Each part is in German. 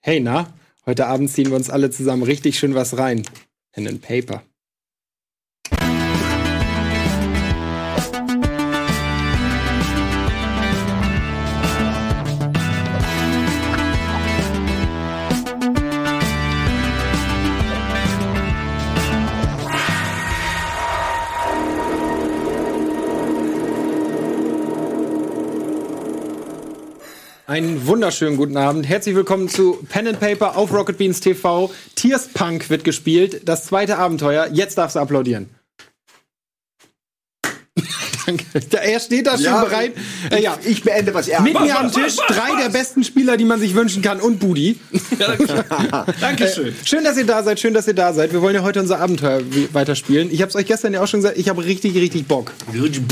Hey, na, heute Abend ziehen wir uns alle zusammen richtig schön was rein. Pen and Paper. Einen wunderschönen guten Abend. Herzlich willkommen zu Pen and Paper auf Rocket Beans TV. Tears Punk wird gespielt. Das zweite Abenteuer. Jetzt darfst du applaudieren. Danke. Da- Er steht da schon Ja, bereit. Äh, ja. Ich beende, was er Mitten hat. hier am Tisch drei der besten Spieler, die man sich wünschen kann und Budi. Dankeschön. Schön, dass ihr da seid. Schön, dass ihr da seid. Wir wollen ja heute unser Abenteuer wie- weiterspielen. Ich habe es euch gestern ja auch schon gesagt. Ich habe richtig, richtig Bock.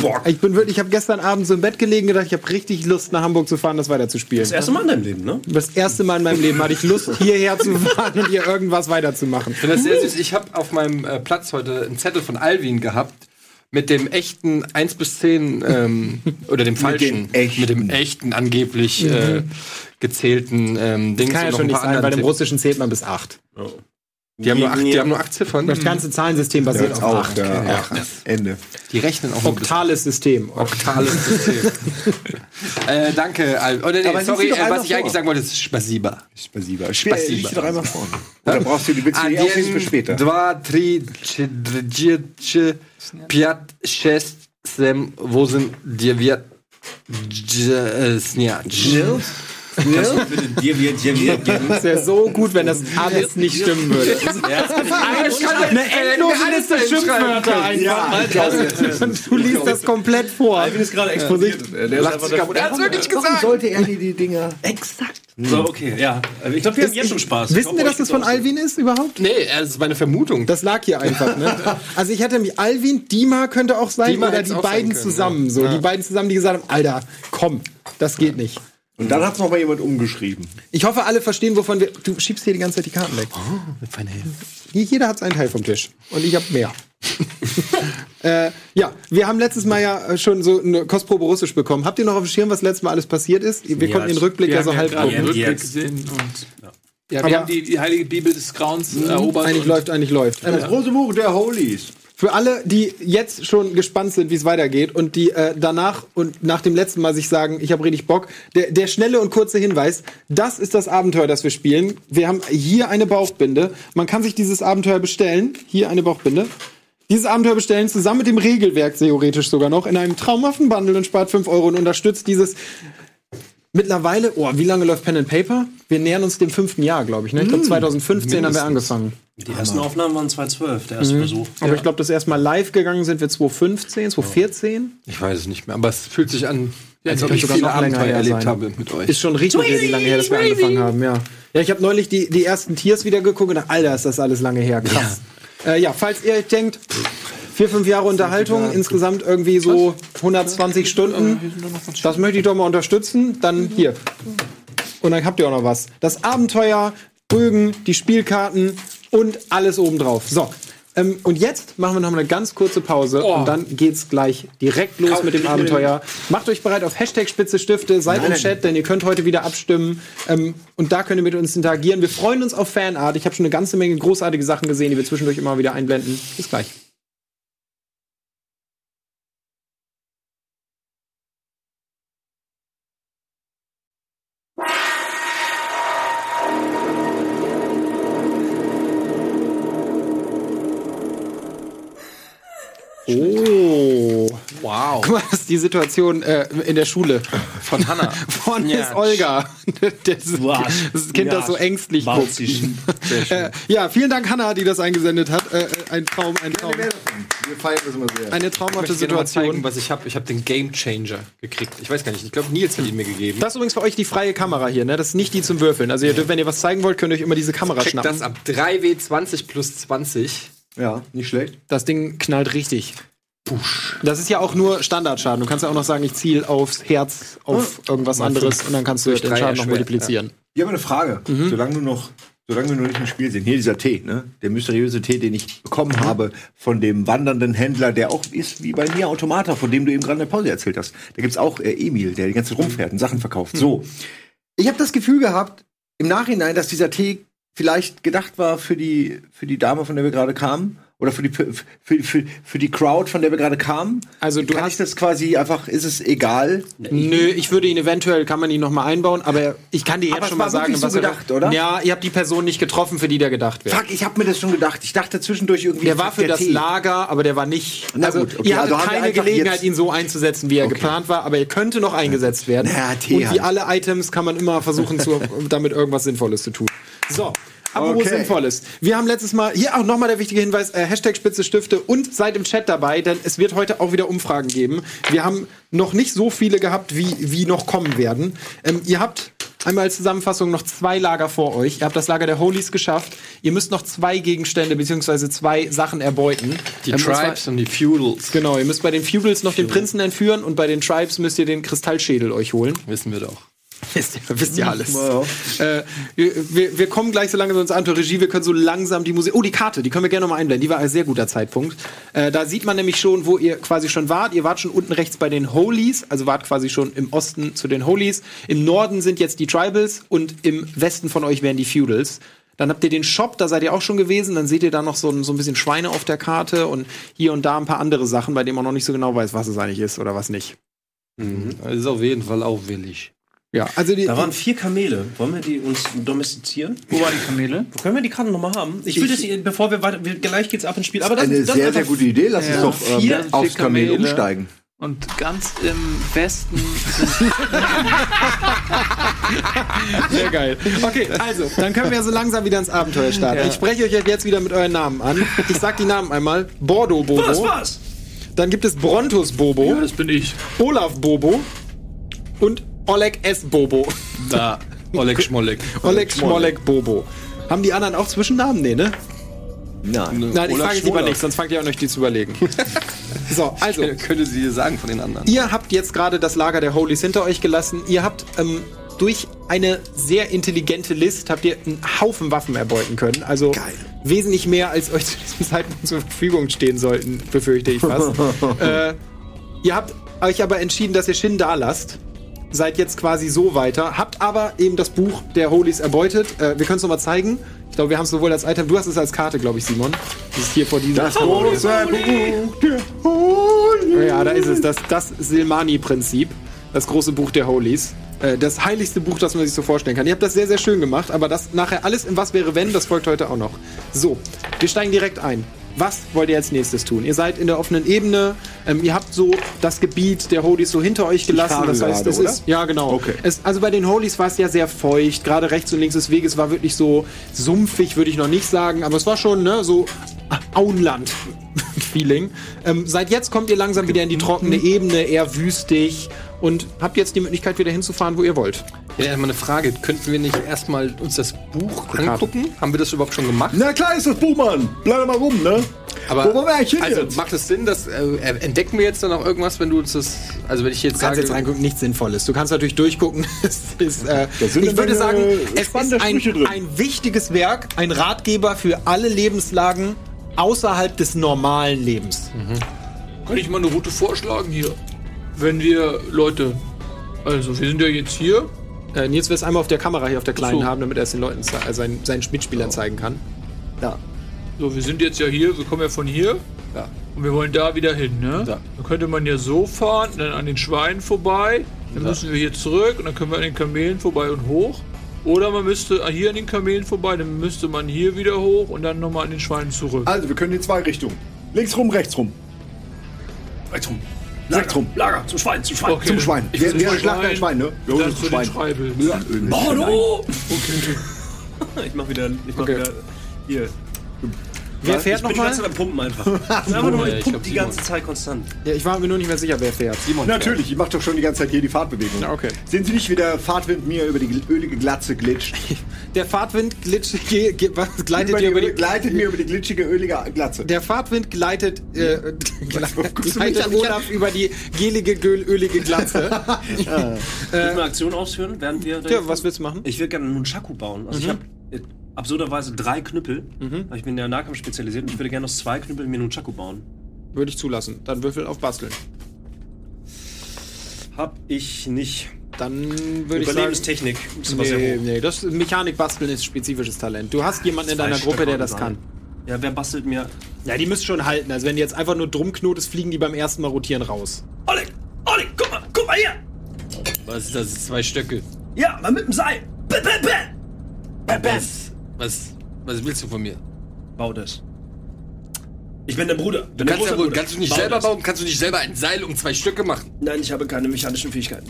Bock. Ich bin wirklich. Ich habe gestern Abend so im Bett gelegen und gedacht, ich habe richtig Lust nach Hamburg zu fahren, das weiterzuspielen. Das erste Mal in deinem Leben, ne? Das erste Mal in meinem Leben hatte ich Lust, hierher zu fahren und hier irgendwas weiterzumachen. Ich finde das Hm. sehr süß. Ich habe auf meinem äh, Platz heute einen Zettel von Alvin gehabt mit dem echten 1 bis 10 ähm, oder dem falschen. echten. Mit dem echten angeblich äh, gezählten ähm, Ding. Mhm. Kann ja schon nicht sein, weil im Russischen zählt man bis 8. die, haben nur acht, die haben nur acht Ziffern. Das ganze Zahlensystem basiert auf Auch, 8. ja, ach, Ende. Die rechnen auch nur bis Oktales System. oktales System. äh, danke, Alvin. Oder nee, Aber lies sorry, sie doch äh, einfach was ich eigentlich vor. sagen wollte, ist Spasiba. Spasiba. Spiel, Spasiba. lies sie doch einmal vor. Oder brauchst du die Witze nicht aufheben für später? Два, три, четыре, пять, шесть, семь, восемь, девять, äh, снять. Dir wird, dir wird, dir Das wäre so gut, wenn das alles nicht stimmen würde. Eine endlose Liste Schimpfwörter einfach. Und du liest das komplett vor. ist gerade explodiert. Der ist einfach der Er hat's wirklich Warum gesagt. sollte er dir die Dinger... so, okay, Äh, ja. Also Ich glaube, wir haben jetzt schon Spaß. Wissen wir, dass das von Alvin ist überhaupt? Nee, das ist meine Vermutung. Das lag hier einfach, ne? Also ich hatte mich Alvin, Dima könnte auch sein Dima oder hätt's die auch sein beiden können, zusammen so, die beiden zusammen, die gesagt haben, Alter, komm, das geht nicht. Und dann hat's noch mal jemand umgeschrieben. Ich hoffe, alle verstehen, wovon wir du schiebst hier die ganze Zeit die Karten weg. Je- Jeder hat seinen Teil vom Tisch. Und ich habe mehr. äh, ja, wir haben letztes Mal ja äh, schon so eine Kostprobe Russisch bekommen. Habt ihr noch auf dem Schirm, was letztes Mal alles passiert ist? Wir konnten den Rückblick ja so halb gerade gucken. einen gucken. Rückblick Jetzt. gesehen und Ja, wir aber haben die, die heilige Bibel des Grauens erobert. eigentlich und läuft, eigentlich läuft. Das große Buch der Holies. Für alle, die jetzt schon gespannt sind, wie es weitergeht und die äh, danach und nach dem letzten Mal sich sagen, ich habe richtig Bock, der, der schnelle und kurze Hinweis, das ist das Abenteuer, das wir spielen. Wir haben hier eine Bauchbinde. Man kann sich dieses Abenteuer bestellen. Hier eine Bauchbinde. Dieses Abenteuer bestellen, zusammen mit dem Regelwerk theoretisch sogar noch, in einem traumhaften Bundle und spart 5 Euro und unterstützt dieses mittlerweile, oh, wie lange läuft Pen and Paper? Wir nähern uns dem fünften Jahr, glaube ich. Ne? Ich glaube, 2015 haben wir angefangen. Die ersten Aufnahmen waren 2012, der Mhm. erste Versuch. Aber ich glaube, das erste Mal live gegangen sind wir 2015, 2014. Ich weiß es nicht mehr, aber es fühlt sich an, als ob kann ich sogar viele noch länger Abenteuer her erlebt sein. habe mit Ist euch. schon richtig, richtig lange her, dass wir angefangen haben, ja. Ja, ich habe neulich die, die ersten Tiers wieder geguckt und dachte, Alter, ist das alles lange her. Krass. Ja, äh, ja falls ihr denkt, vier, fünf Jahre Unterhaltung, insgesamt irgendwie so 120 Stunden, das möchte ich doch mal unterstützen, dann hier. Und dann habt ihr auch noch was. Das Abenteuer, Bögen, die Spielkarten und alles obendrauf. So. Ähm, und jetzt machen wir noch mal eine ganz kurze Pause und dann geht's gleich direkt los mit dem Abenteuer. Macht euch bereit auf Hashtag Spitze Stifte, seid im Chat, denn ihr könnt heute wieder abstimmen ähm, und da könnt ihr mit uns interagieren. Wir freuen uns auf Fanart. Ich habe schon eine ganze Menge großartige Sachen gesehen, die wir zwischendurch immer wieder einblenden. Bis gleich. Oh. Wow. Guck mal, das ist die Situation äh, in der Schule. Von Hannah. Vorne Ja. ist Olga. Das, das Kind, das so ängstlich guckt. Äh, ja, vielen Dank, Hanna, die das eingesendet hat. Äh, äh, ein Traum, ein Traum. Wir feiern das immer sehr. Eine Ich traumhafte möchte dir noch mal Situation. zeigen, was ich habe. Ich habe den Game Changer gekriegt. Ich weiß gar nicht. Ich glaube, Nils hat ihn mir gegeben. Das ist übrigens für euch die freie Kamera hier, ne? Das ist nicht die zum Würfeln. Also ihr dürft, wenn ihr was zeigen wollt, könnt ihr euch immer diese Kamera Kriegt schnappen. das Das, ab 3W20 plus 20. Ja, nicht schlecht. Ding knallt richtig. Das ist ja auch nur Standardschaden. Du kannst ja auch noch sagen, ich ziel aufs Herz, auf irgendwas anderes und dann kannst du den Hm. drei Schaden noch erschwert, multiplizieren. Hier haben wir eine Frage. Mhm. Solange du noch... Solange wir noch nicht im Spiel sind. Hier dieser Tee, ne? Der mysteriöse Tee, den ich Mhm. bekommen habe von dem wandernden Händler, der auch ist wie bei mir Automata, von dem du eben gerade in der Pause erzählt Mhm. hast. Da gibt's auch äh, Emil, der die ganze Zeit rumfährt und Sachen verkauft. So. Ich habe das Gefühl gehabt, im Nachhinein, dass dieser Tee vielleicht gedacht war für die, für die Dame, von der wir gerade kamen. Oder für die, für, für, für die Crowd, von der wir gerade kamen. Also du Kann hast- ich das quasi einfach, ist es egal? Nö, ich würde ihn eventuell, kann man ihn noch mal einbauen, aber ich kann dir jetzt Aber es schon war mal sagen, wirklich so er- gedacht, oder? Ja, ihr habt die Person nicht getroffen, für die der gedacht wird. Fuck, ich habe mir das schon gedacht. Ich dachte zwischendurch irgendwie. Der war für das Tee. Lager, aber der war nicht. Na also, gut, okay, ihr hattet also haben wir keine einfach Gelegenheit, jetzt- ihn so einzusetzen, wie er geplant war, aber er könnte noch eingesetzt werden. Na, Tee Und wie halt. alle Items kann man immer versuchen, zu, damit irgendwas Sinnvolles zu tun. So. Apropos Okay. Sinnvolles. Wir haben letztes Mal, hier auch nochmal der wichtige Hinweis, äh, Hashtag Spitze Stifte und seid im Chat dabei, denn es wird heute auch wieder Umfragen geben. Wir haben noch nicht so viele gehabt, wie, wie noch kommen werden. Ähm, ihr habt einmal als Zusammenfassung noch zwei Lager vor euch. Ihr habt das Lager der Holies geschafft. Ihr müsst noch zwei Gegenstände bzw. zwei Sachen erbeuten. Die Ähm, und zwar- Tribes und die Feudals. Genau, ihr müsst bei den Feudals noch den Prinzen entführen und bei den Tribes müsst ihr den Kristallschädel euch holen. Wissen wir doch. Wisst ihr, wisst ihr alles. Äh, wir, wir- wir kommen gleich so langsam ins Antor Regie. Wir können so langsam die Musik. Oh, die Karte, die können wir gerne nochmal einblenden. Die war ein sehr guter Zeitpunkt. Äh, da sieht man nämlich schon, wo ihr quasi schon wart. Ihr wart schon unten rechts bei den Holies, also wart quasi schon im Osten zu den Holies. Im Norden sind jetzt die Tribals und im Westen von euch wären die Feudals. Dann habt ihr den Shop, da seid ihr auch schon gewesen. Dann seht ihr da noch so ein, so ein bisschen Schweine auf der Karte und hier und da ein paar andere Sachen, bei denen man noch nicht so genau weiß, was es eigentlich ist oder was nicht. Das ist Also auf jeden Fall auch willig. Ja, also die, Da waren vier Kamele. Wollen wir die uns domestizieren? Wo waren die Kamele? Können wir die Karten nochmal haben? Ich will das, hier- bevor wir weiter, wir, gleich geht's ab ins Spiel. Aber das, Eine das sehr, einfach- sehr gute Idee. Lass Ja. uns doch ähm, Vier aufs dicke Kamel Kamele. umsteigen. Und ganz im Westen. Sehr geil. Okay, also, dann können wir so langsam wieder ins Abenteuer starten. Ich spreche euch jetzt wieder mit euren Namen an. Ich sag die Namen einmal. Bordeaux Bobo. Das war's. Dann gibt es Brontus Bobo, das bin ich. Olaf Bobo und Oleg S. Bobo. Da, Oleg Schmollek. Oleg Schmolek Bobo. Haben die anderen auch Zwischennamen? Nee, ne? Nein. Nein, ich Olaf frage es lieber Schmolek. nicht, sonst fangt ihr auch noch die zu überlegen. so, also, Könnte sie dir sagen von den anderen. Ihr habt jetzt gerade das Lager der Holies hinter euch gelassen. Ihr habt ähm, durch eine sehr intelligente List habt ihr einen Haufen Waffen erbeuten können. Also Geil. wesentlich mehr, als euch zu diesem Zeitpunkt zur Verfügung stehen sollten, befürchte ich fast. äh, ihr habt euch aber entschieden, dass ihr Shin da lasst. Seid jetzt quasi so weiter. Habt aber eben das Buch der Holies erbeutet. Äh, wir können es nochmal zeigen. Ich glaube, wir haben es sowohl als Item. Du hast es als Karte, glaube ich, Simon. Das ist hier vor diesem. Das große Buch der Holy. Ja, da ist es. Das, das Silmani-Prinzip. Das große Buch der Holies. Äh, Das heiligste Buch, das man sich so vorstellen kann. Ihr habt das sehr, sehr schön gemacht, aber das nachher alles im Was wäre wenn, das folgt heute auch noch. So, wir steigen direkt ein. Was wollt ihr als nächstes tun? Ihr seid in der offenen Ebene, ähm, ihr habt so das Gebiet der Holies so hinter euch gelassen. fahre Das heißt, gerade, es oder? ist. Ja, genau. Okay. Es, also bei den Holies war es ja sehr feucht. Gerade rechts und links des Weges war wirklich so sumpfig, würde ich noch nicht sagen, aber es war schon ne, so Auenland. Feeling. Ähm, seit jetzt kommt ihr langsam wieder in die trockene Ebene, eher wüstig und habt jetzt die Möglichkeit wieder hinzufahren, wo ihr wollt. Ja, mal eine Frage. Könnten wir nicht erstmal uns das Buch angucken? Haben wir das überhaupt schon gemacht? Na klar ist das Buch, Mann. Bleib doch mal rum, ne? Aber Wo wollen wir eigentlich hin also jetzt? macht es Sinn, dass äh, äh, entdecken wir jetzt dann auch irgendwas, wenn du uns das, also wenn ich jetzt sage, reingucken, nichts Sinnvolles. Du kannst natürlich durchgucken. Es ist, äh, Da sind ich würde eine sagen, es spannende ist ein, Sprüche drin. ein wichtiges Werk, ein Ratgeber für alle Lebenslagen außerhalb des normalen Lebens. Kann ich mal eine Route vorschlagen hier? Wenn wir, Leute, also wir sind ja jetzt hier. Äh, Nils will es einmal auf der Kamera hier auf der kleinen So. haben, damit er es den Leuten, zei- äh, seinen, seinen Mitspielern zeigen kann. So, wir sind jetzt ja hier, wir kommen ja von hier. Ja. Und wir wollen da wieder hin, ne? Ja. Dann könnte man ja so fahren, dann an den Schweinen vorbei. Dann müssen wir hier zurück und dann können wir an den Kamelen vorbei und hoch. Oder man müsste hier an den Kamelen vorbei, dann müsste man hier wieder hoch und dann nochmal an den Schweinen zurück. Also, wir können in zwei Richtungen. Links rum, rechts rum. Rechts rum. Rechts rum. Lager, zum Schwein, zum Schwein. Okay. Zum Schwein. Ich Wir, will wir zum schlachten ein Schwein, ne? Wir holen Dann uns zu ein den Oh, Schwein. Schreibeln. Ja, Öl. Bordeaux! Ich mach wieder, ich mach wieder hier. Wer fährt Ich bin die nochmal? ganze Zeit am Pumpen einfach. Einfach nur, ich pump die ganze Zeit konstant. Ja, ich war mir nur nicht mehr sicher, wer fährt. Natürlich, ich mache doch schon die ganze Zeit hier die Fahrtbewegung. Na, okay. Sehen Sie nicht, wie der Fahrtwind mir über die gl- ölige Glatze glitscht? Der Fahrtwind glitscht, ge, ge, was, gleitet Über dir über die. gleitet mir über die glitschige, ölige Glatze. der Fahrtwind gleitet, äh, gleitet, guckst du mich gleitet an? Ich Olaf über die gelige, göl-ölige Glatze. Äh. Willst du eine Aktion ausführen, während wir. Tja, was willst du machen? Ich will gerne einen Nunchaku bauen. Also ich habe äh, absurderweise drei Knüppel, weil ich bin ja Nahkampf spezialisiert und ich würde gerne aus zwei Knüppeln mir einen Nunchaku bauen. Würde ich zulassen. Dann würfel auf Basteln. Hab ich nicht. Dann würde ich sagen. Überlebenstechnik ist aber Nee, sehr hoch. nee, das Mechanik basteln ist spezifisches Talent. Du hast jemanden in Zwei deiner Gruppe, der Stöcker das und kann. Sahne. Ja, wer bastelt mir? Ja, die müssen schon halten. Also wenn die jetzt einfach nur drum knotest, fliegen die beim ersten Mal rotieren raus. Oleg! Oleg, guck mal, guck mal hier! Was ist das? Zwei Stöcke. Ja, mal mit dem Seil! Bäh, bäh, bäh. Bäh, bäh. Was, was, was willst du von mir? Bau das. Ich bin dein Bruder. Bin dein Kannst, großer du, Bruder. kannst du nicht Bau selber das. bauen? Kannst du nicht selber ein Seil um zwei Stücke machen? Nein, ich habe keine mechanischen Fähigkeiten.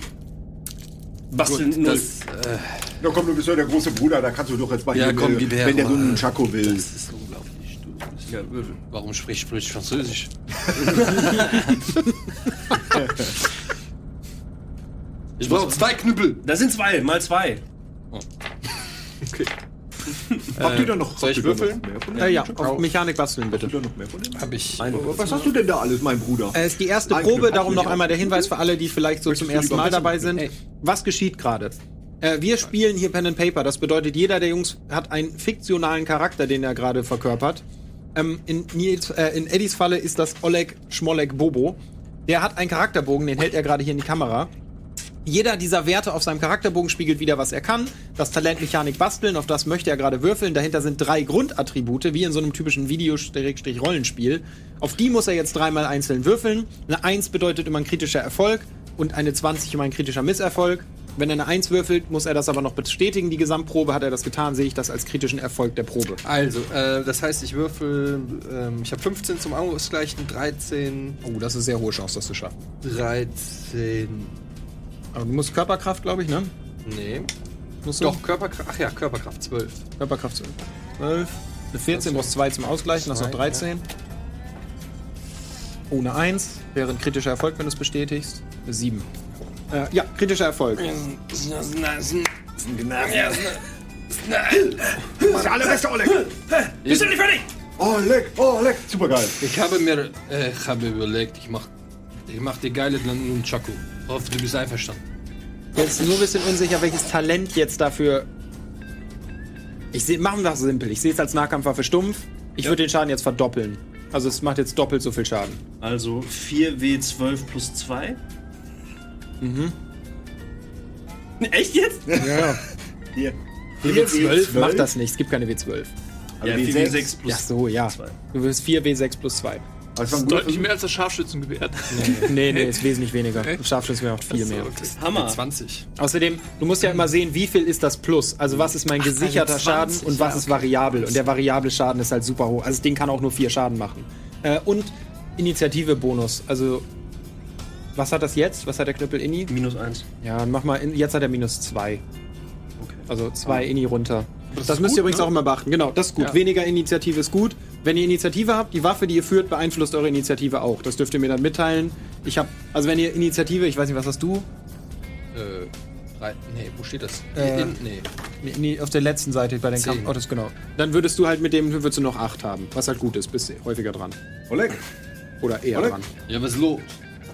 Basteln Gut, null. das äh, Na komm, du bist ja der große Bruder, da kannst du doch jetzt mal Ja, hier, komm, äh, gib her, wenn der so Mann. einen Chaco will. ist unglaublich. Du bist ja, Würfel. Warum sprichst sprichst du Französisch? ich brauche zwei Knüppel. da sind zwei, mal zwei. Habt ihr da noch? soll ich habt ihr da würfeln? noch mehr von dem? Äh, ja, auf Mechanik basteln bitte. Habt ihr da noch mehr von dem? Hab ich. Was hast du denn da alles, mein Bruder? Es Äh, ist die erste Ein Probe, Glück. darum noch einmal der Hinweis für alle, die vielleicht so zum ersten Mal dabei sind. Was geschieht gerade? Äh, wir spielen hier Pen and Paper. Das bedeutet, jeder der Jungs hat einen fiktionalen Charakter, den er gerade verkörpert. Ähm, in, Nils, äh, in Eddies Falle ist das Oleg Schmolek Bobo. Der hat einen Charakterbogen, den hält er gerade hier in die Kamera. Jeder dieser Werte auf seinem Charakterbogen spiegelt wieder, was er kann. Das Talent Mechanik basteln, auf das möchte er gerade würfeln. Dahinter sind drei Grundattribute, wie in so einem typischen Video-Rollenspiel. Auf die muss er jetzt dreimal einzeln würfeln. Eine 1 bedeutet immer ein kritischer Erfolg und eine 20 immer ein kritischer Misserfolg. Wenn er eine 1 würfelt, muss er das aber noch bestätigen. Die Gesamtprobe hat er das getan, sehe ich das als kritischen Erfolg der Probe. Also, äh, das heißt, ich würfel. Ähm, ich habe 15 zum Ausgleichen, 13, Oh, das ist sehr hohe Chance, das zu schaffen. 13. Aber du musst Körperkraft, glaube ich, ne? Nee. Musst du? Doch, Körperkraft. Ach ja, Körperkraft 12. Körperkraft 12. Eine 14 brauchst 2 zum Ausgleichen, hast noch Zwei, 13. Ohne 1 wäre ein kritischer Erfolg, wenn du es bestätigst. 7. Äh, ja, kritischer Erfolg. alle Beste, Oleg! Bist du nicht fertig? Oleg, Oleg! Supergeil. Ich habe mir äh, ich habe überlegt, ich mach, ich mach dir geile Nunchaku. Hoffe, du bist einverstanden. Jetzt nur ein bisschen unsicher, welches Talent jetzt dafür. Ich seh, machen wir das simpel. Ich sehe es als Nahkampfwaffe stumpf. Ich würde den Schaden jetzt verdoppeln. Also es macht jetzt doppelt so viel Schaden. Also 4W12 plus 2. Mhm. Echt jetzt? Hier. W12 macht das nicht. Es gibt keine W12. Also ja, die 4W6 sechs. plus Ach so, ja. Zwei. Du wirst 4W6 plus 2. Also war ein guter Deutlich mehr als das Scharfschützengewehr. Nee, nee, ist wesentlich weniger. Scharfschützen wäre auch viel mehr. Hammer. 20. Außerdem, du musst ja immer sehen, wie viel ist das Plus? Also was ist mein gesicherter 21, Schaden und was ja, ist variabel? Und der variable Schaden ist halt super hoch. Also den kann auch nur vier Schaden machen. Äh, und Initiative-Bonus. Also was hat das jetzt? Was hat der Knüppel Inni? Minus 1. Ja, mach mal. In, jetzt hat er minus zwei. Okay. Also zwei Inni runter. Das, ist müsst gut, ihr übrigens ne? auch immer beachten. Genau, das ist gut. Ja. Weniger Initiative ist gut. Wenn ihr Initiative habt, die Waffe, die ihr führt, beeinflusst eure Initiative auch. Das dürft ihr mir dann mitteilen. Ich habe, also wenn ihr Initiative, ich weiß nicht, was hast du? Äh, drei, nee, wo steht das? Äh, In, nee. Nee, nee, auf der letzten Seite bei den Zehn. Kampfautos, genau. Dann würdest du halt mit dem, würdest du noch 8 haben, was halt gut ist, bist häufiger dran. Oleg, Oder eher Oder? dran. Ja, was ist los?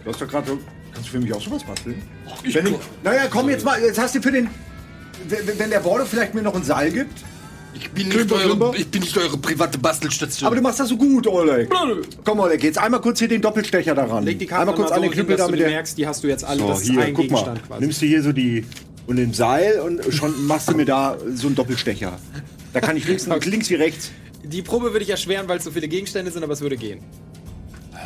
du hast doch gerade so. Kannst du für mich auch sowas basteln? Wenn ich, naja, komm jetzt mal. Jetzt hast du für den. Wenn wenn der Bordo vielleicht mir noch ein Seil gibt. Ich bin, nicht Klimper, eure, Klimper? ich bin nicht eure private Bastelstation. Aber du machst das so gut, Oleg. Komm, Oleg, jetzt einmal kurz hier den Doppelstecher daran. Leg die Karte einmal kurz mal an so den hin, Knüppel dass da du mit die der. merkst, die hast du jetzt alle, So, das ist Oh, hier, ein guck mal. Gegenstand quasi. Nimmst du hier so die und den Seil und schon machst du mir da so einen Doppelstecher. Da kann ich links, links wie rechts. Die Probe würde ich erschweren, weil es so viele Gegenstände sind, aber es würde gehen.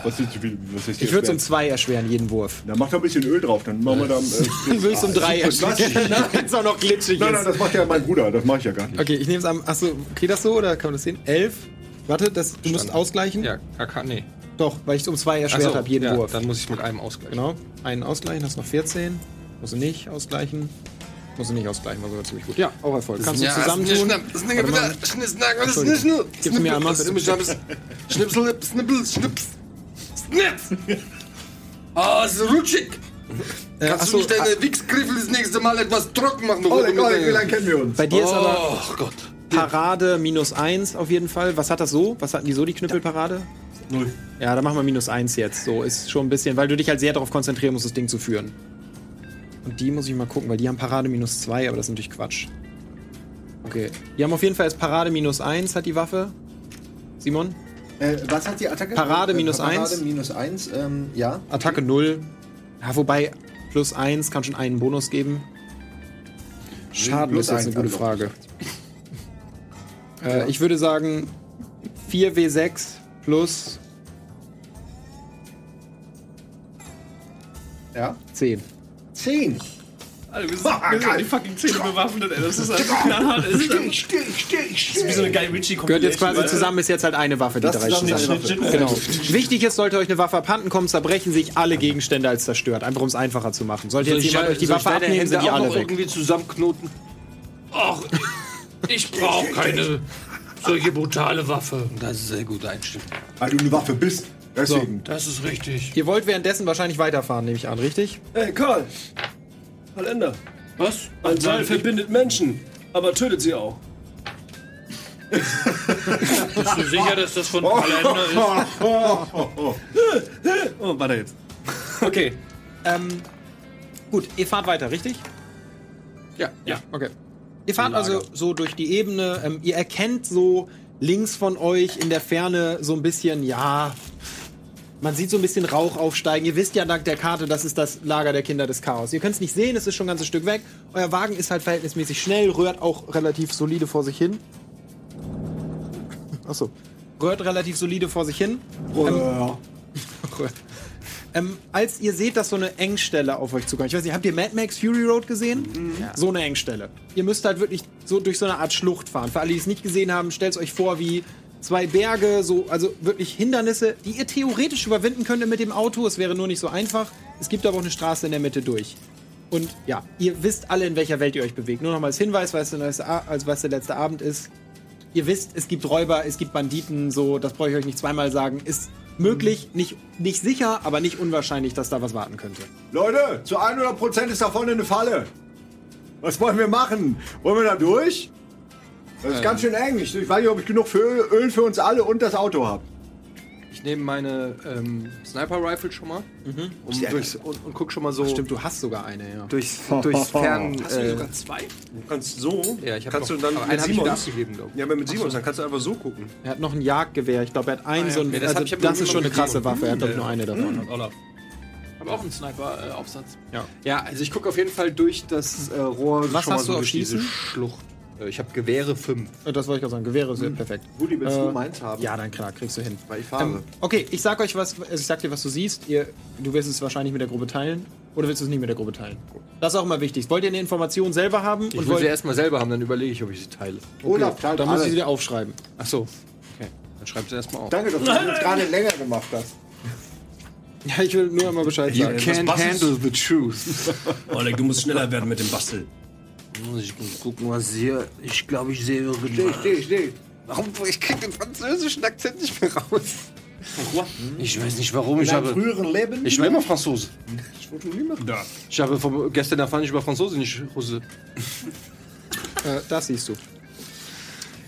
Was ist, was ist Ich würde es um 2 erschweren, jeden Wurf. Da macht er ein bisschen Öl drauf, dann machen wir da. Äh, Dann würde ich es um 3 erschweren, wenn es auch noch glitschig nein, nein, ist. das macht ja mein Bruder, das mache ich ja gar nicht. Okay, ich nehme es am. Achso, geht das so oder kann man das sehen? 11. Warte, das, du musst ausgleichen? Ja, AK, nee. Doch, weil ich es um 2 erschwert Ach so, habe, jeden ja, Wurf. Dann muss ich mit einem ausgleichen. Genau, einen ausgleichen, hast noch 14. Musst du nicht ausgleichen. Musst du nicht ausgleichen, war sogar ziemlich gut. Ja, auch Erfolg. Kannst also, du zusammentun. Warte mal. Entschuldigung. Gib's mir einmal. Schnipsel, Snippel, Schnips. Schnips! Ah, es ist rutschig! Äh, Kannst achso, du nicht ah, deine Wichsgriffel das nächste Mal etwas trocken machen? Oleg, Oleg, wie oh, lange kennen wir uns? bei dir ist aber oh Gott. Parade minus 1 auf jeden Fall. Was hat das so? Was hatten die so, die Knüppelparade? Null. Ja, da machen wir minus 1 jetzt. So, ist schon ein bisschen, weil du dich halt sehr darauf konzentrieren musst, das Ding zu führen. Und die muss ich mal gucken, weil die haben Parade minus 2, aber das ist natürlich Quatsch. Okay. Die haben auf jeden Fall jetzt Parade minus 1, hat die Waffe. Simon? Äh, was hat die Attacke? Parade Äh, minus Parade eins. minus eins, ähm, ja. Attacke 0. Ja, wobei, plus 1, kann schon einen Bonus geben. Schaden ist jetzt eine gute Frage. Äh, ich würde sagen 4W6 plus Ja. 10. Zehn. Alter, wir sind, Ah, wir sind die fucking Zähne bewaffnet, ey. also Das ist halt knallhart. Das ist Steh, steh, wie steh. so eine Guy ritchie Gehört jetzt quasi zusammen, ist jetzt halt eine Waffe, die Das drei zusammen ist zusammen. eine Waffe. Genau. Wichtig ist, sollte euch eine Waffe abhanden kommen, zerbrechen sich alle Gegenstände als zerstört. Einfach um es einfacher zu machen. Sollte jetzt jemand euch die Waffe abnehmen, sind die alle weg. irgendwie zusammenknoten. Ach, ich brauche keine solche brutale Waffe. Das ist sehr gut einstellen. Weil Ah, du eine Waffe bist. Deswegen. Das ist richtig. Ihr wollt währenddessen wahrscheinlich weiterfahren, nehme ich an, richtig? Ey, Karl! Holländer! Was? Ein Seil verbindet Menschen, aber tötet sie auch. Bist du sicher, dass das von Kalender ist? Oh, warte jetzt. Okay. Ähm, gut, ihr fahrt weiter, richtig? Ja. ja. Okay. Ihr fahrt also so durch die Ebene. Ähm, ihr erkennt so links von euch in der Ferne so ein bisschen, ja, man sieht so ein bisschen Rauch aufsteigen. Ihr wisst ja dank der Karte, das ist das Lager der Kinder des Chaos. Ihr könnt es nicht sehen, es ist schon ein ganzes Stück weg. Euer Wagen ist halt verhältnismäßig schnell, rührt auch relativ solide vor sich hin. Achso. Rührt relativ solide vor sich hin. Ähm, als ihr seht, dass so eine Engstelle auf euch zukommt, ich weiß nicht, habt ihr Mad Max Fury Road gesehen? So eine Engstelle. Ihr müsst halt wirklich so durch so eine Art Schlucht fahren. Für alle, die es nicht gesehen haben, stellt euch vor wie zwei Berge, so, also wirklich Hindernisse, die ihr theoretisch überwinden könntet mit dem Auto. Es wäre nur nicht so einfach. Es gibt aber auch eine Straße in der Mitte durch. Und ja, ihr wisst alle, in welcher Welt ihr euch bewegt. Nur nochmal als Hinweis, weil es der letzte A- also weil es der letzte Abend ist ihr wisst, es gibt Räuber, es gibt Banditen, so, das brauche ich euch nicht zweimal sagen. Ist Mhm. möglich, nicht, nicht sicher, aber nicht unwahrscheinlich, dass da was warten könnte. Leute, zu 100% ist da vorne eine Falle. Was wollen wir machen? Wollen wir da durch? Das ist ganz schön eng. Ich, ich weiß nicht, ob ich genug für Öl, Öl für uns alle und das Auto habe. Ich nehme meine ähm, Sniper-Rifle schon mal und, Ja. durchs, und, und guck schon mal so Stimmt, du hast sogar eine, ja. durchs, durchs Fern. Äh, zwei? Du kannst so. ja, ich hab kannst noch, du dann aber mit einen hab ich wieder Simons. abgegeben, glaube ich. Ja, aber mit Simons, dann kannst du einfach so gucken. Er hat noch ein Jagdgewehr, ich glaube, er hat einen, so ein, Ah, Nee, das das, hab ich also, aber das immer ist schon eine mitgenommen. krasse Waffe, er hat, Mhm. glaube ich, nur eine davon. Olaf. Hab auch einen Sniper-Aufsatz. Ja, also ich gucke auf jeden Fall durch das äh, Rohr Was schon mal hast so du auf durch diese Schießen? Schlucht. Äh, Ich habe Gewehre 5. Oh, Das wollte ich gerade sagen, Gewehre Mhm. ist ja perfekt. Rudi, willst Äh, du meins haben? Ja, dann klar, kriegst du hin. Ähm, Weil ich fahre. Okay, ich sag euch was, also ich sag dir, was du siehst. Ihr, du wirst es wahrscheinlich mit der Gruppe teilen. Oder willst du es nicht mit der Gruppe teilen? Das ist auch immer wichtig. Wollt ihr eine Information selber haben? Ich und will wollt, sie erstmal selber haben, dann überlege ich, ob ich sie teile. Olaf, teilt da muss ich alles. sie dir aufschreiben. Achso. Okay. Dann schreibst du erstmal auf. Danke, dass du das gerade länger gemacht hast. Ja, ich will nur einmal Bescheid sagen. can't handle the truth. Oh, du musst schneller werden mit dem Bastel. Muss ich mal gucken, was hier. Ich glaube, ich sehe Steh, irgendwas. steh, steh. Warum? Ich krieg den französischen Akzent nicht mehr raus. Ich weiß nicht warum. Ich In einem habe. früheren Leben? Ich war immer Franzose. Da. Ich habe vom, gestern erfahren, ich war Franzose, nicht Russe. Äh, das siehst du.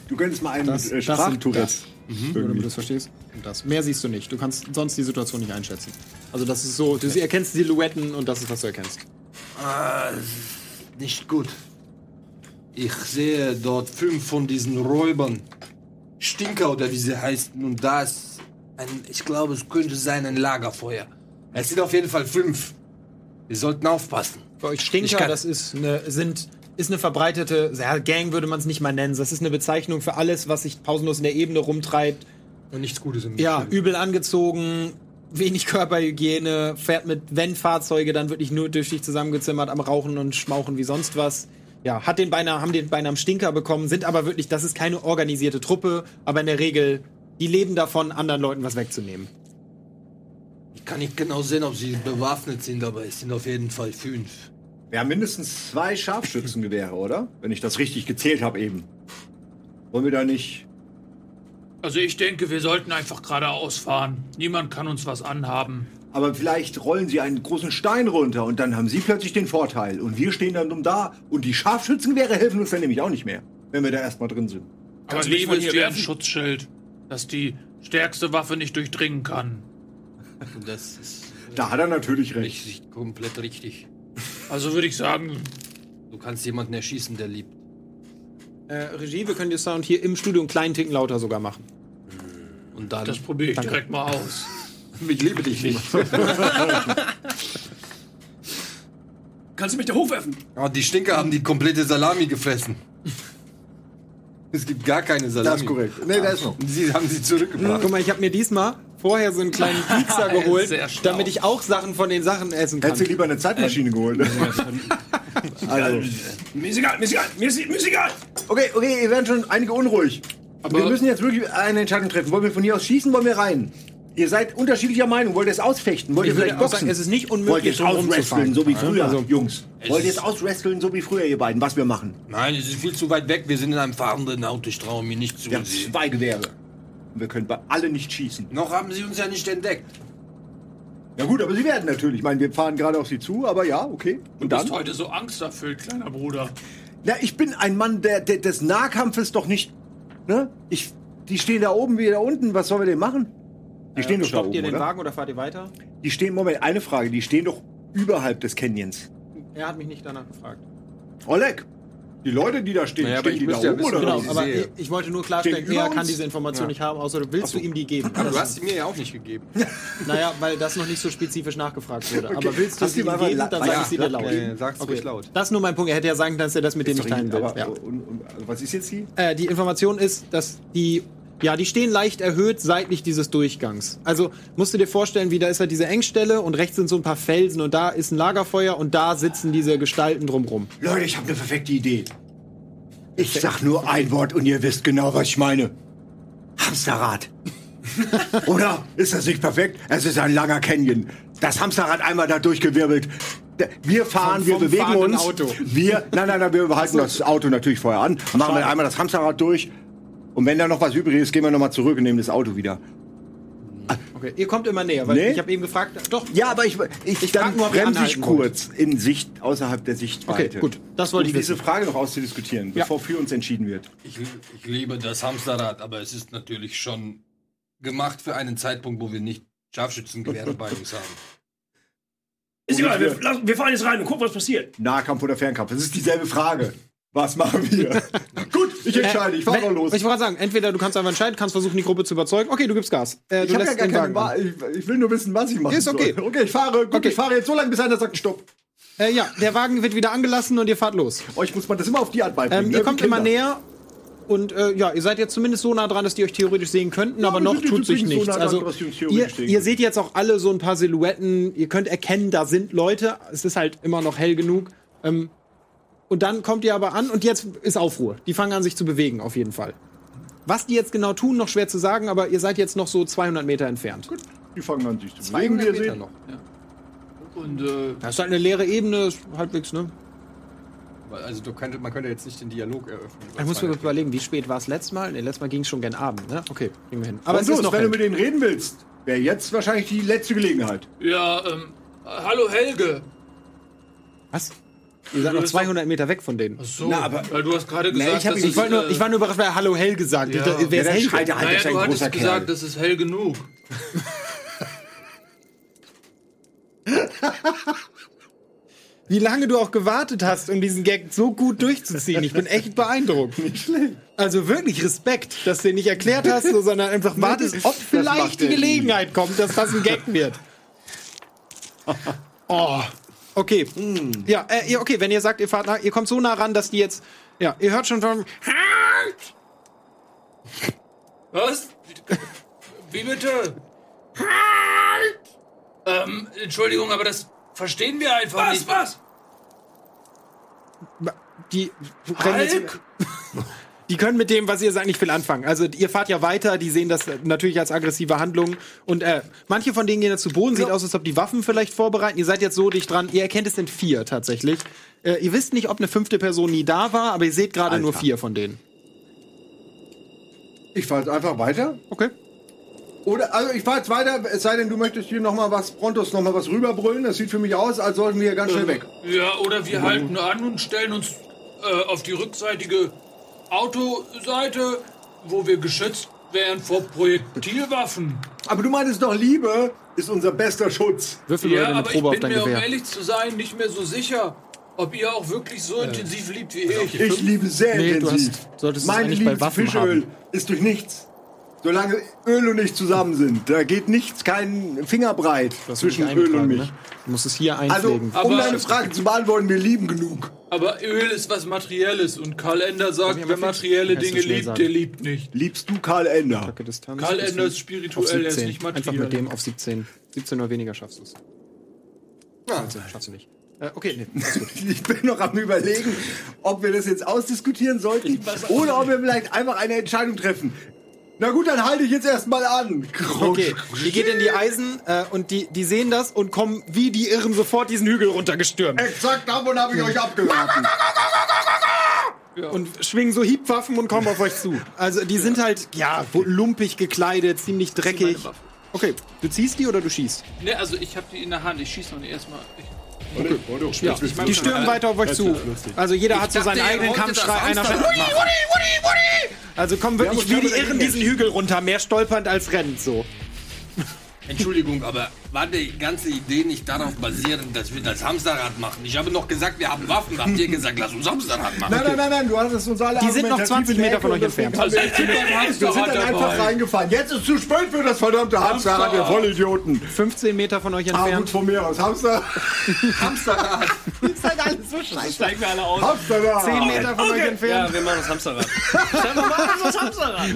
du könntest mal einen Das- mit, äh, das sind- Sprachtourette. Mhm. Nur damit du das verstehst. Und das. Mehr siehst du nicht. Du kannst sonst die Situation nicht einschätzen. Also das ist so, du sie- erkennst Silhouetten und das ist, was du erkennst. Nicht gut. Ich sehe dort fünf von diesen Räubern. Stinker oder wie sie heißen. Und da ist ein, ich glaube, es könnte sein ein Lagerfeuer. Es sind auf jeden Fall fünf. Wir sollten aufpassen. Bei euch Ich Stinker, kann- das ist eine, sind, ist eine verbreitete, ja, Gang würde man es nicht mal nennen. Das ist eine Bezeichnung für alles, was sich pausenlos in der Ebene rumtreibt. Und nichts Gutes im Ja, übel angezogen, wenig Körperhygiene, fährt mit, wenn Fahrzeuge, dann wirklich nur durch dich zusammengezimmert, am Rauchen und Schmauchen wie sonst was. Ja, hat den beinahe, haben den beinahe am Stinker bekommen, sind aber wirklich, das ist keine organisierte Truppe, aber in der Regel, die leben davon, anderen Leuten was wegzunehmen. Ich kann nicht genau sehen, ob sie bewaffnet sind, aber es sind auf jeden Fall fünf. Wir haben mindestens zwei Scharfschützengewehre, oder? Wenn ich das richtig gezählt habe eben. Wollen wir da nicht... Also ich denke, wir sollten einfach geradeaus fahren. Niemand kann uns was anhaben. Aber vielleicht rollen sie einen großen Stein runter und dann haben sie plötzlich den Vorteil. Und wir stehen dann dumm da und die Scharfschützengewehre helfen uns dann nämlich auch nicht mehr, wenn wir da erstmal drin sind. Aber du mich Leben von ist hier wie ein werfen? Schutzschild, das die stärkste Waffe nicht durchdringen kann. Und das ist Da hat er natürlich recht. nicht nicht komplett richtig. Also würde ich sagen, Du kannst jemanden erschießen, der liebt. Äh, Regie, wir können den Sound hier im Studio einen kleinen Ticken lauter sogar machen. Und dann. das probiere ich direkt mal aus. ich liebe dich nicht. Kannst du mich da hochwerfen? Oh, die Stinker haben die komplette Salami gefressen. Es gibt gar keine Salami. Das ist korrekt. Nee, da ist noch. Sie haben sie zurückgebracht. Guck mal, ich habe mir diesmal vorher so einen kleinen Pizza geholt, damit ich auch Sachen von den Sachen essen kann. Äh, Hättest du lieber eine Zeitmaschine geholt. also. Mir ist egal, mir ist egal, mir ist, mir ist egal. Okay, okay, ihr werdet schon einige unruhig. wir müssen jetzt wirklich eine Entscheidung treffen. Wollen wir von hier aus schießen, wollen wir rein? Ihr seid unterschiedlicher Meinung. Wollt ihr es ausfechten? Wollt ihr Ich würde vielleicht auch boxen? sagen, es ist nicht Wollt ihr unmöglich, es so auswresteln, rumzufahren. so wie früher, Also, Jungs? Wollt ihr es auswresteln, so wie früher, ihr beiden, was wir machen? Nein, es ist viel zu weit weg. Wir sind in einem fahrenden Auto. Ich traue mir nicht zu. Wir haben zwei Gewehre. Und wir können bei alle nicht schießen. Noch haben sie uns ja nicht entdeckt. Ja gut, aber sie werden natürlich. Ich meine, wir fahren gerade auf sie zu, aber ja, okay. Und Du bist dann? heute so angsterfüllt, kleiner Bruder. Na, ich bin ein Mann der, der, des Nahkampfes doch nicht. Ne? Ich, die stehen da oben, wir da unten. Was sollen wir denn machen? Die stehen doch da Stoppt ihr oben, den oder? Wagen oder fahrt ihr weiter? Die stehen, Moment, eine Frage. Die stehen doch überhalb des Canyons. Er hat mich nicht danach gefragt. Oleg, die Leute, die da stehen, Naja, aber stehen die ich da müsste ja oben wissen, oder genau, was? aber sehe. ich, ich wollte nur klarstellen, Stehen er über kann uns? diese Information nicht haben, außer du willst du ihm die geben. Du hast sie mir ja auch nicht gegeben. naja, weil das noch nicht so spezifisch nachgefragt wurde. Aber willst du Hast sie du ihm ihm Ah einfach geben, la- dann sage ja, ich sie dir la- laut. ja, Äh, ja, sag's ruhig laut. Das ist nur mein Punkt. Er hätte ja sagen können, dass er das mit dir Ist nicht doch teilen richtig, will. aber, Ja. und, und, also was ist jetzt hier? Äh, die Information ist, dass die. Ja, die stehen leicht erhöht seitlich dieses Durchgangs. Also musst du dir vorstellen, wie da ist halt diese Engstelle und rechts sind so ein paar Felsen und da ist ein Lagerfeuer und da sitzen diese Gestalten drumrum. Leute, ich habe eine perfekte Idee. Ich sag nur ein Wort und ihr wisst genau, was ich meine. Hamsterrad. Oder? Ist das nicht perfekt? Es ist ein langer Canyon. Das Hamsterrad einmal da durchgewirbelt. Da- Wir fahren, Vom- wir vom bewegen fahrenden uns. Auto. Wir, nein, nein, nein, wir behalten das Auto natürlich vorher an. Machen wir einmal das Hamsterrad durch. Und wenn da noch was übrig ist, gehen wir nochmal zurück und nehmen das Auto wieder. Okay, ihr kommt immer näher, weil Nee. ich habe eben gefragt. Doch. Ja, aber ich, ich, dann frag nur, ob ihr bremse ich anhalten wollt. kurz in Sicht, außerhalb der Sichtweite. Okay, gut. Das wollte um ich diese wissen. Frage noch auszudiskutieren, bevor für uns entschieden wird. Ich, ich liebe das Hamsterrad, aber es ist natürlich schon gemacht für einen Zeitpunkt, wo wir nicht Scharfschützengewehre bei uns haben. Ist egal, wir, lass, wir fahren jetzt rein und gucken, was passiert. Nahkampf oder Fernkampf? Das ist dieselbe Frage. Was machen wir? gut, ich entscheide. Ich fahre Äh, Wenn- mal los. Ich wollte gerade sagen, entweder du kannst einfach entscheiden, kannst versuchen, die Gruppe zu überzeugen. Okay, du gibst Gas. Äh, du Ich hab lässt ja gar den keine Wagen an. Wahl. Ich, ich will nur wissen, was ich mache. Ist okay. Okay, ich fahre. Gut, Okay. ich fahre jetzt so lange, bis einer sagt Stopp. Äh, ja, der Wagen wird wieder angelassen und ihr fahrt los. Euch muss man das immer auf die Art beibringen. Ähm, ne? ihr kommt Wie Kinder. immer näher und äh, ja, ihr seid jetzt zumindest so nah dran, dass die euch theoretisch sehen könnten, aber wir noch sind jetzt tut sich übrigens so nichts. nah dran, also dass die uns ihr, theoretisch sehen ihr können. seht jetzt auch alle so ein paar Silhouetten. Ihr könnt erkennen, da sind Leute. Es ist halt immer noch hell genug. Ähm, und dann kommt ihr aber an und jetzt ist Aufruhr. Die fangen an, sich zu bewegen, auf jeden Fall. Was die jetzt genau tun, noch schwer zu sagen, aber ihr seid jetzt noch so 200 Meter entfernt. Gut, die fangen an, sich zu bewegen. wie ihr seht. noch. Und äh, Das ist halt eine leere Ebene, ist halbwegs, ne? Also du könnte, man könnte jetzt nicht den Dialog eröffnen. Ich muss mir kurz überlegen, wie spät war es letztes Mal? Ne, letztes Mal ging es schon gern Abend, ne? Okay, kriegen wir hin. Aber Aber es los, ist noch wenn du hell. mit denen reden willst, wäre jetzt wahrscheinlich die letzte Gelegenheit. ja, ähm, äh, hallo Helge. Was? Ihr seid noch 200 Meter weg von denen. So, Na, aber- weil du hast gerade ich gesagt, hab- dass Ich, wollte nur, also, äh, ich war nur überrascht, wer Hallo Hell gesagt hat. Ich dachte, Wer Ja, dann ist schreit Helge? er halt, naja, das ist ein du großer hattest Kerl. gesagt, das ist hell genug. Wie lange du auch gewartet hast, um diesen Gag so gut durchzuziehen. Ich bin echt beeindruckt. Nicht schlecht. Also wirklich Respekt, dass du den nicht erklärt hast, so, sondern einfach wartest, ob macht vielleicht die er nie. Gelegenheit kommt, dass das ein Gag wird. Oh. Okay. Ja, äh, ihr- okay, wenn ihr sagt, ihr fahrt nach, ihr kommt so nah ran, dass die jetzt. Ja, ihr hört schon von. Was? Wie bitte? Halt! ähm, Entschuldigung, aber das verstehen wir einfach Was, nicht. was? Die rennen jetzt- Hulk? Die können mit dem, was ihr sagt, nicht viel anfangen. Also ihr fahrt ja weiter, die sehen das natürlich als aggressive Handlung. Und äh, manche von denen gehen jetzt zu Boden, sieht aus, als ob die Waffen vielleicht vorbereiten. Ihr seid jetzt so dicht dran. Ihr erkennt es sind vier tatsächlich. Äh, ihr wisst nicht, ob eine fünfte Person nie da war, aber ihr seht gerade nur vier von denen. Ich fahre jetzt einfach weiter. Okay. Oder, also ich fahre jetzt weiter, es sei denn, du möchtest hier nochmal was, Prontos nochmal was rüberbrüllen. Das sieht für mich aus, als sollten wir hier Ähm, ganz schnell weg. Ja, oder Oh. wir halten an und stellen uns äh, auf die rückseitige Autoseite, wo wir geschützt wären vor Projektilwaffen. Aber du meintest doch, Liebe ist unser bester Schutz. Würfel mal Ja, eine aber ich Probe auf bin dein mir, um Gewehr. ehrlich zu sein, nicht mehr so sicher, ob ihr auch wirklich Äh. so intensiv liebt wie ich. Ich liebe sehr Nee, du intensiv. hast- solltest es Meine eigentlich Liebe bei zu Waffen Fischöl ist durch nichts. Solange Öl und ich zusammen sind, da geht nichts, kein Fingerbreit zwischen Öl und mich. ne? Du musst es hier Also, einpflegen. um Aber- deine Frage zu beantworten, wir lieben genug. Aber Öl ist was Materielles und Karl Ender sagt, wer materielle Kannst du Dinge schnell liebt, sagen. der liebt nicht. Liebst du Karl Ender? Stärke, Distanz, Karl Ender ist auf spirituell, er ist 17. nicht Einfach materiell. mit dem auf 17. 17 oder weniger schaffst du es. Also, schaffst du nicht. Äh, okay, nee. Ich bin noch am überlegen, ob wir das jetzt ausdiskutieren sollten oder ob wir vielleicht einfach eine Entscheidung treffen. Na gut, dann halte ich jetzt erstmal an. Okay, die geht in die Eisen äh, und die, die sehen das und kommen wie die Irren sofort diesen Hügel runtergestürmt. Exakt davon habe ich euch abgeraten. Und schwingen so Hiebwaffen und kommen auf euch zu. Also die sind halt, ja, wo- lumpig gekleidet, ziemlich dreckig. meine Waffe. Okay, du ziehst die oder du schießt? Ne, also ich habe die in der Hand, ich schieß noch nicht erstmal. Ich, Ja, die stürmen weiter auf euch zu. Also jeder hat so seinen eigenen Kampfschrei. Einer schreit, Woody, Woody, Woody, Woody! Also kommen wirklich wie die Irren diesen Hügel runter, mehr stolpernd als rennend so. Entschuldigung, aber war die ganze Idee nicht darauf basierend, dass wir das Hamsterrad machen? Ich habe noch gesagt, wir haben Waffen. Habt ihr gesagt, lass uns Hamsterrad machen? Nein, nein, nein, nein, du hast es uns alle Die sind noch argumentativ 20 in die Meter Ecke von euch und deswegen Also, entfernt. haben Wir wir sind dann einfach reingefallen. Jetzt ist zu spät für das verdammte Hamsterrad, ihr Vollidioten. 15 Meter von euch Ah, gut entfernt. von mir aus. Hamster. halt Hamsterrad. Steigen wir alle aus. Hamsterrad. Ah, 10 Meter von euch entfernt. Ja, wir machen das Hamsterrad.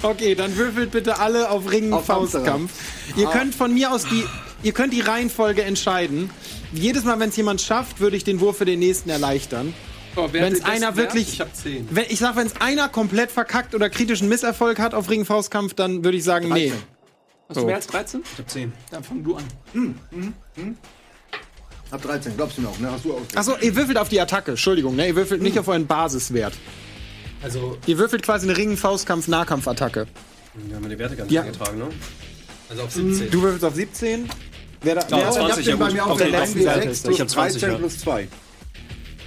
Okay, dann würfelt bitte alle auf Ah. Ringen Auf Faustkampf. Ihr könnt von mir aus die ihr könnt die Reihenfolge entscheiden. Jedes Mal, wenn es jemand schafft, würde ich den Wurf für den nächsten erleichtern. Oh, Wenn es einer wirklich Ich hab 10. Wenn ich sag, wenn es einer komplett verkackt oder kritischen Misserfolg hat auf Ringen Faustkampf, dann würde ich sagen, nee. Hast du mehr als 13? Ich hab 10. Dann fang du an. Ab 13, glaubst du noch, ne? Hast du auch. Achso, ihr würfelt auf die Attacke. Entschuldigung, ne? Ihr würfelt nicht auf euren Basiswert. Also, Ihr würfelt quasi eine Ringen Faustkampf Nahkampfattacke. Wir haben die Werte gar nicht Ja. eingetragen, ne? also auf 17. Du würfelst auf 17. Wer da, wer, genau. 20, ja gut. auf Okay, der auf letzten der letzten Seite. 6 Seite. plus Ich hab 20, 13 ja. plus 2.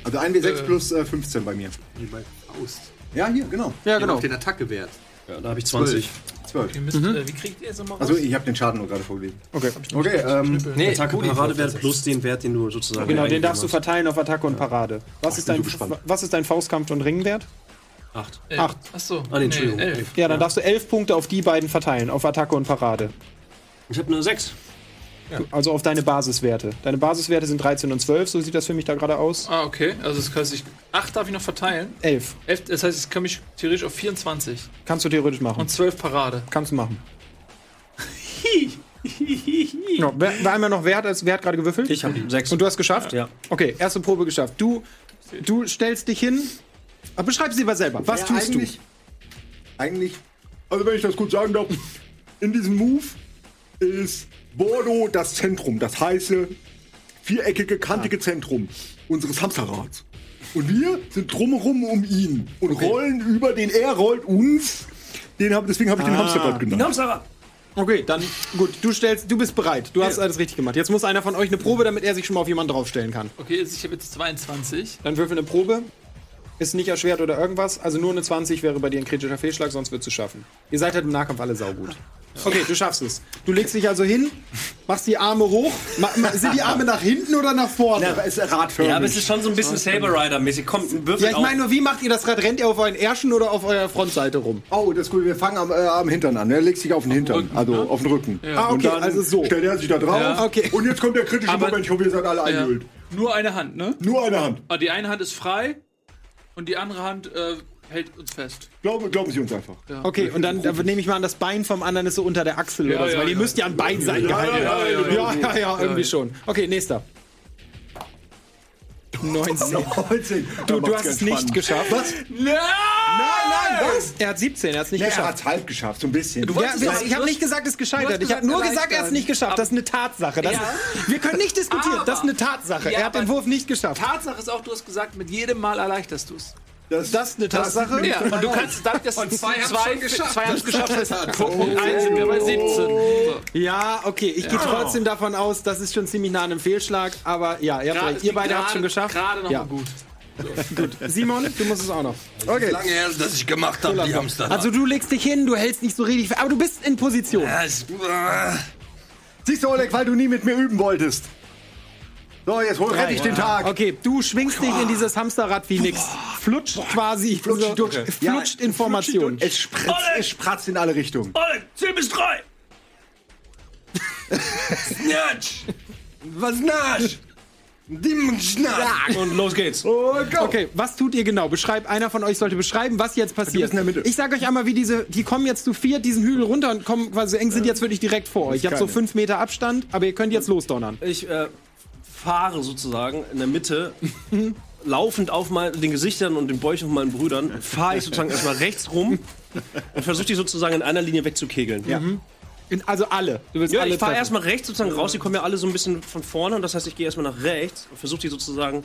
Also 1W6 plus äh, 15 bei mir. Wie bei Faust. Ja, hier, genau. ja, Genau. genau. Auf den Attackewert. Ja, da habe ich 20. 12. ihr müsst, äh, wie kriegt ihr es nochmal raus? Also ich habe den Schaden nur gerade vorgelesen. Okay. Okay, ähm, Nee, Attacke, Paradewert plus den Wert, den du sozusagen. Genau, den eingegeben darfst du hast. verteilen auf Attacke und Parade. Was, ist dein, was ist dein Faustkampf und Ringenwert? Acht. Acht. Achso, nee, Entschuldigung. elf. Ja, dann darfst du elf Punkte auf die beiden verteilen, auf Attacke und Parade. Ich habe nur 6. Also auf deine Basiswerte. Deine Basiswerte sind 13 und 12, so sieht das für mich da gerade aus. Ah, okay. Also das heißt, ich. Acht darf ich noch verteilen. 11. Elf, das heißt, ich kann mich theoretisch auf 24 Kannst du theoretisch machen. und 12 Parade. Kannst du machen. no, Genau. wer, wer einmal noch wert, als wer hat gerade gewürfelt? Ich habe 6. Und du hast geschafft? Ja. Okay, erste Probe geschafft. Du, du stellst dich hin. Aber Beschreib sie mal selber. Was ja, tust du? eigentlich, Eigentlich, also wenn ich das kurz sagen darf, in diesem Move ist Bordeaux das Zentrum, das heiße viereckige, kantige Zentrum unseres Hamsterrads. Und wir sind drumherum um ihn und rollen über den, er rollt uns. Den hab, deswegen habe ich Ah. den Hamsterrad genannt. Hamsterrad! Okay, dann gut. Du stellst, du bist bereit. Du hast alles richtig gemacht. Jetzt muss einer von euch eine Probe, damit er sich schon mal auf jemanden draufstellen kann. Okay, also ich habe jetzt 22. Dann würfel eine Probe. Ist nicht erschwert oder irgendwas. Also nur eine 20 wäre bei dir ein kritischer Fehlschlag, sonst würdest du schaffen. Ihr seid halt im Nahkampf alle saugut. Okay, du schaffst es. Du legst dich also hin, machst die Arme hoch. Ma ma sind die Arme nach hinten oder nach vorne? Ja, ist radförmig. Ja, aber es ist schon so ein bisschen Saber Rider-mäßig. Komm, würfel Ja, ich meine nur, wie macht ihr das Rad? Rennt ihr auf euren Ärschen oder auf eurer Frontseite rum? Oh, das ist gut. Wir fangen am, äh, am Hintern an. Er legt sich auf den Hintern, also auf den Rücken. Ah, okay, also so. Stellt er sich da drauf. Ja. Okay. Und jetzt kommt der kritische Aber- Moment. Ich hoffe, ihr seid alle Ja. eingeölt. Nur eine Hand, ne? Nur eine Hand. Ah, die eine Hand ist frei und die andere Hand äh, hält uns fest. Glauben, glauben Sie uns einfach. Okay, und dann da nehme ich mal an, das Bein vom anderen ist so unter der Achsel Ja, oder so, ja, weil ihr ja. müsst ja an Bein sein gehalten. ja, ja, ja, ja, ja, ja, irgendwie schon. Okay, nächster. 19. 19. Du, du hast es nicht geschafft. Was? Nein, nein, was? Er hat 17, er hat es nicht Er geschafft. hat es halb geschafft, so ein bisschen. Ja, wir- ich habe nicht gesagt, es ist gescheitert. Ich habe nur gesagt, er hat es nicht geschafft. Das ist eine Tatsache. Das ist, wir können nicht diskutieren. das ist eine Tatsache. Ja, er hat den aber- Wurf nicht geschafft. Tatsache ist auch, du hast gesagt, mit jedem Mal erleichterst du es. Das ist eine Tatsache. Ja, und du kannst sagen, dass und zwei zwei, zwei haben es geschafft. Oh. Das Punkt eins 1 sind wir bei 17. So. Ja, okay. Ich gehe trotzdem davon aus, das ist schon ziemlich nah an einem Fehlschlag. Aber ja, ihr, habt Gerade- recht. ihr beide habt schon geschafft. Gerade noch ja. mal gut. Simon, du musst es auch noch. Okay. Lange her, dass ich gemacht habe, die Hamsterrad. Also du legst dich hin, du hältst nicht so richtig. fe- Aber du bist in Position. Das- äh, Siehst du, Oleg, weil du nie mit mir üben wolltest. So, jetzt hol, rette ich den Tag. Okay, du schwingst dich in dieses Hamsterrad wie nix. flutscht quasi, so, durch. Ja, flutscht Informationen. Es spritzt, Alle! es spratzt in alle Richtungen. Alle, 10 bis 3! Natsch! Was Natsch? Dim Natsch! Und los geht's. Okay, was tut ihr genau? Beschreib, einer von euch sollte beschreiben, was jetzt passiert. bist in der Mitte. Ich sage euch einmal, wie diese, die kommen jetzt zu viert diesen Hügel runter und kommen quasi so eng sind jetzt wirklich direkt vor euch. Ich habe so keine. fünf Meter Abstand, aber ihr könnt jetzt losdonnern. Ich äh, fahre sozusagen in der Mitte, laufend auf mein, den Gesichtern und den Bäuchen von meinen Brüdern, fahre ich sozusagen erstmal rechts rum und versuche die sozusagen in einer Linie wegzukegeln. Ja, In- Also alle. Du willst alle ich fahre treffen. erstmal rechts sozusagen raus, die kommen ja alle so ein bisschen von vorne und das heißt, ich gehe erstmal nach rechts und versuche die sozusagen.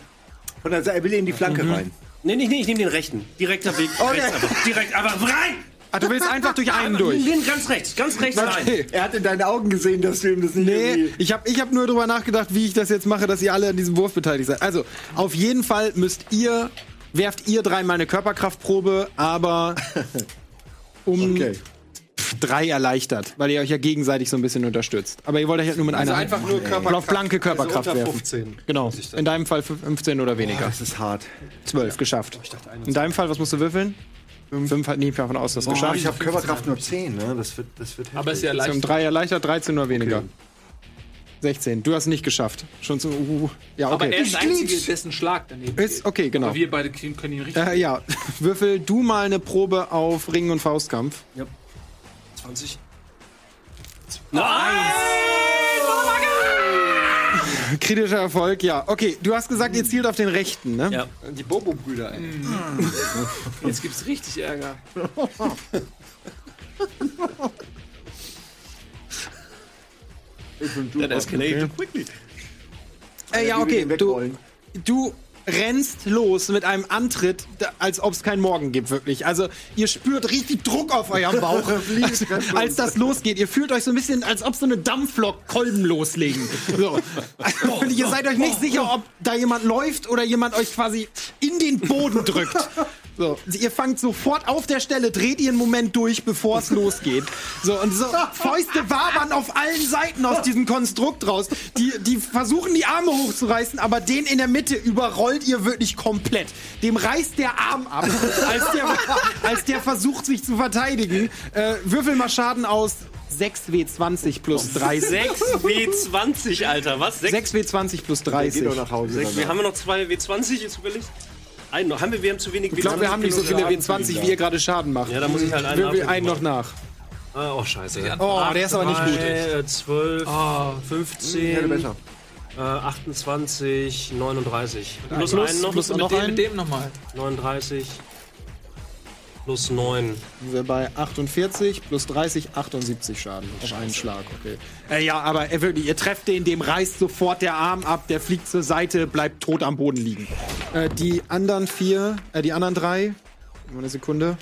Und dann er will in die Flanke Mhm. rein. Nee, nee, nee, ich nehme den rechten. Direkter Weg. Oh, Rechts einfach. Direkt einfach rein! Ah, du willst einfach durch einen Durch. durch. Den ganz rechts, ganz rechts rein. Okay. Er hat in deinen Augen gesehen, dass du ihm das nicht Nee, irgendwie- ich habe ich hab nur darüber nachgedacht, wie ich das jetzt mache, dass ihr alle an diesem Wurf beteiligt seid. Also, auf jeden Fall müsst ihr, werft ihr dreimal eine Körperkraftprobe, aber um Okay. drei erleichtert, weil ihr euch ja gegenseitig so ein bisschen unterstützt. Aber ihr wollt euch halt nur mit Also einer einfach Hand- nur Körperkraft. auf blanke Körperkraft unter werfen. 15. Genau, in deinem Fall 15 oder weniger. Das ist hart. 12, geschafft. In deinem Fall, was musst du würfeln? 5 hat nicht davon aus, dass du Boah, geschafft ich habe Körperkraft nur 10, ne? Das wird, das wird Aber es ist ja hast. Um leicht. 3 erleichtert, 13 oder weniger. 16. Du hast nicht geschafft. Schon so. Uh, ja, okay. Aber er ist der Einzige, lieb's. dessen Schlag daneben Ist okay, genau. Aber wir beide kriegen- können ihn richtig. Äh, ja, würfel du mal eine Probe auf Ringen- und Faustkampf. 20. Nein! Kritischer Erfolg, ja. Okay, du hast gesagt, ihr zielt auf den Rechten, ne? Ja. Die Bobo-Brüder, ey. Mhm. Jetzt gibt's richtig Ärger. Dann escalated quickly. äh, ja okay. Du, du rennst los mit einem Antritt, da- als ob es keinen Morgen gibt, wirklich. Also, ihr spürt richtig Druck auf eurem Bauch, als, als das losgeht. Ihr fühlt euch so ein bisschen, als ob so eine Dampflok Kolben loslegen. So. Oh, Und ihr seid euch nicht sicher, ob da jemand läuft oder jemand euch quasi in den Boden drückt. So, ihr fangt sofort auf der Stelle, dreht ihren Moment durch, bevor es losgeht. So, und so Fäuste wabern auf allen Seiten aus diesem Konstrukt raus. Die, die versuchen, die Arme hochzureißen, aber den in der Mitte überrollt ihr wirklich komplett. Dem reißt der Arm ab, als der, als der versucht, sich zu verteidigen. Äh, würfel mal Schaden aus 6W20 plus 30. 6 W20, Alter, was? 6 6W20 plus 30. Geh doch nach Hause. Sechs, wir haben noch zwei W20 zufällig. Einen noch. Haben wir, wir haben zu wenig W20. Ich glaube, wir haben nicht so viele W20, wie ihr gerade Schaden macht. Ja, da muss ich halt einen Würfel nachdrücken. einen noch nach. Ah, oh, scheiße. Oh, der ist aber nicht gut. Ah. 12, 15, äh, 28, 39. Plus einen noch, plus noch mit, dem, einen. mit dem nochmal. 39. Plus 9. Sind wir bei 48 plus 30, 78 Schaden auf einen Schlag, okay. Äh, ja, aber äh, wirklich, ihr trefft den, dem reißt sofort der Arm ab, der fliegt zur Seite, bleibt tot am Boden liegen. Äh, die anderen vier, äh, die anderen drei, Nur eine Sekunde.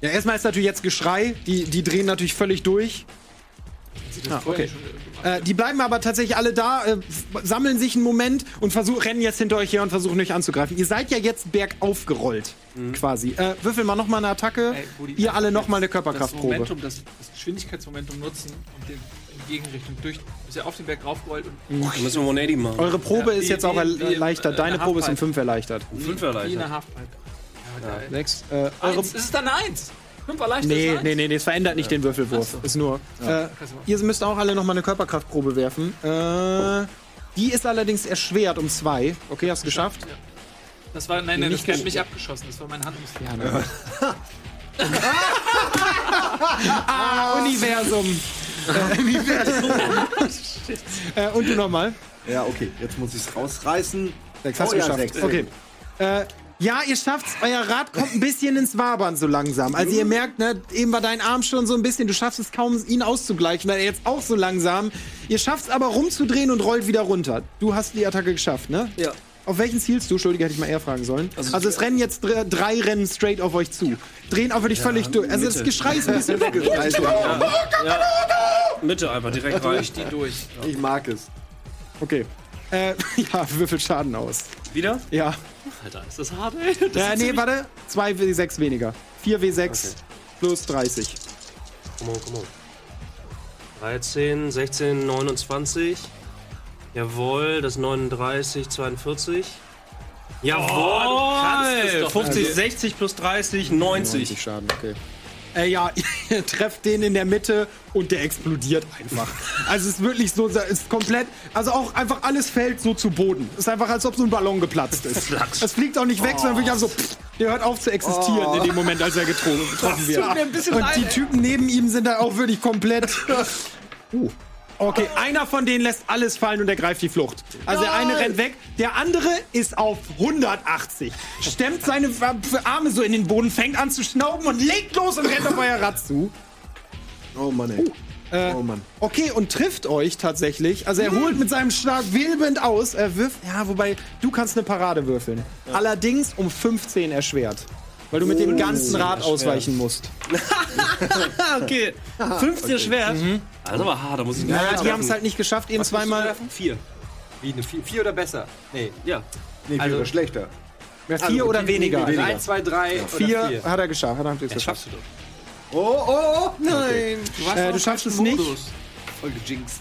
Ja, erstmal ist natürlich jetzt Geschrei, die, die drehen natürlich völlig durch. Ah, okay. Äh, die bleiben aber tatsächlich alle da, äh, f- sammeln sich einen Moment und versuch, rennen jetzt hinter euch her und versuchen euch anzugreifen. Ihr seid ja jetzt bergauf gerollt, quasi. Äh, würfel mal nochmal eine Attacke. Mhm. Ey, Buddy, Ihr alle nochmal eine Das Körperkraftprobe. Momentum, das, das Geschwindigkeitsmomentum nutzen und den in Gegenrichtung durch. Ist ja auf den Berg raufgerollt und Da müssen wir 180 machen. Eure Probe Ja, ist wie- jetzt auch wie- erle- wie- erleichtert. äh, Deine Probe ist um Halfpipe. 5 erleichtert. Fünfer wie eine leichter. Halfpipe. Ja, geil. Sechs. Äh, Eins. eure Ist es dann eine Eins? Fünf war leichter Nee, als nee, nee, nee, es verändert nicht den Würfelwurf. Ist nur. Äh, ihr müsst auch alle nochmal eine Körperkraftprobe werfen. Äh, die ist allerdings erschwert um zwei. Okay, hast du geschafft? Das war, nein, nein, Nicht das hat gut. mich abgeschossen. Das war mein Handlungsfehler. Universum! Äh, äh, und du nochmal. Ja, okay. Jetzt muss ich es rausreißen. Sechs hast Oh du ja, geschafft. sechs. okay. Äh, ja, ihr schafft's. Euer Rad kommt ein bisschen ins Wabern so langsam. Also ihr merkt, ne, eben war dein Arm schon so ein bisschen. Du schaffst es kaum, ihn auszugleichen, weil er jetzt auch so langsam. Ihr schafft's aber rumzudrehen und rollt wieder runter. Du hast die Attacke geschafft, ne? Ja. Auf welchen zielst du? Entschuldige, hätte ich mal eher fragen sollen. Also, es rennen jetzt dr- drei Rennen straight auf euch zu. Drehen auch wirklich völlig durch. Also das Mitte. Geschrei ist ein bisschen Mitte einfach direkt rein. Durch die durch. Ich mag es. Okay. Äh, ja, würfel Schaden aus. Wieder? Ja. Alter, ist das hart, ey. Das Äh, nee, warte. 2W6 weniger. 4W6 plus 30. Komm on, komm on. 13, 16, 29. Jawohl, das 39, 42. Jawohl, du kannst es Jawohl, doch. 50, 60 plus 30, 90. 90 Schaden, okay. Äh, ja, ihr trefft den in der Mitte und der explodiert einfach. Also es ist wirklich so, es ist komplett, also auch einfach alles fällt so zu Boden. Es ist einfach, als ob so ein Ballon geplatzt ist. Es fliegt auch nicht weg, sondern wirklich einfach so, pff, der hört auf zu existieren in dem Moment, als er getroffen, getroffen wird. Und die Typen neben ihm sind da auch wirklich komplett... Uh. Okay, einer von denen lässt alles fallen und ergreift die Flucht. Also der eine rennt weg, der andere ist auf 180, stemmt seine Fa- Arme so in den Boden, fängt an zu schnauben und legt los und rennt auf euer Rad zu. Oh Mann, ey. Äh, oh Mann. Okay, und trifft euch tatsächlich. Also er holt mit seinem Schlag wirbelnd aus. Er wirft, ja, wobei du kannst eine Parade würfeln. Allerdings um 15 erschwert. Weil du mit dem ganzen Rad ausweichen musst. Ah, okay. 15 Schwert. Also aber hart, da muss ich Ja, die haben es halt nicht geschafft, eben zweimal. Vier. Wie eine vier, vier oder besser? Nee. Ja. Nee, Also- also, schlechter. Ja, vier oder weniger. Also eins, zwei, drei oder Vier, vier. hat er geschafft. Hat er geschafft. Schaffst du doch. Oh, oh, oh. Nein. Du, warst Äh, noch du schaffst im es nicht. Modus. Voll gejinxt.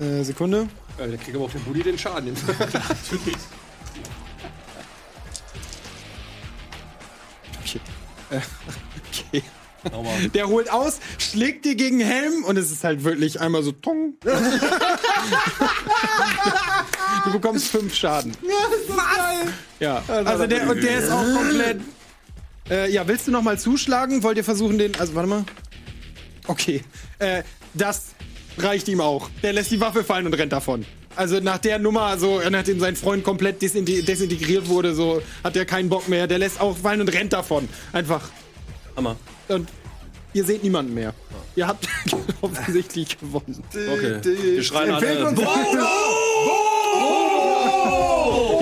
Äh, Sekunde. Äh, der kriegt aber auf den Booty den Schaden. hin. Äh, Der holt aus, schlägt dir gegen den Helm und es ist halt wirklich einmal so tong. du bekommst fünf Schaden. Ja, also der, und der ist auch komplett. Äh, ja, willst du nochmal zuschlagen? Wollt ihr versuchen, den. Also, warte mal. Okay. Äh, das reicht ihm auch. Der lässt die Waffe fallen und rennt davon. Also nach der Nummer, so nachdem sein Freund komplett desinte- desintegriert wurde, so hat er keinen Bock mehr. Der lässt auch fallen und rennt davon. Einfach. Hammer. Und ihr seht niemanden mehr. Ihr habt offensichtlich gewonnen. Wir schreien äh, alle.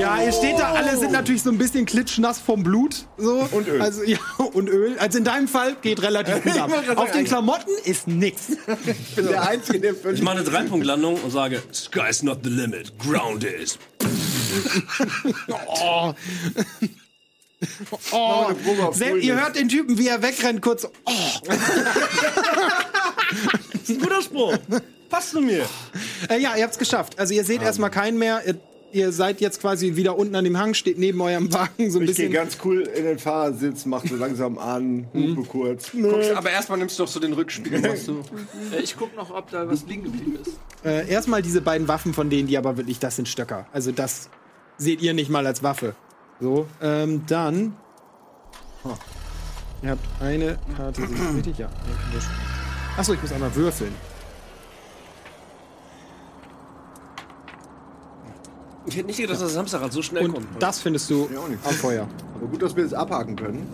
Ja, ihr steht da, alle sind natürlich so ein bisschen klitschnass vom Blut. So. Und Öl. Also, ja, und Öl. Also in deinem Fall geht relativ gut ab. Auf den Klamotten ist nix. Ich bin der Einzige, der Ich mache eine Dreipunktlandung und sage, Sky's not the limit, ground is. Oh. Oh, Selbst, ihr hört den Typen, wie er wegrennt, kurz. Oh, Guter Spruch. Passt zu mir. äh, ja, ihr habt's geschafft. Also ihr Ah, seht erstmal keinen mehr. Ihr, ihr seid jetzt quasi wieder unten an dem Hang, steht neben eurem Wagen so ein Ich gehe bisschen. ganz cool in den Fahrersitz, mach so langsam an, hupe kurz. Guckst, aber erstmal nimmst du doch so den Rückspiegel. machst du. Äh, Ich guck noch, ob da was liegen geblieben ist. Äh, erstmal diese beiden Waffen von denen, die aber wirklich, das sind Stöcker. Also das seht ihr nicht mal als Waffe. So, ähm, dann. Oh. Ihr habt eine Karte, sehe ich richtig? Ja. Achso, ich muss einmal würfeln. Ich hätte nicht gedacht, dass das Hamsterrad so schnell Und kommt. das findest du Ja, auch nicht. am Feuer. Aber gut, dass wir das abhaken können.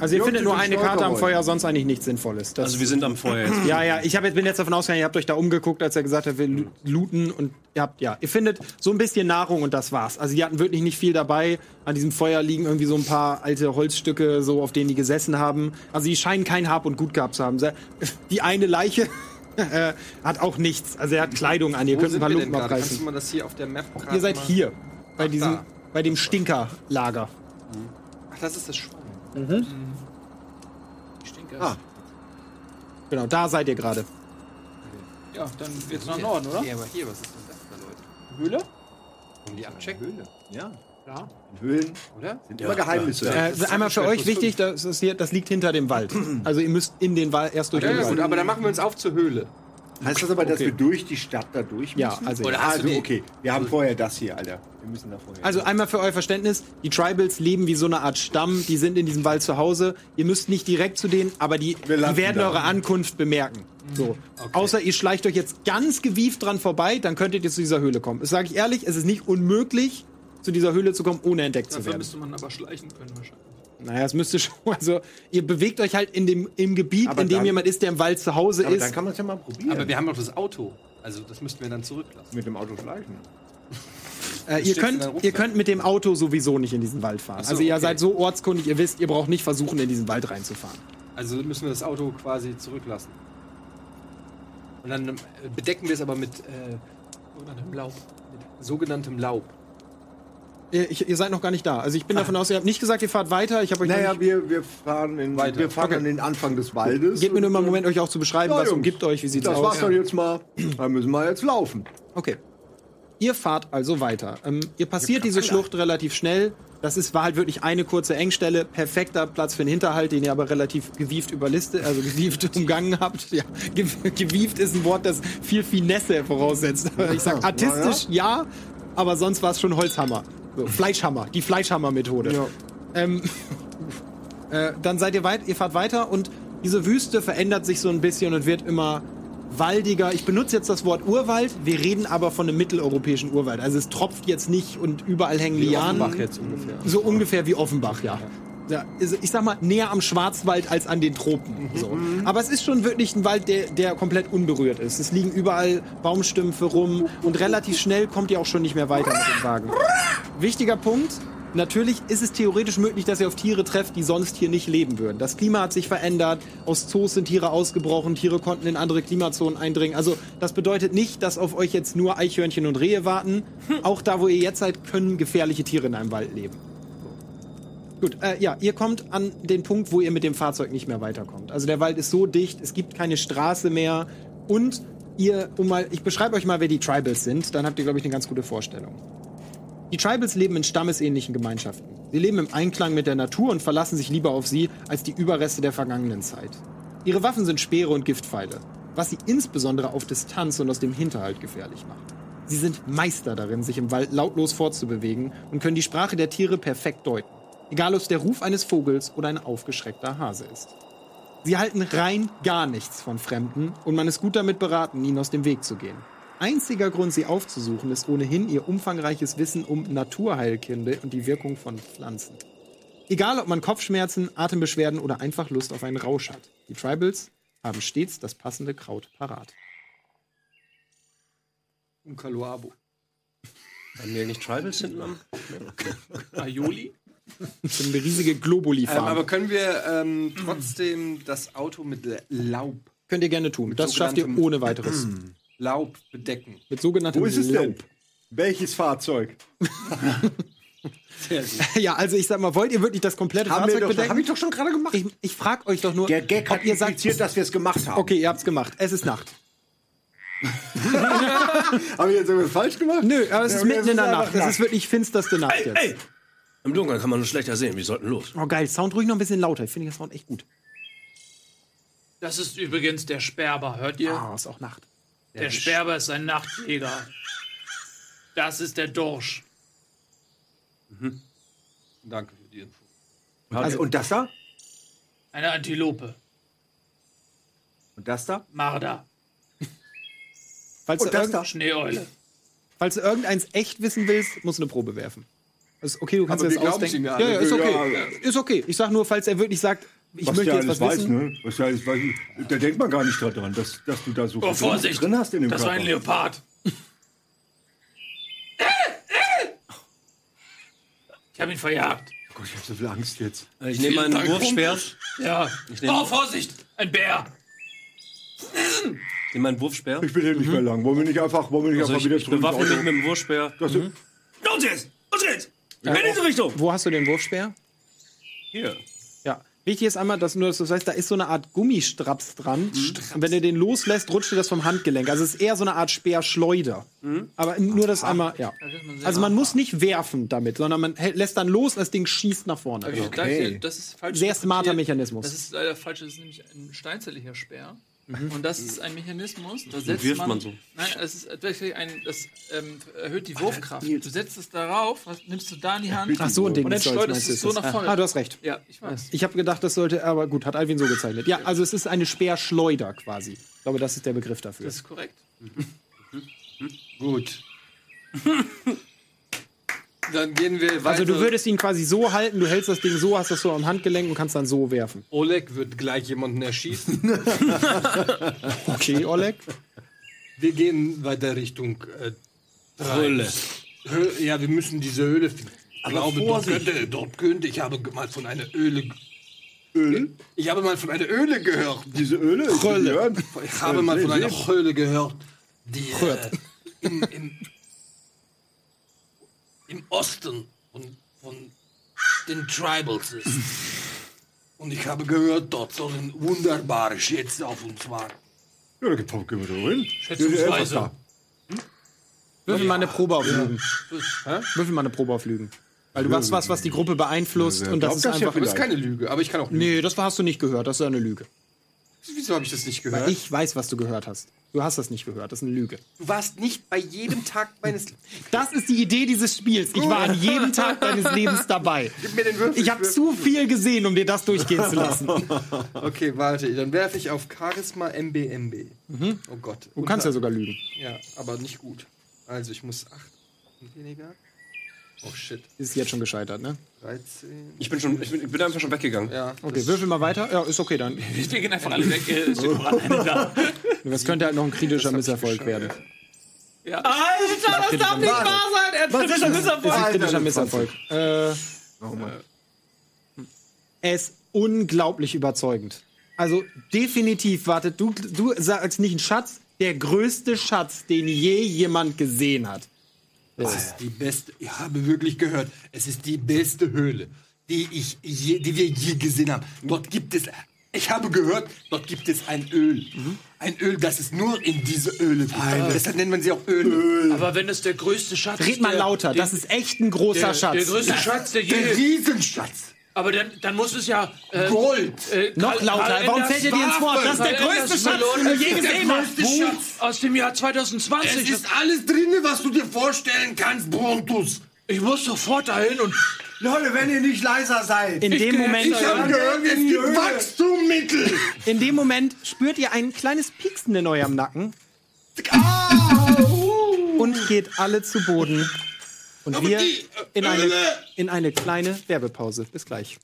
Also ihr Ja, findet die nur sind eine stärker Karte am heute. Feuer, sonst eigentlich nichts Sinnvolles. Das, Also wir sind am Feuer jetzt. ja, ja, ich hab jetzt, bin jetzt davon ausgegangen, ihr habt euch da umgeguckt, als er gesagt hat, wir lo- looten und ihr habt, ja, ihr findet so ein bisschen Nahrung und das war's. Also die hatten wirklich nicht viel dabei. An diesem Feuer liegen irgendwie so ein paar alte Holzstücke, so auf denen die gesessen haben. Also die scheinen kein Hab und Gut gehabt zu haben. Se- Die eine Leiche äh, hat auch nichts. Also er hat Kleidung an, ihr Wo könnt ein sind paar wir denn Lumpen gerade? Kannst du abreißen. mal das hier auf der Map gerade Ihr seid mal- hier, bei diesem, da. bei dem Stinkerlager. Ach, das ist das Schwein. Ich denke, Ah. Genau, da seid ihr gerade. ja, dann jetzt nach Norden, oder? Ja, aber hier, was ist denn das da, Leute? Höhle? Um die abchecken? Ja. Ja. Höhlen Oder? sind immer Geheimnisse. Äh, einmal für euch wichtig, das, ist hier, das liegt hinter dem Wald. Also ihr müsst in den Wald erst durch Ja, den ja, Wald. gut, aber dann machen wir uns auf zur Höhle. Heißt das aber, dass wir durch die Stadt da durch müssen? Ja, also- Oder Oder hast also, du die- okay. Wir haben vorher das hier, Alter. Wir müssen da vorher. Also einmal für euer Verständnis, die Tribals leben wie so eine Art Stamm, die sind in diesem Wald zu Hause. Ihr müsst nicht direkt zu denen, aber die, die Wir landen werden da. Mhm. eure Ankunft bemerken. So. Außer ihr schleicht euch jetzt ganz gewieft dran vorbei, dann könntet ihr zu dieser Höhle kommen. Das sage ich ehrlich, es ist nicht unmöglich, zu dieser Höhle zu kommen, ohne entdeckt zu Dafür werden. müsste man aber schleichen können wahrscheinlich. Naja, es müsste schon, also ihr bewegt euch halt in dem, im Gebiet, Aber in dem dann- jemand ist, der im Wald zu Hause aber dann ist. kann man es ja mal probieren. Aber wir haben doch das Auto. Also, das müssten wir dann zurücklassen. mit dem Auto schleichen. Äh, ihr, in könnt, deinem Rucksack. ihr könnt mit dem Auto sowieso nicht in diesen Wald fahren. also ihr okay. seid so ortskundig, ihr wisst, ihr braucht nicht versuchen, in diesen Wald reinzufahren. Also müssen wir das Auto quasi zurücklassen. Und dann äh, bedecken wir es aber mit äh, Oder einem Laub. sogenanntem Laub. Ihr, ich, ihr seid noch gar nicht da. Also ich bin davon aus, ihr habt nicht gesagt, ihr fahrt weiter. Ich habe euch noch Naja, nicht, wir, wir fahren, in, Weiter. wir fahren Okay. an den Anfang des Waldes. gebt mir nur mal und, einen Moment, euch auch zu beschreiben, Ja, was Jungs. umgibt euch, wie sieht's Das aus. war's doch jetzt mal. Da müssen wir jetzt laufen. Okay. Ihr fahrt also weiter. Ähm, ihr passiert diese Schlucht relativ schnell. Das ist, war halt wirklich eine kurze Engstelle. Perfekter Platz für den Hinterhalt, den ihr aber relativ gewieft überlistet, also gewieft umgangen habt. Ja, ge gewieft ist ein Wort, das viel Finesse voraussetzt. Ich sag artistisch ja, aber sonst war es schon Holzhammer. So, Fleischhammer, die Fleischhammer-Methode. Ähm, äh, dann seid ihr weit, ihr fahrt weiter und diese Wüste verändert sich so ein bisschen und wird immer waldiger. Ich benutze jetzt das Wort Urwald, wir reden aber von einem mitteleuropäischen Urwald. Also es tropft jetzt nicht und überall hängen Lianen. Offenbach jetzt ungefähr. So ungefähr wie Offenbach, ja. ja. also Ich sag mal, näher am Schwarzwald als an den Tropen. So. Aber es ist schon wirklich ein Wald, der, der komplett unberührt ist. Es liegen überall Baumstümpfe rum und relativ schnell kommt ihr auch schon nicht mehr weiter mit dem Wagen. Wichtiger Punkt. Natürlich ist es theoretisch möglich, dass ihr auf Tiere trefft, die sonst hier nicht leben würden. Das Klima hat sich verändert, aus Zoos sind Tiere ausgebrochen, Tiere konnten in andere Klimazonen eindringen. Also das bedeutet nicht, dass auf euch jetzt nur Eichhörnchen und Rehe warten. Auch da, wo ihr jetzt seid, können gefährliche Tiere in einem Wald leben. Gut, äh, ja, ihr kommt an den Punkt, wo ihr mit dem Fahrzeug nicht mehr weiterkommt. Also der Wald ist so dicht, es gibt keine Straße mehr und ihr, um mal, ich beschreibe euch mal, wer die Tribals sind, dann habt ihr, glaube ich, eine ganz gute Vorstellung. Die Tribals leben in stammesähnlichen Gemeinschaften. Sie leben im Einklang mit der Natur und verlassen sich lieber auf sie als die Überreste der vergangenen Zeit. Ihre Waffen sind Speere und Giftpfeile, was sie insbesondere auf Distanz und aus dem Hinterhalt gefährlich macht. Sie sind Meister darin, sich im Wald lautlos fortzubewegen und können die Sprache der Tiere perfekt deuten. Egal ob es der Ruf eines Vogels oder ein aufgeschreckter Hase ist. Sie halten rein gar nichts von Fremden und man ist gut damit beraten, ihnen aus dem Weg zu gehen. Einziger Grund, sie aufzusuchen, ist ohnehin ihr umfangreiches Wissen um Naturheilkunde und die Wirkung von Pflanzen. Egal, ob man Kopfschmerzen, Atembeschwerden oder einfach Lust auf einen Rausch hat, die Tribals haben stets das passende Kraut parat. Und Kaluabo. Haben wir nicht Tribals hinten am? Aioli? Das ist eine riesige Globuli-Farm. Ähm, aber können wir ähm, trotzdem das Auto mit Le- Laub, Könnt ihr gerne tun. Das schafft ihr sogenanntem- ohne weiteres. Laub bedecken? Mit sogenanntem Hm. Wo ist es denn? Laub. Welches Fahrzeug? Ja, also ich sag mal, wollt ihr wirklich das komplette Haben wir Fahrzeug doch, bedecken? hab ich doch schon gerade gemacht. Ich, ich frage euch doch nur, Der Gag hat ob ihr sagt, impliziert, dass wir es gemacht haben. okay, ihr habt's gemacht. Es ist Nacht. Haben wir jetzt irgendwas falsch gemacht? Nö, aber es Ja, ist okay, mitten in der einfach Nacht. Es ist wirklich finsterste Nacht jetzt. Ey! Im Dunkeln kann man nur schlechter sehen. Wir sollten los. Oh geil, Sound ruhig noch ein bisschen lauter. Ich finde den Sound echt gut. Das ist übrigens der Sperber, hört ihr? Ah, ist auch Nacht. der Sperber ist ein Nachtjäger. Das ist der Dorsch. Danke für die Info. Also, und das da? Eine Antilope. Und das da? Marder. Falls, du, irgend, Schneeeule. falls du irgendeins echt wissen willst, musst du eine Probe werfen. Ist okay, du kannst Aber dir das wir glauben's ausdenken. ihm ja Ja, alle. ja, ist okay. Ja. Ist okay. Ich sag nur, falls er wirklich sagt, ich Was möchte der jetzt alles was weiß, wissen. ne? Was der alles weiß, da denkt man gar nicht dran, dran, dass, dass du da so Oh, viel Vorsicht! drin hast in dem das war Körper. ein Leopard. ich habe ihn verjagt. Oh Gott, ich hab so viel Angst jetzt. Ich nehme meinen Wurfspeer. Ja. nehme- Oh, Vorsicht! Ein Bär! Ich nehme meinen Wurfspeer. Ich will hier nicht mehr lang. Wollen wir nicht einfach, wollen wir nicht Also einfach ich, wieder ich zurück ins bewaffne mich mit Auto? dem Wurfspeer. Das- Los jetzt! Los jetzt! in diese Richtung! Wo hast du den Wurfspeer? Hier. Ja. Wichtig ist einmal, dass nur, dass du das heißt, da ist so eine Art Gummistraps Mhm. dran. Und wenn du den loslässt, rutscht dir das vom Handgelenk. Also es ist eher so eine Art Speerschleuder. Mhm. Aber nur das einmal, ja. Also man muss nicht werfen damit, sondern man hält- lässt dann los und das Ding schießt nach vorne. Okay. Das ist falsch Sehr smarter interpretiert. Mechanismus. Das ist leider falsch. Das ist nämlich ein steinzeitlicher Speer. Und das ist ein Mechanismus, da setzt wirft man, man so. Nein, es ist tatsächlich ein, das ähm, erhöht die Wurfkraft. Du setzt es darauf, hast- nimmst du da in die Hand. Ach so, ein Ding Und dann soll's, meinst schleuderst du es so jetzt? nach vorne. Ah, du hast recht. Ja, ich weiß. Ich habe gedacht, das sollte, aber gut, hat Alvin so gezeichnet. Ja, also es ist eine Speerschleuder quasi. Ich glaube, das ist der Begriff dafür. Das ist korrekt. Gut. Dann gehen wir weiter. also du würdest ihn quasi so halten, du hältst das Ding so, hast das so am Handgelenk und kannst dann so werfen. Oleg wird gleich jemanden erschießen. Okay, Oleg. Wir gehen weiter Richtung äh, Brille. Höhle. Ja, wir müssen diese Höhle finden. Ich glaube, dort Vorsicht. könnte, dort könnte. Ich habe mal von einer Öle. Öl? Ich habe mal von einer Öle gehört. Diese Öle? ist Krölle. gehören- Ich habe mal von einer Höhle gehört, die äh, im, im, im Osten von, von den Tribals ist. Und ich habe gehört, dort sollen wunderbare Schätze auf uns warten. Ja, da gehen wir doch hin. Schätzungsweise. Würfel mal eine Probe auf Lügen. Hä? Würfel mal eine Probe auf Lügen. Weil du machst was, was die Gruppe beeinflusst und das ist Das, einfach. das ist keine Lüge, aber ich kann auch lügen. Nee, das hast du nicht gehört, das ist eine Lüge. Wieso habe ich das nicht gehört? Weil ich weiß, was du gehört hast. Du hast das nicht gehört, das ist eine Lüge. du warst nicht bei jedem Tag meines. Das ist die Idee dieses Spiels. Ich war an jedem Tag deines Lebens dabei. Gib mir den Würfel. Ich habe würfel. zu viel gesehen, um dir das durchgehen zu lassen. Okay, warte, dann werfe ich auf Charisma MBMB. Oh Gott. Mhm. Du kannst ja sogar lügen. Ja, aber nicht gut. Also ich muss 8 und weniger. Oh shit. Ist jetzt schon gescheitert, ne? 13. Ich bin, schon, ich, bin, ich bin einfach schon weggegangen. Ja. Okay, würfel mal weiter. Ja, ist okay dann. Wir gehen einfach alle weg. Äh, steht nur einer da. Das könnte halt noch ein kritischer Misserfolg werden. Ja. Alter, Ah, das darf nicht wahr sein! Er trifft schon Ist Misserfolg! ein kritischer Misserfolg. Äh, er ist unglaublich überzeugend. Also definitiv, warte, du, du sagst nicht ein Schatz, der größte Schatz, den je jemand gesehen hat. Es ist die beste, ich habe wirklich gehört, es ist die beste Höhle, die, ich je, die wir je gesehen haben. Dort gibt es, ich habe gehört, dort gibt es ein Öl. Ein Öl, das es nur in diese Öle gibt. Ah, Deshalb nennt man sie auch Öl. Aber wenn es der größte Schatz Red mal der- lauter, der- das ist echt ein großer der, Schatz. Der größte Schatz, der Der je. Riesenschatz. Aber dann, dann muss es ja. Äh, Gold. äh, Noch Karl- lauter, Karl warum Enders fällt dir die ins Wort? Das ist der Karl größte Enders Schatz, den Melone. du je gesehen hast. größte Schatz. Aus dem Jahr 2020. Es ist alles drin, was du dir vorstellen kannst, Brontus. ich muss sofort dahin und. Leute, wenn ihr nicht leiser seid. In dem, geh- Moment, ich hab- gehört, es gibt Wachstummittel. in dem Moment spürt ihr ein kleines Pieksen in eurem Nacken und geht alle zu Boden. Und wir in eine, in eine kleine Werbepause. Bis gleich.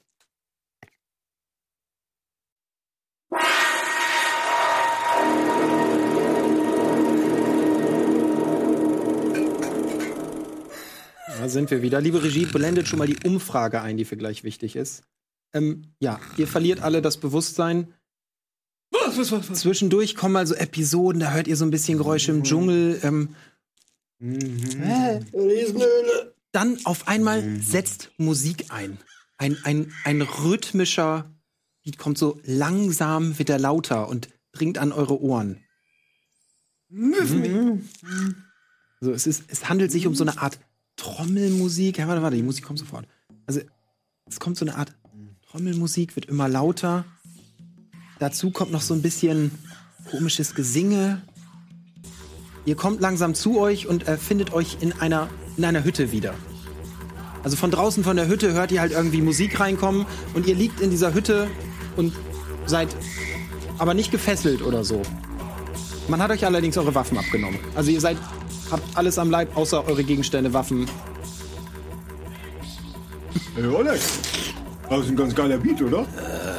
Da sind wir wieder. Liebe Regie, blendet schon mal die Umfrage ein, die für gleich wichtig ist. Ähm, ja, ihr verliert alle das Bewusstsein. Zwischendurch kommen mal so Episoden, da hört ihr so ein bisschen Geräusche im Dschungel. Ähm, Äh, Dann auf einmal setzt Musik ein. Ein, ein, ein rhythmischer Beat kommt so langsam, wird er lauter und dringt an eure Ohren. So, es, ist, es handelt sich um so eine Art Trommelmusik. Ja, warte, warte, die Musik kommt sofort. Also, es kommt so eine Art Trommelmusik, wird immer lauter. Dazu kommt noch so ein bisschen komisches Gesinge. Ihr kommt langsam zu euch und äh, findet euch in einer, in einer Hütte wieder. Also von draußen von der Hütte hört ihr halt irgendwie Musik reinkommen und ihr liegt in dieser Hütte und seid aber nicht gefesselt oder so. Man hat euch allerdings eure Waffen abgenommen. Also ihr seid, habt alles am Leib außer eure Gegenstände, Waffen. Hey, Alex. Das ist ein ganz geiler Beat, oder? Äh,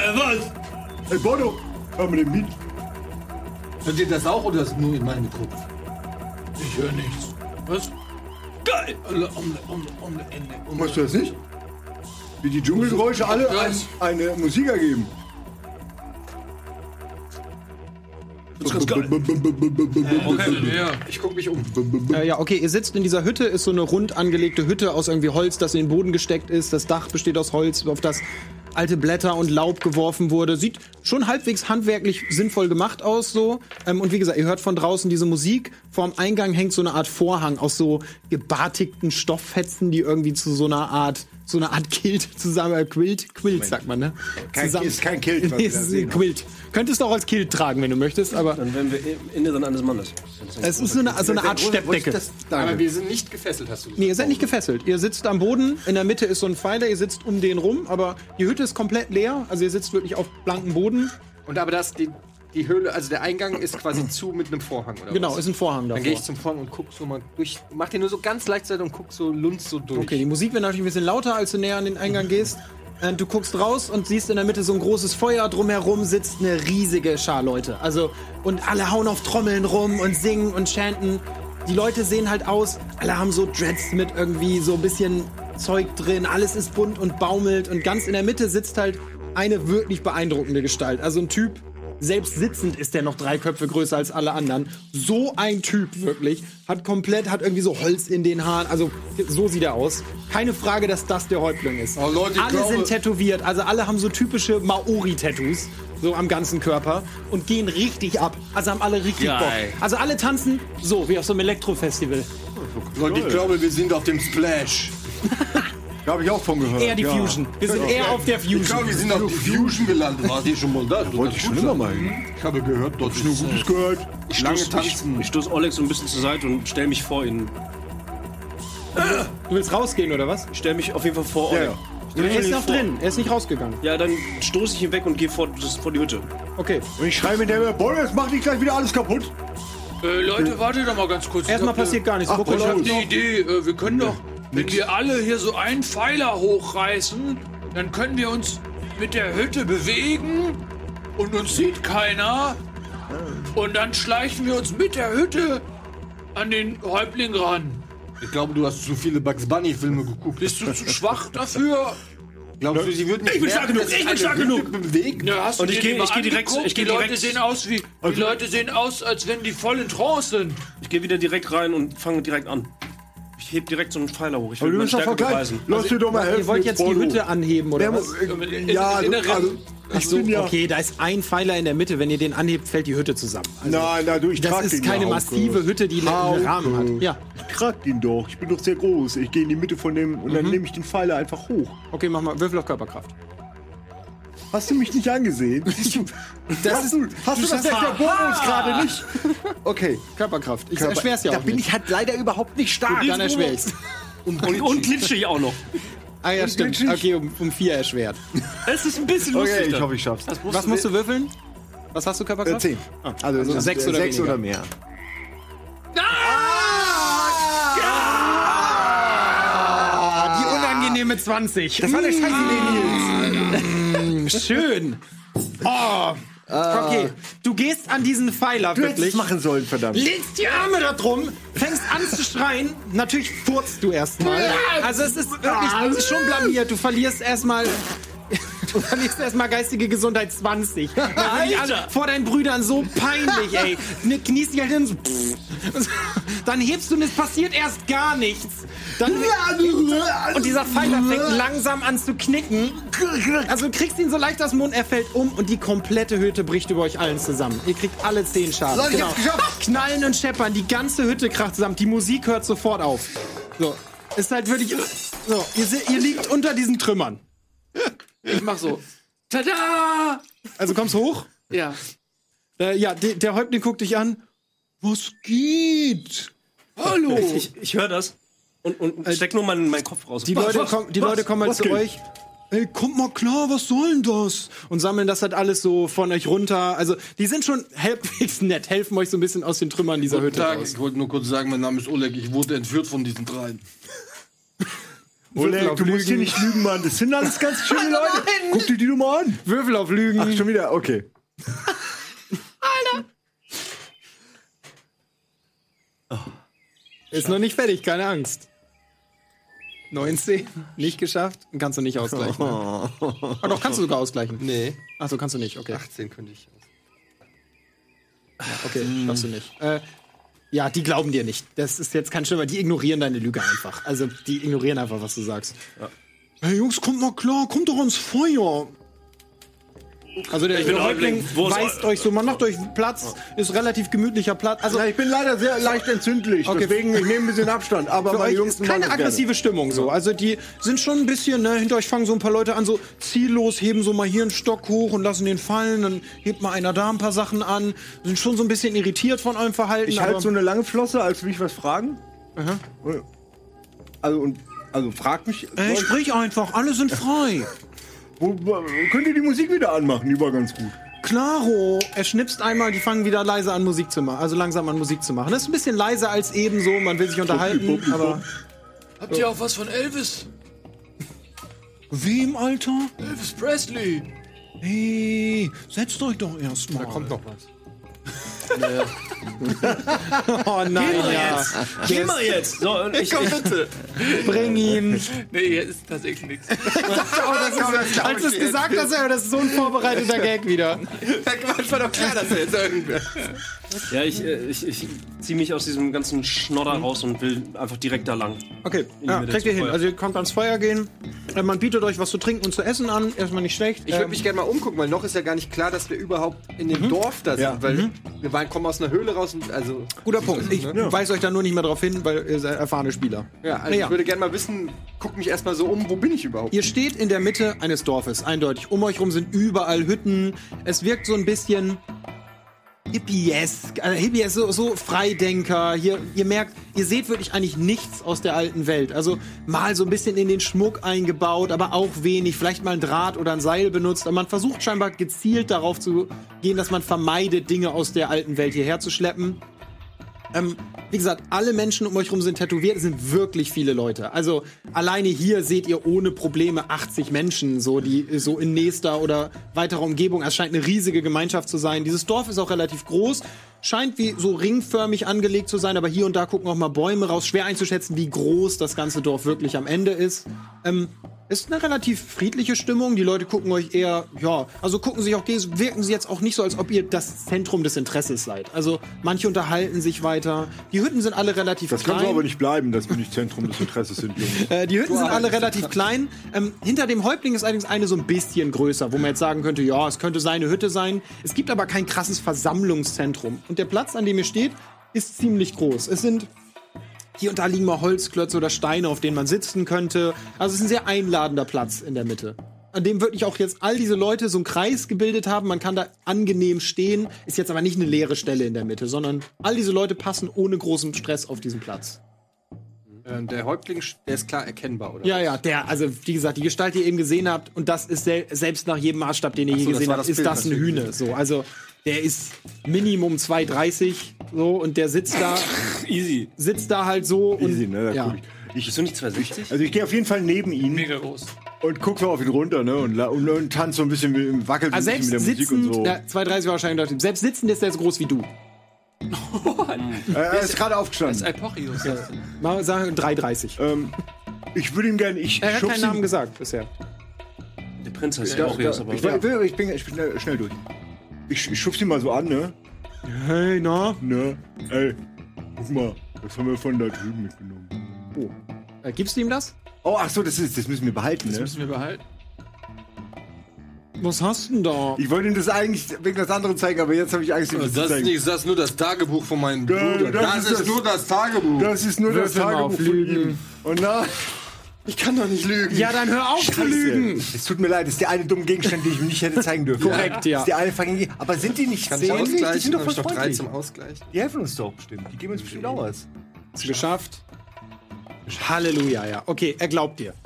Äh, was? Hey, Bodo, hör mal den Beat. Hört ihr das auch oder ist nur in meinem Kopf? Ich höre nichts. Was? Geil. Um, um, um, um, Ende. um, Weißt du das nicht? Wie die Dschungelgeräusche alle ein, eine Musik ergeben. Okay, ja. Ich gucke mich um. Äh, ja, okay, ihr sitzt in dieser Hütte, ist so eine rund angelegte Hütte aus irgendwie Holz, das in den Boden gesteckt ist. Das Dach besteht aus Holz, auf das alte Blätter und Laub geworfen wurde. Sieht schon halbwegs handwerklich sinnvoll gemacht aus, so. Ähm, und wie gesagt, ihr hört von draußen diese Musik. Vorm Eingang hängt so eine Art Vorhang aus so gebartigten Stofffetzen, die irgendwie zu so einer Art, so einer Art Kilt zusammen, äh, Quilt, Quilt sagt man, ne? Kein- ist kein Kilt, was nee, wir es da ist sehen ein haben. Quilt. Könntest du auch als Kilt tragen, wenn du möchtest, aber Dann wären wir im Inneren eines Mannes. es ist so eine, so eine Art Steppdecke. Aber wir sind nicht gefesselt, hast du gesagt. Nee, ihr seid nicht gefesselt. Ihr sitzt am Boden, in der Mitte ist so ein Pfeiler, ihr sitzt um den rum, aber die Hütte ist komplett leer. Also ihr sitzt wirklich auf blankem Boden. Und aber das, die, die Höhle, also der Eingang ist quasi zu mit einem Vorhang, oder Genau, was? ist ein Vorhang davor. Dann gehe ich zum Vorhang und guck so mal durch. Mach den nur so ganz leicht und guck so lunz so durch. Okay, die Musik wird natürlich ein bisschen lauter, als du näher an den Eingang gehst. Und du guckst raus und siehst in der Mitte so ein großes Feuer, drumherum sitzt eine riesige Schar Leute. Also, und alle hauen auf Trommeln rum und singen und chanten. Die Leute sehen halt aus, alle haben so Dreads mit irgendwie so ein bisschen Zeug drin, alles ist bunt und baumelt und ganz in der Mitte sitzt halt eine wirklich beeindruckende Gestalt. Also ein Typ, selbst sitzend ist der noch drei Köpfe größer als alle anderen. So ein Typ wirklich. Hat komplett, hat irgendwie so Holz in den Haaren. Also so sieht er aus. Keine Frage, dass das der Häuptling ist. Oh Leute, ich alle glaube- sind tätowiert. Also alle haben so typische Maori-Tattoos. so am ganzen Körper und gehen richtig ab. Also haben alle richtig Geil. Bock. Also alle tanzen so, wie auf so einem Elektrofestival. Leute, ich glaube, wir sind auf dem Splash. Da habe ich auch von gehört. Eher die ja. Fusion. Wir sind eher auf der Ich Fusion. glaube, wir sind auf die Fusion gelandet. Warst du schon mal da? Wollte ich schon immer mal hin. Hm? Ich habe gehört, dort ist nur Gutes gehört. Ich Lange stoß, ich, tanzen. ich stoß Oleg so ein bisschen zur Seite und stell mich vor ihn. Du willst rausgehen oder was? Ich stell mich auf jeden Fall vor Ja, Oleg. ja. Ich nehm Er ist ihn noch vor. drin, er ist nicht rausgegangen. Ja, dann stoße ich ihn weg und gehe vor, das- vor die Hütte. Okay. Und ich schreibe in der Boris, mach nicht gleich wieder alles kaputt. Äh, Leute, wartet doch mal ganz kurz. Ich Erstmal hab ne- passiert gar nichts. Guck Ich mal, habe eine Idee. Äh, wir können doch, wenn wir alle hier so einen Pfeiler hochreißen, dann können wir uns mit der Hütte bewegen und uns sieht keiner. Und dann schleichen wir uns mit der Hütte an den Häuptling ran. Ich glaube, du hast zu viele Bugs Bunny-Filme geguckt. Bist du zu schwach dafür? Glaubst du, sie würden nicht Ich bin stark genug, ich bin stark genug. bewegt? Na, hast Und du ich dir geh- die mal ich geh direkt- angeguckt? ich geh die Leute direkt- sehen aus wie die Leute sehen aus, als wenn die voll in Trance sind. Ich gehe wieder direkt rein und fange direkt an. Ich heb direkt so einen Pfeiler hoch. Ich will Aber du meine bist doch Stärke verkleidet. beweisen. Lass dir doch mal helfen. Also, Ihr wollt jetzt die Bodo. Hütte anheben oder Ja, was? äh, Ja, Inneren- also, ich So, bin ja. okay, da ist ein Pfeiler in der Mitte. Wenn ihr den anhebt, fällt die Hütte zusammen. Also, Nein, nein, du, ich das trag ist den keine ja, massive Hauke. Hütte, die einen Hauke. Rahmen hat. Ja, Ich trag den doch. Ich bin doch sehr groß. Ich gehe in die Mitte von dem und Mhm. dann nehme ich den Pfeiler einfach hoch. okay, mach mal Würfel auf Körperkraft. Hast du mich nicht angesehen? Siehst du, hast du, hast du das schaffst- Deck der Bonus gerade nicht? Okay. Körperkraft. Ich Körper- erschwer's ja da auch bin nicht. ich halt leider überhaupt nicht stark. Dann erschwerst. Und, und glitsche ich auch noch. Ah ja, stimmt. glitschig. Okay, um, um vier erschwert. Es ist ein bisschen lustig. Okay, ich dann. hoffe, ich schaff's. Was musst du würfeln? Was hast du Äh, Körperkraft? zehn. Also, also sechs oder sechs weniger. oder mehr. Die Ah. unangenehme 20. Das war eine Scheiße, Mm. Schön. Oh. Okay, du gehst an diesen Pfeiler Ah. Du hättest wirklich. es machen sollen, verdammt. legst die Arme da drum, fängst an zu schreien. Natürlich furzt du erstmal. Also es ist wirklich es ist schon blamiert. Du verlierst erstmal. Du verlierst erstmal geistige Gesundheit 20. Da sind die alle vor deinen Brüdern so peinlich, ey. Ne, kniest dich halt hin. So, dann hebst du und es passiert erst gar nichts. Dann, und dieser Pfeiler fängt langsam an zu knicken. Also du kriegst ihn so leicht aus dem Mund, er fällt um und die komplette Hütte bricht über euch allen zusammen. Ihr kriegt alle 10 Schaden. Genau. Leute, ich hab's geschafft. Knallen und scheppern, die ganze Hütte kracht zusammen. Die Musik hört sofort auf. So, ist halt wirklich... So, ihr, se- ihr liegt unter diesen Trümmern. Ich mach so. Tada! Also kommst hoch. Ja. Äh, ja, de, der Häuptling guckt dich an. Was geht? Hallo! Ich, ich höre das und, und und steck nur meinen, meinen Kopf raus. Die Leute, kommen, die Leute kommen halt zu euch. Ey, kommt mal klar, was soll denn das? Und sammeln das halt alles so von euch runter. Also, die sind schon halbwegs nett, helfen euch so ein bisschen aus den Trümmern dieser Guten Hütte Tag, raus. ich wollte nur kurz sagen, mein Name ist Oleg, ich wurde entführt von diesen dreien. Oleg, du musst hier Lügen. nicht lügen, Mann. Das sind alles ganz schöne Leute. Guck dir die Nummer an. Würfel auf Lügen. Ach, schon wieder, okay. Ist noch nicht fertig, keine Angst. 19, nicht geschafft. Kannst du nicht ausgleichen. Ne? Ah, doch, kannst du sogar ausgleichen. Nee. Achso, kannst du nicht, okay. 18 könnte ich. Okay, schaffst du nicht. Äh, ja, die glauben dir nicht. Das ist jetzt kein Schlimmer. Die ignorieren deine Lüge einfach. Also, die ignorieren einfach, was du sagst. Hey Jungs, kommt mal klar, kommt doch ans Feuer. Also der, bin der Häuptling Häuptling. Wo ist Ah. weist eu- euch so, man macht euch Platz, ist relativ gemütlicher Platz. Also Na, ich bin leider sehr leicht entzündlich. Okay. Deswegen, ich nehme ein bisschen Abstand. Aber für meine euch Jungs ist keine machen das gerne. aggressive Stimmung so. Also die sind schon ein bisschen, ne, hinter euch fangen so ein paar Leute an, so ziellos, heben so mal hier einen Stock hoch und lassen den fallen, dann hebt mal einer da ein paar Sachen an, sind schon so ein bisschen irritiert von eurem Verhalten. Ich aber- halte so eine lange Flosse, als will ich was fragen. Und- Also, und, also frag mich. Ey, soll- Äh, sprich einfach, alle sind frei. wo, wo, könnt ihr die Musik wieder anmachen? Die war ganz gut. Claro. Er schnipst einmal, die fangen wieder leise an Musik zu machen, also langsam an Musik zu machen. Das ist ein bisschen leiser als eben so, man will sich unterhalten, Puppi, aber... Habt ihr auch was von Elvis? Wem, Alter? Elvis Presley. Hey, setzt euch doch erstmal. Da Kommt noch was. Oh nein, ja. Geh mal jetzt! So, und ich, Komm bitte. Bring ihn. Nee, hier ist tatsächlich nichts. Als du es gesagt hast, ja, das ist so ein vorbereiteter Gag wieder. Das war doch klar, dass er jetzt irgendwer. ja, ich, äh, ich, ich ziehe mich aus diesem ganzen Schnodder raus und will einfach direkt da lang. Okay, ja, Mitte kriegt zum ihr hin. Feuer. Also ihr könnt ans Feuer gehen. Äh, Man bietet euch was zu trinken und zu essen an. Erstmal nicht schlecht. Äh, Ich würde mich gerne mal umgucken, weil noch ist ja gar nicht klar, dass wir überhaupt in dem Dorf da sind, weil wir waren, kommen aus einer Höhle raus und also. Guter Punkt. Ich weise euch da nur nicht mehr drauf hin, weil ihr seid erfahrene Spieler. Ja, also Naja. ich würde gerne mal wissen, guck mich erstmal so um, wo bin ich überhaupt? Ihr steht in der Mitte eines Dorfes, eindeutig. Um euch rum sind überall Hütten. Es wirkt so ein bisschen hippiesk. Also hippiesk, so, so Freidenker. Hier, ihr merkt, ihr seht wirklich eigentlich nichts aus der alten Welt. Also mal so ein bisschen in den Schmuck eingebaut, aber auch wenig. Vielleicht mal ein Draht oder ein Seil benutzt. Aber man versucht scheinbar gezielt darauf zu gehen, dass man vermeidet, Dinge aus der alten Welt hierher zu schleppen. Ähm, wie gesagt, alle Menschen um euch rum sind tätowiert. Es sind wirklich viele Leute. Also alleine hier seht ihr ohne Probleme 80 Menschen, so die so in nächster oder weiterer Umgebung. Es scheint eine riesige Gemeinschaft zu sein. Dieses Dorf ist auch relativ groß, scheint wie so ringförmig angelegt zu sein, aber hier und da gucken auch mal Bäume raus. Schwer einzuschätzen, wie groß das ganze Dorf wirklich am Ende ist. Ähm, ist eine relativ friedliche Stimmung. Die Leute gucken euch eher, ja, also gucken sich auch, wirken sie jetzt auch nicht so, als ob ihr das Zentrum des Interesses seid. Also manche unterhalten sich weiter. Die Hütten sind alle relativ Das klein. kann so aber nicht bleiben, dass wir nicht Zentrum des Interesses sind, Jungs. Äh, die Hütten sind alle relativ klein. Ähm, hinter dem Häuptling ist allerdings eine so ein bisschen größer, wo man jetzt sagen könnte, ja, es könnte seine Hütte sein. Es gibt aber kein krasses Versammlungszentrum. Und der Platz, an dem ihr steht, ist ziemlich groß. Es sind hier und da liegen mal Holzklötze oder Steine, auf denen man sitzen könnte. Also es ist ein sehr einladender Platz in der Mitte. An dem wirklich auch jetzt all diese Leute so einen Kreis gebildet haben. Man kann da angenehm stehen. Ist jetzt aber nicht eine leere Stelle in der Mitte, sondern all diese Leute passen ohne großen Stress auf diesen Platz. Ähm, der Häuptling, der ist klar erkennbar, oder? Ja, ja, der, also wie gesagt, die Gestalt, die ihr eben gesehen habt, und das ist sel selbst nach jedem Maßstab, den ihr je so, das gesehen war habt, das ist Bild, das was eine wir Hühne. So, also der ist Minimum 2,30 so und der sitzt da, Easy. sitzt da halt so und. Easy, ne? Da ja. guck ich. Bist du nicht 260? Also ich gehe auf jeden Fall neben ihn Mega groß. und gucke auf ihn runter, ne? Und, la- und, und tanze so ein bisschen, mit- wackelt so ein Also bisschen selbst mit der Musik und sitzend, so. ja, 2,30 war wahrscheinlich noch, selbst sitzend ist der so groß wie du. Äh, er ist gerade aufgestanden. Alporius. Mal sagen 3,30. Ähm, ich würde ihm gerne, ich Er hat schubse keinen Namen ihn. gesagt bisher. Der Prinz heißt Da, ja, auch da, Reus, ich, aber. will- ich, will- ich, bin, ich bin äh, schnell durch. Ich, ich schubse ihn mal so an, ne? Hey, na? Ne? Ey, guck mal, das haben wir von da drüben mitgenommen. Äh, gibst du ihm das? Oh, ach so, das, ist, das müssen wir behalten, ne? Müssen wir behalten. Was hast du denn da? Ich wollte ihm das eigentlich wegen das anderen zeigen, aber jetzt habe ich Oh, Angst, ihm das, Das zu ist, zeigen. nicht, das ist nur das Tagebuch von meinem Ja, Bruder. das Das, ist ist, das- nur das Tagebuch. Das ist nur das Würfel mal Tagebuch auf von Lügen. ihm. Und na, ich kann doch nicht lügen. Ja, dann hör auf zu lügen! Es tut mir leid, das ist der eine dumme Gegenstand, den ich ihm nicht hätte zeigen dürfen. Korrekt, ja. Das ist der eine fucking Ge- Aber sind die nicht Kann ich sehen? Die ausgleichen? sind doch Habe voll ich doch drei freundlich. zum Ausgleichen. Die helfen uns doch bestimmt. Die geben uns bestimmt auch was. Geschafft. Halleluja, ja. Okay, er glaubt dir.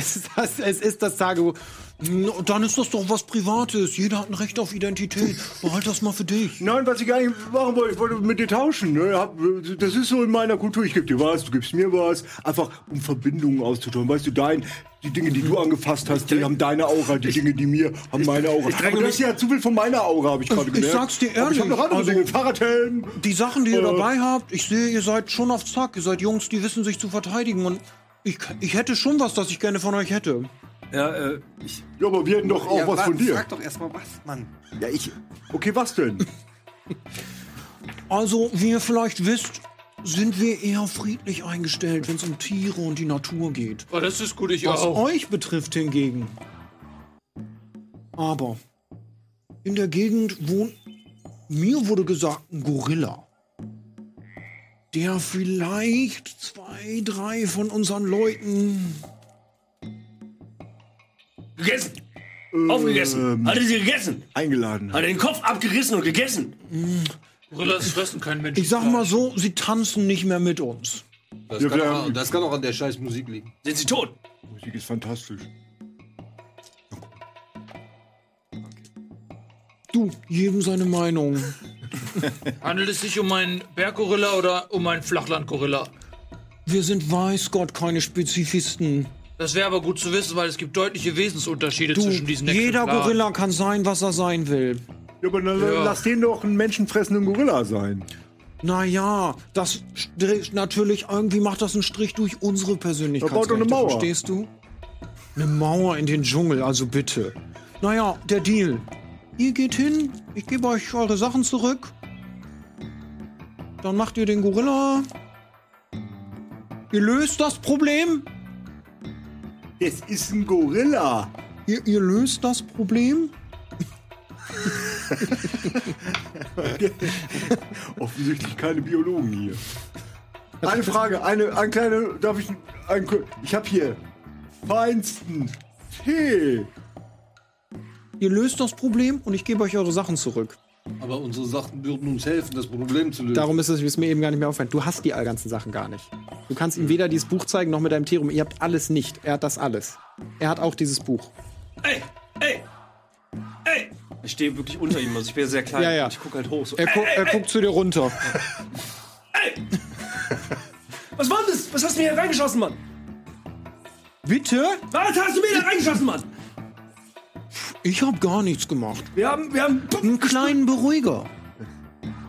Es ist das, es ist das Tagebuch. No, dann ist das doch was Privates. Jeder hat ein Recht auf Identität. Behalt das mal für dich. Nein, was ich eigentlich machen wollte, ich wollte mit dir tauschen. Ne? Hab, äh, Das ist so in meiner Kultur. Ich gebe dir was, du gibst mir was. Einfach um Verbindungen auszutauschen. Weißt du, dein, die Dinge, die du angefasst hast, die haben deine Aura. Die Dinge, die mir, haben meine Aura. Aber du hast ja zu viel von meiner Aura, habe ich gerade ich gelernt. sag's dir Aber ich ehrlich, habe noch andere also- Dinge. Fahrradhelm. Die Sachen, die ihr Äh. dabei habt, ich sehe, ihr seid schon auf Zack. Ihr seid Jungs, die wissen sich zu verteidigen. Und ich, ich hätte schon was, das ich gerne von euch hätte. Ja, äh, ich, Ja, aber wir hätten doch auch Ja, was wa- von dir. Sag doch erstmal was, Mann. Ja, ich. Okay, was denn? Also, wie ihr vielleicht wisst, sind wir eher friedlich eingestellt, wenn es um Tiere und die Natur geht. Oh, das ist gut, ich Was auch. euch betrifft hingegen. Aber in der Gegend wohnt, mir wurde gesagt, ein Gorilla. Der vielleicht zwei, drei von unseren Leuten. gegessen! Aufgegessen! Hat er sie gegessen? Eingeladen. Hat er den Kopf abgerissen und gegessen? Gorillas fressen kein Mensch. Ich sag mal so, sie tanzen nicht mehr mit uns. Das, Ja, kann wir auch, haben- das kann auch an der scheiß Musik liegen. Sind sie tot? Musik ist fantastisch. Du, jedem seine Meinung. Handelt es sich um einen Berggorilla oder um einen Flachlandgorilla? Wir sind weiß Gott keine Spezifisten. Das wäre aber gut zu wissen, weil es gibt deutliche Wesensunterschiede Du, zwischen diesen jeder Exemplaren. Gorilla kann sein, was er sein will. Ja, aber dann lass den doch einen menschenfressenden Gorilla sein. Naja, das strich- natürlich irgendwie macht das einen Strich durch unsere Persönlichkeit. Er baut doch eine Mauer. Verstehst du? Eine Mauer in den Dschungel, also bitte. Naja, der Deal. Ihr geht hin, ich gebe euch eure Sachen zurück. Dann macht ihr den Gorilla. Ihr löst das Problem. Es ist ein Gorilla. Ihr, ihr löst das Problem. Offensichtlich keine Biologen hier. Eine Frage, eine, eine kleine, darf ich, ein, ich habe hier feinsten Tee. Ihr löst das Problem und ich gebe euch eure Sachen zurück. Aber unsere Sachen würden uns helfen, das Problem zu lösen. Darum ist es ist mir eben gar nicht mehr aufgefallen. Du hast die all ganzen Sachen gar nicht. Du kannst ihm weder dieses Buch zeigen noch mit deinem Theorem. Ihr habt alles nicht. Er hat das alles. Er hat auch dieses Buch. Ey, ey, ey. Ich stehe wirklich unter ihm, also ich bin ja sehr klein. Ja, ja. Ich gucke halt hoch. So, Er, gu er guckt zu dir runter. was war denn das? Was hast du mir hier reingeschossen, Mann? Bitte? Was hast du mir da reingeschossen, Mann? Ich hab gar nichts gemacht. Wir haben, wir haben. Einen kleinen Beruhiger.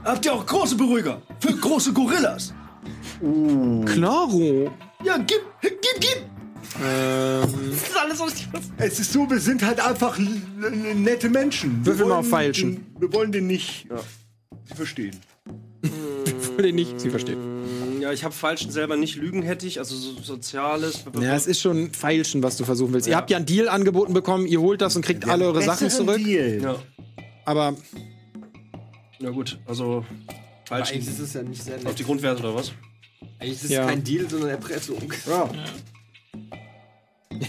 Habt ihr auch große Beruhiger? Für große Gorillas? Klaro. Ja, gib, gib, gib. Das ist alles, was ich. Es ist so, wir sind halt einfach l- l- nette Menschen. Wir Würfel mal wollen auf Feilschen. Den, wir wollen den nicht Sie verstehen. Für den nicht. Sie versteht. Ja, ich habe falschen selber nicht lügen hätte ich, also so soziales. Ja, es ist schon Feilschen, was du versuchen willst. Ihr habt ja einen Deal angeboten bekommen. Ihr holt das und kriegt alle eure Sachen Besseren zurück. Deal. Ja. Aber Na gut, also falschen Eigentlich ist es ja nicht sehr auf nett. die Grundwerte oder was? Eigentlich ist es Ja. kein Deal, sondern Erpressung.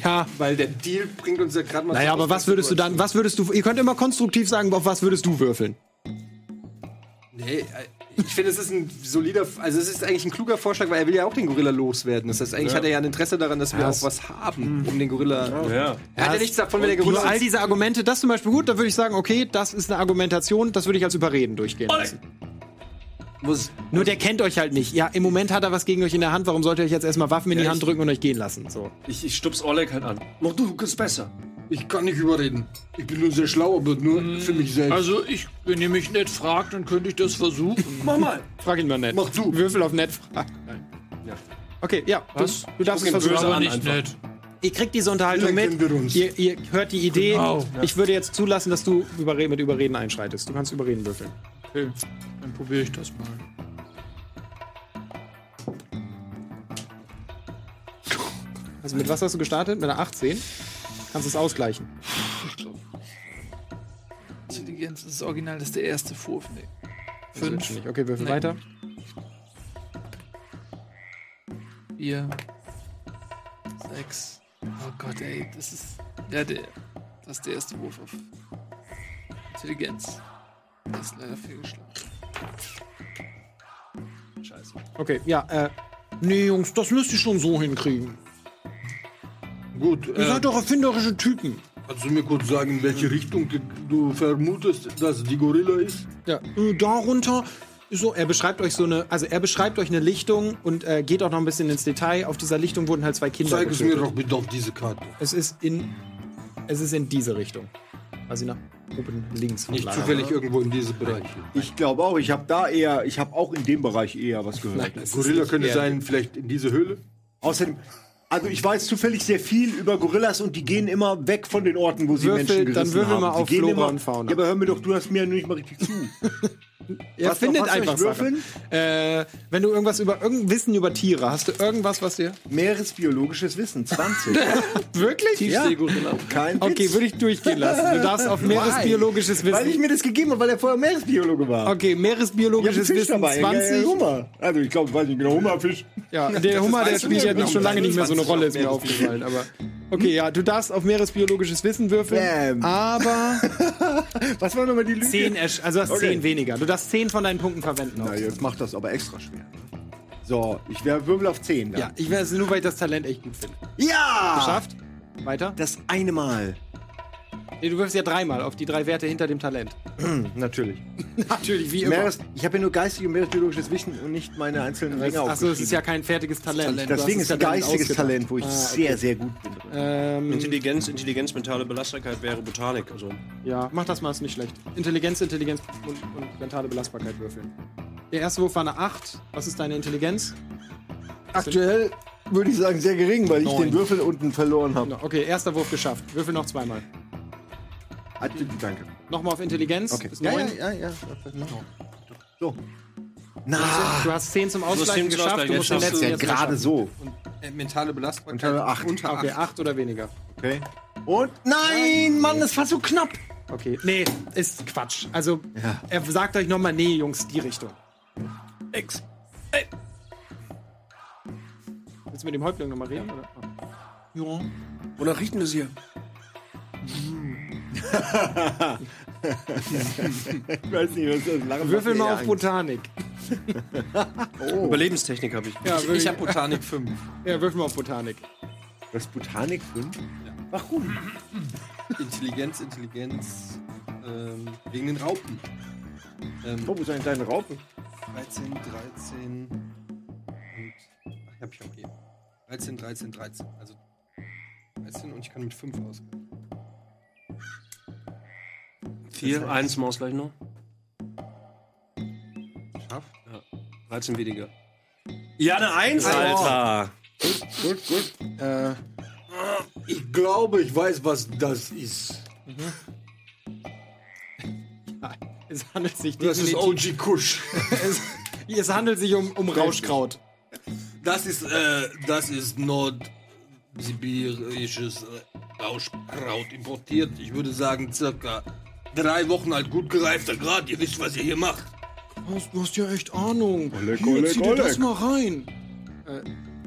ja. Weil der Deal bringt uns ja gerade mal. Naja, zur aber was würdest du dann, was würdest du, ihr könnt immer konstruktiv sagen, auf was würdest du würfeln? Nee, äh, ich finde, es ist ein solider, also es ist eigentlich ein kluger Vorschlag, weil er will ja auch den Gorilla loswerden. Das heißt, eigentlich hat er ja ein Interesse daran, dass wir auch was haben, um den Gorilla. Ja. Er hat ja nichts davon, wenn der Plus Gorilla. all diese Argumente, das zum Beispiel gut, da würde ich sagen, okay, das ist eine Argumentation, das würde ich als Überreden durchgehen lassen. muss. Nur der kennt euch halt nicht. Ja, im Moment hat er was gegen euch in der Hand, warum sollte er euch jetzt erstmal Waffen in die Ja, Hand ich- drücken und euch gehen lassen? So. Ich, ich stups Oleg halt an. Mach du, du kannst besser. Ich kann nicht überreden. Ich bin nur sehr schlau, aber nur für mich selbst. Also, ich, wenn ihr mich nett fragt, dann könnte ich das versuchen. Mach mal. Frag ihn mal nett. Mach du. Würfel auf nett fragen. Okay, ja, du, Was? du darfst es guck ihn versuchen. böse aber an nicht einfach. nett. Ihr kriegt diese Unterhaltung Vielleicht mit. kennen wir uns. Ihr, ihr hört die Idee. Genau. Ich würde jetzt zulassen, dass du überre mit Überreden einschreitest. Du kannst Überreden würfeln. Okay, dann probiere ich das mal. Also mit was hast du gestartet? Mit einer 18? Kannst es ausgleichen. Intelligenz ist das Original, das ist der erste Wurf. Nee. Schon Fünf, nicht. Okay, würfel Nee. weiter. vier, sechs. Oh Gott, ey, das ist. Ja, der. Das ist der erste Wurf auf Intelligenz. Das ist leider fehlgeschlagen. Scheiße. Okay, ja, äh. Nee, Jungs, das müsst ihr schon so hinkriegen. gut, Ihr äh, seid doch erfinderische Typen. kannst du mir kurz sagen, in welche Richtung du- du vermutest, dass die Gorilla ist? Ja. äh, Darunter. So, er beschreibt euch so eine, also er beschreibt euch eine Lichtung und äh, geht auch noch ein bisschen ins Detail. Auf dieser Lichtung wurden halt zwei Kinder Zeig es mir getötet. doch bitte auf diese Karte. Es ist in, es ist in diese Richtung. Also nach oben links. vom Nicht Lager. zufällig irgendwo in diesem Bereich. Ich glaube auch, ich habe da eher, ich habe auch in dem Bereich eher was gehört. Nein, das ist Gorilla nicht könnte er. sein, vielleicht in diese Höhle. Außerdem, also ich weiß zufällig sehr viel über Gorillas und die gehen immer weg von den Orten, wo sie Würfel- Menschen gerissen dann würfel haben. mal sie auf gehen Flora immer, und Fauna. Ja, aber hör mir doch, du hast mir ja nicht mal richtig zu. Er Was- findet auf was soll ich einfach Sachen. würfeln? Äh, wenn du irgendwas über irgendein Wissen über Tiere hast, du irgendwas, was dir Meeresbiologisches Wissen, 20. wirklich? Ja. Gorilla. Kein Witz. Okay, würde ich durchgehen lassen. Du darfst auf meeresbiologisches Weil ich Wissen. mir das gegeben habe, weil er vorher Meeresbiologe war. Okay, Ich hab einen meeresbiologisches Fisch Wissen dabei, äh, 20. Hummer. Also ich glaube, ich weiß nicht genau, Hummerfisch. Ja, der Hummer, der weiß ich spielt ja nicht. nicht schon lange nicht mehr so eine 20 Rolle, auf ist mir aufgefallen. Aber okay, ja, du darfst auf meeresbiologisches Wissen würfeln, Bam. aber Was war nochmal die Lüge? zehn, ersch- also hast Okay. zehn weniger. Du darfst zehn von deinen Punkten verwenden. Na, jetzt macht das aber extra schwer. ne? So, ich wäre Wirbel auf 10. Ja, Ah. ich weiß nur, weil ich das Talent echt gut finde. ja! Geschafft? Weiter? Das eine Mal. Nee, du wirfst ja dreimal auf die drei Werte hinter dem Talent. Natürlich. Natürlich, wie Meeres, ich habe ja nur geistig und meeresbiologisches Wissen und nicht meine einzelnen Dinge Achso, es aufgeschrieben. ist ja kein fertiges Talent. Du hast Deswegen ist das ein geistiges ausgedacht. Talent, Ah, wo ich sehr, sehr gut bin. drin. Ähm, Intelligenz, Intelligenz, mentale Belastbarkeit wäre Botanik. Also ja, mach das mal, ist nicht schlecht. Intelligenz, Intelligenz und, und mentale Belastbarkeit würfeln. Der erste Wurf war eine 8. Was ist deine Intelligenz? Aktuell würde ich sagen sehr gering, weil ich den Würfel unten verloren habe. No, okay, erster Wurf geschafft. Würfel noch zweimal. Danke. Nochmal auf Intelligenz. Okay. Ist Ja, ja, neun. ja, ja. So. Du hast 10 zum musst Ausgleichen 10 zum geschafft. Ausgleichen, Du musst den jetzt Das ist letzten ja jetzt noch gerade schaffen. so. Äh, mentale Belastbarkeit. Unter acht. Unter Okay, 8. 8 oder weniger. Okay. Und nein, Mann, das war so knapp. Okay. Nee, ist Quatsch. Also, er sagt euch nochmal, nee, Jungs, die Richtung. X. Willst du mit dem Häuptling nochmal reden? Oder? Oh. Wonach riecht denn das hier? Ich weiß nicht, was das lange Würfel mal auf Botanik. Überlebenstechnik habe ich. Ja, würfel, Ich habe Botanik 5. ja, würfel mal auf Botanik. Das Botanik 5? Intelligenz, Intelligenz. Ähm, wegen den Raupen. Ähm, Oh, wo sind deine Raupen? 13, 13. Und, ach, ich hab ich auch hier. 13, 13, 13. Also 13 und ich kann mit 5 aus. 4, 1 zum Ausgleich noch. Scharf? 13 weniger. Ja, eine 1, Alter. Gut, gut. Äh, Ich glaube, ich weiß, was das ist. Es handelt sich Das ist definitiv- OG Kusch. es, es handelt sich um, um Rauschkraut. Das ist, äh, das ist nordsibirisches äh, Rauschkraut importiert. Ich würde sagen, circa drei Wochen alt, gut gereifter Grad. Ihr wisst, was ihr hier macht. Du hast, du hast ja echt Ahnung. Oleg, Hier, Oleg, zieh dir das Oleg. mal rein. Äh,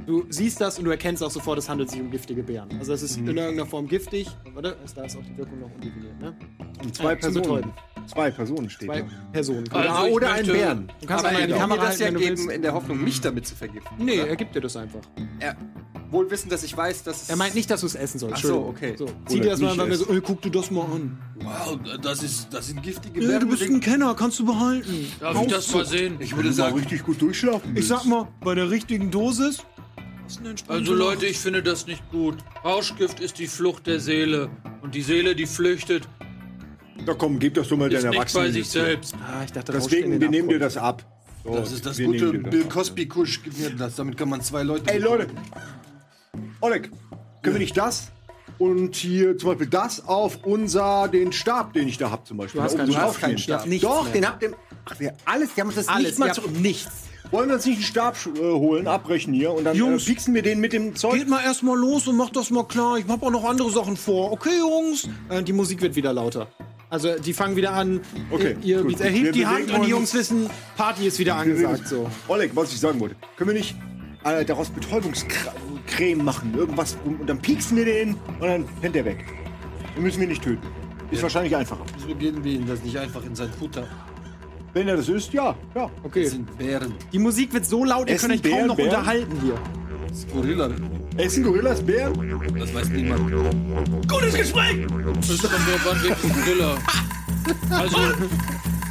du siehst das und du erkennst auch sofort, es handelt sich um giftige Beeren. Also es ist Mhm. in irgendeiner Form giftig. Warte, ist- da ist auch die Wirkung noch undefiniert. Ne? um zwei Äh, zum Personen. Betäuben. Zwei Personen steht Bei da. Personen. Also, Ah, ich oder ein möchte- Bären. du kannst aber in die Kamera halten, wenn du willst. in der Hoffnung, mich damit zu vergiften. Nee, er gibt dir das einfach. Er, wohl wissen, dass ich weiß, dass es. Er meint nicht, dass du es essen sollst. Ach so, Entschuldigung. okay. So, zieh dir das mal einfach mir so, ey, Also, guck dir das mal an. Wow, das, ist, das sind giftige Ey, Bären. du bist ein Kenner, kannst du behalten. Darf ich das mal sehen? ich würde sagen, richtig gut durchschlafen. Ich sag mal, bei der richtigen Dosis. Also Leute, ich finde das nicht gut. Rauschgift ist die Flucht der Seele. Und die Seele, die flüchtet, Da komm, gib das doch mal ist deinen nicht bei Erwachsenen. sich selbst. Ah, ich dachte, Deswegen, wir nehmen dir das ab. So, das ist das wir gute nehmen dir Bill das ab. Cosby Kusch. Gib mir das, damit kann man zwei Leute. Ey, Leute. Oleg, können wir nicht das und hier zum Beispiel das auf unser, den Stab, den ich da hab zum Beispiel. Du hast da keinen oben Stab. drauf Keinen nehmen? Stab. Nichts Doch, mehr. den habt ihr... Ach, wir alles, die haben uns das Alles, nicht mal ja. zurück. Nichts. Wollen wir uns nicht einen Stab äh, holen, abbrechen hier und dann Jungs, äh, pieksen wir den mit dem Zeug? Geht mal erstmal los und macht das mal klar. Ich hab auch noch andere Sachen vor. Okay, Jungs. Äh, die Musik wird wieder lauter. Also, die fangen wieder an. Okay, Ihr, gut, gut. erhebt Wir die Hand bewegen und die uns. Jungs wissen, Party ist wieder angesagt. So. Oleg, was ich sagen wollte. Können wir nicht äh, daraus Betäubungscreme machen? Irgendwas. um, Und, und dann pieksen wir den und dann pennt er weg. Den müssen wir nicht töten. Ist wahrscheinlich einfacher. Wieso geben wir ihm das nicht einfach in sein Futter? Wenn er das ist, ja, ja. Das Okay. sind Bären. Die Musik wird so laut, ihr Essen könnt euch kaum Bären, noch Bären? unterhalten hier. Gorilla. Essen Gorillas Bären? Das weiß niemand. Gutes Gespräch! Das kommt nur wann wirklich ein Thriller. Also,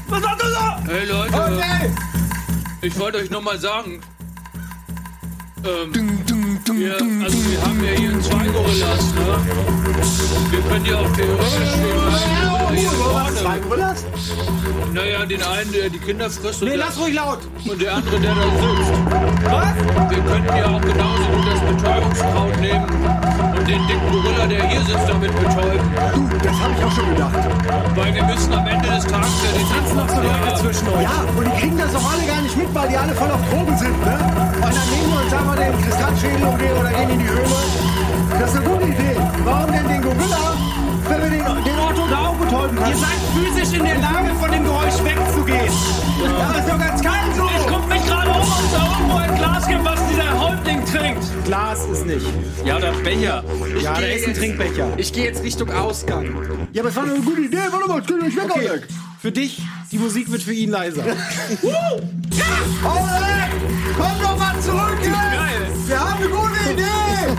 Was hat das da? hey Leute, ich wollte euch nochmal sagen. Ähm, wir, also wir haben ja hier zwei Gorillas, ne? Wir können ja auf den Rücken Äh, schwimmen. Also hier vorne. Zwei Gorillas? Naja, den einen, der die Kinder frisst und Nee, der- lass ruhig laut. Und der andere, der da sitzt. Was? Wir könnten ja auch genauso gut das Betäubungskraut nehmen und den dicken Gorilla, der hier sitzt, damit betäuben. Du, das habe ich auch schon gedacht. Weil wir müssen am Ende des Tages ja den Sitz noch Zwischen euch. Ja, und die kriegen das auch alle gar nicht mit, weil die alle voll auf Drogen sind, ne? Und dann nehmen wir uns einfach den Kristallschädel und gehen oder gehen in die Höhle. Das ist eine gute Idee. Warum denn den Gorilla, wenn wir den, den Otto da auch betäuben können? seid physisch in der Lage, von dem Geräusch wegzugehen. Ja, ist doch ganz kalt so. Ich guck mich gerade um, ob es da irgendwo ein Glas gibt, was dieser Häuptling trinkt. Glas ist nicht. Ja, der Becher. Ja, da ist ein Trinkbecher. Ich gehe jetzt Richtung Ausgang. Ja, aber es war doch eine gute Idee. Warte mal, jetzt geht euch weg, okay. Oleg. Für dich, die Musik wird für ihn leiser. Oleg, komm doch mal zurück jetzt. Wir haben eine gute Idee.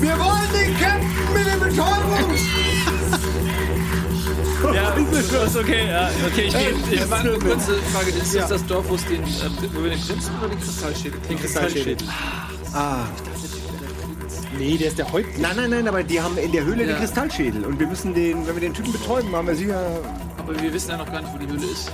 Wir wollen den kämpfen mit den Betäubungs. kurz, okay, ja, okay, ich gehe. Ja, war eine kurze Frage. Ist das das Dorf, wo es den, äh, wo wir den Prinzen oder den Kristallschädel? Den Kristallschädel. Nee, der ist der Häuptling. Nein, nein, nein, aber die haben in der Höhle Ja. den Kristallschädel. Und wir müssen den, wenn wir den Typen betäuben, haben wir sicher. Aber wir wissen ja noch gar nicht, wo die Höhle ist.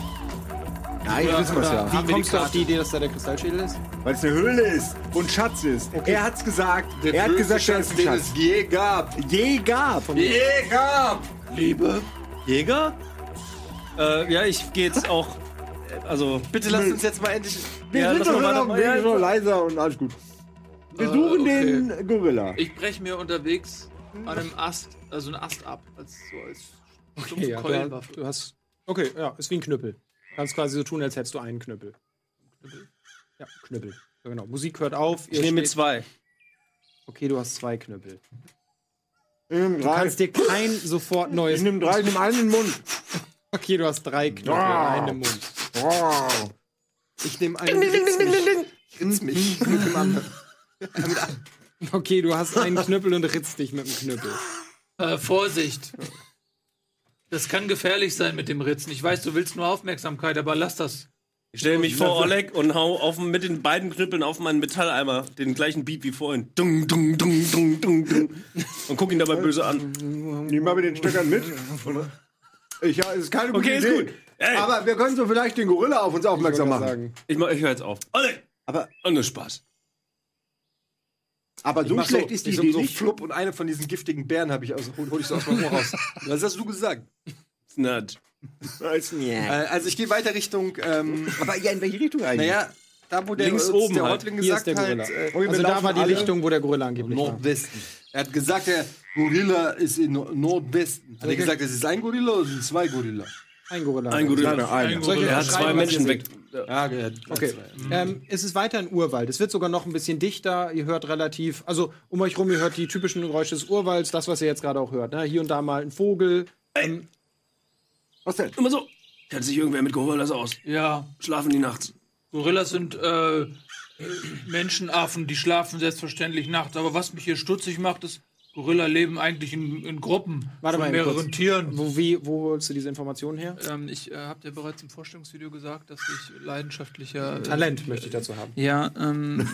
Nein, wir wissen wir es ja. Haben Wie wir die kommst du auf Karte? die Idee, dass da der Kristallschädel ist? Weil es eine Höhle ist und Schatz ist. Er hat's gesagt. er hat gesagt, er ist ein den Schatz. es je gab. Je gab. Je gab! Liebe. Jäger? Äh, ja, ich gehe jetzt auch. äh, Also, Bitte lasst uns jetzt mal endlich. Wir Ja, sind lass doch mal schon weiter- auf dem Weg, ja, schon leiser und alles gut. Wir Äh, suchen okay. den Gorilla. Ich breche mir unterwegs an einem Ast, also einen Ast ab, als so als stumpfe ja, du, Keulenwaffe. du hast. Okay, ja, ist wie ein Knüppel. Kannst quasi so tun, als hättest du einen Knüppel. Ja, Knüppel. Ja, genau. Musik hört auf. ich nehme mir zwei. Okay, du hast zwei Knüppel. Ich nehme Du drei. kannst dir kein sofort neues. Ich nehme drei, ich nehme einen in den Mund. Okay, du hast drei Knüppel Ah. in einem Mund. Wow. Ich nehme einen. Ritz mich. Ich Ritz mich. Mit dem anderen. Okay, du hast einen Knüppel und ritzt dich mit dem Knüppel. Äh, Vorsicht! Das kann gefährlich sein mit dem Ritzen. Ich weiß, du willst nur Aufmerksamkeit, aber lass das. Ich stelle mich vor Oleg und hau auf, mit den beiden Knüppeln auf meinen Metalleimer den gleichen Beat wie vorhin. Dung, dung, dung, dung, dung, dung. Und guck ihn dabei böse an. Nimm mal mit den Stöckern mit. Ich, ja, es ist keine gute Okay, ist Idee. gut. Ey. Aber wir können so vielleicht den Gorilla auf uns aufmerksam machen. Ich, mach- ich höre jetzt auf. Oleg! Aber- Und nur Spaß. Aber so Mach schlecht so, ist die ich so, Idee so nicht. flupp und eine von diesen giftigen Bären habe ich aus, hol, hol ich so aus meinem Ohr raus. Was hast du gesagt? Nerd. Äh, also ich gehe weiter Richtung. Ähm, Aber ja, in welche Richtung eigentlich? naja, da wo der, Links äh, oben der halt. Häuptling Hier gesagt ist der Gorilla. hat. Äh, also da war die alle- Richtung, wo der Gorilla angeblich war. Nordwesten. Er hat gesagt, der Gorilla ist in Nor- Nordwesten. Hat er gesagt, es ist ein Gorilla oder sind zwei Gorilla? Ein Gorilla. Ein Gorilla. Nein, nein. Er hat zwei Schreiben, was ihr Menschen weg. Ja, er hat Okay. Mhm. Ähm, es ist weiter ein Urwald. Es wird sogar noch ein bisschen dichter. Ihr hört relativ, also um euch rum, ihr hört die typischen Geräusche des Urwalds, das, was ihr jetzt gerade auch hört. Ne? Hier und da mal ein Vogel. Ähm, Was denn? Immer so. Kennt sich irgendwer mit Gorillas aus? Ja, Schlafen die nachts. Gorillas sind äh, Menschenaffen, die schlafen selbstverständlich nachts. Aber was mich hier stutzig macht, ist, Gorilla leben eigentlich in, in Gruppen Warte von mal eben mehreren kurz. Tieren. wo, wie, wo holst du diese Informationen her? Ähm, ich äh, habe dir bereits im Vorstellungsvideo gesagt, dass ich leidenschaftlicher äh, Talent möchte ich dazu haben. Ja, ähm,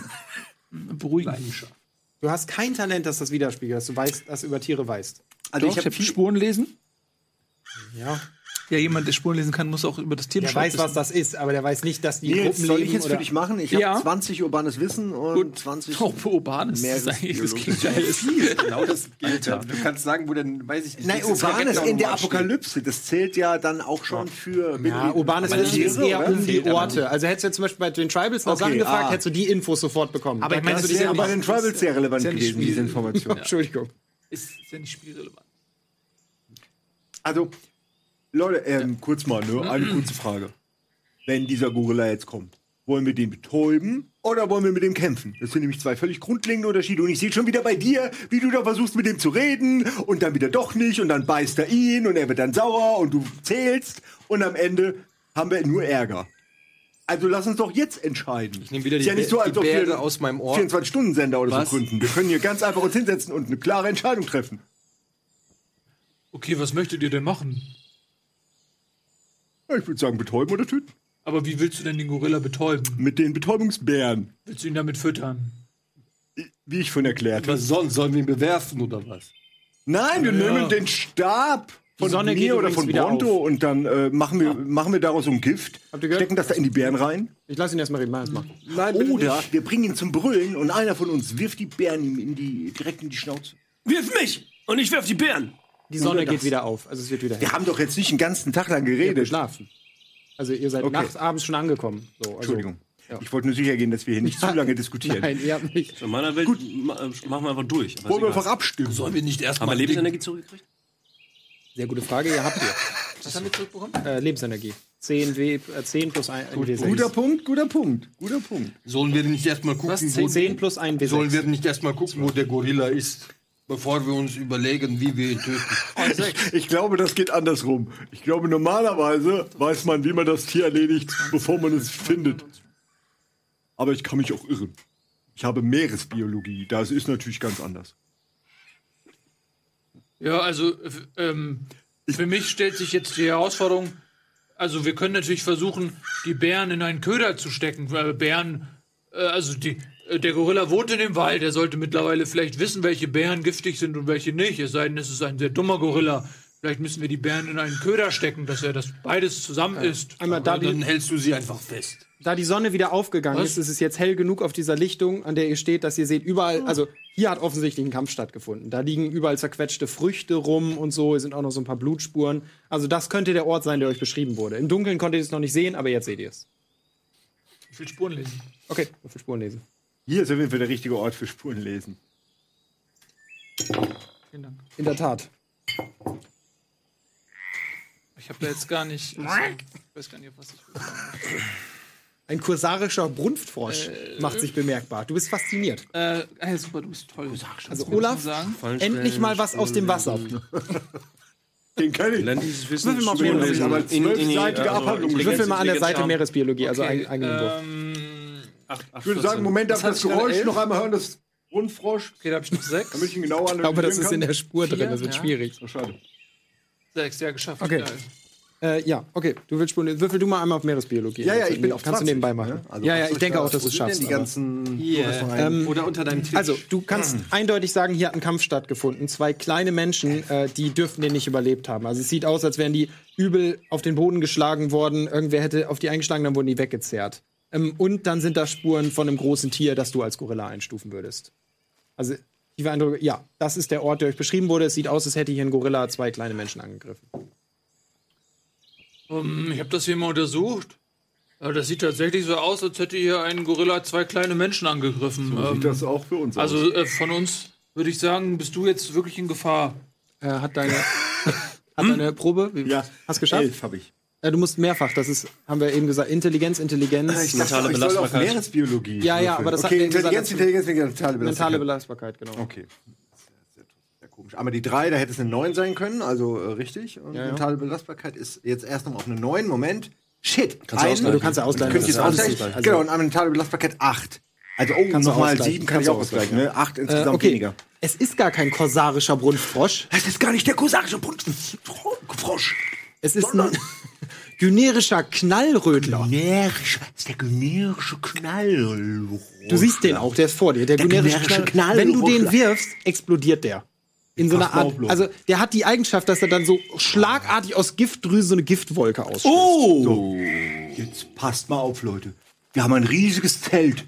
beruhigen. Du hast kein Talent, dass das widerspiegelt, dass du weißt, dass du über Tiere weißt. Also ich habe viel Spuren lesen. Ja. Ja, jemand, der Spuren lesen kann, muss auch über das Tier Der Bescheid weiß, was das ist, aber der weiß nicht, dass die Nils, Gruppen soll leben ich jetzt für oder- dich machen? Ich habe Ja. 20 urbanes Wissen und 20 Auch urbanes. Meeres- Das ist eigentlich das Biologisches Gegenteil. genau das gilt. Du kannst sagen, wo denn, weiß ich nicht. Nein, nächstes urbanes Raketenauto in der steht. Apokalypse. Das zählt ja dann auch schon für. Ja, urbanes Wissen ist eher um die Orte. Also hättest du jetzt zum Beispiel bei den Tribals nach Okay, Sachen gefragt, ah. hättest du die Infos sofort bekommen. Aber ich meine, kannst das du ist die ja Ja, selber- bei den Tribals sehr relevant ja nicht gewesen, diese Spiel. Information. Entschuldigung. Ist, ist ja nicht spielrelevant. Also, Leute, ähm, kurz mal, ne? Eine kurze Frage. Wenn dieser Gorilla jetzt kommt, wollen wir den betäuben oder wollen wir mit dem kämpfen? Das sind nämlich zwei völlig grundlegende Unterschiede. Und ich sehe schon wieder bei dir, wie du da versuchst, mit dem zu reden und dann wieder doch nicht und dann beißt er ihn und er wird dann sauer und du zählst und am Ende haben wir nur Ärger. Also lass uns doch jetzt entscheiden. Ich nehm wieder ist die ja nicht Bä- so, die als ob wir Bäre aus meinem Ohr. 24-Stunden-Sender oder Was? so gründen. Wir können hier ganz einfach uns hinsetzen und eine klare Entscheidung treffen. Okay, was möchtet ihr denn machen? Ja, Ich würde sagen, betäuben oder töten. Aber wie willst du denn den Gorilla betäuben? Mit den Betäubungsbären. Willst du ihn damit füttern? Wie ich vorhin erklärt habe. Was sonst? Sollen wir ihn bewerfen oder was? Nein, wir Ja. nehmen den Stab von Sonne geht mir oder übrigens von wieder Bronto und dann äh, machen, wir, machen wir daraus so ein Gift, Habt ihr gehört? stecken das da in die Bären rein. Ich lasse ihn erstmal reden. Mach erstmal. Nein, oder wir bringen ihn zum Brüllen und einer von uns wirft die Bären in die, direkt in die Schnauze. Wirf mich! Und ich wirf die Bären! Die Sonne das. geht wieder auf. Also es wird wieder hell. Wir haben doch jetzt nicht den ganzen Tag lang Ihr habt geredet. geschlafen. Also ihr seid Okay. nachts abends schon angekommen. So, also, Entschuldigung. Ich wollte nur sicher gehen, dass wir hier nicht zu lange diskutieren. Nein, ihr habt nicht. In meiner Welt ma äh, machen wir einfach durch. Aber Wollen wir ist egal. einfach abstimmen? Sollen wir nicht erstmal. Haben wir Lebensenergie zurückgekriegt? Sehr gute Frage. Ihr habt ihr. Was haben wir zurückbekommen? Äh, Lebensenergie. 10, w, äh, 10 plus 1 Guter W6. Punkt, guter Punkt, guter Punkt. Sollen wir nicht erstmal gucken, Was? wo 10 plus 1 W6. Sollen wir nicht erstmal gucken, wo der Gorilla ist, bevor wir uns überlegen, wie wir ihn töten? Ich, ich glaube, das geht andersrum. Ich glaube, normalerweise weiß man, wie man das Tier erledigt, bevor man es findet. Aber ich kann mich auch irren. Ich habe Meeresbiologie, das ist natürlich ganz anders. Ja, also, äh, ähm, Für mich stellt sich jetzt die Herausforderung, also wir können natürlich versuchen, die Bären in einen Köder zu stecken, weil Bären, äh, also die, äh, der Gorilla wohnt in dem Wald, er sollte mittlerweile vielleicht wissen, welche Bären giftig sind und welche nicht, es sei denn, es ist ein sehr dummer Gorilla. Vielleicht müssen wir die Bären in einen Köder stecken, dass er das beides zusammen isst. Einmal da die, Dann hältst du sie einfach fest. da die Sonne wieder aufgegangen ist, ist es jetzt hell genug auf dieser Lichtung, an der ihr steht, dass ihr seht, Oh. überall, also hier hat offensichtlich ein Kampf stattgefunden. Da liegen überall zerquetschte Früchte rum und so, hier sind auch noch so ein paar Blutspuren. Also das könnte der Ort sein, der euch beschrieben wurde. Im Dunkeln konntet ihr es noch nicht sehen, aber jetzt seht ihr es. Ich will Spuren lesen. Okay, für Spuren lesen. Hier ist auf jeden Fall der richtige Ort für Spuren lesen. Vielen Dank. In der Tat. Ich habe da jetzt gar nicht. Also, ich weiß gar nicht, was ich will. Ein kursarischer Brunftfrosch macht sich bemerkbar. Du bist fasziniert. Äh, ah hey, super, du bist toll. Also Olaf, sagen. endlich mal was aus dem Wasser. Den kann ich. Ländliches Wissen Würfel mal auf Meeresbiologie. Aber zwölfseitige also Abhandlung. Ich Würfel mal an der Seite haben. Meeresbiologie, also ein, Okay, äh, eigenen Wurf. ähm, Ich würde sagen, Moment, darf das hatte ich gerade Geräusch elf. noch einmal hören, das Rundfrosch, okay, da habe ich noch sechs. damit ich ihn genau Ich glaube, das ist in kann? der Spur drin, das wird ja. schwierig. Schade. Sechs, ja, geschafft. Okay. Geil. Äh, ja, okay, du willst Spuren. Würfel du mal einmal auf Meeresbiologie. Also, Ja, ja, ich bin auf Kannst 20, du nebenbei machen. ne? Also ja, ja, was ich soll denke da- auch, dass wo du es sind denn schaffst. Die aber- ähm, ganzen Yeah. Touristen rein? Oder unter deinem Tisch. Also, du kannst Mhm. eindeutig sagen, hier hat ein Kampf stattgefunden. Zwei kleine Menschen, äh, die dürften den nicht überlebt haben. Also, es sieht aus, als wären die übel auf den Boden geschlagen worden. Irgendwer hätte auf die eingeschlagen, dann wurden die weggezerrt. Ähm, und dann sind da Spuren von einem großen Tier, das du als Gorilla einstufen würdest. Also, die Eindrücke, ja, das ist der Ort, der euch beschrieben wurde. Es sieht aus, als hätte hier ein Gorilla zwei kleine Menschen angegriffen. Ähm, ich habe das hier mal untersucht. Ja, das sieht tatsächlich so aus, als hätte hier ein Gorilla zwei kleine Menschen angegriffen. ähm, Sieht das auch für uns aus? also äh, von uns würde ich sagen, bist du jetzt wirklich in Gefahr. Äh, hat deine, hat deine Probe? Wie, Ja. Hast geschafft? Elf habe ich. Äh, du musst mehrfach, das ist, haben wir eben gesagt, Intelligenz, Intelligenz. Mentale ich soll auf Belastbarkeit. Meeresbiologie. Ja, ja, würfeln. aber das hat okay, er Intelligenz, gesagt, Intelligenz, Intelligenz, mentale Mentale Belastbarkeit. Belastbarkeit, Okay. genau. Sehr, sehr, sehr komisch. Aber die 3, da hätte es eine 9 sein können, also äh, richtig. Und mentale Belastbarkeit ist jetzt erst noch auf eine 9. Moment. Shit. Kannst du Ein- ausgleichen. Du kannst ja ausleihen. Könnte ich das jetzt ist alles ausgleichen. egal. Also- genau, und eine mentale Belastbarkeit 8. Also oh, Kannst du nochmal ausgleichen. 7 kann Kannst ich du auch ausgleichen. ausgleichen, Ne? 8 Äh, insgesamt okay. weniger. Es ist gar kein korsarischer Brunftfrosch. Das ist gar nicht der kosarische Brunkenfrosch. Es ist ein generischer Knallrödler. Generische, das ist der generische Knall. Du siehst den auch, der ist vor dir. Der, generische, generische Knall. Wenn du den wirfst, explodiert der. In so einer Art, Bauchblumen. also der hat die Eigenschaft, dass er dann so schlagartig aus Giftdrüsen so eine Giftwolke ausstößt. Jetzt passt mal auf, Leute. Wir haben ein riesiges Zelt.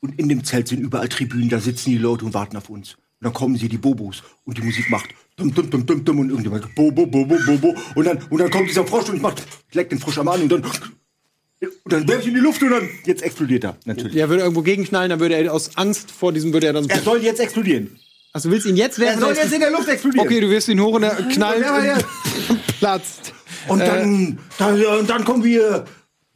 Und in dem Zelt sind überall Tribünen, da sitzen die Leute und warten auf uns. Und dann kommen sie, die Bobos. Und die Musik macht dum dum dum dum dum und irgendjemand sagt, Bobo, Bobo, Bobo. Und dann, und dann kommt dieser Frosch und macht, leckt den Frosch am Arm und dann, und dann werf ich ihn in die Luft und dann, jetzt explodiert er, natürlich. Der würde irgendwo gegenknallen, dann würde er aus Angst vor diesem, würde Oh. er dann so, Er soll jetzt explodieren. also willst du ihn jetzt Er werfen? soll Er ist- jetzt in der Luft explodieren. Okay, du wirfst ihn hoch und er knallt Ja, ja. und äh, platzt. Und dann, dann, und dann kommen wir,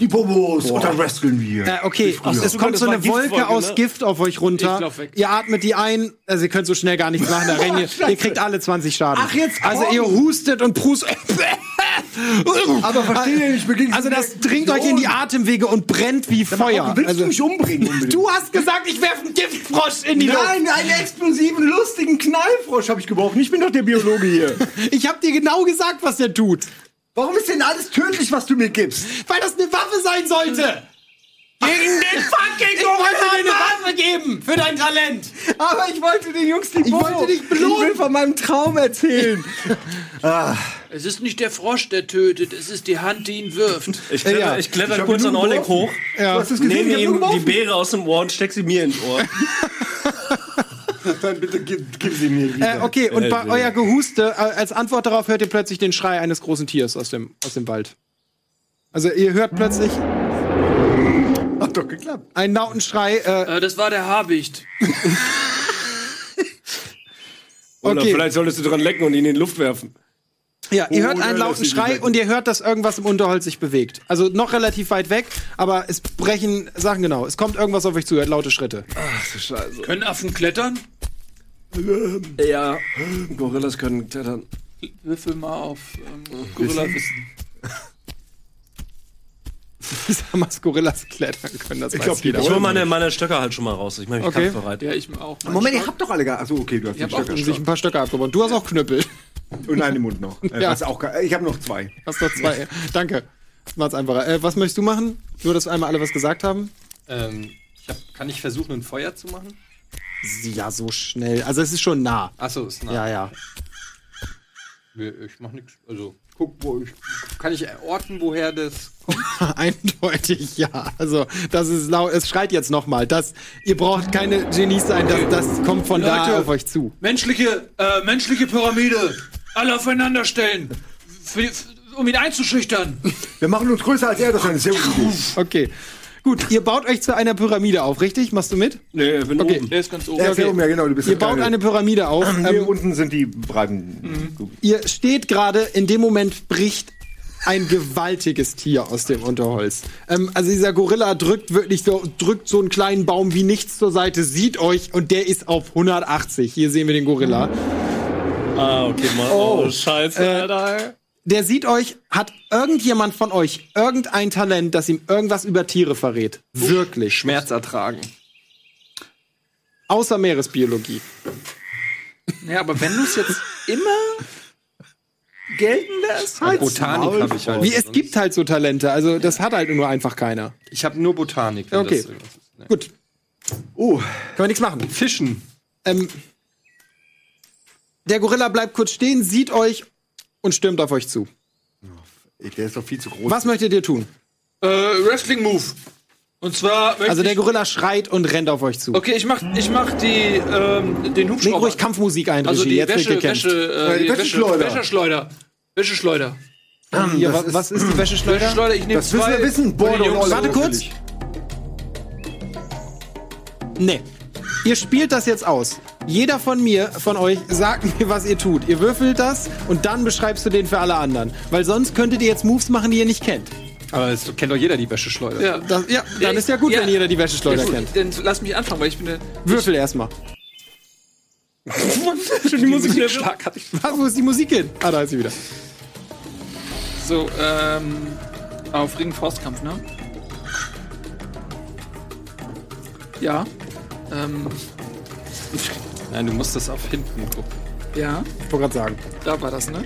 die Bobos, und dann wresteln wir. Äh, okay, es kommt das so war eine Giftwolke, Wolke aus ne? Gift auf euch runter. Ich lauf weg. Ihr atmet die ein, also ihr könnt so schnell gar nichts machen. Da rennen ihr, ihr kriegt alle 20 Schaden. Ach, jetzt komm! Also ihr hustet und prust. Aber verstehe ich beginn- Also das dringt euch in die Atemwege und brennt wie Feuer. Willst Also, du mich umbringen? unbedingt? du hast gesagt, ich werfe einen Giftfrosch in die Luft. Nein, einen explosiven, lustigen Knallfrosch habe ich geworfen. Ich bin doch der Biologe hier. Ich habe dir genau gesagt, was der tut. Warum ist denn alles tödlich, was du mir gibst? Weil das eine Waffe sein sollte. Gegen den fucking Ich wollte dir eine Waffe geben für dein Talent. Aber ich wollte den Jungs die Ich wollte dich belohnen. Ich will von meinem Traum erzählen. Es ist nicht der Frosch, der tötet, es ist die Hand, die ihn wirft. Ich kletter, Ja. ich kletter Ich hab kurz an genug Oleg hoch, geworfen. Du hast es gesehen, ich nehme ihm hab die nur geworfen. Beere aus dem Ohr und steck sie mir ins Ohr. Dann bitte gib, gib sie mir wieder. Äh, okay, und bei Äh, euer Gehuste, äh, als Antwort darauf hört ihr plötzlich den Schrei eines großen Tiers aus dem, aus dem Wald. Also ihr hört plötzlich Hat doch geklappt. einen lauten Schrei. Äh, Äh, das war der Habicht. Oder Okay. vielleicht solltest du dran lecken und ihn in die Luft werfen. ja, ihr hört Oh, einen nein, lass lauten mich Schrei nicht. und ihr hört, dass irgendwas im Unterholz sich bewegt. Also noch relativ weit weg, aber es brechen Sachen genau. Es kommt irgendwas auf euch zu, ihr hört laute Schritte. Können Affen klettern? Ja, Gorillas können klettern. Würfel mal auf ähm, Gorilla-Wissen. Samas Gorillas klettern können, das ich weiß glaub, die jeder. Ich hole meine, meine Stöcker halt schon mal raus. Ich meine, ich Okay. okay. bereit. Ja, ich auch. Moment, ihr habt doch alle gar. Achso, okay, du hast den hab auch Stöcker. Haben sich ein paar Stöcke abgebaut. Du hast auch Knüppel. Und einen im Mund noch. Äh, Ja. was auch, ge- ich habe noch zwei. Hast noch zwei. Danke. Das macht's einfacher. Äh, was möchtest du machen? Nur, dass wir einmal alle was gesagt haben. Ähm, ich hab, kann ich versuchen, ein Feuer zu machen? Ja, so schnell. Also es ist schon nah. Achso, ist nah. Ja, ja. Nee, Ich mach nichts. Also, guck, wo ich. Kann ich orten, woher das kommt? Eindeutig, ja. Also, das ist laut. Es schreit jetzt nochmal. Das, ihr braucht keine Genies sein. Das, das kommt von da Leute. auf euch zu. ne? Menschliche, äh, menschliche Pyramide. Alle aufeinander stellen. Für, f- um ihn einzuschüchtern. Wir machen uns größer als er, das ist eine sehr gute Idee. Okay. Gut, ihr baut euch zu einer Pyramide auf, richtig? Machst du mit? Nee, ich bin Okay. oben. Der ist ganz oben. Ja, sehr oben, ja, genau, du bist Ihr das baut Kleine. eine Pyramide auf. Hier Ähm, unten sind die breiten. ihr steht gerade, in dem Moment bricht ein gewaltiges Tier aus dem Unterholz. Ähm, also dieser Gorilla drückt wirklich so, drückt so einen kleinen Baum wie nichts zur Seite, sieht euch und der ist auf 180. Hier sehen wir den Gorilla. äh, Ah, okay, mal. Oh, scheiße, Alter. Der sieht euch, hat irgendjemand von euch irgendein Talent, das ihm irgendwas über Tiere verrät? Wirklich. Schmerz ertragen. Außer Meeresbiologie. Ja, aber wenn du es jetzt immer gelten lässt. Botanik habe ich halt. Wie, es gibt halt so Talente, also das hat halt nur einfach keiner. Ich habe nur Botanik. wenn Okay. das irgendwas ist. Nee. Gut. Uh. Oh, Können wir nichts machen. Fischen. Ähm, der Gorilla bleibt kurz stehen, sieht euch und stürmt auf euch zu. Oh, Der ist doch viel zu groß. Was möchtet ihr tun? Äh, Wrestling Move. Und zwar möchte Also der ich, Gorilla schreit und rennt auf euch zu. Okay. Okay, ich mach, ich mach die, ähm, den Leg Hubschrauber. ruhig Kampfmusik ein, also Regie. die Jetzt Wäsche, wird gekämpft. Wäsche, äh, Äh, die Wäscheschleuder. Wäsche, Wäscheschleuder. Wäscheschleuder. Ähm, Hier, wa- was ist die Wäscheschleuder? Wäscheschleuder, ich nehme Das müssen zwei. wir wissen, Boah, Bordo und Olle. Warte kurz. Nee. Ihr spielt das jetzt aus. Jeder von mir, von euch, sagt mir, was ihr tut. Ihr würfelt das und dann beschreibst du den für alle anderen. Weil sonst könntet ihr jetzt Moves machen, die ihr nicht kennt. Aber das kennt doch jeder die Wäscheschleuder. Ja. Das, ja, dann ist ja gut, Ja. wenn jeder die Wäscheschleuder Gut, kennt. Dann lass mich anfangen, weil ich bin eine. Würfel erstmal. Schon die Musik stark hatte ich. Was, wo ist die Musik hin? Ah, da ist sie wieder. So, ähm. Auf Ring Faustkampf, ne? Ja. Ähm, Nein, du musst das auf hinten gucken. ja, Ich wollte gerade sagen. da war das, ne?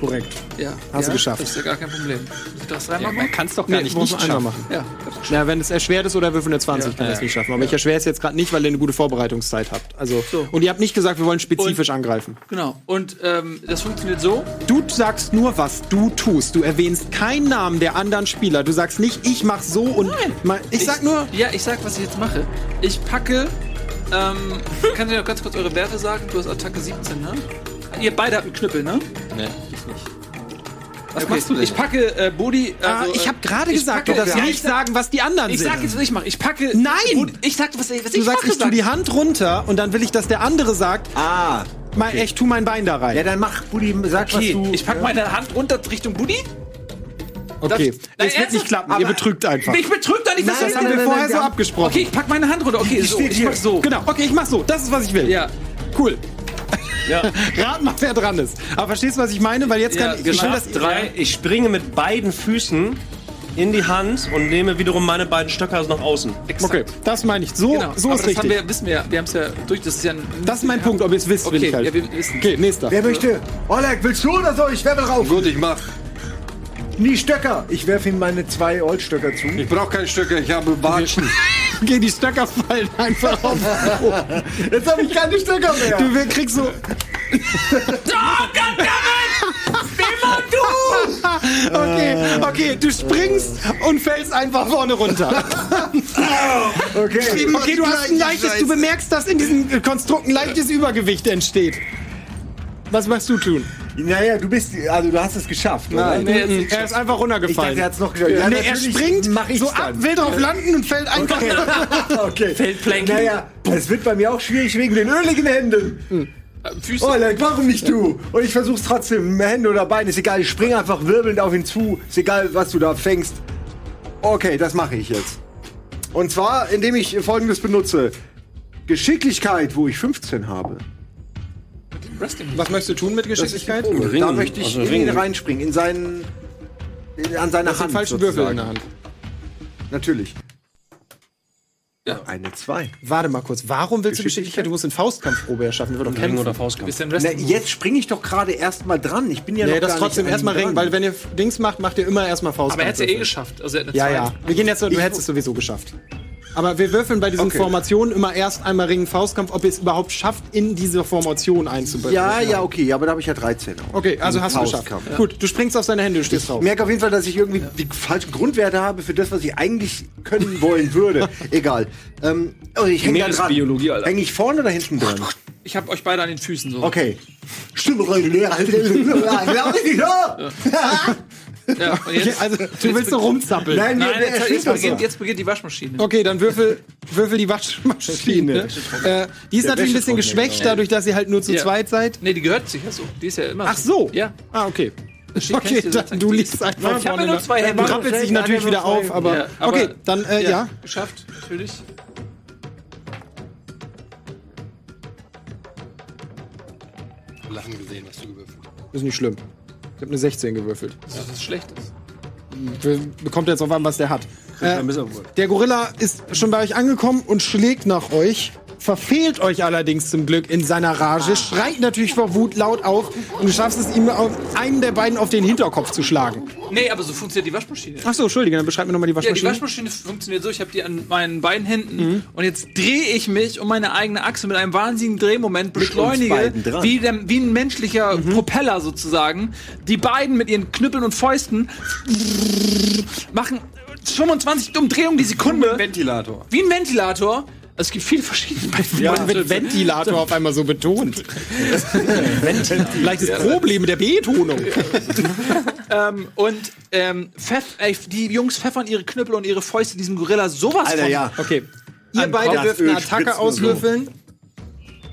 Korrekt. Ja. Hast ja, du geschafft. Das ist ja gar kein Problem. Soll Ich das reinmachen? Man kann es doch gar Nee, nicht muss nicht man einmal schaffen. machen. ja, ich hab's geschafft. Na, wenn es erschwert ist oder wir eine 20, kann das nicht schaffen. Aber ich erschwere es jetzt gerade nicht, weil ihr eine gute Vorbereitungszeit habt. Also, So. Und ihr habt nicht gesagt, wir wollen spezifisch angreifen. Genau. Und ähm, das funktioniert so. Du sagst nur, was du tust. Du erwähnst keinen Namen der anderen Spieler. Du sagst nicht, ich mach so und. Nein. Ich sag nur. Ja, ich sag, was ich jetzt mache. Ich packe. Ähm, kann ich noch ganz kurz eure Werte sagen? Du hast Attacke 17, ne? Ihr beide habt einen Knüppel, ne? Nee, ich nicht. Was machst du denn? Ich packe äh, Body. Ah, also, ich äh, habe gerade ich gesagt, du packe- darfst ja, nicht ich sag- sagen, was die anderen Ich sind. sag jetzt, was ich mache. Ich packe. Nein! Body- Ich sag, was, ich- was du ich sagst, mache. ich tu die Hand runter und dann will ich, dass der andere sagt, Ah. mein, ich tu mein Bein da rein. Ja, dann mach, Buddy, sag Okay, was du. ich pack meine Hand unter Richtung Budi. okay. das- Nein, Das wird nicht ernsthaft? klappen. Aber- ihr betrügt einfach. Ich betrüge da nicht. was das soll haben ich wir denn? nein, nein, vorher so wir haben- Also abgesprochen. Okay, ich pack meine Hand runter. Okay, so, steht ich hier. mach so. Genau, okay, ich mach so. Das ist, was ich will. Ja. Cool. Rat mal, wer dran ist. Aber verstehst du, was ich meine? Weil jetzt Ja, genau. kann ich, ich will Geschafft, das. drei. Ich springe mit beiden Füßen in die Hand und nehme wiederum meine beiden Stöcker nach außen. Okay, das meine ich. So, Genau. so Aber ist das richtig. Haben wir, wissen wir, ja. wir haben es ja durch. Das ist ja ein, das ist mein Punkt, ob ihr es wisst, will Okay, ich halt. ja, wir wissen. Okay, nächster. Wer möchte? Oleg, willst du oder soll ich? Wer will rauf? Gut, ich mach. Nie Stöcker. Ich werfe ihm meine zwei Oldstöcker zu. Ich brauche keine Stöcke, ich habe Watschen. Okay, die Stöcker fallen einfach auf. Jetzt habe ich keine Stöcker mehr. Du wir- kriegst so. Okay, okay, du springst und fällst einfach vorne runter. Okay. Okay, du hast ein leichtes, du bemerkst, dass in diesem Konstrukt ein leichtes Übergewicht entsteht. Was machst du tun? Naja, du bist, also du hast es geschafft, oder? Nein, er ist einfach Ich dachte, runtergefallen. er hat's noch geschafft. Ja, nee, er natürlich springt mach ich's so ab, dann. will drauf landen und fällt einfach. Okay. Feldplanking. Naja, es wird bei mir auch schwierig wegen den öligen Händen. Füße. Oleg, warum nicht du? Und ich versuch's trotzdem, Hände oder Beine, ist egal, ich spring einfach wirbelnd auf ihn zu, ist egal, was du da fängst. Okay, das mache ich jetzt. Und zwar, indem ich folgendes benutze. Geschicklichkeit, wo ich 15 habe. Was möchtest du tun mit Geschicklichkeit? Da Ringen, möchte ich also in ihn Ringen. reinspringen, in seinen. In, an seine Das sind Hand. falsche sozusagen. Würfel in der Hand. Natürlich. Ja. Eine 2. Warte mal kurz. Warum willst du Geschicklichkeit? Geschicklichkeit? Du musst einen Faustkampfprobe erschaffen. Wir doch Ring kämpfen. oder Faustkampf. Ist im Rest. Jetzt springe ich doch gerade erstmal dran. Ich bin ja Nee, noch das gar trotzdem nicht erstmal dran. ringen, weil wenn ihr Dings macht, macht ihr immer erstmal Faustkampf. aber er hat es ja eh geschafft. Also er hat eine Ja, zwei. ja. Wir gehen jetzt so, du hättest es sowieso geschafft. Aber wir würfeln bei diesen Formationen immer erst einmal Ringen, Faustkampf, ob ihr es überhaupt schafft, in diese Formation einzubinden. Ja, ja, okay, aber da habe ich ja 13. auch. Okay, also hast du geschafft. Faustkampf. Gut, du springst auf seine Hände, du stehst Ich drauf. merke auf jeden Fall, dass ich irgendwie die falschen Grundwerte habe für das, was ich eigentlich können wollen würde. Egal. Ähm, oh, ich hänge da Meeresbiologie, dran. Alter. Hänge ich vorne oder hinten dran? Ich hab euch beide an den Füßen so. Okay. ne? Stimme rein, Lehrer. Glaube ich nicht, oh! Ja, und jetzt, Also, du willst so rumzappeln. Nein, nein, mir jetzt, jetzt, erschießt das beginnt, so. jetzt beginnt die Waschmaschine. Okay, dann würfel, würfel die Waschmaschine. Äh, die ist natürlich ein bisschen geschwächt, dadurch, dass ihr halt nur zu Ja. zweit seid. Nee, die gehört sich ja so. Die ist ja immer Ach so. Ja. Ah, okay. steht Okay, Kästchen dann, sozusagen. du liegst einfach Ich habe vorne. ja nur zwei da. Hände. Du rappelst dich natürlich wieder auf, aber, Ja, aber- okay, dann äh, ja. Geschafft, natürlich. Lachen gesehen, was du gewürfelt hast. Ist nicht schlimm. Ich habe eine 16 gewürfelt. Das ist was Schlechtes. Wir- Bekommt jetzt auf an, was der hat. Äh, der Gorilla ist schon bei euch angekommen und schlägt nach euch. Verfehlt euch allerdings zum Glück in seiner Rage, schreit natürlich vor Wut laut auf und du schaffst es ihm auf einen der beiden auf den Hinterkopf zu schlagen. Nee, aber so funktioniert die Waschmaschine. Ach so, Entschuldige, dann beschreib mir nochmal die Ja, die Waschmaschine. Waschmaschine funktioniert so, ich habe die an meinen beiden Händen Mhm. und jetzt drehe ich mich um meine eigene Achse mit einem wahnsinnigen Drehmoment, beschleunige, beiden dran. Mhm. wie, der, wie ein menschlicher Propeller sozusagen. Die beiden mit ihren Knüppeln und Fäusten machen 25 Umdrehungen die Sekunde, Ventilator. wie ein Ventilator. Es gibt viele verschiedene Man wird Ventilator auf einmal so betont. Vielleicht das Problem mit der Betonung. Ähm, und ähm, pfeff, ey, die Jungs pfeffern ihre Knüppel und ihre Fäuste diesem Gorilla sowas Alter, von. ja. Okay. Ihr beide Kopf. dürft eine Öl spritzen Attacke und so. auswürfeln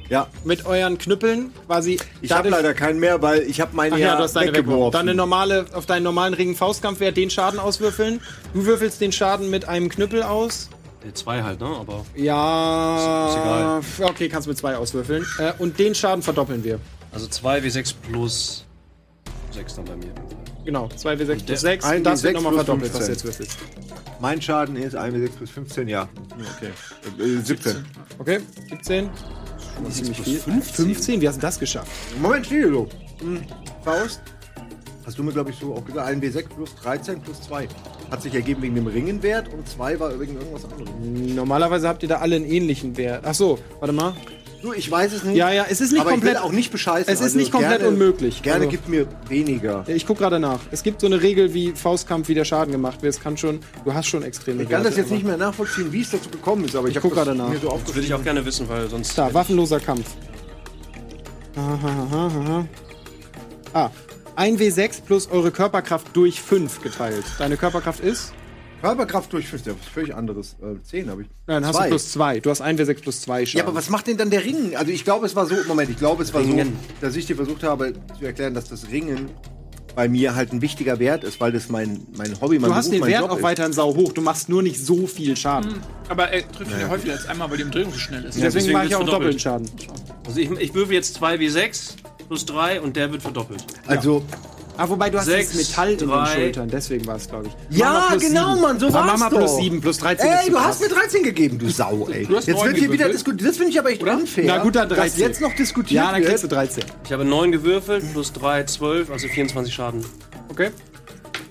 Ja, mit euren Knüppeln quasi. ich habe dadurch- leider keinen mehr, weil ich habe meine Ach ja, ja, du hast deine weggeworfen. weggeworfen. Dann eine normale, auf deinen normalen Ringen Faustkampfwert den Schaden auswürfeln. Du würfelst den Schaden mit einem Knüppel aus. Ja, Zwei halt, ne? Aber Ja. Ist- Okay, kannst mit zwei auswürfeln. Äh, und den Schaden verdoppeln wir. also 2 W6 plus 6 dann bei mir. Genau, 2w6 plus 6. ein Das wird W6 nochmal plus verdoppelt, was du 15. jetzt würfelst. mein Schaden ist 1 bis 15, ja. Okay. Äh, 17. Okay, 17. Ziemlich viel. 15? Wie hast du das geschafft? Moment, steht hier so. Hm, Faust. Hast du mir, glaube ich, so auch gesagt. 1W6 plus 13 plus 2. Hat sich ergeben wegen dem Ringenwert und 2 war wegen irgendwas anderem. Normalerweise habt ihr da alle einen ähnlichen Wert. Ach so, warte mal. Du, ich weiß es nicht. Ja, ja, es ist nicht aber komplett. ich will auch nicht bescheißen. Also Es ist nicht komplett gerne, unmöglich. Gerne Also- gibt mir weniger. Ich guck gerade nach. Es gibt so eine Regel, wie Faustkampf, wie der Schaden gemacht wird. Es kann schon. Du hast schon extreme Ich kann das Werte, jetzt nicht mehr nachvollziehen, wie es dazu gekommen ist, aber ich, Ich hab guck das gerade nach. mir so Das aufgeschrieben. würde ich auch gerne wissen, weil sonst. Da, waffenloser Kampf. Aha, aha, aha. Ah, 1W6 plus eure Körperkraft durch 5 geteilt. Deine Körperkraft ist? Körperkraft durch 5, das ist völlig anderes. Äh, 10 habe ich. Nein, hast Zwei. du plus 2. Du hast 1W6 plus 2 Schaden. Ja, aber was macht denn dann der Ringen? Also ich glaube, es war so, Moment, ich glaube, es war so, dass ich dir versucht habe zu erklären, dass das Ringen bei mir halt ein wichtiger Wert ist, weil das mein, mein Hobby, mein du hast Beruf, den mein Wert Job auch ist. weiterhin sau hoch. Du machst nur nicht so viel Schaden. Aber er trifft ihn ja häufiger als einmal, weil die Umdrehung so schnell ist. deswegen, deswegen mache ich auch wird's doppelten verdoppelt. Schaden. Also ich, ich würfel jetzt 2 W6 plus 3 und der wird verdoppelt. Also, Ah, wobei du hast Sechs, das Metall in den drei. Schultern. Deswegen war es, glaube ich. Ja, Mach mal plus genau, sieben. Mann, so Aber war's Mach mal plus doch. 7, plus 13 ist ey, zu du krass. hast mir 13 gegeben, du ne? Sau, ey. Du hast jetzt neun wird hier wieder gewürfelt. diskutiert. Das finde ich aber echt unfair. Na gut, dann Dass 13. jetzt noch diskutiert Ja, dann kriegst du wird. 13. Ich habe 9 gewürfelt, plus 3, 12, also 24 Schaden. Okay.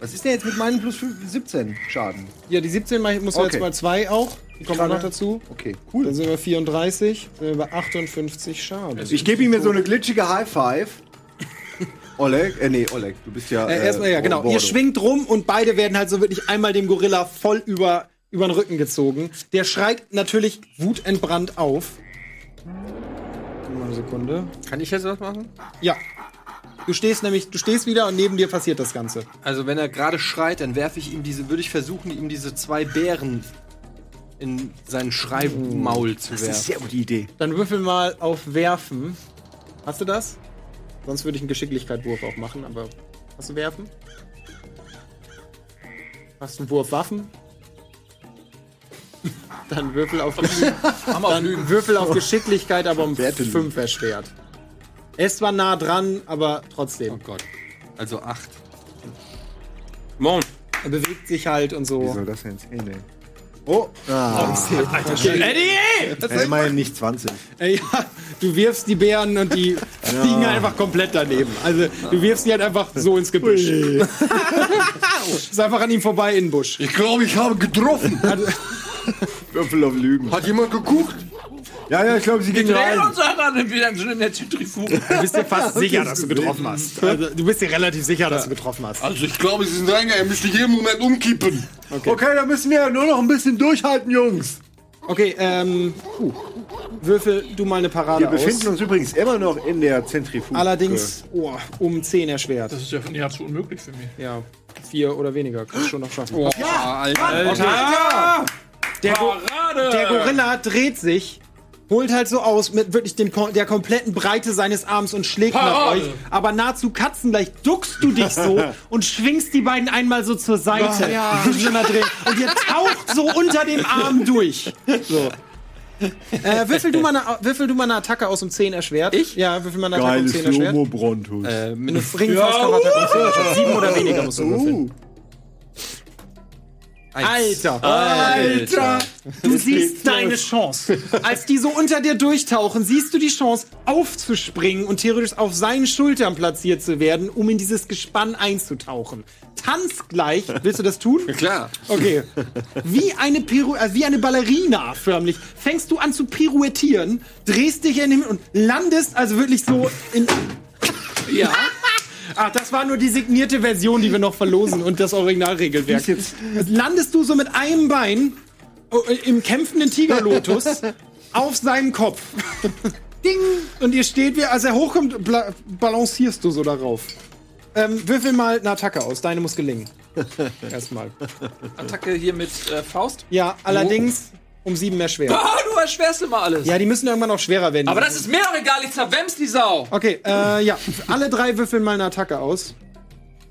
Was ist denn jetzt mit meinen plus 5, 17 Schaden? Ja, die 17 mach ich- muss jetzt Okay. mal 2 auch. Die kommen auch noch dazu. Okay, Dann cool. sind wir 34, sind wir bei 58 Schaden. Ich gebe ihm jetzt so eine glitschige High Five. Oleg, äh, nee, Oleg, du bist ja. äh, erstmal, ja, genau. Bordo. Ihr schwingt rum und beide werden halt so wirklich einmal dem Gorilla voll über, über den Rücken gezogen. Der schreit natürlich wutentbrannt auf. Gib mal Eine Sekunde. Kann ich jetzt was machen? Ja. Du stehst nämlich, du stehst wieder und neben dir passiert das Ganze. Also wenn er gerade schreit, dann werfe ich ihm diese, würde ich versuchen, ihm diese zwei Bären in sein Schreimaul zu Das ist werfen. sehr gute Idee. Dann würfel mal auf Werfen. Hast du das? Sonst würde ich einen Geschicklichkeitswurf auch machen, aber hast du Werfen? Hast du einen Wurf Waffen? Dann würfel auf, dann würfel Oh. auf Geschicklichkeit, aber um Werte lügen. 5 erschwert. Es war nah dran, aber trotzdem. Oh Gott. Also acht. Moin. Er bewegt sich halt und so. das denn jetzt eh hin, ey? Oh, Eddie! ja, immerhin nicht 20. Äh, Ja, du wirfst die Bären und die fliegen halt einfach komplett daneben. Also du wirfst die halt einfach so ins Gebüsch. ist einfach an ihm vorbei in den Busch. Ich glaube, ich habe getroffen. Würfel auf Lügen. Hat jemand geguckt? Ja, ja, ich glaube, sie ging Drehen rein. uns einfach wieder schon in der Zentrifuge. Du bist dir fast sicher, dass du getroffen hast. Also, du bist dir relativ sicher, dass du getroffen hast. Also ich glaube, sie sind reingegangen. Er müsste jeden Moment umkippen. Okay. da müssen wir ja nur noch ein bisschen durchhalten, Jungs. Okay, ähm, puh. würfel du mal eine Parade Wir befinden aus. uns übrigens immer noch in der Zentrifuge. Allerdings oh, um 10 erschwert. Das ist ja nahezu unmöglich für mich. Ja, vier oder weniger. Kannst schon noch schaffen. Der, Go Parade! der Gorilla dreht sich, holt halt so aus mit wirklich dem, Ko- der kompletten Breite seines Arms und schlägt nach Parade. euch. Aber nahezu katzengleich duckst du dich so und schwingst die beiden einmal so zur Seite. Die sich immer drehen. Und ihr taucht so unter dem Arm durch. So. Äh, würfel, du mal eine, würfel du mal eine Attacke aus um 10 erschwert. Ich? Ja, würfel mal eine Attacke um 10 erschwert. Brontus. Eine Ringfaustkampfattacke um 10 erschwert. Sieben oder weniger musst du Uh, würfeln. Alter. Alter! Du siehst deine Chance. Als die so unter dir durchtauchen, siehst du die Chance, aufzuspringen und theoretisch auf seinen Schultern platziert zu werden, um in dieses Gespann einzutauchen. Tanz gleich. Willst du das tun? Klar. Okay. Wie eine, Piru äh, wie eine Ballerina förmlich fängst du an zu pirouettieren, drehst dich in den Himmel und landest also wirklich so in. Ja. Ach, das war nur die signierte Version, die wir noch verlosen und das Originalregelwerk. Landest du so mit einem Bein oh, äh, im kämpfenden Tigerlotus auf seinem Kopf. Ding! Und ihr steht, wie- als er hochkommt, bla- balancierst du so darauf. Ähm, würfel mal eine Attacke aus. Deine muss gelingen. Erstmal. Attacke hier mit äh, Faust. Ja, allerdings um sieben mehr schwer. Ah, du erschwerst immer alles. Ja, die müssen irgendwann auch schwerer werden. Aber das ist mir doch egal, ich zerwemms die Sau. Okay, äh, ja. Alle drei würfeln mal eine Attacke aus.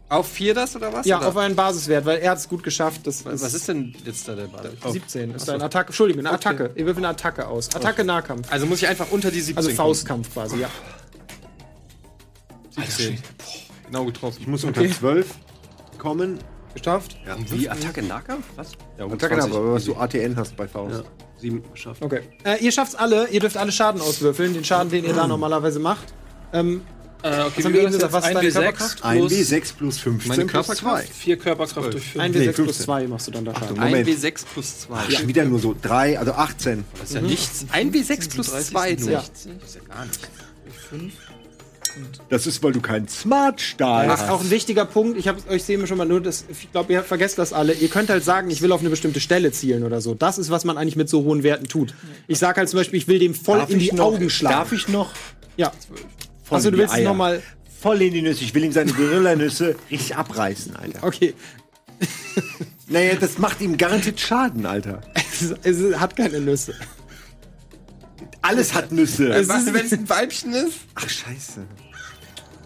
Auf vier das oder was? Ja, oder? auf einen Basiswert, weil er hat es gut geschafft. Das ist, Was ist denn jetzt da der Bade? 17. Ist eine Attacke. Entschuldigung, eine Attacke. Ihr würfelt eine Attacke aus. Attacke Nahkampf. Also muss ich einfach unter die 17 Also Faustkampf quasi, ja. kommen. Genau getroffen. Ich muss unter 12 kommen. Geschafft? um Wie? Attacke Nahkampf? Was? Attacke knapp, aber was du ATN hast bei Faust. Sieben geschafft. Okay. Äh, ihr schafft's alle. Ihr dürft alle Schaden auswürfeln. Den Schaden, den ihr da normalerweise macht. Ähm, Äh, okay, wie haben wir war eben gesagt? das Was ist deine jetzt? 1W6 Körperkraft? Ein plus W6 plus 15 plus 2. 4 Körperkraft durch 5. 1W6 plus 15. 2 machst du dann da Schaden. Moment. 1W6 plus 2. Schon Wieder nur so 3, also 18. Das ist ja nichts. 1W6 plus 2 nur. Ja. Das ist, weil du keinen Smart-Stahl Das ist auch ein wichtiger Punkt. Ich habe euch sehen schon mal nur, das, ich glaube, ihr vergesst das alle. Ihr könnt halt sagen, ich will auf eine bestimmte Stelle zielen oder so. Das ist, was man eigentlich mit so hohen Werten tut. Ich sage halt zum Beispiel, ich will dem voll in die Augen schlagen. Darf ich noch Ja. Also du willst es nochmal. voll in die Nüsse. Ich will ihm seine Gorillanüsse richtig abreißen, Alter. Okay. Naja, das macht ihm garantiert Schaden, Alter. Es, es hat keine Nüsse. Alles hat Nüsse. Es ist, es ein Weibchen ist? Ach, scheiße.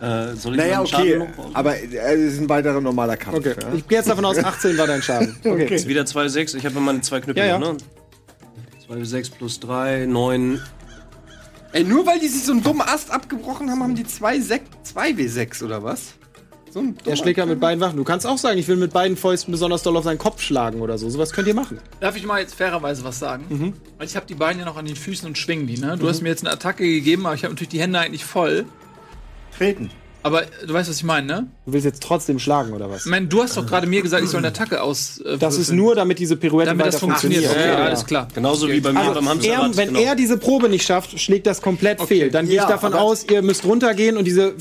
Äh, soll ich Naja, meinen Schaden okay. noch- Aber äh, es ist ein weiterer normaler Kampf. okay. Ja? Ich gehe jetzt davon aus, 18 war dein Schaden. Okay. Wieder 2, 6. Ich habe meine zwei Knüppel, Ja, ja. ne? 2, 6 plus 3, 9. Ey, nur weil die sich so einen dummen Ast abgebrochen haben, haben die 2W6 oder was? So ein Er dummer schlägt ja mit beiden Waffen. Du kannst auch sagen, ich will mit beiden Fäusten besonders doll auf seinen Kopf schlagen oder so. Sowas könnt ihr machen. Darf ich mal jetzt fairerweise was sagen? Weil ich habe die Beine ja noch an den Füßen und schwingen die, ne? Du hast mir jetzt eine Attacke gegeben, aber ich habe natürlich die Hände eigentlich voll. Treten. Aber äh, du weißt, was ich meine, ne? Du willst jetzt trotzdem schlagen oder was? Ich meine, du hast doch gerade mir gesagt, ich soll eine Attacke aus. äh, Das ist würfeln. nur, damit diese Pirouette Damit weiter das funktioniert. funktioniert. Okay, Ja, alles klar. Genauso wie bei mir beim genau. Hamster. Also Er, wenn er diese Probe nicht schafft, schlägt das komplett fehl. Dann gehe ich Ja, davon aber- aus, ihr müsst runtergehen und diese,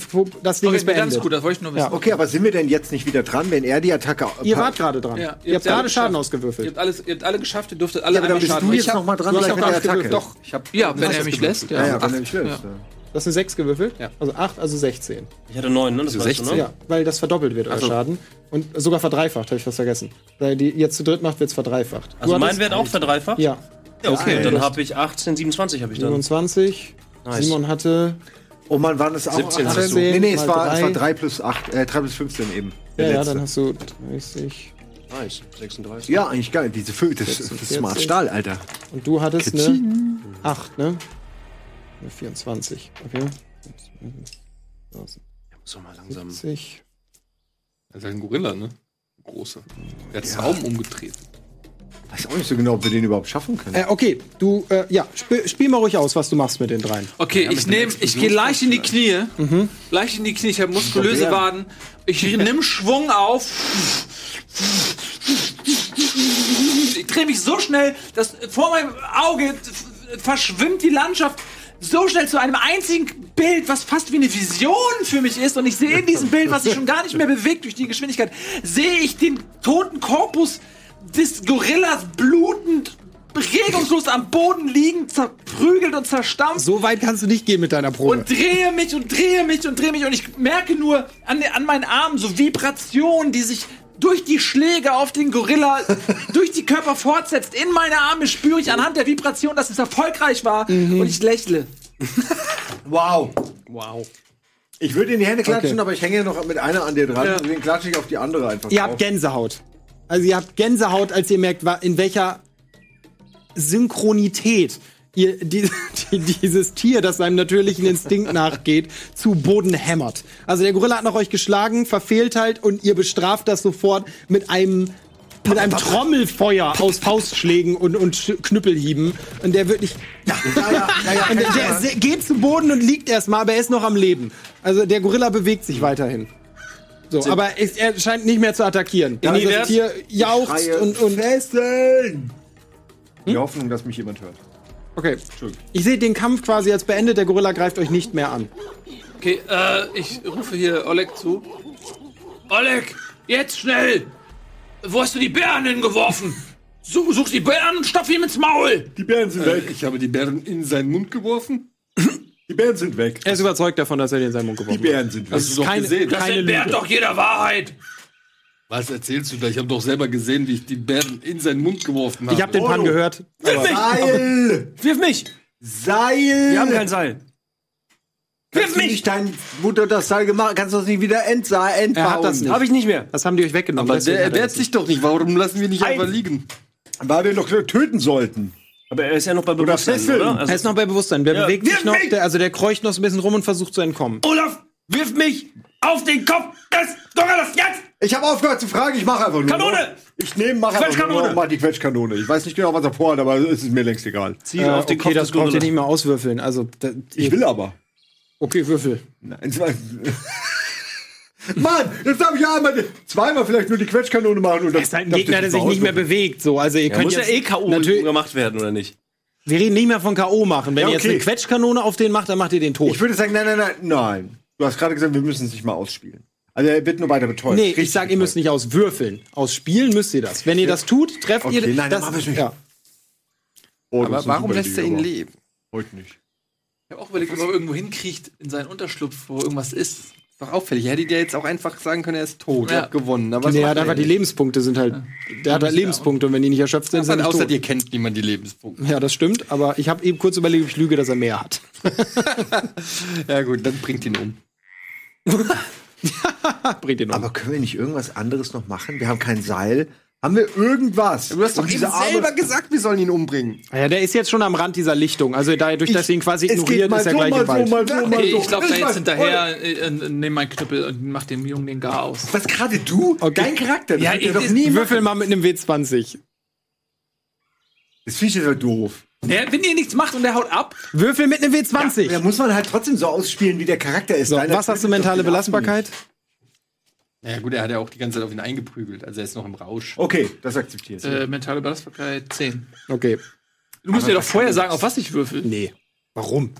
das Ding ist Okay, beendet. ganz gut, das wollte ich nur wissen. Okay, aber sind wir denn jetzt nicht wieder dran, wenn er die Attacke... Ihr wart gerade dran. Ja, ihr habt ja gerade Schaden geschafft. ausgewürfelt. Ihr habt, alles, ihr habt alle geschafft, ihr dürftet Ja, alle aber dann einmal bist Schaden. du Ich jetzt hab- nochmal dran, du hast gleich auch mit der gar nicht Attacke. gewürfelt. Doch. Ich hab Ja, wenn er mich lässt. Ja, ja, acht. wenn er nicht willst. Ja. Das sind 6 gewürfelt. Ja. Also 8, also 16. ich hatte 9, ne? Das weißt du, ne? Ja, weil das verdoppelt wird, euer Schaden. Und sogar verdreifacht, habe ich fast vergessen. Weil die jetzt zu dritt macht, wird es verdreifacht. Also Du mein hattest- Wert auch verdreifacht? Ja. Ja, okay, dann habe ich 18, 27 habe ich dann. 27. Simon hatte. Oh Mann, waren es auch 17 hast 18? du. Nee, nee, es Mal war, es war drei. 3 plus 8, äh, 3 plus 15 eben. Ja, Der ja, letzte. dann hast du 30. Nice, 36. ja, eigentlich geil. Diese Fö das, das ist 14. Smart Stahl, Alter. Und du hattest eine 8, ne? Eine 24. Okay. So mal langsam. 60. Das ist halt ein Gorilla, ne? Große. Der hat ja. Raum umgetreten. Weiß auch nicht so genau, ob wir den überhaupt schaffen können. Äh, okay, du, äh, ja, spiel, spiel mal ruhig aus, was du machst mit Mhm. den dreien. Okay, ich nehme, ich gehe leicht in die Knie, leicht in die Knie, ich habe muskulöse Waden. Ich nimm Schwung auf. Ich drehe mich so schnell, dass vor meinem Auge f- verschwimmt die Landschaft so schnell zu einem einzigen Bild, was fast wie eine Vision für mich ist. Und ich sehe in diesem Bild, was sich schon gar nicht mehr bewegt durch die Geschwindigkeit, sehe ich den toten Korpus des Gorillas blutend, regungslos am Boden liegend, zerprügelt und zerstampft So weit kannst du nicht gehen mit deiner Probe. und drehe mich und drehe mich und drehe mich und ich merke nur an, den- an meinen Armen so Vibrationen, die sich durch die Schläge auf den Gorilla, durch die Körper fortsetzt. In meine Arme spüre ich anhand der Vibration, dass es erfolgreich war Mhm. und ich lächle. Wow. Wow. Ich würde in die Hände klatschen, Okay. aber ich hänge ja noch mit einer an dir dran. Deswegen klatsche ich auf die andere einfach. ihr habt drauf. Gänsehaut. Also ihr habt Gänsehaut, als ihr merkt, wa- in welcher Synchronität ihr die, die, dieses Tier, das seinem natürlichen Instinkt nachgeht, zu Boden hämmert. Also der Gorilla hat nach euch geschlagen, verfehlt halt und ihr bestraft das sofort mit einem mit einem Trommelfeuer aus Faustschlägen und, und Sch- Knüppelhieben. Und der wird nicht. genau. und der, der se- geht zu Boden und liegt erstmal, aber er ist noch am Leben. Also der Gorilla bewegt sich weiterhin. So, aber es, er scheint nicht mehr zu attackieren. Ja, also Inivert? das Tier jauchzt Schreie und, und fesseln. Die Hoffnung, dass mich jemand hört. Okay. Ich sehe den Kampf quasi als beendet. Der Gorilla greift euch nicht mehr an. Okay, äh, ich rufe hier Oleg zu. Oleg, jetzt schnell! Wo hast du die Bären hingeworfen? Such, such die Bären und stopf ihm ins Maul! Die Bären sind weg. Äh, Ich habe die Bären in seinen Mund geworfen. Die Bären sind weg. Er ist überzeugt davon, dass er den in seinen Mund Die geworfen hat. Bären sind weg. Hast du doch Keine- gesehen. Das Keine entbehrt Lüge. doch jeder Wahrheit! Was erzählst du da? Ich habe doch selber gesehen, wie ich die Bären in seinen Mund geworfen habe. Ich habe den Oh. Pan gehört. Seil! Wirf mich! Seil! Wir haben kein Seil. Kannst du nicht dein Mutter das Seil gemacht? Kannst du das nicht wieder entsa- entbauen? Er hat das nicht. Hab ich nicht mehr. Das haben die euch weggenommen. Aber deswegen der hat er erwehrt das nicht. sich doch nicht. Warum lassen wir nicht einfach liegen? Weil wir doch töten sollten. Aber er ist ja noch bei Bewusstsein, fesseln. oder? Also oder? Er ist noch bei Bewusstsein. Der bewegt sich Wirf noch. mich! Der, also der kreucht noch so ein bisschen rum und versucht zu entkommen. Olaf, wirf mich auf den Kopf des Gorillas jetzt! Ich habe aufgehört zu fragen, ich mache einfach nur. Kanone! noch. Ich nehme, mache einfach nur Quetschkanone! noch mal die Quetschkanone. Ich weiß nicht genau, was er vorhat, aber es ist mir längst egal. Ziel Äh, auf den okay, Kopf das des braucht ihr Gorillas. nicht mehr auswürfeln. Also, da, Ich will aber. okay, Würfel. Nein, zwei- Mann, jetzt habe ich ja einmal, zweimal vielleicht nur die Quetschkanone machen und dann. Das ist halt ein Gegner, der sich nicht mehr bewegt. So, also ihr könnt Muss ja jetzt eh K.O. natürlich. gemacht werden, oder nicht? Wir reden nicht mehr von K.O. machen. Wenn Ja, ihr jetzt eine okay. Quetschkanone auf den macht, dann macht ihr den tot. Ich würde sagen, nein, nein, nein, nein. Du hast gerade gesagt, wir müssen es nicht mal ausspielen. Also er wird nur weiter betäubt. Nee, ich sag, ihr müsst nicht aus würfeln. Aus spielen müsst ihr das. Wenn ihr das tut, trefft Okay, ihr nein, dann das. mach ich nicht. Ja. Oh, das Aber ist eine warum super lässt er Idee, ihn aber leben? Heute nicht. Ich habe auch überlegt, ob er irgendwo hinkriegt in seinen Unterschlupf, wo irgendwas ist. Ist Doch auffällig. Hätte ich dir jetzt auch einfach sagen können, er ist tot. Ja. Ich hab gewonnen. Aber was Nee, er macht hat er einfach die denn? Lebenspunkte sind halt. Der hat halt Lebenspunkte und wenn die nicht erschöpft sind, Was ist er denn, nicht Außer tot. dir kennt niemand die Lebenspunkte. Ja, das stimmt, aber ich habe eben kurz überlegt, ob ich lüge, dass er mehr hat. Ja gut, dann bringt ihn um. Bringt ihn um. Aber können wir nicht irgendwas anderes noch machen? Wir haben kein Seil. Haben wir irgendwas? Du hast doch eben selber gesagt, wir sollen ihn umbringen. ja, der ist jetzt schon am Rand dieser Lichtung. Also da, durch das ihr ihn quasi ignoriert, ist er gleich im Wald. Nee, ich laufe da jetzt hinterher, äh, äh, nehme meinen Knüppel und mach dem Jungen den Gar aus. Was gerade du? Dein Charakter? Das Ja, wird dir ich- doch nie Würfel mal mit einem W20. Das Viech ist ja doof. Der, wenn ihr nichts macht und der haut ab, Würfel mit einem W20. Da muss man halt trotzdem so ausspielen, wie der Charakter ist. so, Deiner was hast du tötet mentale doch den Belastbarkeit? Ja gut, er hat ja auch die ganze Zeit auf ihn eingeprügelt. Also er ist noch im Rausch. Affen. Okay, das akzeptierst du. Äh, mentale Belastbarkeit 10. Okay. Du musst mir doch vorher sagen, auf was ich würfel. Nee. Warum?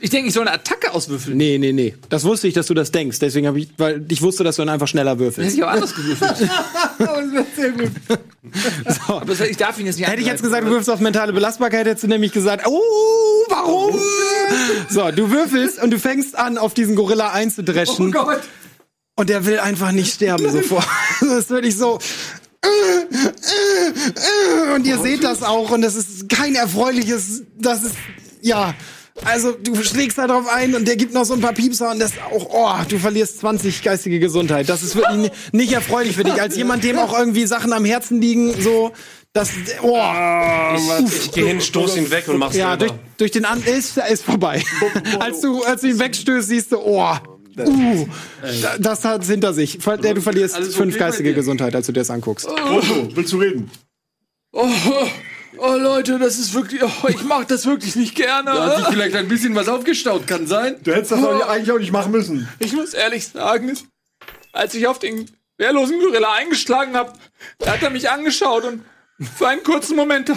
Ich denke, ich soll eine Attacke auswürfeln. Nee, nee, nee. Das wusste ich, dass du das denkst. Deswegen habe ich, weil ich wusste, dass du dann einfach schneller würfelst. Hätte ich auch anders gewürfelt. Aber ich darf ihn jetzt nicht Hätte ich jetzt gesagt, du würfelst auf mentale Belastbarkeit, hättest du nämlich gesagt, oh, warum? So, du würfelst und du fängst an, auf diesen Gorilla einzudreschen. Oh Gott. Und der will einfach nicht sterben sofort. Also Das ist wirklich so. äh, äh, äh. Und ihr seht das auch und das ist kein erfreuliches, das ist, ja. Also, du schlägst da drauf ein und der gibt noch so ein paar Piepser und das auch, oh, du verlierst 20 geistige Gesundheit. Das ist wirklich ni- nicht erfreulich für dich. Als jemand, dem auch irgendwie Sachen am Herzen liegen, so, das, oh. Ich geh hin, stoß ihn weg und mach's Ja, selber. durch, durch den An ist, ist vorbei. als, du, als du ihn wegstößt, siehst du, oh, uh, da- das hat's hinter sich. Ver- äh, Du verlierst fünf geistige Gesundheit, als du dir das anguckst. Roto, willst du reden? Oh, oh Leute, das ist wirklich. Oh, ich mach das wirklich nicht gerne. Oh. Da hat sich vielleicht ein bisschen was aufgestaut, kann sein. Du hättest das doch nicht- eigentlich auch nicht machen müssen. Ich muss ehrlich sagen, als ich auf den wehrlosen Gorilla eingeschlagen habe, da hat er mich angeschaut und für einen kurzen Moment, da,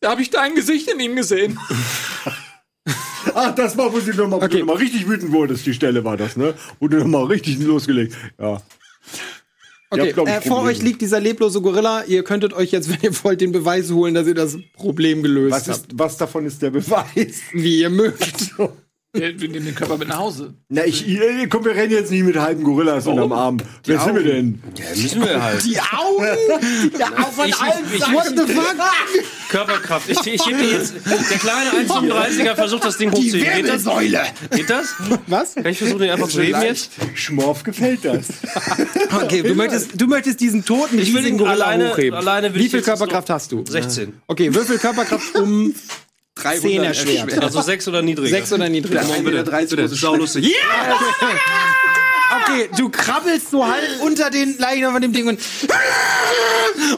da habe ich dein Gesicht in ihm gesehen. Ach, das war, wo, sie noch mal, wo du noch mal richtig wütend wurdest, die Stelle war das, ne? Wo du noch mal richtig losgelegt. Ja. Ihr Okay, habt, glaub ich, äh, vor Probleme. euch liegt dieser leblose Gorilla. Ihr könntet euch jetzt, wenn ihr wollt, den Beweis holen, dass ihr das Problem gelöst Was, habt. ist, was davon ist der Beweis? Wie ihr mögt. Wir wir nehmen den Körper mit nach Hause. Na, ich, ihr- komm, wir rennen jetzt nicht mit halben Gorillas unterm Arm. Wer sind wir denn? Müssen wir halt. Die Augen! Ja, auch von allen Seiten. What the fuck? Körperkraft. Ich, ich heb dir jetzt. Der kleine 1,35er versucht das Ding hochzuheben. Geht das? Säule! Geht das? Was? Kann ich versuchen, den einfach zu heben jetzt? Schmorf gefällt das. Okay, du möchtest, du möchtest diesen toten Ich will riesigen ihn Gorilla alleine- hochheben. alleine will Wie ich viel jetzt das Körperkraft hast du? 16. Okay, würfel Körperkraft um 10 erschwert. erschwert. Also 6 oder niedriger. 6 oder niedriger. Das ist saulustig. Okay, du krabbelst so halb unter den Leichen von dem Ding und,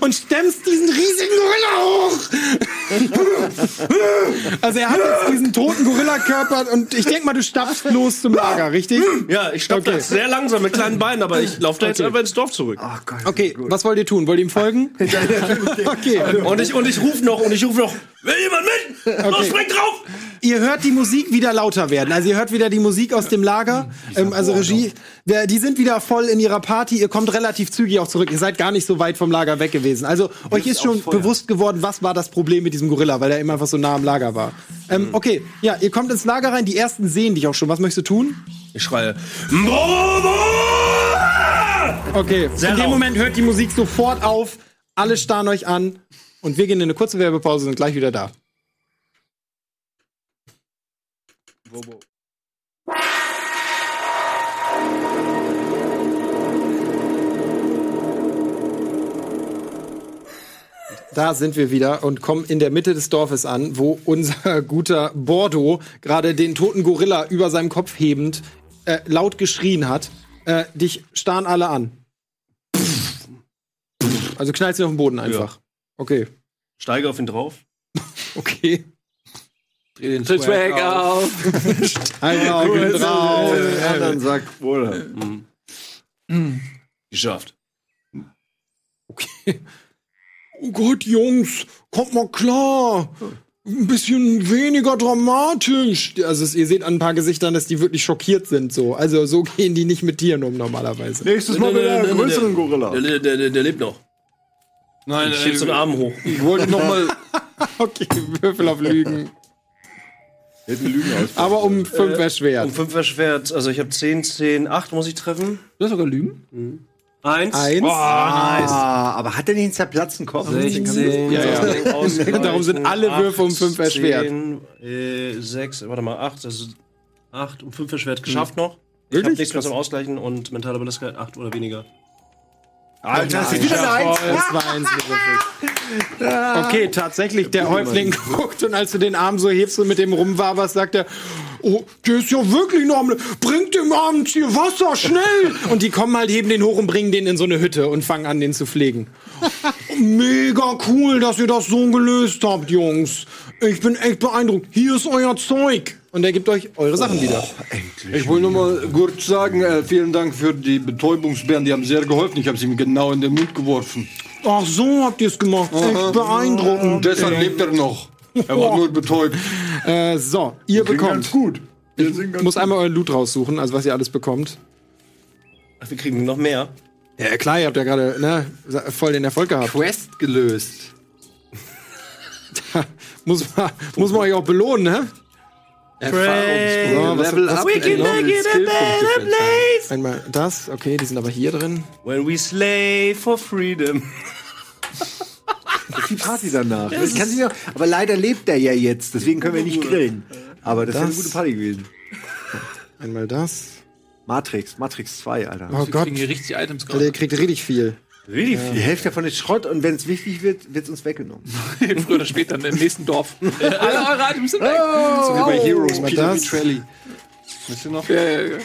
und stemmst diesen riesigen Gorilla hoch. Also er hat jetzt diesen toten Gorillakörper und ich denk mal, du stapfst los zum Lager, richtig? Ja, ich stopfe Okay. das sehr langsam mit kleinen Beinen, aber ich laufe da jetzt Okay. einfach ins Dorf zurück. Oh Okay, was wollt ihr tun? Wollt ihr ihm folgen? Okay. Und ich, und ich rufe noch, und ich rufe noch, will jemand mit? Los, spring drauf! Ihr hört die Musik wieder lauter werden. Also ihr hört wieder die Musik aus dem Lager. Ähm, also Regie, wer- die sind wieder voll in ihrer Party. Ihr kommt relativ zügig auch zurück. Ihr seid gar nicht so weit vom Lager weg gewesen. Also euch ist schon bewusst geworden, was war das Problem mit diesem Gorilla, weil er immer einfach so nah am Lager war. Ähm, okay, ja, ihr kommt ins Lager rein. Die ersten sehen dich auch schon. Was möchtest du tun? Ich schreie, Mama! Okay, in dem laut. Moment hört die Musik sofort auf. Alle starren euch an. Und wir gehen in eine kurze Werbepause und sind gleich wieder da. Da sind wir wieder und kommen in der Mitte des Dorfes an, wo unser guter Bordeaux gerade den toten Gorilla über seinem Kopf hebend äh, laut geschrien hat. Äh, dich starren alle an. Also knallst du auf den Boden einfach. Okay. Steige auf ihn drauf. Okay. Den Swag auf. Einmal Augen drauf. Ja, dann sagt, Bruder. Geschafft. Oh Gott, Jungs, kommt mal klar. Ein bisschen weniger dramatisch. Also es- ihr seht an ein paar Gesichtern, dass die wirklich schockiert sind. So. Also so gehen die nicht mit Tieren um normalerweise. Nächstes Mal mit einem größeren Gorilla. Der, der, der, der, der lebt noch. Nein, Ich heb äh, so einen Arm hoch. ich wollte nochmal. Okay, Würfel auf Lügen. Hätte eine Lügen aus. Aber um fünf Um erschwert. 5 wäre schwer, also ich habe 10, 10, 8 muss ich treffen. Mhm. Du hast sogar Lügen? 1. Eins. Ah, aber hat er den zerplatzen Kopf? 16, Ja, ja. Darum sind alle Würfe um fünf 5 erschwert. 6, äh, warte mal, 8, also 8 um 5 Hm. erschwert, geschafft noch. Ich habe Wirklich? nichts mehr zum Ausgleichen und mentale Belastbarkeit 8 oder weniger. Alter, das ist wieder eine Eins. Das war eins gewürfelt. Okay, tatsächlich, der Häuptling guckt und als du den Arm so hebst und mit dem rumwaberst, sagt er, oh, der ist ja wirklich noch am Le- Bringt dem Armen hier Wasser, schnell! Und die kommen halt, heben den hoch und bringen den in so eine Hütte und fangen an, den zu pflegen. Mega cool, dass ihr das so gelöst habt, Jungs. Ich bin echt beeindruckt. Hier ist euer Zeug. Und er gibt euch eure Sachen wieder. Ich wollte nochmal kurz sagen, äh, vielen Dank für die Betäubungsbären, die haben sehr geholfen. Ich habe sie ihm genau in den Mund geworfen. Ach, so habt ihr es gemacht. Echt beeindruckend. Oh. Und deshalb lebt er noch. Er war nur betäubt. Äh, so, ihr bekommt. Ganz gut. Wir sind ganz muss einmal euren Loot raussuchen, also was ihr alles bekommt. Ach, wir kriegen noch mehr. Ja, klar, ihr habt ja gerade ne, voll den Erfolg gehabt. Quest gelöst. Muss man, muss man euch auch belohnen, ne? Erfahrungspunkte. Level up. We can make it a better place. Einmal das, okay, die sind aber hier drin. When we slay for freedom. die Party danach. Das kann sie noch, aber leider lebt er ja jetzt, deswegen können wir nicht grillen. Aber das, ist eine Das- gute Party gewesen. Einmal das. Matrix, Matrix 2, Alter. Oh Gott, Kriegen hier richtig Items Alter, ihr gerade. kriegt richtig viel. Really viel. Die Hälfte davon ist Schrott und wenn es wichtig wird, wird es uns weggenommen. Früher oder später im nächsten Dorf. Äh, Alle eure Items sind weg. So wie bei Heroes, Mal Peter das. Mitrelli. Wisst ihr noch? Ja, ja, ja.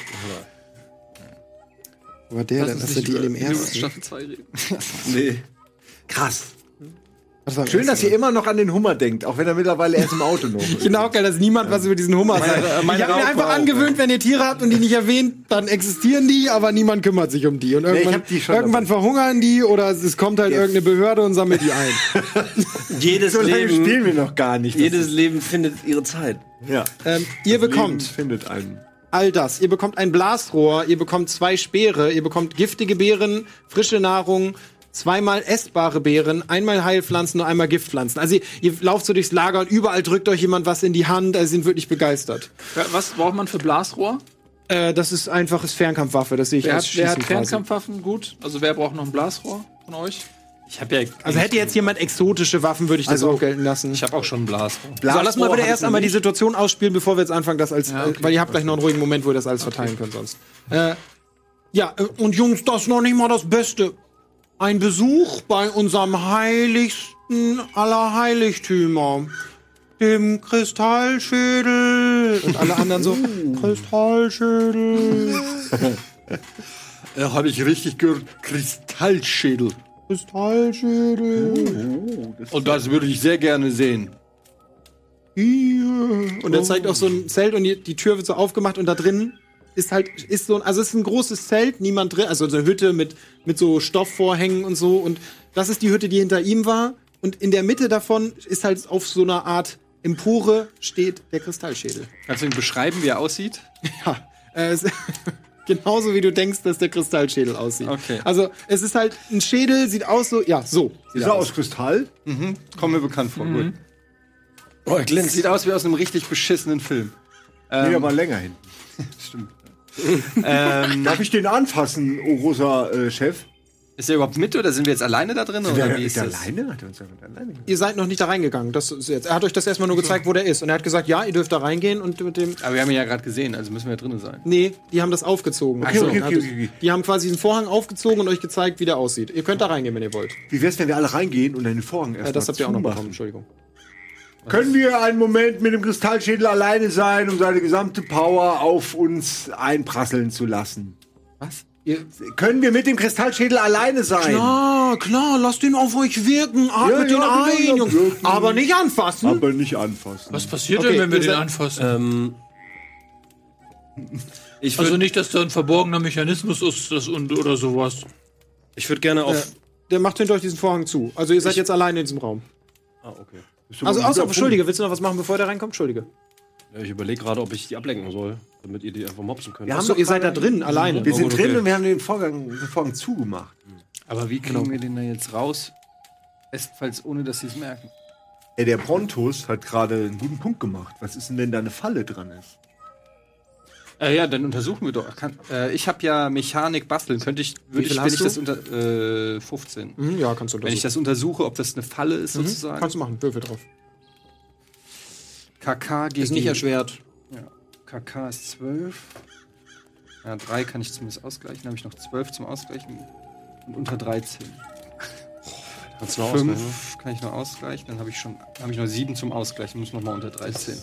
Wo war der denn? Das sind die über LMRs. Heroes Staffel 2 reden. Krass. Schön, dass ihr immer noch an den Hummer denkt, auch wenn er mittlerweile erst im Auto noch ist. Ich finde auch geil, dass niemand was über diesen Hummer sagt. ich habe mir einfach angewöhnt, wenn ihr Tiere habt und die nicht erwähnt, dann existieren die, aber niemand kümmert sich um die. Und ich irgendwann, hab die schon irgendwann verhungern die oder es es kommt halt irgendeine Behörde und sammelt die ein. Jedes So lange Leben, spielen wir noch gar nicht. jedes Leben findet ihre Zeit. ja. ähm, ihr bekommt Leben findet einen. all das. Ihr bekommt ein Blasrohr, ihr bekommt zwei Speere, ihr bekommt giftige Beeren, frische Nahrung, zweimal essbare Beeren, einmal Heilpflanzen und einmal Giftpflanzen. Also ihr, ihr lauft so durchs Lager und überall drückt euch jemand was in die Hand, also sie sind wirklich begeistert. Was braucht man für Blasrohr? Äh, das ist einfaches Fernkampfwaffe, das sehe ich Wer als hat, wer Schießen hat quasi. Fernkampfwaffen gut? Also wer braucht noch ein Blasrohr von euch? Ich habe ja. Also hätte jetzt jemand exotische Waffen, würde ich das Also, auch gelten lassen. Ich habe auch schon ein Blas. so, lass mal bitte erst einmal die Situation ausspielen, bevor wir jetzt anfangen, das als, äh, weil ihr habt gleich noch einen ruhigen Moment, wo ihr das alles verteilen könnt sonst. Äh, ja, äh, und Jungs, das ist noch nicht mal das Beste. Ein Besuch bei unserem heiligsten aller Heiligtümer. Dem Kristallschädel. Und alle anderen so, Kristallschädel, Äh, habe ich richtig gehört. Kristallschädel. Kristallschädel. Und das würde ich sehr gerne sehen. Und er zeigt auch so ein Zelt und die, die Tür wird so aufgemacht und da drin ist halt, ist so ein, also es ist ein großes Zelt, niemand drin, also so eine Hütte mit, mit so Stoffvorhängen und so und das ist die Hütte, die hinter ihm war und in der Mitte davon ist halt auf so einer Art Empore steht der Kristallschädel. Kannst du ihm beschreiben, wie er aussieht? Ja, äh, es, genauso wie du denkst, dass der Kristallschädel aussieht. Okay. Also es ist halt ein Schädel, sieht aus so, ja, so. Sieht Ist er er aus Kristall? Kommt mir bekannt vor. Gut. Oh, er glänzt. Mhm. Sieht aus wie aus einem richtig beschissenen Film. Nee, aber länger hin. Ähm. Stimmt. Ähm. Darf ich den anfassen, oh großer äh, Chef? Ist er überhaupt mit oder sind wir jetzt alleine da drin? Oder wie ist das? alleine? Hat er uns einfach alleine gemacht? Ihr seid noch nicht da reingegangen. Das ist jetzt. Er hat euch das erstmal nur gezeigt, wo der ist. Und er hat gesagt, ja, ihr dürft da reingehen und mit dem Aber wir haben ihn ja gerade gesehen, also müssen wir ja drinnen sein. Nee, die haben das aufgezogen. Okay, so, okay, hat okay, es- okay. Die haben quasi diesen Vorhang aufgezogen und euch gezeigt, wie der aussieht. Ihr könnt da reingehen, wenn ihr wollt. Wie wär's, wenn wir alle reingehen und den Vorhang erst Äh, das mal habt ihr auch noch zumachen? bekommen, Entschuldigung. Können wir einen Moment mit dem Kristallschädel alleine sein, um seine gesamte Power auf uns einprasseln zu lassen? Was? Können wir mit dem Kristallschädel alleine sein? Ah, klar, lasst den auf euch wirken. hm, Atmet Ja, ja, den wir ein, können Jungs. das wirken. Aber nicht anfassen. Aber nicht anfassen. Was passiert Okay, denn, wenn wir ihr den seid- anfassen? Ähm, ich würde also nicht, dass da ein verborgener Mechanismus ist das und, oder sowas. ich würd gerne auf. der macht hinter euch diesen Vorhang zu. Also ihr seid jetzt alleine in diesem Raum. Ah, okay. Also außer, Entschuldige, willst du noch was machen, bevor der reinkommt? Entschuldige. Ja, Ich überlege gerade, ob ich die ablenken soll, damit ihr die einfach mopsen könnt. Wir Ach haben so, Achso, doch ihr seid da gerade- drin, alleine. Wir Oh, sind gut, drin okay. und wir haben den Vorgang, den Vorgang zugemacht. Aber wie kriegen wir den da jetzt raus? Bestenfalls ohne, dass sie es merken. Ey, der Brontos hat gerade einen guten Punkt gemacht. Was ist denn, wenn da eine Falle dran ist? Äh, ja, dann untersuchen wir doch. Kann, äh, ich habe ja Mechanik basteln. Könnte ich, würde viel ich, wenn hast ich du? das unter äh, 15. Hm, ja, kannst du Wenn ich untersuchen. das untersuche, ob das eine Falle ist sozusagen. Kannst du machen, Würfel drauf. KK gegen Ist nicht erschwert. KK ist 12. Ja, 3 kann ich zumindest ausgleichen. habe ich noch 12 zum Ausgleichen. Und unter 13. kannst du noch auswählen, 5 kann ich noch ausgleichen. Dann habe ich schon habe ich noch 7 zum Ausgleichen. Muss nochmal unter 13.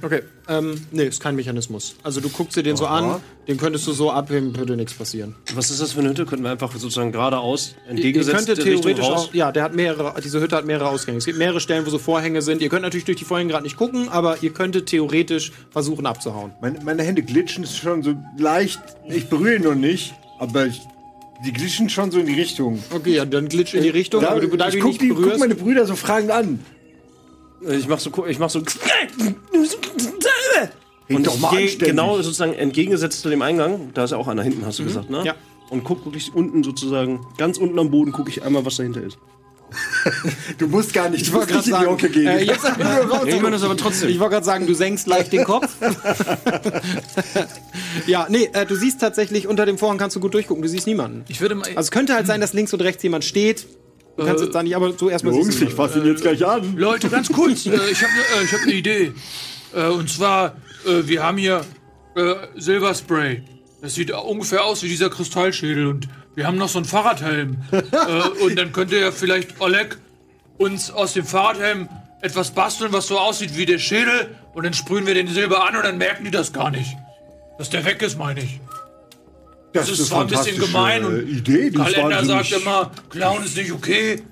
Okay. Ähm, nee, ist kein Mechanismus. Also du guckst Oh, dir den so an, den könntest du so abheben, würde nichts passieren. ne? Was ist das für eine Hütte? Könnten wir einfach sozusagen geradeaus Ihr entgegengesetzt könntet theoretisch auch, ja, der hat mehrere, diese Hütte hat mehrere Ausgänge. Es gibt mehrere Stellen, wo so Vorhänge sind. Ihr könnt natürlich durch die Vorhänge gerade nicht gucken, aber ihr könntet theoretisch versuchen abzuhauen. Meine, meine Hände glitschen schon so leicht. Ich berühre ihn noch nicht, aber ich, die glitschen schon so in die Richtung. Okay, ja, dann glitsch in die Richtung, aber du, da ich du ihn guck, nicht die, guck berührst. meine Brüder so fragend an. Ich mach so. ko- Ich mach so Red doch mal je, anständig. genau sozusagen entgegengesetzt zu dem Eingang, da ist ja auch einer hinten, hast du gesagt, ne? Ja. Und guck wirklich unten sozusagen, ganz unten am Boden gucke ich einmal, was dahinter ist. Du musst gar nicht, ich wollte nicht in die gerade Hocke gehen. Äh, jetzt, Ich meine das aber trotzdem. ich wollte gerade sagen, du senkst leicht den Kopf. ja, nee, äh, du siehst tatsächlich, unter dem Vorhang kannst du gut durchgucken, du siehst niemanden. Ich würde mal. Äh, Also es könnte halt sein, dass links und rechts jemand steht. Du kannst jetzt da nicht, aber so erstmal siehst du ihn. fasse ihn jetzt gleich an. Leute, ganz kurz, äh, ich habe äh, ich hab eine Idee. Äh, und zwar, äh, wir haben hier äh, Silberspray. Das sieht ungefähr aus wie dieser Kristallschädel. Und wir haben noch so einen Fahrradhelm. äh, und dann könnte ja vielleicht Oleg uns aus dem Fahrradhelm etwas basteln, was so aussieht wie der Schädel. Und dann sprühen wir den Silber an und dann merken die das gar nicht. Dass der weg ist, meine ich. Das, ist zwar ein bisschen fantastische gemein und Idee, die ist Kalender wahnsinnig- sagt immer, Clown ist nicht okay.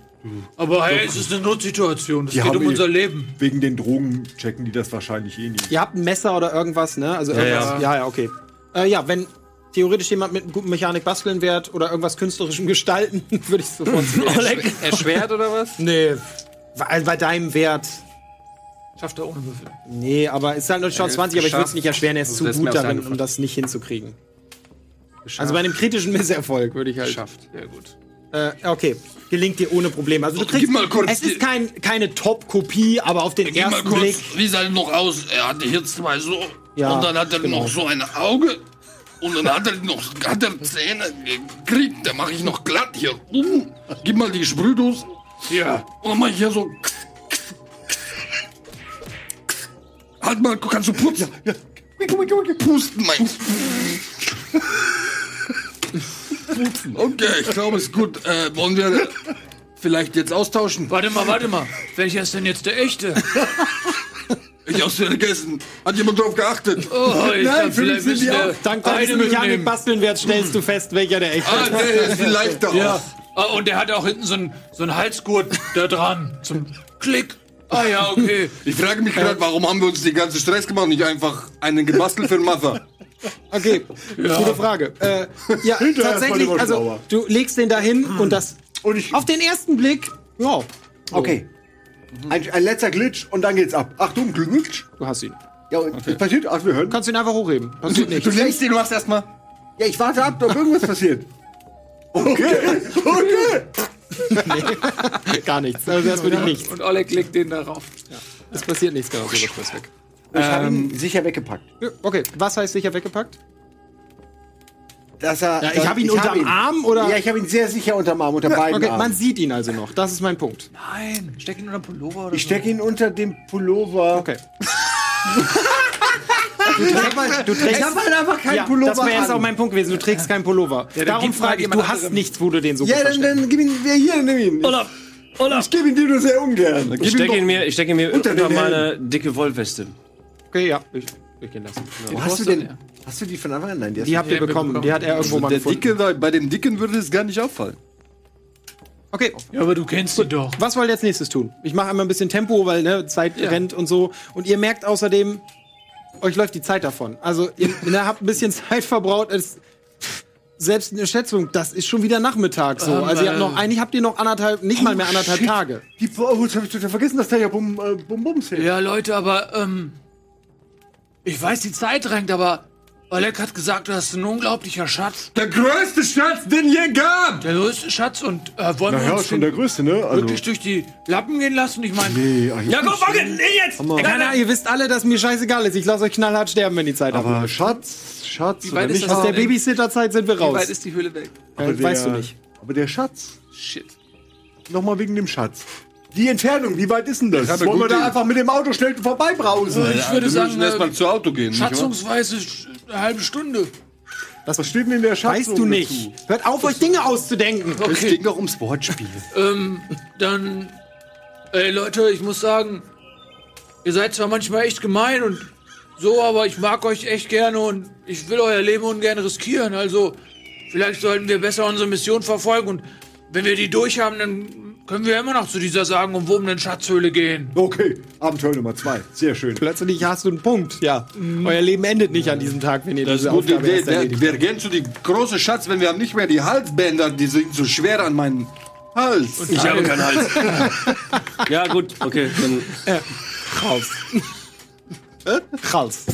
Aber hey, es ist eine Notsituation. Es Die geht haben um unser eh- Leben. Wegen den Drogen checken die das wahrscheinlich eh nicht. Ihr habt ein Messer oder irgendwas, ne? Also irgendwas. Ja, ja, okay. Äh, ja, wenn theoretisch jemand mit gutem Mechanik basteln wird oder irgendwas künstlerischem gestalten, würde ich sofort. Erschw- Erschwert oder was? nee. Bei, bei deinem Wert. Schafft er ohne Würfel. Nee, aber es ist halt nur schon 20, aber ich würde es nicht erschweren, er ist Also das zu ist mir gut was darin, um eingefallen. das nicht hinzukriegen. Also bei einem kritischen Misserfolg würde ich halt. Geschafft. Ja, gut. Äh, okay, gelingt dir ohne Probleme. Also du kriegst. mal kurz es die- ist kein, keine Top-Kopie, aber auf den Gib mal ersten kurz, Blick. wie sah er noch aus? Er hatte hier zwei so. Ja, und dann hat er noch so ein Auge. Und dann hat er noch hat er Zähne gekriegt. Da mache ich noch glatt hier. Uh, gib mal die Sprühdose. Ja. Und dann mach ich hier so. Halt mal, kannst du putzen? Ja, ja. Pusten, mein. Okay, ich glaube, es ist gut. Äh, wollen wir vielleicht jetzt austauschen? Warte mal, warte mal. Welcher ist denn jetzt der echte? Ich hab's vergessen. Hat jemand drauf geachtet? Oh, ich Nein, glaub, für mich vielleicht sind müssen die wir auch. Dank deines einen mitnehmen. Mechanik basteln wert stellst du fest, welcher der echte Ah, ist. der ist viel leichter. Ja. Ah, und der hat auch hinten so einen, so einen Halsgurt da dran. Zum Klick. Ah ja, okay. Ich frage mich gerade, warum haben wir uns den ganzen Stress gemacht, nicht einfach einen gebastelt für den Maffer? Okay, gute Frage. Äh, ja, tatsächlich, immer also schlauer. du legst den da hin und das. Und ich- auf den ersten Blick, ja, Okay. Ein, ein letzter Glitch und dann geht's ab. Achtung, Glitch. du hast ihn. Ja, was passiert? Ach, wir hören. Kannst ihn einfach hochheben. Passiert nichts. Du nimmst den, du machst erstmal. Ja, ich warte ab, ob irgendwas passiert. Okay, okay. Gar nichts. Also erstmal die nichts. Und Oleg legt den darauf. Es passiert nichts, genau. so was weg. Ich habe Ähm. ihn sicher weggepackt. Ja, Okay, was heißt sicher weggepackt? Dass er, Ja, ich hab ihn unterm Arm, oder? Ja, ich habe ihn sehr sicher unterm Arm, unter beiden Okay, man Armen. sieht ihn also noch. Das ist mein Punkt. Nein, steck ihn unter den Pullover oder Ich stecke ihn unter dem Pullover. Okay. Du trägst, du trägst, Ich habe halt einfach keinen ja, Pullover das wäre jetzt an. auch mein Punkt gewesen. Du trägst keinen Pullover. Darum gib's mal frage ich, jemand du hast anderem. nichts, wo du den so ja, gut dann, dann gib ihn, wer hier, dann nimm ihn. Olaf! Olaf! Ich gebe ihn dir nur sehr ungern. Ich stecke ihn mir, ich steck ihn mir unter, den meine dicke Wollweste. Okay, ja, ich, ich gehen lassen. Wo hast du denn? Hast du die von Anfang an? Nein, die hast Die habt ihr bekommen. Also Die hat er irgendwo mal gefunden. bei dem Dicken würde es gar nicht auffallen. Okay, Ja, aber du kennst ihn doch. was wollt ihr als nächstes tun? Ich mache einmal ein bisschen Tempo, weil ne, Zeit rennt und so. Und ihr merkt außerdem, euch läuft die Zeit davon. Also ihr ne, habt ein bisschen Zeit verbraucht. Es, selbst eine Schätzung, das ist schon wieder Nachmittag so. also ihr habt noch, eigentlich habt ihr noch anderthalb, nicht mal mehr anderthalb Tage. Die, oh, jetzt habe ich total vergessen, dass da ja Bum, äh, Bum Bums hin. Ja, Leute, aber, ähm. Ich weiß, die Zeit drängt, aber. Oleg hat gesagt, das ist ein unglaublicher Schatz. Der größte Schatz, den je gab! Der größte Schatz und äh, wollen wir uns den größte, ne? Also, wirklich durch die Lappen gehen lassen? Ich meine, nee, also ach, Ja, komm, Wagen, nee, jetzt! Nein, nein, ihr wisst alle, dass mir scheißegal ist. Ich lasse euch knallhart sterben, wenn die Zeit abläuft. aber Schatz, Schatz, weit ist das Aus aber der in- Babysitterzeit sind wir wie weit raus. ist die Höhle weg? Äh, der- weißt du nicht. Aber der Schatz, Shit. nochmal wegen dem Schatz. Die Entfernung, wie weit ist denn das? habe Wollen wir gute da Idee. einfach mit dem Auto schnell vorbeibrausen? Ich würde Wir sagen, müssen erstmal äh, zu Auto gehen. nicht wahr? schätzungsweise sch- eine halbe Stunde. Was steht denn in der Schatz? Weißt du nicht. Hört auf, euch Dinge auszudenken. Es ging doch ums Wortspiel. Ähm, dann. Ey, Leute, ich muss sagen, ihr seid zwar manchmal echt gemein und so, aber ich mag euch echt gerne und ich will euer Leben ungern riskieren. Also, vielleicht sollten wir besser unsere Mission verfolgen und wenn wir die durchhaben, dann können wir immer noch zu dieser sagenumwobenen Schatzhöhle gehen. Okay, Abenteuer Nummer zwei. Sehr schön. Plötzlich hast du einen Punkt, ja. Euer Leben endet nicht an diesem Tag, wenn ihr Das ist diese eine gute Aufgabe Idee. erst Der, erledigt. wir gehen zu dem großen Schatz, wenn wir haben nicht mehr die Halsbänder, die sind so schwer an meinen Hals. Ich habe keinen Hals. ja, gut, okay. Dann Raus. Raus.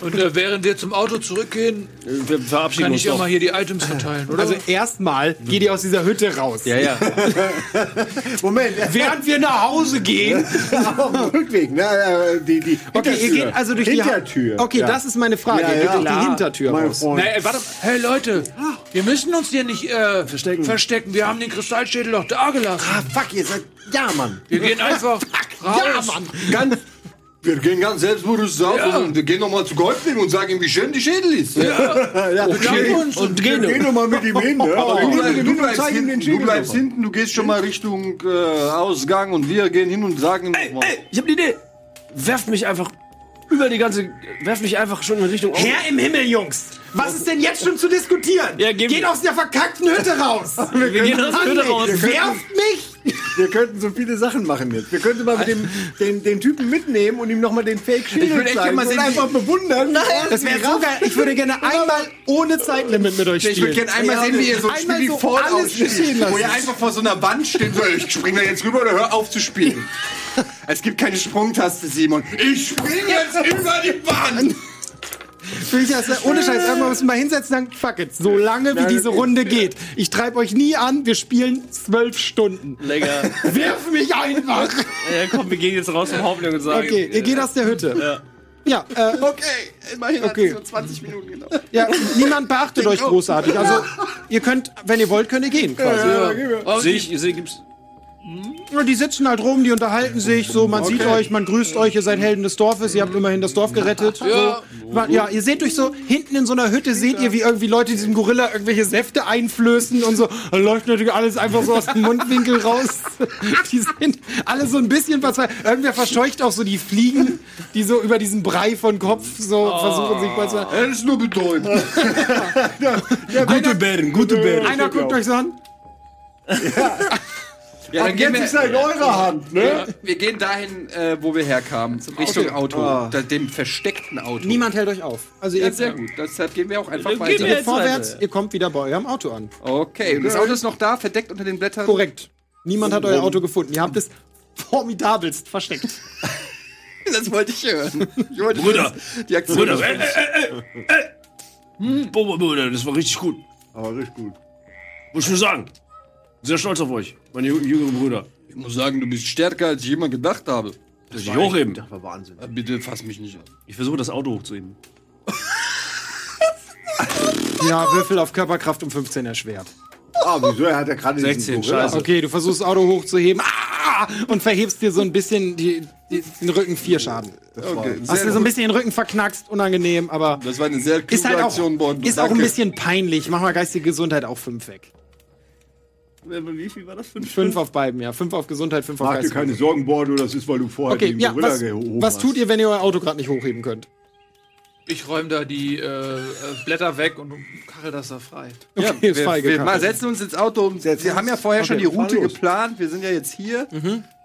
Und äh, während wir zum Auto zurückgehen, äh, wir verabschieden kann uns ich ja doch. mal hier die Items verteilen, oder? Also erstmal geht ihr aus dieser Hütte raus. Ja, ja. Moment, Während wir nach Hause gehen. auf dem Rückweg. Ne, äh, die, die Okay, ihr Hintertür. geht also durch die Hintertür. Ha- Okay, Ja. das ist meine Frage. Ja, ihr geht ja. durch die Klar. Hintertür Mein raus. Freund. Na, ey, warte. Hey Leute, wir müssen uns hier nicht äh, verstecken. Wir haben den Kristallschädel doch da gelassen. Ah, fuck, ihr seid. Ja, Mann. Wir gehen einfach raus. Ganz, wir gehen ganz selbstbewusst raus Ja. und wir gehen nochmal zu Goldfilm und sagen ihm, wie schön die Schädel ist. Dank uns und gehen. Genau. Geh doch mal mit ihm Oh, hin. Ne? Aber Du, wir gehen mit ihm hin und bleib, du, bleibst zeigen ihm den hinten, du Schädel bleibst davon. hinten, du gehst schon mal Richtung äh, Ausgang und wir gehen hin und sagen. Ey, ey, ich habe eine Idee. Werft mich einfach über die ganze. Werft mich einfach schon in Richtung. Auto. Herr im Himmel, Jungs. Was ist denn jetzt schon zu diskutieren? Ja, geben- Geht aus der verkackten Hütte raus! Wir gehen aus der Hütte raus. Werft mich! Wir könnten so viele Sachen machen jetzt. Wir könnten mal mit dem, den, den Typen mitnehmen und ihm nochmal den Fake Shield würde echt zeigen gerne mal und sehen, wie- einfach bewundern. Nein, Das wäre so geil. Ich würde gerne einmal ohne Zeitlimit mit euch spielen. Ich würde gerne einmal sehen, wie ihr so ein Einmal Spiel wie so Fallout alles geschehen spielt, lassen. wo ihr einfach vor so einer Wand steht so, ich springe da jetzt rüber oder hör auf zu spielen. es gibt keine Sprungtaste, Simon. Ich springe jetzt über die Wand. Will ich das, ohne Scheiß, irgendwann müssen wir mal hinsetzen und sagen, fuck it, so lange wie diese Runde geht. Ich treibe euch nie an, wir spielen zwölf Stunden. Länger. Werf mich einfach! Ja, komm, wir gehen jetzt raus vom Hauptgang und sagen. äh, Okay, ihr geht aus der Hütte. Ja, äh, Okay, immerhin hat Okay. es nur 20 Minuten gedauert. ja niemand beachtet euch großartig. Also, ihr könnt, wenn ihr wollt, könnt ihr gehen. Quasi. Sehe ich, sehe, gibt's. Und Die sitzen halt rum, die unterhalten sich, so, man sieht euch, man grüßt euch, ihr seid Helden des Dorfes, ihr habt immerhin das Dorf gerettet. Ja, so. Man- ja ihr seht euch so, hinten in so einer Hütte seht ihr, wie irgendwie Leute diesem Gorilla irgendwelche Säfte einflößen und so. Da läuft natürlich alles einfach so aus dem Mundwinkel raus. Die sind alle so ein bisschen verzweifelt. Irgendwer verscheucht auch so die Fliegen, die so über diesen Brei von Kopf so Oh. versuchen sich mal zu... Das ist nur bedeutend. gute Bären, gute Bären. Einer guckt euch so an. Ja, dann gehen Jetzt ist wir, er in eurer Hand, ne? wir gehen dahin, äh, wo wir herkamen. Zum Richtung Auto. Ah. Da, dem versteckten Auto. Niemand hält euch auf. Also Ja, ihr... sehr gut. Deshalb gehen wir auch einfach Gehen weiter. wir Geht vorwärts, ihr kommt wieder bei eurem Auto an. Okay, und das Auto ist noch da, verdeckt unter den Blättern. Korrekt. Niemand hat euer Auto gefunden. Ihr habt es formidabelst versteckt. Das wollte ich hören. Ich wollte Brüder. die Aktion. Bruder, äh, äh, äh, äh, äh. Boah, Bruder, das war richtig gut. Aber richtig gut. Muss ich nur sagen. Sehr stolz auf euch, meine jü- jüngeren Brüder. Ich muss sagen, du bist stärker, als ich jemand gedacht habe. Äh, Das ich hochheben. Das war Wahnsinn. Bitte fass mich nicht an. Ich versuche das Auto hochzuheben. Ja, Würfel auf Körperkraft um 15 erschwert. Ah, wieso? Er hat ja gerade diesen 16, Gorilla. scheiße. Okay, du versuchst das Auto hochzuheben ah, und verhebst dir so ein bisschen die, die, den Rücken vier Schaden. Okay, Hast dir sehr so ein gut. bisschen den Rücken verknackst, unangenehm, aber Das war eine sehr kluge ist halt auch, Aktion, Bond. ist auch ein bisschen peinlich. Mach mal geistige Gesundheit auch fünf weg. Wie viel war das? Fünf? Fünf auf beiden, ja. Fünf auf Gesundheit, fünf auf Mach dir geistige keine Sorgen, Bordo, das ist, weil du vorher Okay, den ja, Gorilla was, gehoben was hast. tut ihr, wenn ihr euer Auto gerade nicht hochheben könnt? Ich räume da die äh, äh, Blätter weg und kachel das da frei. Okay, Ja, wir, ist feige wir Kacke. mal setzen uns ins Auto. Und wir haben ja vorher schon die Route geplant. Wir sind ja jetzt hier,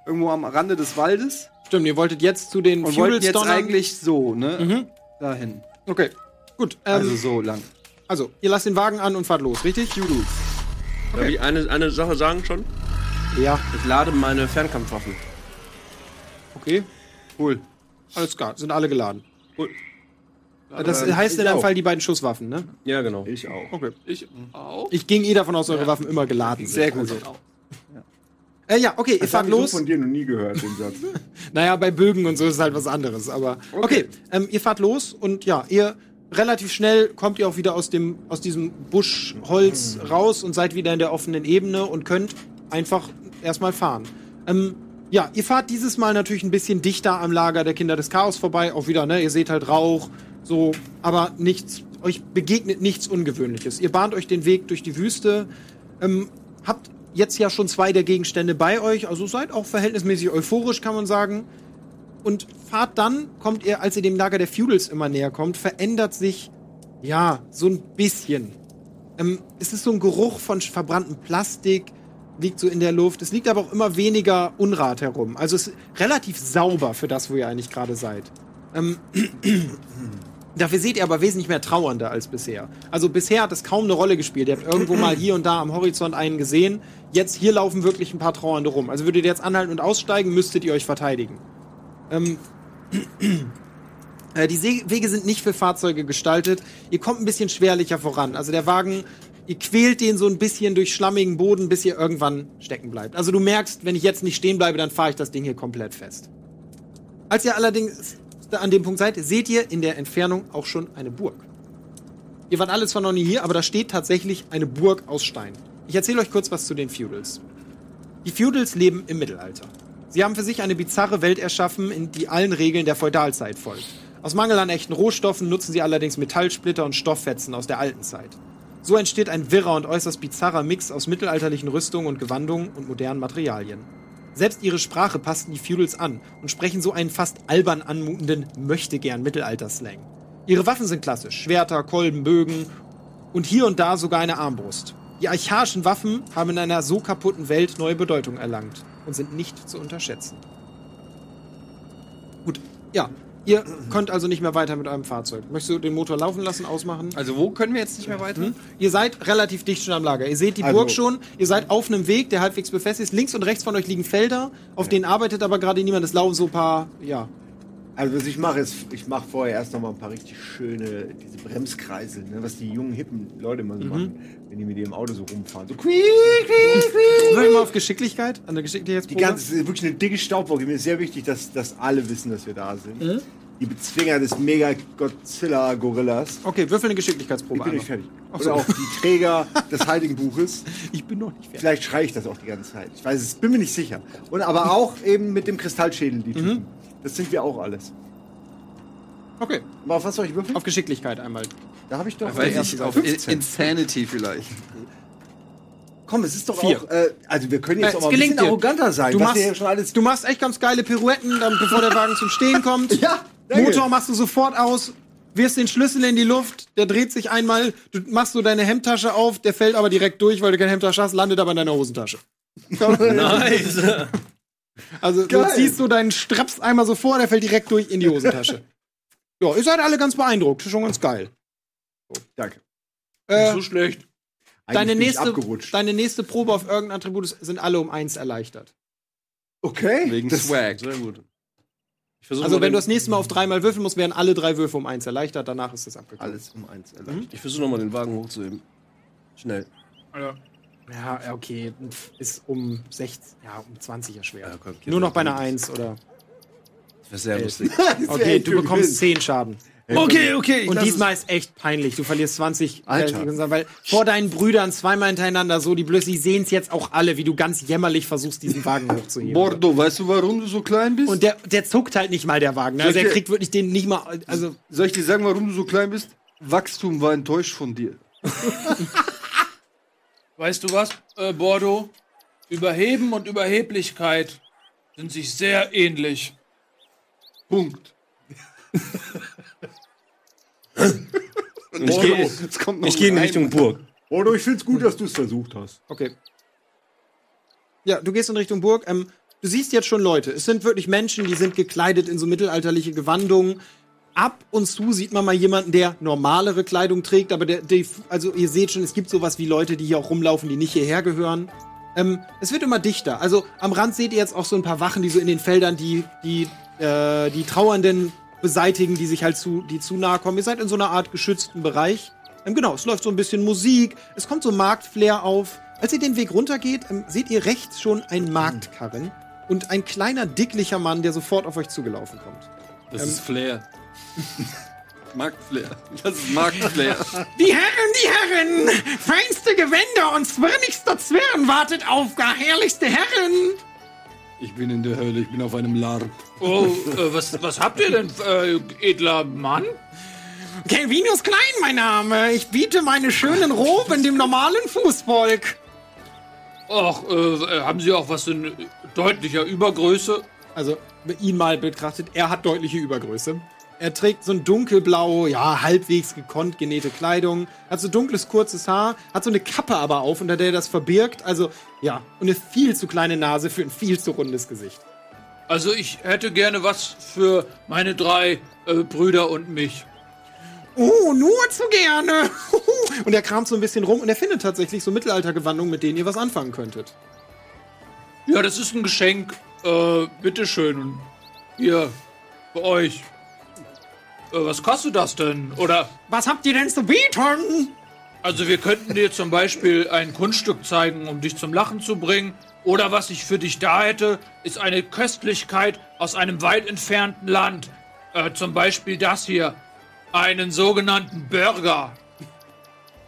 irgendwo am Rande des Waldes. Stimmt, ihr wolltet jetzt zu den Und wollten Fuels jetzt donnern. eigentlich so, ne? Dahin. Okay, gut. Ähm, Also so lang. Also, ihr lasst den Wagen an und fahrt los, richtig? Judu. Darf ich eine, eine Sache sagen schon? Ja, Ich lade meine Fernkampfwaffen. okay. Cool. Alles klar, sind alle geladen. Gut. Das heißt in deinem Fall die beiden Schusswaffen, ne? Ja, genau. Ich auch. Ich auch. Ich ging eh davon aus, eure Waffen immer geladen sind. Oh. Also- Sehr gut. Äh, ja, okay, ihr Das hab fahrt ich so los. von dir noch nie gehört, den Satz. Naja, bei Bögen und so ist halt was anderes, aber. Okay, ähm, ihr fahrt los und ja, ihr relativ schnell kommt ihr auch wieder aus dem aus diesem Buschholz raus und seid wieder in der offenen Ebene und könnt einfach erstmal fahren. Ähm, ja, ihr fahrt dieses Mal natürlich ein bisschen dichter am Lager der Kinder des Chaos vorbei, auch wieder, ne? Ihr seht halt Rauch, so, aber nichts, euch begegnet nichts Ungewöhnliches. Ihr bahnt euch den Weg durch die Wüste, ähm, habt jetzt ja schon zwei der Gegenstände bei euch, also seid auch verhältnismäßig euphorisch, kann man sagen. Und fahrt dann, kommt ihr, als ihr dem Lager der Feudals immer näher kommt, verändert sich, ja, so ein bisschen. Ähm, es ist so ein Geruch von sch- verbranntem Plastik, liegt so in der Luft. Es liegt aber auch immer weniger Unrat herum. Also es ist relativ sauber für das, wo ihr eigentlich gerade seid. Dafür seht ihr aber wesentlich mehr Trauernde als bisher. Also bisher hat es kaum eine Rolle gespielt. Ihr habt irgendwo mal hier und da am Horizont einen gesehen. Jetzt hier laufen wirklich ein paar Trauernde rum. Also würdet ihr jetzt anhalten und aussteigen, müsstet ihr euch verteidigen. Ähm, äh, die See Wege sind nicht für Fahrzeuge gestaltet. Ihr kommt ein bisschen schwerlicher voran. Also der Wagen, ihr quält den so ein bisschen durch schlammigen Boden, bis ihr irgendwann stecken bleibt. Also du merkst, wenn ich jetzt nicht stehen bleibe, dann fahre ich das Ding hier komplett fest. Als ihr allerdings da an dem Punkt seid, seht ihr in der Entfernung auch schon eine Burg. Ihr wart alles zwar noch nie hier, aber da steht tatsächlich eine Burg aus Stein. Ich erzähle euch kurz was zu den Feudals. Die Feudals leben im Mittelalter. Sie haben für sich eine bizarre Welt erschaffen, in die allen Regeln der Feudalzeit folgt. Aus Mangel an echten Rohstoffen nutzen sie allerdings Metallsplitter und Stofffetzen aus der alten Zeit. So entsteht ein wirrer und äußerst bizarrer Mix aus mittelalterlichen Rüstungen und Gewandungen und modernen Materialien. Selbst ihre Sprache passen die Feudals an und sprechen so einen fast albern anmutenden Möchtegern Mittelalterslang. Ihre Waffen sind klassisch: Schwerter, Kolben, Bögen und hier und da sogar eine Armbrust. Die archaischen Waffen haben in einer so kaputten Welt neue Bedeutung erlangt und sind nicht zu unterschätzen. Gut, ja. Ihr könnt also nicht mehr weiter mit eurem Fahrzeug. Möchtest du den Motor laufen lassen, ausmachen? Also wo können wir jetzt nicht mehr weiter? Ihr seid relativ dicht schon am Lager. Ihr seht die Also Burg schon. Ihr seid auf einem Weg, der halbwegs befestigt ist. Links und rechts von euch liegen Felder, auf denen arbeitet aber gerade niemand. Es laufen so ein paar, ja. Also was ich mache ist, ich mache vorher erst noch mal ein paar richtig schöne diese Bremskreisel, ne, was die jungen hippen Leute immer Mhm. so machen, wenn die mit ihrem Auto so rumfahren. So quiek, quiek, quiek. Würfel mal auf Geschicklichkeit, an der Geschicklichkeitsprobe. Die ganze wirklich eine dicke Staubwolke. Mir ist sehr wichtig, dass, dass alle wissen, dass wir da sind. Mhm. Die Bezwinger des Mega Godzilla Gorillas. Okay, würfel eine Geschicklichkeitsprobe Ich bin nicht einmal. fertig. Oder auch die Träger des Heiligen Buches. Ich bin noch nicht fertig. Vielleicht schreie ich das auch die ganze Zeit. Ich weiß es, bin mir nicht sicher. Und aber auch eben mit dem Kristallschädel, Mhm. die Typen. Das sind wir auch alles. Okay, Aber auf was soll ich würfeln? auf Geschicklichkeit einmal. Da habe ich doch Weiß den ersten ich, auf Satz. In- Insanity vielleicht. Komm, es ist doch Vier. auch. Äh, also wir können Äh, jetzt es auch mal ein gelingt bisschen dir. arroganter sein. Du was machst, wir hier schon alles. du machst echt ganz geile Pirouetten, dann, bevor der Wagen zum Stehen kommt. Ja, danke. Motor machst du sofort aus, wirfst den Schlüssel in die Luft, der dreht sich einmal, du machst so deine Hemdtasche auf, der fällt aber direkt durch, weil du keine Hemdtasche hast, landet aber in deiner Hosentasche. Nice. Also Geil. du ziehst so deinen Straps einmal so vor, der fällt direkt durch in die Hosentasche. ja, ihr seid alle ganz beeindruckt, schon ganz geil. Danke. Äh, so schlecht. Eigentlich deine, bin ich nächste, Abgerutscht. deine nächste Probe auf irgendein Attribut ist- sind alle um eins erleichtert. Okay. Wegen das Swag. Sehr gut. Ich versuche Also mal wenn den, du das nächste Mal auf dreimal würfeln musst, werden alle drei Würfe um eins erleichtert, danach ist das abgekommen. alles um eins erlangt. ich versuche nochmal den Wagen hochzuheben. Schnell. Alter. Ja, okay, ist um 16, ja, um 20 erschwert. Ja, komm, geht Nur noch weiter. bei einer 1 oder. Das wäre sehr lustig. Okay, du bekommst 10 Schaden. Okay, okay. ich Und lass diesmal ist echt peinlich. Du verlierst 20, Alter. äh, weil vor deinen Brüdern zweimal hintereinander so, die Blöße, die sehen es jetzt auch alle, wie du ganz jämmerlich versuchst, diesen Wagen hochzuheben. Bordo, weißt du, warum du so klein bist? Und der, der zuckt halt nicht mal, der Wagen. ne? Also der Solche- kriegt wirklich den nicht mal, also Soll ich dir sagen, warum du so klein bist? Wachstum war enttäuscht von dir. Weißt du was, äh, Bordo? Überheben und Überheblichkeit sind sich sehr ähnlich. Punkt. Und ich gehe Jetzt kommt noch ich geh in ein- Richtung Burg. Oder ich finde es gut, Hm. dass du es versucht hast. Okay. Ja, du gehst in Richtung Burg. Ähm, du siehst jetzt schon Leute. Es sind wirklich Menschen, die sind gekleidet in so mittelalterliche Gewandungen. Ab und zu sieht man mal jemanden, der normalere Kleidung trägt, aber der, die, also ihr seht schon, es gibt sowas wie Leute, die hier auch rumlaufen, die nicht hierher gehören. Ähm, es wird immer dichter. Also am Rand seht ihr jetzt auch so ein paar Wachen, die so in den Feldern die, die, äh, die Trauernden beseitigen, die sich halt zu, die zu nahe kommen. Ihr seid in so einer Art geschützten Bereich. Ähm, genau, es läuft so ein bisschen Musik, es kommt so Marktflair auf. Als ihr den Weg runtergeht, ähm, seht ihr rechts schon einen Marktkarren und ein kleiner, dicklicher Mann, der sofort auf euch zugelaufen kommt. Das ist Flair. Marktflair. Das ist Marktflair. Die Herren, die Herren! Feinste Gewänder und zwirnigster Zwirn wartet auf gar herrlichste Herren! Ich bin in der Hölle, ich bin auf einem LARP. Oh, äh, was, was habt ihr denn, äh, edler Mann? Kelvinius Klein, mein Name. Ich biete meine schönen Roben dem normalen Fußvolk. Och, äh, haben Sie auch was in deutlicher Übergröße? Also ihn mal betrachtet, er hat deutliche Übergröße. Er trägt so ein dunkelblau, ja, halbwegs gekonnt genähte Kleidung, hat so dunkles, kurzes Haar, hat so eine Kappe aber auf, unter der er das verbirgt. Also, ja, und eine viel zu kleine Nase für ein viel zu rundes Gesicht. Also ich hätte gerne was für meine drei äh, Brüder und mich. Oh, nur zu gerne. Und er kramt so ein bisschen rum und er findet tatsächlich so Mittelaltergewandungen, mit denen ihr was anfangen könntet. Ja, das ist ein Geschenk. Äh, bitteschön. Und Hier, für euch. Äh, was kostet das denn? Oder, Was habt ihr denn zu bieten? also wir könnten dir zum Beispiel ein Kunststück zeigen, um dich zum Lachen zu bringen. Oder was ich für dich da hätte, ist eine Köstlichkeit aus einem weit entfernten Land. Äh, zum Beispiel das hier. Einen sogenannten Burger.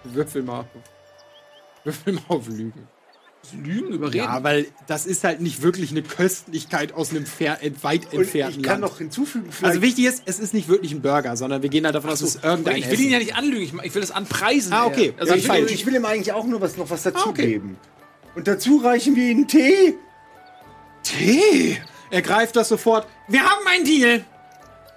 Würfel mal. Würfel mal auf Lügen. Das Lügen überreden. Ja, weil das ist halt nicht wirklich eine Köstlichkeit aus einem fer ent- weit Und ich entfernten kann Land. noch hinzufügen, vielleicht. Also wichtig ist, es ist nicht wirklich ein Burger, sondern wir gehen halt davon aus, es ist irgendein Ich will ihn ja nicht anlügen, ich, ich will das anpreisen. Ah, eher. okay. Also Ja, ich will, falsch. ich, ich will ihm eigentlich auch nur was, noch was dazu Ah, okay. geben. Und dazu reichen wir ihnen Tee. Tee! Er greift das sofort. Wir haben einen Deal.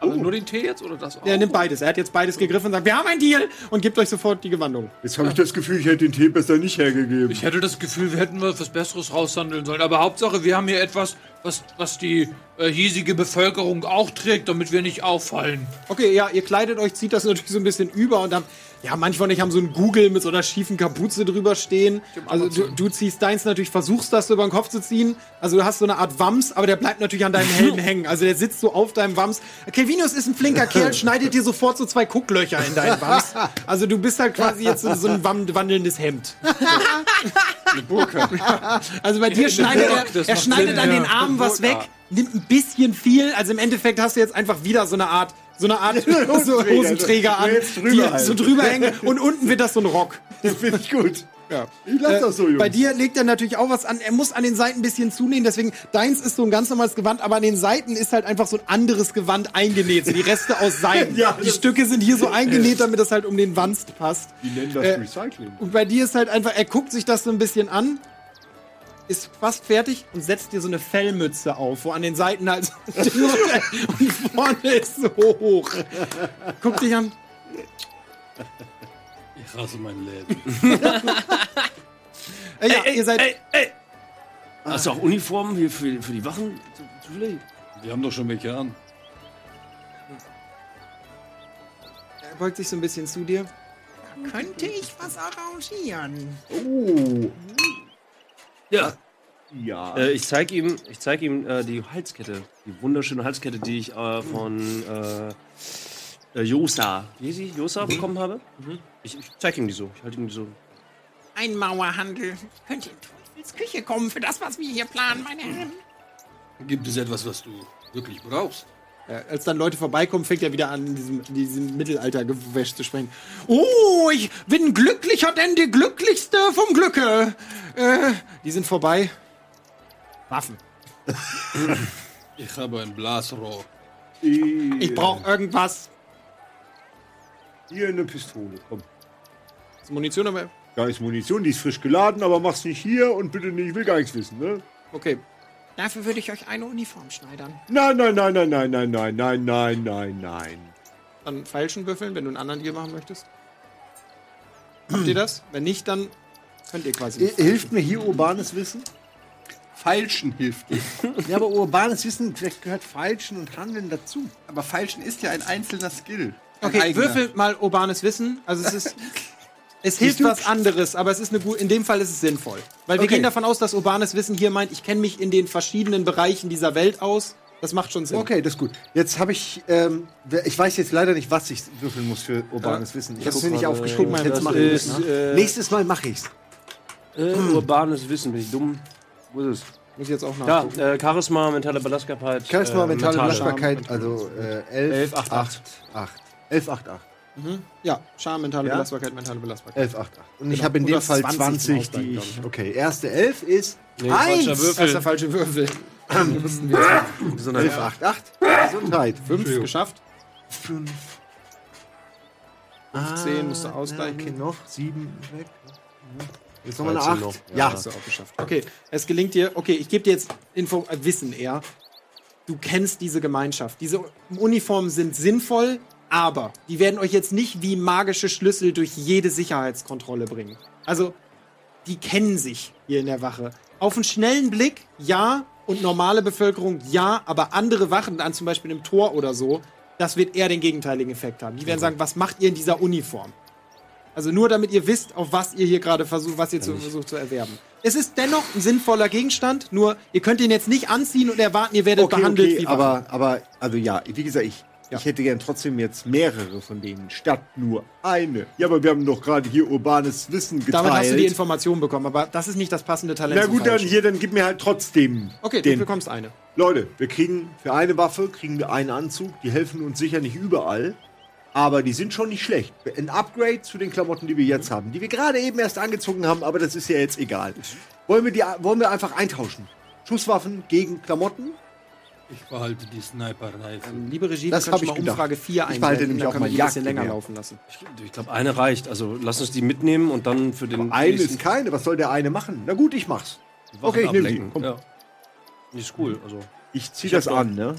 Aber nur den Tee jetzt oder das auch? Oh. Er nimmt beides. Er hat jetzt beides gegriffen und sagt, wir haben einen Deal und gibt euch sofort die Gewandung. Jetzt habe ich das Gefühl, ich hätte den Tee besser nicht hergegeben. Ich hätte das Gefühl, wir hätten was Besseres raushandeln sollen. Aber Hauptsache, wir haben hier etwas, was, was die äh, hiesige Bevölkerung auch trägt, damit wir nicht auffallen. Okay, ja, ihr kleidet euch, zieht das natürlich so ein bisschen über und dann, ja, manche von euch haben so einen Google mit so einer schiefen Kapuze drüber stehen. Also du, du ziehst deins natürlich, versuchst das so über den Kopf zu ziehen. Also du hast so eine Art Wams, aber der bleibt natürlich an deinem Helm hängen. Also der sitzt so auf deinem Wams. Kevinus ist ein flinker Kerl, schneidet dir sofort so zwei Gucklöcher in deinen Wams. Also du bist halt quasi jetzt so, so ein wam- wandelndes Hemd. Also bei dir schneidet er, er schneidet an den Armen was weg, nimmt ein bisschen viel. Also im Endeffekt hast du jetzt einfach wieder so eine Art, so eine Art so Hosenträger an, Ja, jetzt drüber die halt. so drüber hängen und unten wird das so ein Rock. Das finde ich gut. Ich lasse Äh, das so, Jungs. bei dir legt er natürlich auch was an. Er muss an den Seiten ein bisschen zunehmen, deswegen deins ist so ein ganz normales Gewand, aber an den Seiten ist halt einfach so ein anderes Gewand eingenäht, so die Reste aus Seiden. Ja, die das- Stücke sind hier so eingenäht, damit das halt um den Wanst passt. Die nennen das äh, Recycling. Und bei dir ist halt einfach, er guckt sich das so ein bisschen an, ist fast fertig und setzt dir so eine Fellmütze auf, wo an den Seiten halt so und vorne ist so hoch. Guck dich an. Ich hasse mein Leben. Äh, ja, ihr seid. Hast du auch Uniformen hier für, für die Wachen? Zufällig? Wir haben doch schon welche an. Er beugt sich so ein bisschen zu dir. Könnte ich was arrangieren? Ja. Ja. Äh, ich zeig ihm, ich zeig ihm äh, die Halskette. Die wunderschöne Halskette, die ich äh, von äh, äh, Josa, wie hieß sie? Josa bekommen habe. Ich, ich zeig ihm die so. Ich halte ihm die so. Ein Mauerhandel. Ich könnte in Teufels Küche kommen für das, was wir hier planen, meine Herren. Gibt es etwas, was du wirklich brauchst? Ja, als dann Leute vorbeikommen, fängt er wieder an, in diesem, in diesem Mittelalter-Gewäsch zu sprechen. Oh, ich bin glücklicher denn die Glücklichste vom Glücke. Äh, die sind vorbei. Waffen. Ich habe ein Blasrohr. Ich brauche irgendwas. Äh, Hier eine Pistole. Komm. Das ist Munition, aber Da ist Munition, die ist frisch geladen, aber mach's nicht hier und bitte nicht, ich will gar nichts wissen, ne? okay. Dafür würde ich euch eine Uniform schneidern. Nein, nein, nein, nein, nein, nein, nein, nein, nein, nein, nein. Dann Feilschen würfeln, wenn du einen anderen Deal machen möchtest. Habt ihr das? Wenn nicht, dann könnt ihr quasi. nicht. Hilft mir hier urbanes Wissen? Feilschen hilft nicht. Ja, aber urbanes Wissen, vielleicht gehört Falschen und Handeln dazu. Aber Feilschen ist ja ein einzelner Skill. Ein Okay, eigener. würfelt mal urbanes Wissen. Also es ist. Es hilft was anderes, aber es ist eine gute. In dem Fall ist es sinnvoll. Weil wir Okay. gehen davon aus, dass urbanes Wissen hier meint, ich kenne mich in den verschiedenen Bereichen dieser Welt aus. Das macht schon Sinn. Okay, das ist gut. Jetzt habe ich, ähm, wer- ich weiß jetzt leider nicht, was ich würfeln muss für urbanes Wissen. Ich habe es mir nicht aufgeschrieben, ich ne? hätte es machen Äh, ist, müssen. Nächstes Mal mache ich's. Äh, urbanes Wissen, bin ich dumm. Wo ist es? Muss ich jetzt auch nach. Ja, äh, Charisma, mentale Belastbarkeit. Charisma, äh, mentale mentale. Belastbarkeit, also äh, 11, 11, 8, 8, 8, 8. 11, 8, 8. Mhm. Ja, Charme, mentale Belastbarkeit, mentale Belastbarkeit. Genau. 11, 8, 8. Und ich habe in Oder dem Fall 20 20, zum die Ausgleich, ich. Okay, erste 11 ist 1. Das ist der falsche Würfel. Wir müssen wir jetzt 11, 8, 8. Gesundheit. fünf geschafft. 5. 15 musste ausgleichen. Ah, Okay, noch 7 weg. Jetzt nochmal eine 8. Ja. Hast du auch geschafft. Okay, es gelingt dir. Okay, ich gebe dir jetzt Info, äh, Wissen eher. Du kennst diese Gemeinschaft. Diese Uniformen sind sinnvoll, aber die werden euch jetzt nicht wie magische Schlüssel durch jede Sicherheitskontrolle bringen. Also, die kennen sich hier in der Wache. Auf einen schnellen Blick, ja, und normale Bevölkerung, ja, aber andere Wachen, an zum Beispiel im Tor oder so, das wird eher den gegenteiligen Effekt haben. Die werden sagen, was macht ihr in dieser Uniform? Also nur damit ihr wisst, auf was ihr hier gerade versucht, was ihr zu, versucht zu erwerben. Es ist dennoch ein sinnvoller Gegenstand, nur ihr könnt ihn jetzt nicht anziehen und erwarten, ihr werdet Okay, behandelt okay, wie Waffen. aber, aber, also ja, wie gesagt, ich, ich hätte gern trotzdem jetzt mehrere von denen, statt nur Eine. Ja, aber wir haben doch gerade hier urbanes Wissen geteilt. Damit hast du die Information bekommen, aber das ist nicht das passende Talent. Na zum gut, dann Falschen. hier, dann gib mir halt trotzdem Okay, du den. bekommst eine. Leute, wir kriegen für eine Waffe, kriegen wir einen Anzug. Die helfen uns sicher nicht überall, aber die sind schon nicht schlecht. Ein Upgrade zu den Klamotten, die wir Mhm. jetzt haben, die wir gerade eben erst angezogen haben, aber das ist ja jetzt egal. Mhm. Wollen wir, die, wollen wir einfach eintauschen? Schusswaffen gegen Klamotten? Ich behalte die Sniper-Reifen. Liebe Regie, Das du kannst hab schon ich mal gedacht. Umfrage 4 Ich behalte einblenden, nämlich dann auch können wir mein die ein bisschen länger Jagdgewehr. laufen lassen. Ich, ich glaube, eine reicht. Also lass uns die mitnehmen und dann für den. Eine nächsten ist keine. Was soll der eine machen? Na gut, ich mach's. Wachen Okay, ich nehme die. ablenken. Komm, Ja. Die ist cool. Also. Ich zieh das an, ne?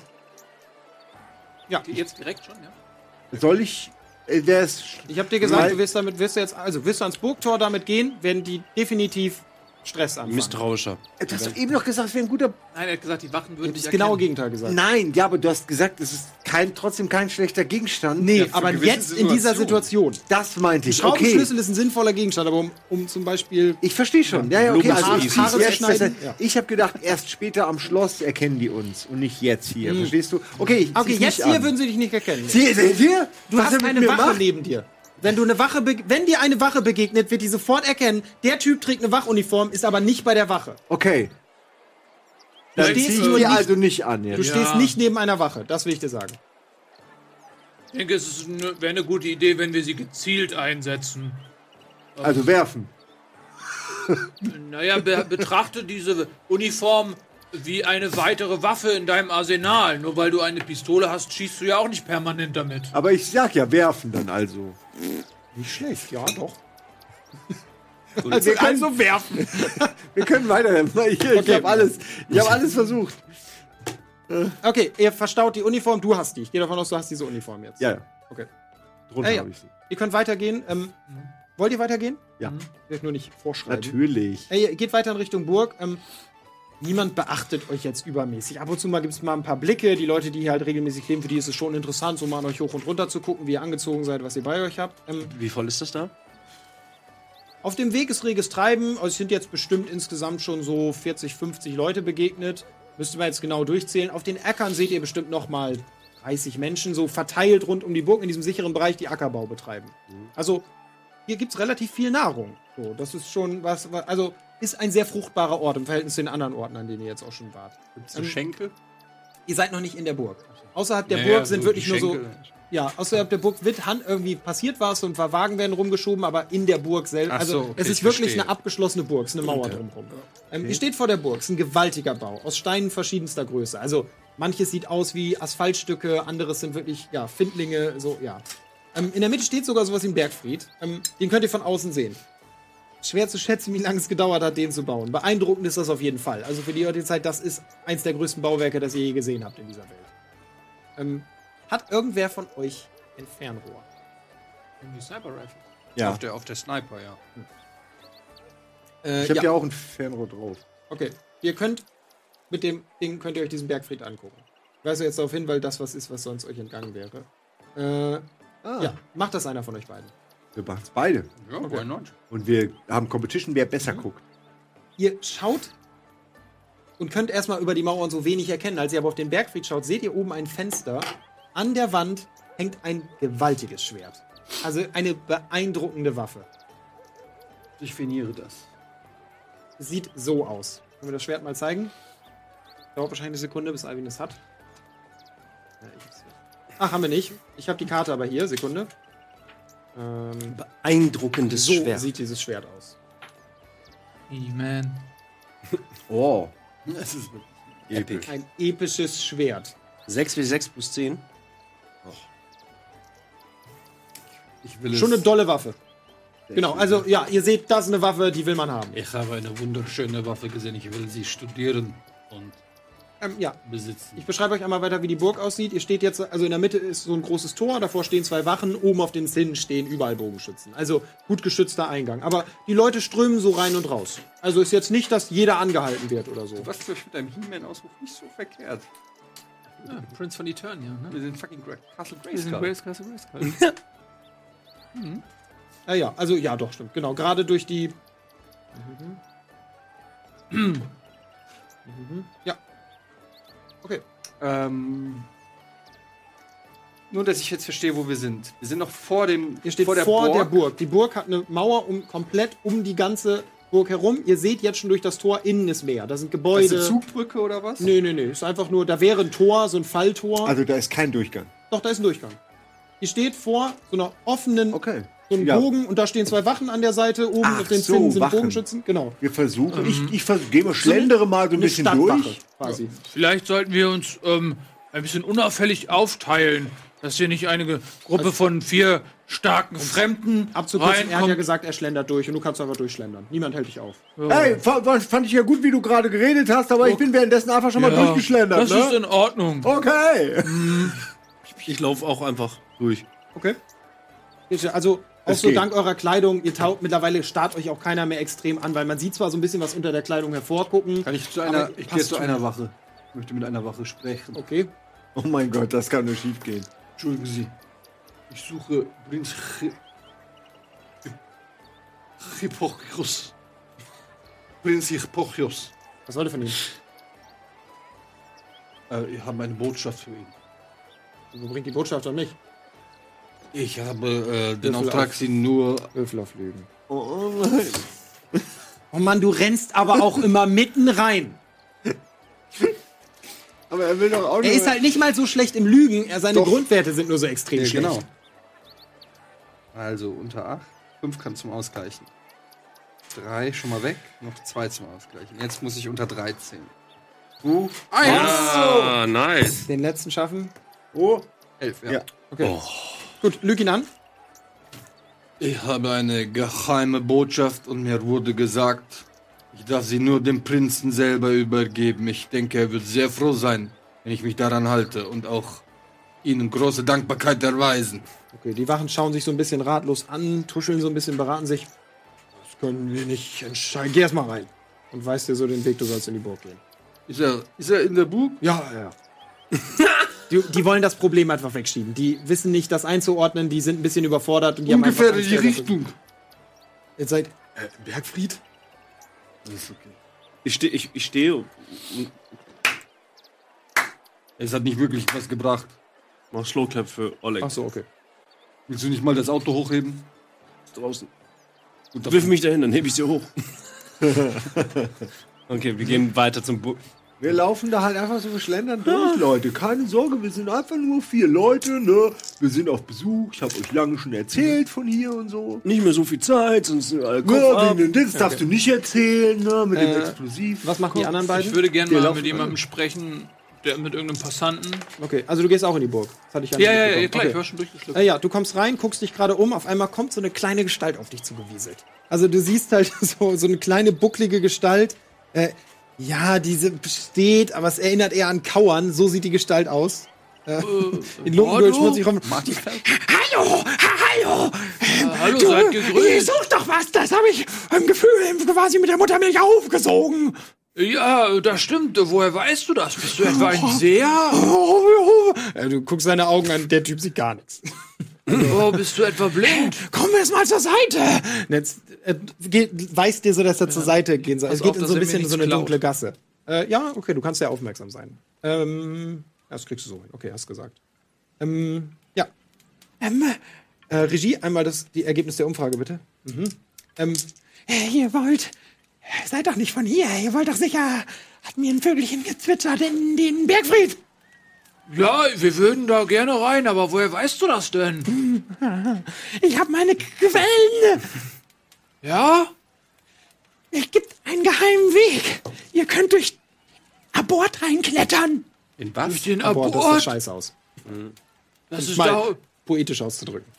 Ja. Jetzt direkt schon, ja? Soll ich. äh, Der ist. Ich habe dir gesagt, Weil- du wirst damit wirst du jetzt, also wirst du ans Burgtor damit gehen, werden die definitiv Stress anfangen. Misstrauischer. Du hast doch eben noch gesagt, es wäre ein guter. Nein, er hat gesagt, die Wachen würden dich Das erkennen. genaue genau Gegenteil gesagt. Nein, ja, aber du hast gesagt, es ist kein, trotzdem kein schlechter Gegenstand. Nee, Ja, aber jetzt in dieser Situation. Das meinte ich. Okay. Schraubenschlüssel ist ein sinnvoller Gegenstand, aber um, um zum Beispiel. Ich verstehe schon. Ja, ja, okay. Blumen Also, schießen. Haare Jetzt schneiden. besser. Ja. Ich habe gedacht, erst später am Schloss erkennen die uns und nicht jetzt hier. Verstehst du? Okay, ich Hm. Okay, zieh's jetzt nicht hier an. würden sie dich nicht erkennen. Sie- seht ihr? Du Was er hast mit eine mir Wache macht? neben dir. Wenn du eine Wache, beg- wenn dir eine Wache begegnet, wird die sofort erkennen. Der Typ trägt eine Wachuniform, ist aber nicht bei der Wache. Okay. Du Dann stehst ziehst nur du nicht, also nicht an du jetzt. stehst nicht neben einer Wache. Das will ich dir sagen. Ich denke, es ist eine- wäre eine gute Idee, wenn wir sie gezielt einsetzen. Also werfen. Naja, be betrachte diese Uniform wie eine weitere Waffe in deinem Arsenal. Nur weil du eine Pistole hast, schießt du ja auch nicht permanent damit. Aber ich sag ja, werfen dann also. Nicht schlecht, ja doch. Also, wir können, werfen. wir können weiterhelfen. Ich, ich habe alles, ich hab alles versucht. Okay, ihr verstaut die Uniform, du hast die. Ich gehe davon aus, du hast diese Uniform jetzt. Ja, ja. Okay. Drunter Ja, ja. habe ich sie. Ihr könnt weitergehen. Ähm, wollt ihr weitergehen? Mhm. Ja. Vielleicht nur nicht vorschreiben. Natürlich. Ey, ihr geht weiter in Richtung Burg. Ähm, niemand beachtet euch jetzt übermäßig. Ab und zu mal gibt es mal ein paar Blicke. Die Leute, die hier halt regelmäßig leben, für die ist es schon interessant, so mal an euch hoch und runter zu gucken, wie ihr angezogen seid, was ihr bei euch habt. Ähm, Wie voll ist das da? auf dem Weg ist reges Treiben. Also es sind jetzt bestimmt insgesamt schon so 40, 50 Leute begegnet. Müsste man jetzt genau durchzählen. Auf den Äckern seht ihr bestimmt noch mal 30 Menschen so verteilt rund um die Burg in diesem sicheren Bereich, die Ackerbau betreiben. Also hier gibt es relativ viel Nahrung. So, das ist schon was, was. Also ist ein sehr fruchtbarer Ort im Verhältnis zu den anderen Orten, an denen ihr jetzt auch schon wart. Zu Schenkel? Ihr seid noch nicht in der Burg. Außerhalb der Burg sind wirklich nur so. Ja, außerhalb der Burg wird Han irgendwie passiert was und ein paar Wagen werden rumgeschoben, aber in der Burg selbst. Ach so, Also okay, es ist ich wirklich verstehe. eine abgeschlossene Burg, es ist eine Mauer drumherum. Ähm, ihr steht vor der Burg, es ist ein gewaltiger Bau, aus Steinen verschiedenster Größe. Also manches sieht aus wie Asphaltstücke, anderes sind wirklich, ja, Findlinge, so, ja. Ähm, in der Mitte steht sogar sowas wie ein Bergfried. Ähm, den könnt ihr von außen sehen. Schwer zu schätzen, wie lange es gedauert hat, den zu bauen. Beeindruckend ist das auf jeden Fall. Also für die heutige Zeit, das ist eins der größten Bauwerke, das ihr je gesehen habt in dieser Welt. Ähm, hat irgendwer von euch ein Fernrohr? Die Sniper Rifle. Ja. Auf, der, auf der Sniper, ja. Hm. Äh, Ich habe ja. auch ein Fernrohr drauf. Okay. Ihr könnt mit dem Ding könnt ihr euch diesen Bergfried angucken. Ich weise jetzt darauf hin, weil das was ist, was sonst euch entgangen wäre. Äh, Ah. Ja, macht das einer von euch beiden. Wir machen es beide. Ja, why not? Und wir haben Competition, wer besser Mhm. guckt. Ihr schaut und könnt erstmal über die Mauern so wenig erkennen. Als ihr aber auf den Bergfried schaut, seht ihr oben ein Fenster. An der Wand hängt ein gewaltiges Schwert. Also eine beeindruckende Waffe. Definiere das. Sieht so aus. Können wir das Schwert mal zeigen? Dauert wahrscheinlich eine Sekunde, bis Alvin es hat. Ja, ich hab's nicht. Ach, haben wir nicht. Ich habe die Karte aber hier. Sekunde. Ähm, Beeindruckendes so Schwert. sieht dieses Schwert aus. E-Man. Oh. Das ist wirklich Epic. Ein episches Schwert. 6 wie 6 plus 10. Ich will Schon es. eine dolle Waffe. Genau, also ja, ihr seht, das ist eine Waffe, die will man haben. Ich habe eine wunderschöne Waffe gesehen. Ich will sie studieren und Ähm, ja, besitzen. Ich beschreibe euch einmal weiter, wie die Burg aussieht. Ihr steht jetzt, also in der Mitte ist so ein großes Tor, davor stehen zwei Wachen, oben auf den Zinnen stehen überall Bogenschützen. Also gut geschützter Eingang. Aber die Leute strömen so rein und raus. Also ist jetzt nicht, dass jeder angehalten wird oder so. Was für mit deinem He-Man-Ausruf nicht so verkehrt. Ja, Prince von Eternia, ne? Wir sind fucking Gra Castle Wir sind Grayskull. Grace Castle Grayskull. Ja, ja, also ja, doch, stimmt. Genau, gerade durch die. Mhm. Mhm. Ja. Okay. Ähm, nur, dass ich jetzt verstehe, wo wir sind. Wir sind noch vor dem. Ihr steht vor, der, Burg. Die Burg hat eine Mauer um, komplett um die ganze Burg herum. Ihr seht jetzt schon durch das Tor innen ist Meer. Da sind Gebäude. Ist eine Zugbrücke oder was? Nee, nee, nee. Ist einfach nur, da wäre ein Tor, so ein Falltor. Also da ist kein Durchgang. Doch, da ist ein Durchgang. Ihr steht vor so einer offenen, Okay. so einem Ja. Bogen und da stehen zwei Wachen an der Seite. Oben Ach auf den so, Zinnen sind Wachen. Bogenschützen. Genau. Wir versuchen, ich, ich vers geh mal, schlendere mal so ein Eine bisschen durch. quasi. Vielleicht sollten wir uns ähm, ein bisschen unauffällig aufteilen, dass hier nicht eine Gruppe von vier starken Fremden Abzukürzen, er hat ja reinkommt. gesagt, er schlendert durch und du kannst einfach durchschlendern. Niemand hält dich auf. Hey, fa- fa- fand ich ja gut, wie du gerade äh, geredet hast, aber ich bin währenddessen einfach schon mal Ja, durchgeschlendert. Das ist Ne? in Ordnung. Okay. Ich laufe auch einfach durch. Okay. Also, auch Es so geht. dank eurer Kleidung, ihr taugt mittlerweile starrt euch auch keiner mehr extrem an, weil man sieht zwar so ein bisschen was unter der Kleidung hervorgucken. Kann ich zu aber einer, ich gehe passt zu schon. einer Wache. Ich möchte mit einer Wache sprechen. Okay. Oh mein Gott, das kann nur schief gehen. Entschuldigen Sie. Ich suche Prinz Hi- Hippochios. Prinz Hippochios. Was sollte von ihm? Äh, wir haben eine Botschaft für ihn. Also, Wo bringt die Botschaft an mich? Ich habe äh, den Würfel Auftrag, auf. sie nur. Würfel auf Lügen. Oh, oh nein. Oh Mann, du rennst aber auch immer mitten rein. Aber er will doch auch Er ist halt nicht mal so schlecht im Lügen, er, seine Grundwerte sind nur so extrem schlecht. genau. Also unter 8. 5 kann zum Ausgleichen. 3 schon mal weg. Noch 2 zum Ausgleichen. Jetzt muss ich unter 13. Du. 1! Ah, nice. Den letzten schaffen. Oh. 11, ja. Ja. Okay. Gut, lüg ihn an. Ich habe eine geheime Botschaft und mir wurde gesagt, ich darf sie nur dem Prinzen selber übergeben. Ich denke, er wird sehr froh sein, wenn ich mich daran halte und auch ihnen große Dankbarkeit erweisen. Okay, die Wachen schauen sich so ein bisschen ratlos an, tuscheln so ein bisschen, beraten sich. Das können wir nicht entscheiden. Geh erstmal rein. Und weißt dir so den Weg, du sollst in die Burg gehen. Ist er, ist er in der Burg? Ja, ja. die, die wollen das Problem einfach wegschieben. Die wissen nicht, das einzuordnen, die sind ein bisschen überfordert. Und die haben Ungefähr einfach in Angst, die dass das- Richtung. Ihr seid. Bergfried? Ich stehe, ich, ich stehe. Es hat nicht wirklich was gebracht. Mach Slowclap für Oleg. Achso, okay. Willst du nicht mal das Auto hochheben? Draußen. Gut, Wirf mich dahin, dann hebe ich sie hoch. okay, wir gehen weiter zum Burg. Wir laufen da halt einfach so schlendern durch, Ah. Leute. Keine Sorge, wir sind einfach nur vier Leute, ne? Wir sind auf Besuch. Ich habe euch lange schon erzählt von hier und so. Nicht mehr so viel Zeit, sonst äh, Kopf Ja, ab. wegen dem Dings darfst du nicht erzählen, ne? Mit Äh, dem Explosiv. Was machen die anderen Ich beiden? würde gerne Wir mal laufen mit jemandem sprechen, der mit irgendeinem Passanten. Okay, also du gehst auch in die Burg. Das hatte ich Ja, ja, ja, mitbekommen. klar, Okay. ich war schon durchgeschlüpft. Äh, ja, du kommst rein, guckst dich gerade um, auf einmal kommt so eine kleine Gestalt auf dich zugewieselt. Also du siehst halt so, so eine kleine bucklige Gestalt. Äh, ja, diese besteht, aber es erinnert eher an Kauern. So sieht die Gestalt aus. Äh, in Lumpenbild schmutzig rum. Hallo, ha, hallo. Äh, hallo, du, seid gegrüßt. Ihr sucht doch was, das habe ich im Gefühl quasi mit der Muttermilch aufgesogen. Ja, das stimmt. Woher weißt du das? Bist du etwa ein Seher? Oh, oh. Äh, du guckst seine Augen an, der Typ sieht gar nichts. Oh, bist du etwa blind? Kommen wir jetzt mal zur Seite. Und jetzt äh, geht, weist dir so, dass er zur Seite gehen soll. Es Pass geht auf, in dass so ein er mir bisschen in so eine nichts klaut. dunkle Gasse. Äh, ja, okay, du kannst ja aufmerksam sein. Ähm, das kriegst du so hin. Okay, hast gesagt. Ähm, ja. Ähm, Äh, Regie, einmal das die Ergebnis der Umfrage, bitte. Mhm. Ähm, äh, ihr wollt, äh, seid doch nicht von hier. Ihr wollt doch sicher, hat mir ein Vögelchen gezwitschert in den Bergfried. Ja, wir würden da gerne rein, aber woher weißt du das denn? Ich habe meine Quellen. Ja? Es gibt einen geheimen Weg. Ihr könnt durch Abort reinklettern. In was? Durch den boah, das sah Abort? scheiße aus. Das ist Mal da. poetisch auszudrücken.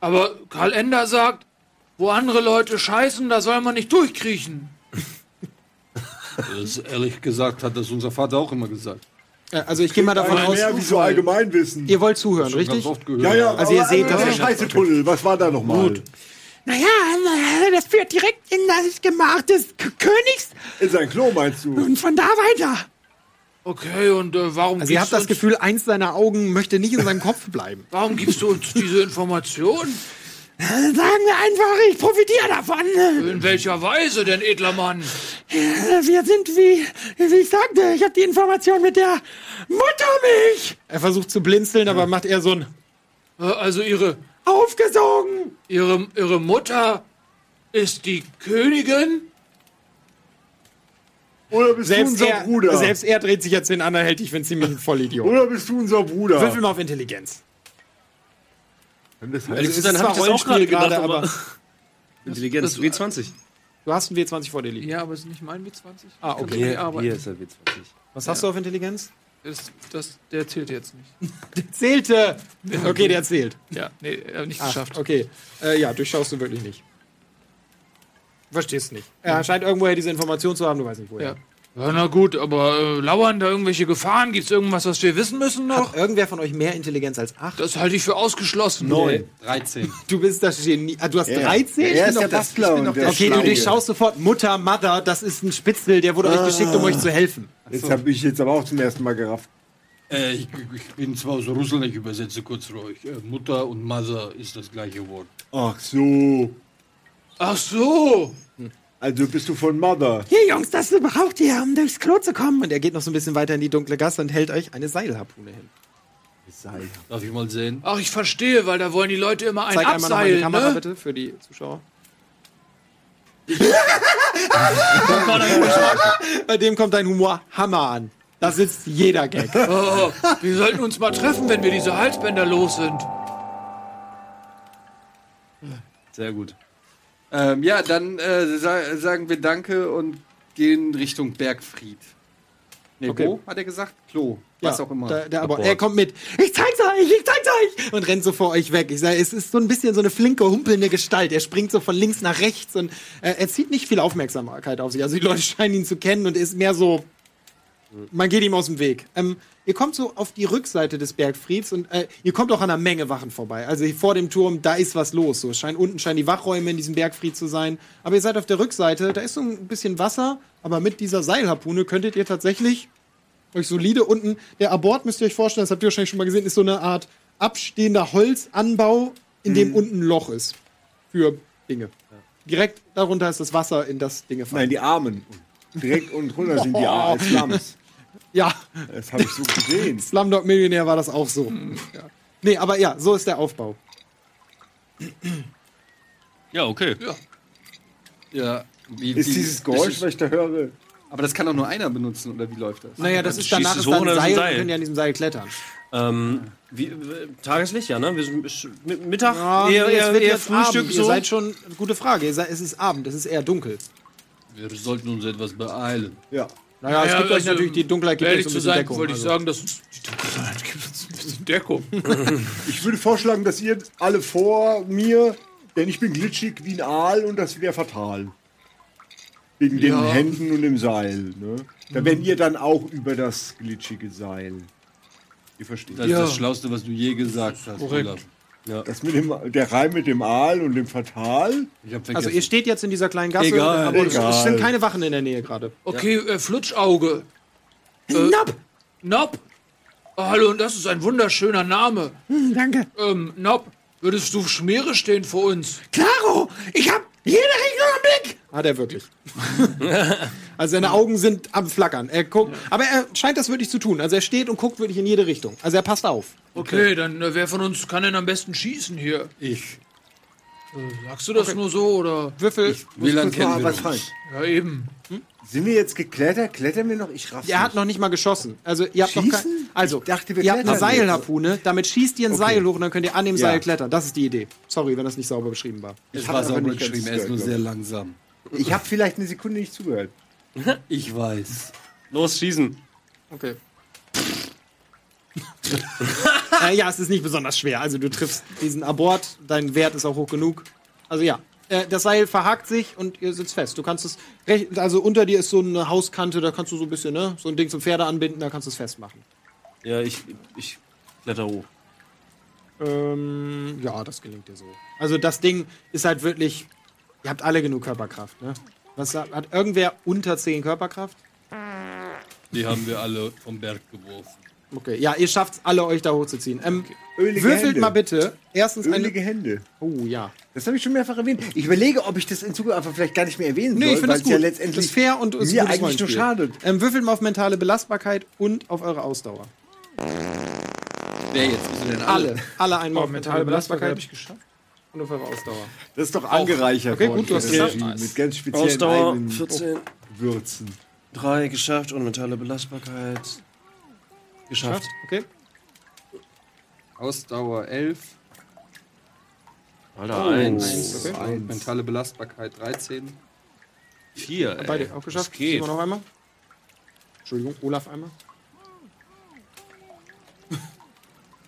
Aber Karl Ender sagt, wo andere Leute scheißen, da soll man nicht durchkriechen. Das, ehrlich gesagt hat das unser Vater auch immer gesagt. Äh, also ich gehe mal davon Einmal aus, mehr wie so Allgemeinwissen. ihr wollt zuhören, Ich hab's richtig? oft gehört. Ja, ja, Also ihr seht, dass der er- scheiße Tunnel, was war da nochmal? Gut. Naja, na, das führt direkt in das Gemach des K Königs In sein Klo meinst du? und von da weiter. Okay, und äh, warum, Also ihr habt gibst du das uns, Gefühl, eins seiner Augen möchte nicht in seinem Kopf bleiben. warum gibst du uns diese Information? Äh, Sagen wir einfach, ich profitiere davon. In welcher Weise denn, edler Mann? Äh, Wir sind wie, wie ich sagte, ich habe die Information mit der Muttermilch Er versucht zu blinzeln, aber macht eher so ein Äh, also ihre, aufgesogen. ihre, ihre Mutter ist die Königin? Oder bist Selbst du unser er, Bruder? selbst er dreht sich jetzt den anderen, hält ich für einen ziemlichen Vollidiot. Oder bist du unser Bruder? Würfel mal auf Intelligenz. Das heißt, Ehrlich ist gesagt, zwar habe ich das auch Rollenspiel gerade gedacht, gerade, aber. Intelligenz, W20. Du hast einen W20 vor dir liegen. Ja, aber ist nicht mein W20. Ah, okay. Hier, arbeiten. ist er W20. Was hast du auf Intelligenz? Das, das, der zählt jetzt nicht. Zählte! Okay, der zählt. Ja, nee, er hat nicht Acht. geschafft. Okay. Äh, ja, durchschaust du wirklich nicht. Verstehst nicht. Er scheint irgendwoher diese Information zu haben, du weißt nicht woher. Ja. Ja, na gut, aber äh, lauern da irgendwelche Gefahren? Gibt's irgendwas, was wir wissen müssen noch? Hat irgendwer von euch mehr Intelligenz als 8? Das halte ich für ausgeschlossen. Neun. 13. Du bist das Genie. Ah, du hast Ja. 13? Er Ich bin ist doch der das- Bastler ich bin und doch der Okay, du Schlaue. durchschaust sofort Mutter, Mother, das ist ein Spitzel, der wurde euch geschickt, um euch zu helfen. Jetzt habe ich jetzt aber auch zum ersten Mal gerafft. Äh, ich, ich bin zwar aus Russland, ich übersetze kurz für euch. Äh, Mutter und Mother ist das gleiche Wort. Ach so. Ach so. Also bist du von Mother. Hier, Jungs, das braucht ihr, um durchs Klo zu kommen. Und er geht noch so ein bisschen weiter in die dunkle Gasse und hält euch eine Seilharpune hin. Darf ich mal sehen? Ach, ich verstehe, weil da wollen die Leute immer einen Zeig einmal nochmal die abseilen, Kamera ne? bitte für die Zuschauer. Bei dem kommt dein Humor Hammer an. Da sitzt jeder Gag. Oh, wir sollten uns mal treffen, wenn wir diese Halsbänder los sind. Sehr gut. Ähm, ja, dann äh, sa sagen wir Danke und gehen Richtung Bergfried. Nee, Okay. wo hat er gesagt? Klo. was auch immer. Der, der Abort. Er kommt mit. Ich zeig's euch, ich zeig's euch! Und rennt so vor euch weg. Ich sage, es ist so ein bisschen so eine flinke, humpelnde Gestalt. Er springt so von links nach rechts und äh, er zieht nicht viel Aufmerksamkeit auf sich. Also die Leute scheinen ihn zu kennen und er ist mehr so. Man geht ihm aus dem Weg. Ähm, ihr kommt so auf die Rückseite des Bergfrieds und äh, ihr kommt auch an einer Menge Wachen vorbei. Also hier vor dem Turm, da ist was los. So es scheint unten scheinen die Wachräume in diesem Bergfried zu sein. Aber ihr seid auf der Rückseite, da ist so ein bisschen Wasser, aber mit dieser Seilharpune könntet ihr tatsächlich euch solide unten. Der Abort müsst ihr euch vorstellen, das habt ihr wahrscheinlich schon mal gesehen, ist so eine Art abstehender Holzanbau, in dem unten ein Loch ist. Für Dinge. Direkt darunter ist das Wasser, in das Dinge fallen. Nein, die Armen. Direkt unten drunter sind Oh. die Arme. Slums. Ja, Das habe ich so gesehen. Slumdog Millionär war das auch so. Ja. Nee, aber ja, so ist der Aufbau. Ja, okay. Ja, wie, Ist wie- dieses Geräusch, ist- was ich da höre? aber das kann doch nur einer benutzen, oder wie läuft das? Naja, das ist schießt danach es ist hoch dann oder ein ist es ein Seil, Seil? wir können ja an diesem Seil klettern. Ähm, wie, äh, Tageslicht, ja, ne? Wir sind ist Mi- Mittag, Ah, eher, nee, es eher, wird eher jetzt Frühstück Abend. Ihr so. seid schon, gute Frage, ihr seid, es ist Abend, es ist eher dunkel. Wir sollten uns etwas beeilen. Ja. Naja, es gibt euch natürlich die Dunkelheit, gibt euch um Ehrlich so ein zu bisschen sein, Deckung. wollte ich also. sagen, dass uns die Dunkelheit gibt uns ein bisschen Deckung. Ich würde vorschlagen, dass ihr alle vor mir, denn ich bin glitschig wie ein Aal und das wäre fatal. Wegen den Händen und dem Seil. Ne? Da wären ihr dann auch über das glitschige Seil. Ihr versteht. Das ist das Schlauste, was du je gesagt hast, Olaf. Das mit dem, der Reim mit dem Aal und dem Fatal. Ich hab vergessen. Also ihr steht jetzt in dieser kleinen Gasse, Egal, aber es- es egal. sind keine Wachen in der Nähe gerade. Okay, äh, Flutschauge. Nopp! Nob. Oh, hallo, und das ist ein wunderschöner Name. Hm, danke. Ähm, Nob, würdest du Schmiere stehen vor uns? Klaro! Ich hab jede Richtung im Blick! Hat er wirklich. also seine Augen sind am Flackern. Er guckt, aber er scheint das wirklich zu tun. Also er steht und guckt wirklich in jede Richtung. Also er passt auf. Okay, dann äh, wer von uns kann denn am besten schießen hier? Äh, ich. Sagst du das nur so oder? Würfel. WLAN kennen wir was uns. fallen. Ja, eben. Sind wir jetzt geklettert? Klettern wir noch? Ich raff. Er hat noch nicht mal geschossen. Also ihr habt noch kein, Schießen? Also Ich dachte, wir ihr habt eine klettern jetzt. Seilharpune. Damit schießt ihr ein Seil hoch und dann könnt ihr an dem Ja. Seil klettern. Das ist die Idee. Sorry, wenn das nicht sauber beschrieben war. Es hab war aber sauber nicht ganz geschrieben, er ist gehört, nur glaub sehr langsam. Ich habe vielleicht eine Sekunde nicht zugehört. Ich weiß. Los, schießen. Okay. äh, ja, es ist nicht besonders schwer. Also du triffst diesen Abort, dein Wert ist auch hoch genug. Also ja, äh, das Seil verhakt sich und ihr sitzt fest. Du kannst es, recht, also unter dir ist so eine Hauskante, da kannst du so ein bisschen, ne, so ein Ding zum Pferde anbinden, da kannst du es festmachen. Ja, ich, ich kletter hoch. Ähm, ja, das gelingt dir so. Also das Ding ist halt wirklich, ihr habt alle genug Körperkraft, ne? Was hat hat irgendwer unter 10 Körperkraft? Die haben wir alle vom Berg geworfen. Okay, ja, ihr schafft's alle, euch da hochzuziehen. Ähm, Ölige würfelt Hände. mal bitte. Erstens Ölige eine. Hände. Oh ja. Das habe ich schon mehrfach erwähnt. Ich überlege, ob ich das in Zukunft einfach vielleicht gar nicht mehr erwähnen Nee, ich soll, finde weil es das gut. ja das letztendlich ist fair und ist mir ein gutes eigentlich nur Rollenspiel. schadet. Ähm, würfelt mal auf mentale Belastbarkeit und auf eure Ausdauer. Wer jetzt? Bist du denn Alle, alle einmal auf Oh, mentale hab Belastbarkeit ich geschafft. und auf eure Ausdauer. Das ist doch angereichert. Okay, gut, du hast worden. es geschafft. Mit ganz speziellen Ausdauer eigenen 14, Würzen. 3 geschafft und mentale Belastbarkeit geschafft. Schafft, okay. Ausdauer 11, Alter, 1, Okay. mentale Belastbarkeit 13. 4. Ey. Beide auch geschafft. Das geht. Simon noch einmal. Entschuldigung, Olaf einmal.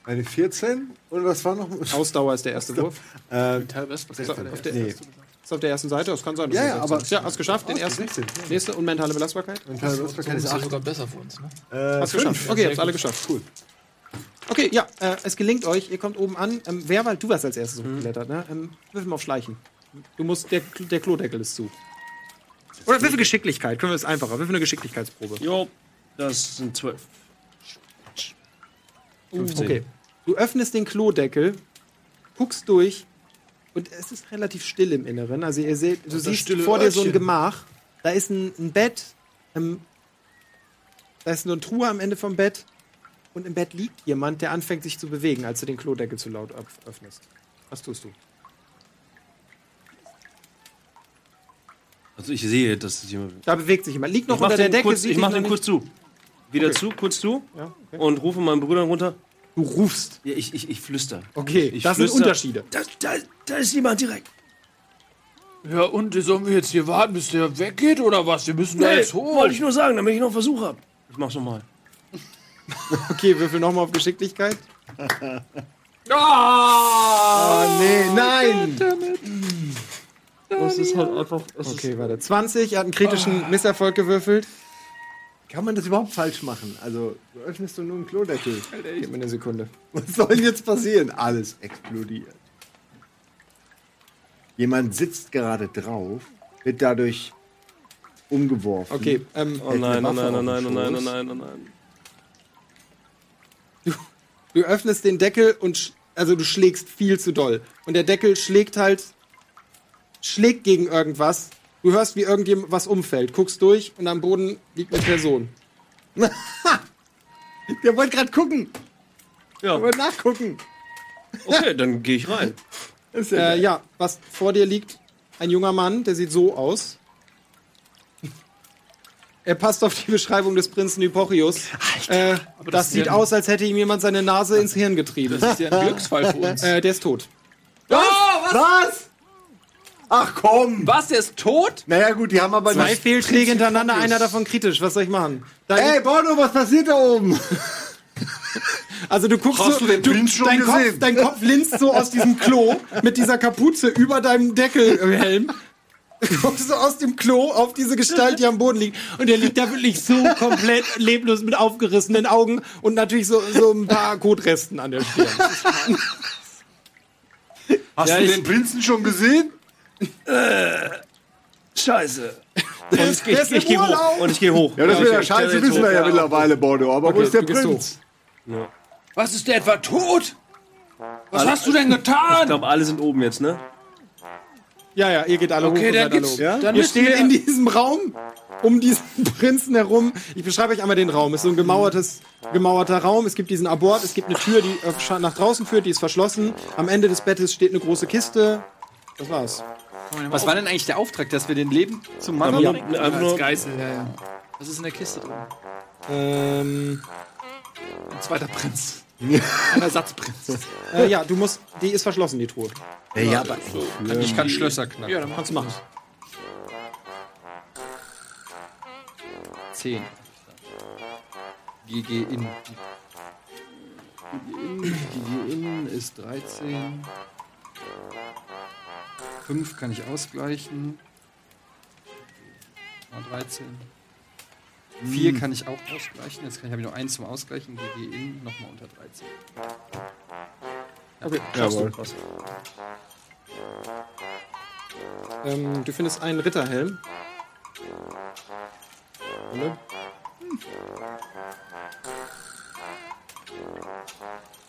Eine 14 und was war noch? Ausdauer ist der erste Wurf. Ähm, Teilweise. nee. Ist auf der ersten Seite, das kann sein. dass Ja, wir ja, 16 aber- ist. Ja, hast geschafft, den ersten. Nächste und mentale Belastbarkeit. Mentale Belastbarkeit ist Äh, ist ja 8. sogar besser für uns, ne? Hast du geschafft. Okay, ihr habt alle geschafft. Cool. Okay, ja, äh, es gelingt euch. Ihr kommt oben an. Ähm, Werwald, du warst als erstes Mhm. hochgeklettert, ne? Ähm, würfel mal auf Schleichen. Du musst, der, Kl- der Klodeckel ist zu. Oder würfel Geschicklichkeit. Können wir es einfacher. Würfel eine Geschicklichkeitsprobe. Jo, das sind zwölf. Okay. Du öffnest den Klodeckel, guckst durch und es ist relativ still im Inneren. Also ihr seht, du siehst stille vor dir so ein Örtchen. Gemach. Da ist ein, ein Bett, ähm, da ist nur eine Truhe am Ende vom Bett und im Bett liegt jemand, der anfängt sich zu bewegen, als du den Klodeckel zu laut öff- öffnest. Was tust du? Also ich sehe, dass es jemand. Da bewegt sich jemand. Liegt noch Ich mach unter der den, Decke. kurz, sieht ich mach ihn den noch kurz zu. Wieder Okay. zu, kurz zu. nicht. Ja, okay. Und rufe meinen Bruder runter. Du rufst. Ja, ich, ich, ich flüster. Okay, Ich das sind flüster- Unterschiede. Da, da, da ist jemand direkt. Ja, und äh, sollen wir jetzt hier warten, bis der weggeht oder was? Wir müssen da Nee, jetzt hoch. wollte ich nur sagen, damit ich noch einen Versuch habe. Ich mach's nochmal. Okay, würfel nochmal auf Geschicklichkeit. Ah! Oh, nee, nein! Das ist halt einfach. Okay, warte. 20, er hat einen kritischen Misserfolg gewürfelt. Kann man das überhaupt falsch machen? Also, du öffnest du nur einen Klodeckel. Gib mir eine Sekunde. Was soll denn jetzt passieren? Alles explodiert. Jemand sitzt gerade drauf, wird dadurch umgeworfen. Okay, ähm, Oh nein, eine oh nein, Waffe oh nein, oh auf den nein, oh Schoß. nein, oh nein. du öffnest den Deckel und sch also du schlägst viel zu doll. Und der Deckel schlägt halt schlägt gegen irgendwas. Du hörst, wie irgendjemand was umfällt. Guckst durch und am Boden liegt eine Person. Der wollte gerade gucken, Ja, wollte nachgucken. okay, dann gehe ich rein. Ist Äh, ja, was vor dir liegt, ein junger Mann, der sieht so aus. Er passt auf die Beschreibung des Prinzen Hypochios. Äh, das, sieht aus, als hätte ihm jemand seine Nase ins Hirn getrieben. Das ist ja ein Glücksfall für uns. Äh, der ist tot. Was? Ach komm! Was, der ist tot? Naja, gut, die haben aber Zwei nicht- Fehlschläge hintereinander, einer davon kritisch. Was soll ich machen? Da Ey, Bono, was passiert da oben? Also du guckst Hast so, du den Prinz schon dein, Kopf, gesehen? dein Kopf linst so aus diesem Klo mit dieser Kapuze über deinem Deckelhelm. Du Kommst so aus dem Klo auf diese Gestalt, die am Boden liegt. Und der liegt da wirklich so komplett leblos mit aufgerissenen Augen und natürlich so, so ein paar Kotresten an der Stirn. Hast du den Prinzen schon gesehen? Scheiße. Und ich gehe Der ist im ich geh hoch. Urlaub. Und ich gehe hoch. Ja, das mit ich- der ich- Scheiße wissen wir ja mittlerweile, Bono. Aber wo ist der du gehst Prinz? Was ist der etwa tot? Was hast du denn Ich getan? glaube, alle sind oben jetzt, ne? Ja, ja, ihr geht alle hoch Okay, und dann seid alle gibt's. oben. Dann Ihr müssen steht in wir. diesem Raum, um diesen Prinzen herum. Ich beschreibe euch einmal den Raum. Es ist so ein gemauertes, gemauerter Raum. Es gibt diesen Abort, es gibt eine Tür, die auf Scha- nach draußen führt, die ist verschlossen. Am Ende des Bettes steht eine große Kiste. Das war's. Was war denn eigentlich der Auftrag, dass wir den Leben zum Mann Einfach ja. nur, einfach nur Geißel, ja, ja. Was ist in der Kiste drin? Ähm, Ein zweiter Prinz. Ein Ersatzprinz. äh, ja, du musst. Die ist verschlossen, die Truhe. Ja, aber Ich kann Schlösser knacken. Ja, dann mach's. Kannst du machen. Zehn. GG in. GG in, GG in ist 13. 5 kann ich ausgleichen. Mal 13. 4 kann ich auch ausgleichen. Jetzt kann ich, habe ich noch 1 zum Ausgleichen. GG in nochmal unter 13. Okay, Jawohl. ähm, du findest einen Ritterhelm. Hallo?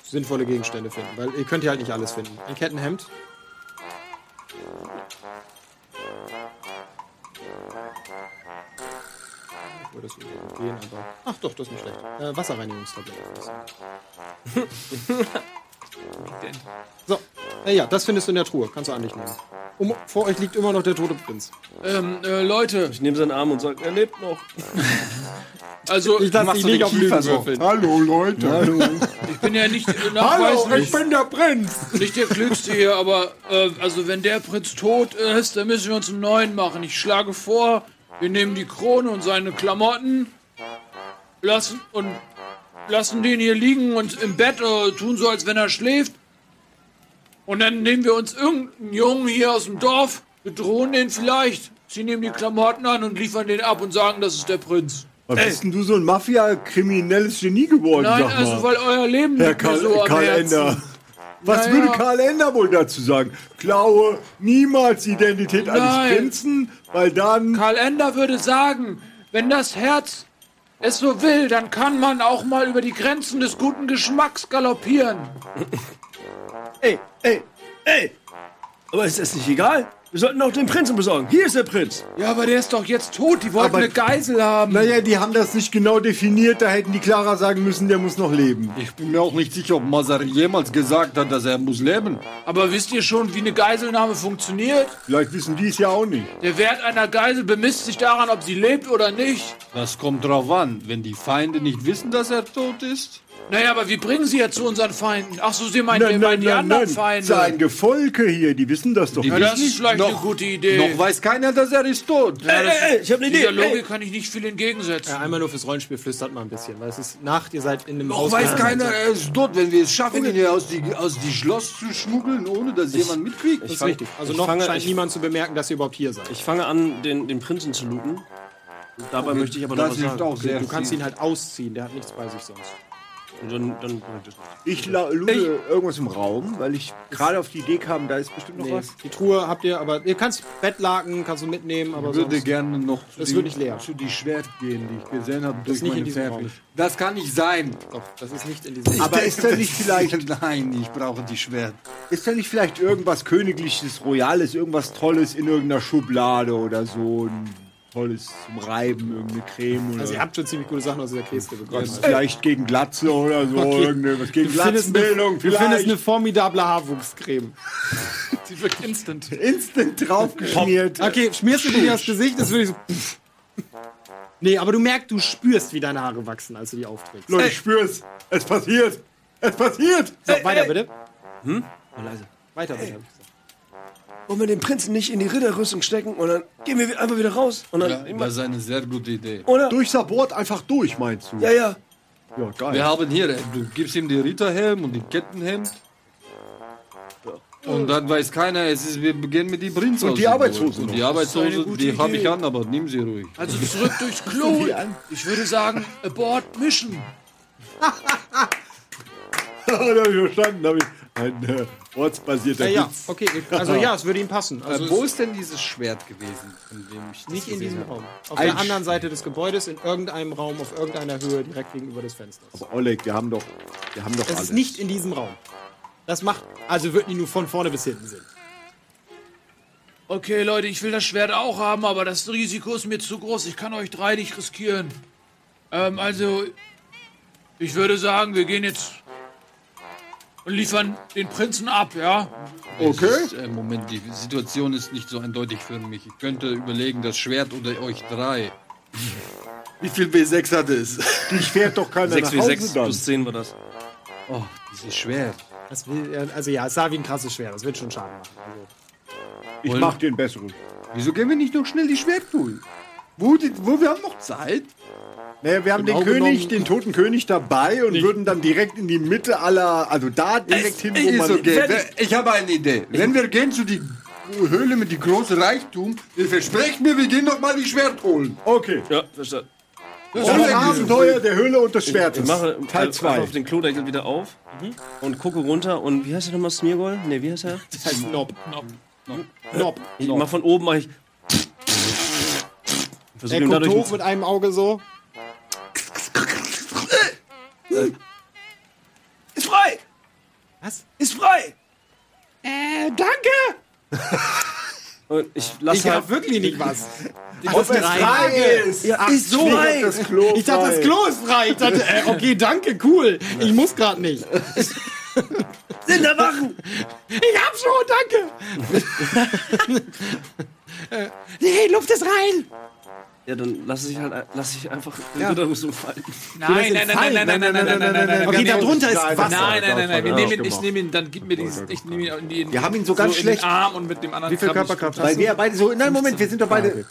Sinnvolle Gegenstände finden, weil ihr könnt ja halt nicht alles finden. Ein Kettenhemd. Obwohl, das würde gehen, aber- Ach doch, das ist nicht schlecht. Äh, Wasserreinigungstablette. So, äh, ja, das findest du in der Truhe. Kannst du an dich nehmen. Um, vor euch liegt immer noch der tote Prinz. Ähm, äh, Leute, Ich nehme seinen Arm und sage, er lebt noch. also ich, lasse dich nicht auf Lügen Hallo, Leute. Hallo. bin ja nicht äh, nachweislich bin der Prinz. nicht der Klügste hier, aber äh, also wenn der Prinz tot ist, dann müssen wir uns einen neuen machen. Ich schlage vor, wir nehmen die Krone und seine Klamotten, lassen und lassen den hier liegen und im Bett äh, tun so, als wenn er schläft. Und dann nehmen wir uns irgendeinen Jungen hier aus dem Dorf Wir drohen den vielleicht. Sie nehmen die Klamotten an und liefern den ab und sagen, das ist der Prinz. Was bist denn du so ein Mafia-kriminelles Genie geworden? Nein, sag mal? also weil euer Leben Herr liegt mir Karl, so am Karl Herzen. Ender. Was Naja. würde Karl Ender wohl dazu sagen? Klaue niemals die Identität Nein. eines Prinzen, weil dann. Karl Ender würde sagen, wenn das Herz es so will, dann kann man auch mal über die Grenzen des guten Geschmacks galoppieren. Ey, ey, ey! Aber ist das nicht egal? Wir sollten auch den Prinzen besorgen. Hier ist der Prinz. Ja, aber der ist doch jetzt tot. Die wollten Aber- eine Geisel haben. Naja, die haben das nicht genau definiert, da hätten die klarer sagen müssen, der muss noch leben. Ich bin mir auch nicht sicher, ob Mazar jemals gesagt hat, dass er muss leben. Aber wisst ihr schon, wie eine Geiselnahme funktioniert? Vielleicht wissen die es ja auch nicht. Der Wert einer Geisel bemisst sich daran, ob sie lebt oder nicht. Das kommt drauf an. Wenn die Feinde nicht wissen, dass er tot ist, Naja, aber wie bringen sie ja zu unseren Feinden? Ach so, sie meinen, wir Nein, nein, meinen die nein, anderen nein. Feinde. Sein Gefolge hier, die wissen das doch. Ja, das ist vielleicht eine gute Idee. noch weiß keiner, dass er ist tot. Ey, ey, ey, ich habe eine Idee. Dieser Logik Ey, kann ich nicht viel entgegensetzen. Ja, einmal nur fürs Rollenspiel flüstert mal ein bisschen, weil es ist Nacht, ihr seid in dem Noch Haus. weiß keiner, er ist tot. Wenn wir es schaffen, ihn hier aus die, aus die Schloss zu schmuggeln, ohne dass jemand mitkriegt. Das ist richtig. Also noch fange- scheint ich- niemand zu bemerken, dass ihr überhaupt hier seid. Ich fange an, den, den Prinzen zu looten. Dabei möchte ich aber noch das was hilft sagen. auch sehr du kannst viel. ihn halt ausziehen, der hat nichts bei sich sonst. Und dann, dann Ich la- lüge irgendwas im Raum, weil ich gerade auf die Idee kam, da ist bestimmt noch Nee, was. die Truhe habt ihr, aber ihr kannst Bettlaken, kannst du mitnehmen, aber Ich würde sonst... gerne noch zu Das die- würde ich leer. zu die Schwert gehen, die ich gesehen habe durch nicht in meine diesem Fernseher. Raum. Das kann nicht sein. Doch, das ist nicht in diesem... Aber ist da nicht vielleicht, Nein, ich brauche die Schwert. ist da nicht vielleicht irgendwas Königliches, Royales, irgendwas Tolles in irgendeiner Schublade oder so? Ein tolles zum Reiben, irgendeine Creme oder also ihr habt schon ziemlich gute Sachen aus dieser Kiste bekommen. was vielleicht gegen Glatze oder so, irgendwas gegen Glatzenbildung, du findest vielleicht eine formidable Haarwuchscreme. Sie wirkt instant. instant draufgeschmiert. Okay, schmierst du dir die aufs Gesicht, das würde ich so... Pff. Nee, aber du merkst, du spürst, wie deine Haare wachsen, als du die aufträgst. Leute, ich spür's, es passiert, es passiert. So, weiter bitte. Hm? Leise. Weiter bitte. Wollen wir den Prinzen nicht in die Ritterrüstung stecken und dann gehen wir einfach wieder raus? Und dann, Das ist eine sehr gute Idee. oder? Durch Sabort einfach durch, meinst du? Ja, ja. Ja, geil. Wir haben hier, äh, du gibst ihm den Ritterhelm und den Kettenhemd. Und dann weiß keiner, es ist, wir beginnen mit die Prinz Und die auszuholen. Arbeitshose Und noch. die Arbeitshose, die habe ich an, aber nimm sie ruhig. Also zurück durchs Klo. Ich würde sagen, abort mission. da hab ich verstanden, da hab ich ein äh, ortsbasierter Ja, ja, Witz. okay. Also ja, es würde ihm passen. Also Wo ist denn dieses Schwert gewesen, von dem ich das Nicht in gesehen diesem habe? Raum. Auf der anderen Seite des Gebäudes, in irgendeinem Raum, auf irgendeiner Höhe, direkt gegenüber des Fensters. Aber Oleg, wir haben doch, wir haben doch Das alles. ist nicht in diesem Raum. Das macht. Also würden die nur von vorne bis hinten sind. Okay, Leute, ich will das Schwert auch haben, aber das Risiko ist mir zu groß. Ich kann euch drei nicht riskieren. Ähm, also, ich würde sagen, wir gehen jetzt und liefern den Prinzen ab, ja? Okay. Ist, äh, Moment, die Situation ist nicht so eindeutig für mich. Ich könnte überlegen, das Schwert oder euch drei. Wie viel B6 hatte es? Dich fährt doch keiner 6 nach wie Hause 6 dann. plus 10 war das. Oh, dieses Schwert. Das will, äh, also ja, es sah wie ein krasses Schwert. Das wird schon Schaden machen. Ich mach dir ein besseres. Wieso gehen wir nicht noch schnell die Schwert holen? Wo, die- wo wir haben noch Zeit? Naja, wir haben den genommen- König, den toten König dabei und würden dann direkt in die Mitte aller, also da direkt hin, wo Ist man okay. Wer- Ich habe eine Idee. Wenn wir gehen zu die Höhle mit dem großen Reichtum, ihr versprecht mir, wir gehen nochmal die Schwert holen. Okay. Ja, verstanden. Das Abenteuer der Höhle und des Schwertes. Ich mache Teil ich mache 2. äh, auf den Klodeckel wieder auf und gucke runter und wie heißt der nochmal? Smeargol? Ne, wie heißt er? Das heißt Nob. Nob. Nob. Ich mach von oben, mach ich. Er Versuche ihm guckt dadurch. hoch mit einem Auge so. Ist frei! Was? Ist frei! Äh, danke. Und ich lasse Ich halt. hab wirklich nicht was. Ob es frei ist. Ach so, Ich hab das Klo Ich dachte, das frei. Klo ist frei. Ich dachte, äh, okay, danke, cool. Ich muss gerade nicht. Sind erwachen! Ich hab schon, Äh, danke. Nee, Luft ist rein. Ja, dann lasse ich halt lass ich einfach die Ritterrüstung fallen. Nein, nein, nein, nein, nein, nein, nein, nein, nein, nein, nein. Okay, wir da nehmen- drunter ist Wasser. Nein, nein, nein, nein. Wir Genau. nehmen ihn, ich nehme ihn, dann gib mir diesen. Ich nehme ihn in die. Wir haben ihn so ganz in schlecht. Den Arm und mit dem anderen. Wie Körperkraft Weil wir beide so, nein, Moment, wir sind doch beide.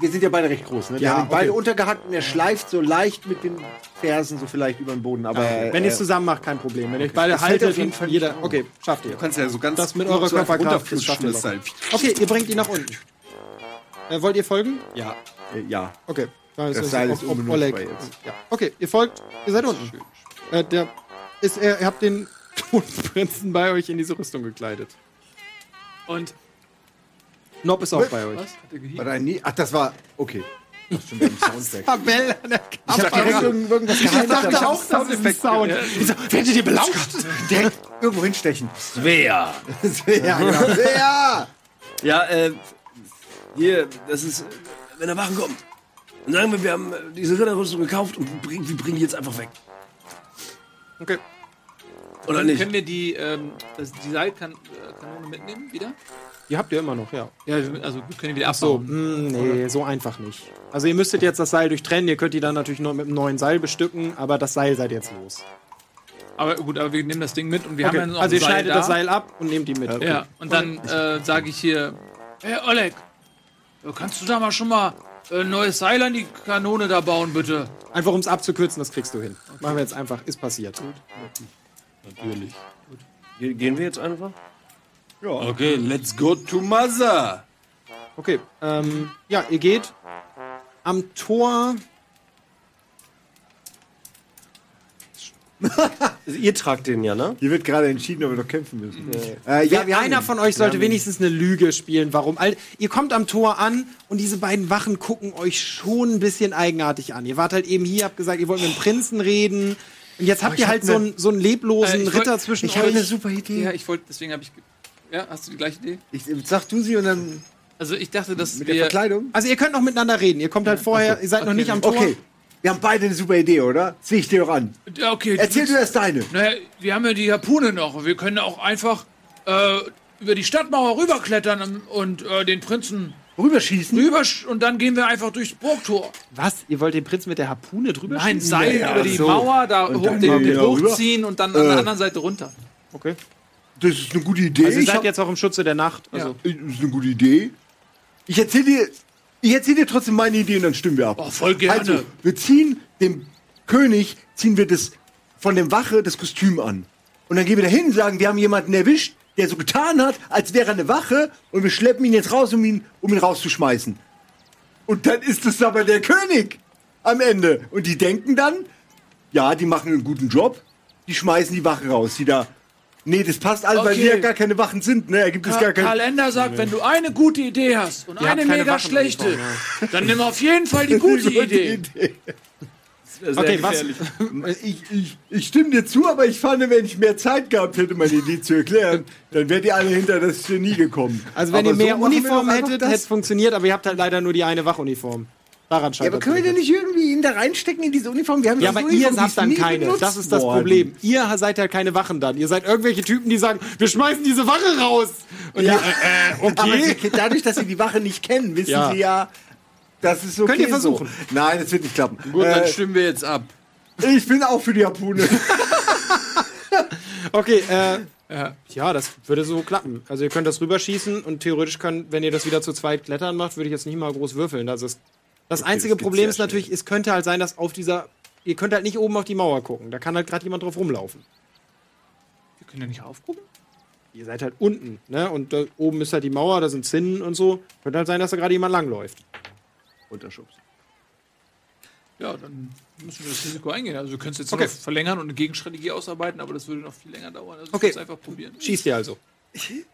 Wir sind ja beide recht groß, ne? Wir Ja, haben ihn beide okay. untergehackt und er schleift so leicht mit den Fersen so vielleicht über den Boden. Aber Wenn ihr äh, es zusammen macht, kein Problem. Wenn ihr euch Es beide fällt haltet, auf jeden dann Fall jeder. Okay, schafft ihr. Du kannst ja so ganz Das mit gut eurer so einfach Körperkraft das runterflutschen, schafft ihr das locker. halt. Okay, ihr bringt ihn nach unten. Äh, wollt ihr folgen? Ja. Äh, ja. Okay. Dann Das es Seil ist ob- ob- unbenutzbar Oleg. jetzt. Ja. Okay, ihr folgt. Ihr seid unten. Äh, der ist, äh, ihr habt den Todprinzen bei euch in diese Rüstung gekleidet. Und Nob ist auch bei euch. War da nie? Ach, das war. Okay. Das ist schon wieder ein Soundtrack. Abel an der Kamera. Ich hab direkt irgend- irgendwas Ich Geheimes dachte am auch, das ist ein Sound. Ich so, werdet ihr belauscht? Direkt irgendwo hinstechen. Wer? Ja, genau. Ja! Ja, äh, hier, das ist, äh, wenn er Wachen kommt. Dann sagen wir, wir haben äh, diese Ritterrüstung gekauft und bring, wir bringen die jetzt einfach weg. Okay. Oder nicht? Können wir die, ähm, das, die Seilkanone mitnehmen wieder? Die habt ihr immer noch, ja. Ja, also wir können die wieder Ach so, abbauen. mh, nee, so einfach nicht. Also ihr müsstet jetzt das Seil durchtrennen, ihr könnt die dann natürlich noch mit einem neuen Seil bestücken, aber das Seil seid jetzt los. Aber gut, aber wir nehmen das Ding mit und wir Okay, haben ja noch also ihr ein Seil schneidet da. das Seil ab und nehmt die mit. Ja, und dann äh, sage ich hier, hey Oleg, äh, kannst du da mal schon mal äh, ein neues Seil an die Kanone da bauen, bitte? Einfach um es abzukürzen, das kriegst du hin. Machen wir jetzt einfach, ist passiert. Natürlich. Ge- Gehen wir jetzt einfach? Okay, let's go to Mother. Okay, ähm, ja, ihr geht am Tor. Also, Ihr tragt den ja, ne? Hier wird gerade entschieden, ob wir noch kämpfen müssen. Äh, ja, wir haben einer ihn. von euch sollte Wir haben ihn. wenigstens eine Lüge spielen. Warum? All, ihr kommt am Tor an und diese beiden Wachen gucken euch schon ein bisschen eigenartig an. Ihr wart halt eben hier, habt gesagt, ihr wollt mit dem Prinzen reden. Und jetzt habt ich ihr halt hab so ne- einen, so einen leblosen Äh, ich wollt- Ritter zwischen Ich habe euch. eine super Idee. Ja, ich wollte, deswegen habe ich. ge- Ja, hast du die gleiche Idee? Ich, sag du sie und dann Also ich dachte, dass mit der wir. Verkleidung. Also ihr könnt noch miteinander reden. Ihr kommt halt vorher, ihr seid noch nicht am Tor. Okay. Wir haben beide eine super Idee, oder? Zieh ich dir doch an. Ja, okay. Erzähl du erst deine. Ne? Naja, wir haben ja die Harpune noch. Wir können auch einfach äh, über die Stadtmauer rüberklettern und äh, den Prinzen Rüberschießen. rüber und dann gehen wir einfach durchs Burgtor. Was? Ihr wollt den Prinzen mit der Harpune drüber Nein, schießen? Seil über die Mauer, da hoch, dann den, wieder hochziehen und dann an Äh. der anderen Seite runter. Okay. Das ist eine gute Idee. Also ihr ich seid hab- jetzt auch im Schutze der Nacht. Also. das ist eine gute Idee. Ich erzähl dir, ich erzähl dir trotzdem meine Idee und dann stimmen wir ab. Oh, voll gerne. Also, wir ziehen dem König, ziehen wir das von dem Wache das Kostüm an. Und dann gehen wir dahin und sagen, wir haben jemanden erwischt, der so getan hat, als wäre er eine Wache und wir schleppen ihn jetzt raus, um ihn, um ihn rauszuschmeißen. Und dann ist es aber der König am Ende. Und die denken dann, ja, die machen einen guten Job, die schmeißen die Wache raus, die da. Nee, das passt alles, weil Okay. wir ja gar keine Wachen sind, ne? Ergibt es Ka gar keinen Kalender sagt, wenn du eine gute Idee hast und eine habt keine mega Waffen schlechte, dann nimm auf jeden Fall die gute Idee. Okay, was? Ich, ich, ich stimme dir zu, aber ich fand, wenn ich mehr Zeit gehabt hätte, meine Idee zu erklären, dann wärt ihr alle hinter das Genie gekommen. Also wenn aber ihr mehr so machen wir Uniform doch einfach hättet, das. hätte es funktioniert, aber ihr habt halt leider nur die eine Wachuniform. Daran Ja, scheitert aber können wir denn nicht irgendwie ihn da reinstecken in diese Uniform? Wir haben Ja, diese aber ihr Uniform, die habt ist dann nie keine. benutzt Das ist das worden. Problem. Ihr seid halt keine Wachen dann. Ihr seid irgendwelche Typen, die sagen, wir schmeißen diese Wache raus. Und Ja. ihr, äh, äh, Aber okay. sie, dadurch, dass sie die Wache nicht kennen, wissen Ja. sie ja, das ist okay Könnt ihr versuchen. So. Nein, das wird nicht klappen. Gut, dann äh, stimmen wir jetzt ab. ich bin auch für die Harpune. Okay, äh, ja, das würde so klappen. Also ihr könnt das rüberschießen und theoretisch könnt, wenn ihr das wieder zu zweit klettern macht, würde ich jetzt nicht mal groß würfeln. Also es, das einzige das geht Problem sehr ist natürlich, es könnte halt sein, dass auf dieser, ihr könnt halt nicht oben auf die Mauer gucken. Da kann halt gerade jemand drauf rumlaufen. Wir können ja nicht aufgucken. Ihr seid halt unten, ne? Und da oben ist halt die Mauer, da sind Zinnen und so. Könnte halt sein, dass da gerade jemand langläuft. Unterschubs. Ja, dann müssen wir das Risiko eingehen. Also wir können es jetzt Okay. noch verlängern und eine Gegenstrategie ausarbeiten, aber das würde noch viel länger dauern. Also wir Okay. können es einfach probieren. Ich Schießt ihr also. würde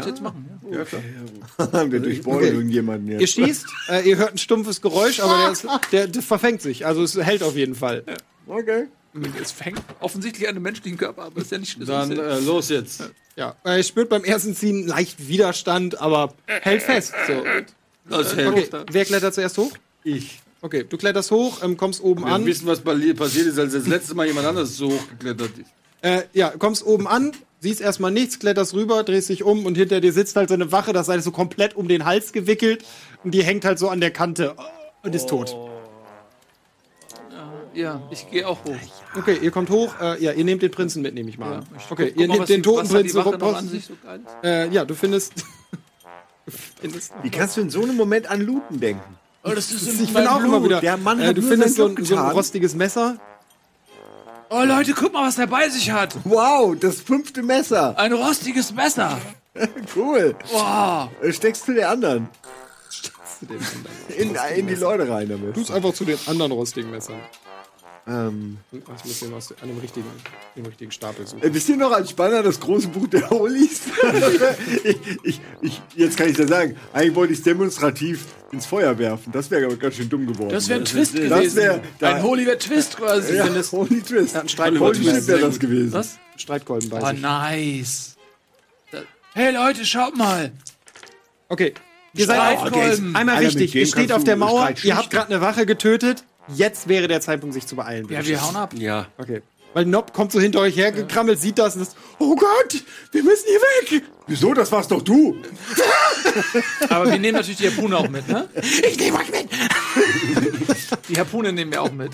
es jetzt machen. Ja. wir durchbohren irgendjemanden Ihr jetzt. schießt, äh, ihr hört ein stumpfes Geräusch, aber der, ist, der, der verfängt sich. Also es hält auf jeden Fall. Okay. Es fängt offensichtlich an einem menschlichen Körper, aber ist ja nicht Dann äh, los jetzt. Ja. Äh, Ihr spürt beim ersten Ziehen leicht Widerstand, aber hält fest. So. Los, Helm. Okay, wer klettert zuerst hoch? Ich. Okay, du kletterst hoch, ähm, kommst oben Wir an. wissen, was bei- passiert ist, als das letzte Mal jemand anderes so hochgeklettert ist. Äh, ja, kommst oben an, siehst erstmal nichts, kletterst rüber, drehst dich um und hinter dir sitzt halt so eine Wache, das sei so komplett um den Hals gewickelt und die hängt halt so an der Kante und ist tot. Oh. Ja, ich gehe auch hoch. Okay, ihr kommt hoch. Äh, ja, ihr nehmt den Prinzen mit, nehme ich mal an. Ich okay, guck ihr mal, nehmt was den die- was toten hat die Prinzen Wache noch raus. an sich so geil ist. Äh, ja, du findest. du Wie kannst du in so einem Moment an Looten denken? Oh, das ist in meinem Blut. Der Der Mann Mann hat äh, du nur findest so seinen Job ein, so ein getan. rostiges Messer. Oh Leute, guck mal, was er bei sich hat. Wow, das fünfte Messer. Ein rostiges Messer. Cool. Wow. Steckst du den anderen. In, in die Leute rein damit. Du es einfach zu den anderen rostigen Messern. Ähm, Ich muss den aus einem richtigen, dem richtigen Stapel suchen. äh, wisst ihr noch als Spanner das große Buch der Holies? ich, ich, ich, jetzt kann ich das sagen. Eigentlich wollte ich es demonstrativ ins Feuer werfen. Das wäre aber ganz schön dumm geworden. Das wäre ein Twist das gewesen. wär- da- ein Holy wär Twist quasi. Ja, Holy Twist. Ja, ein Streitkolben. Holy Shit wäre das gewesen. Was? Streitkolben bei Ah, Oh, sich. nice. Da- Hey Leute, schaut mal. Okay. Ihr seid auf, Streitkolben. einmal Alter, wichtig, mit dem ihr steht kannst auf du der Mauer, Streit- ihr habt gerade eine Wache getötet, jetzt wäre der Zeitpunkt, sich zu beeilen. Ja, bitte. wir hauen ab. Ja. Okay. Weil Nob kommt so hinter euch hergekrammelt, sieht das und ist, oh Gott, wir müssen hier weg. Wieso? Das warst doch du. Aber wir nehmen natürlich die Harpune auch mit, ne? Ich nehme euch mit. Die Harpune nehmen wir auch mit.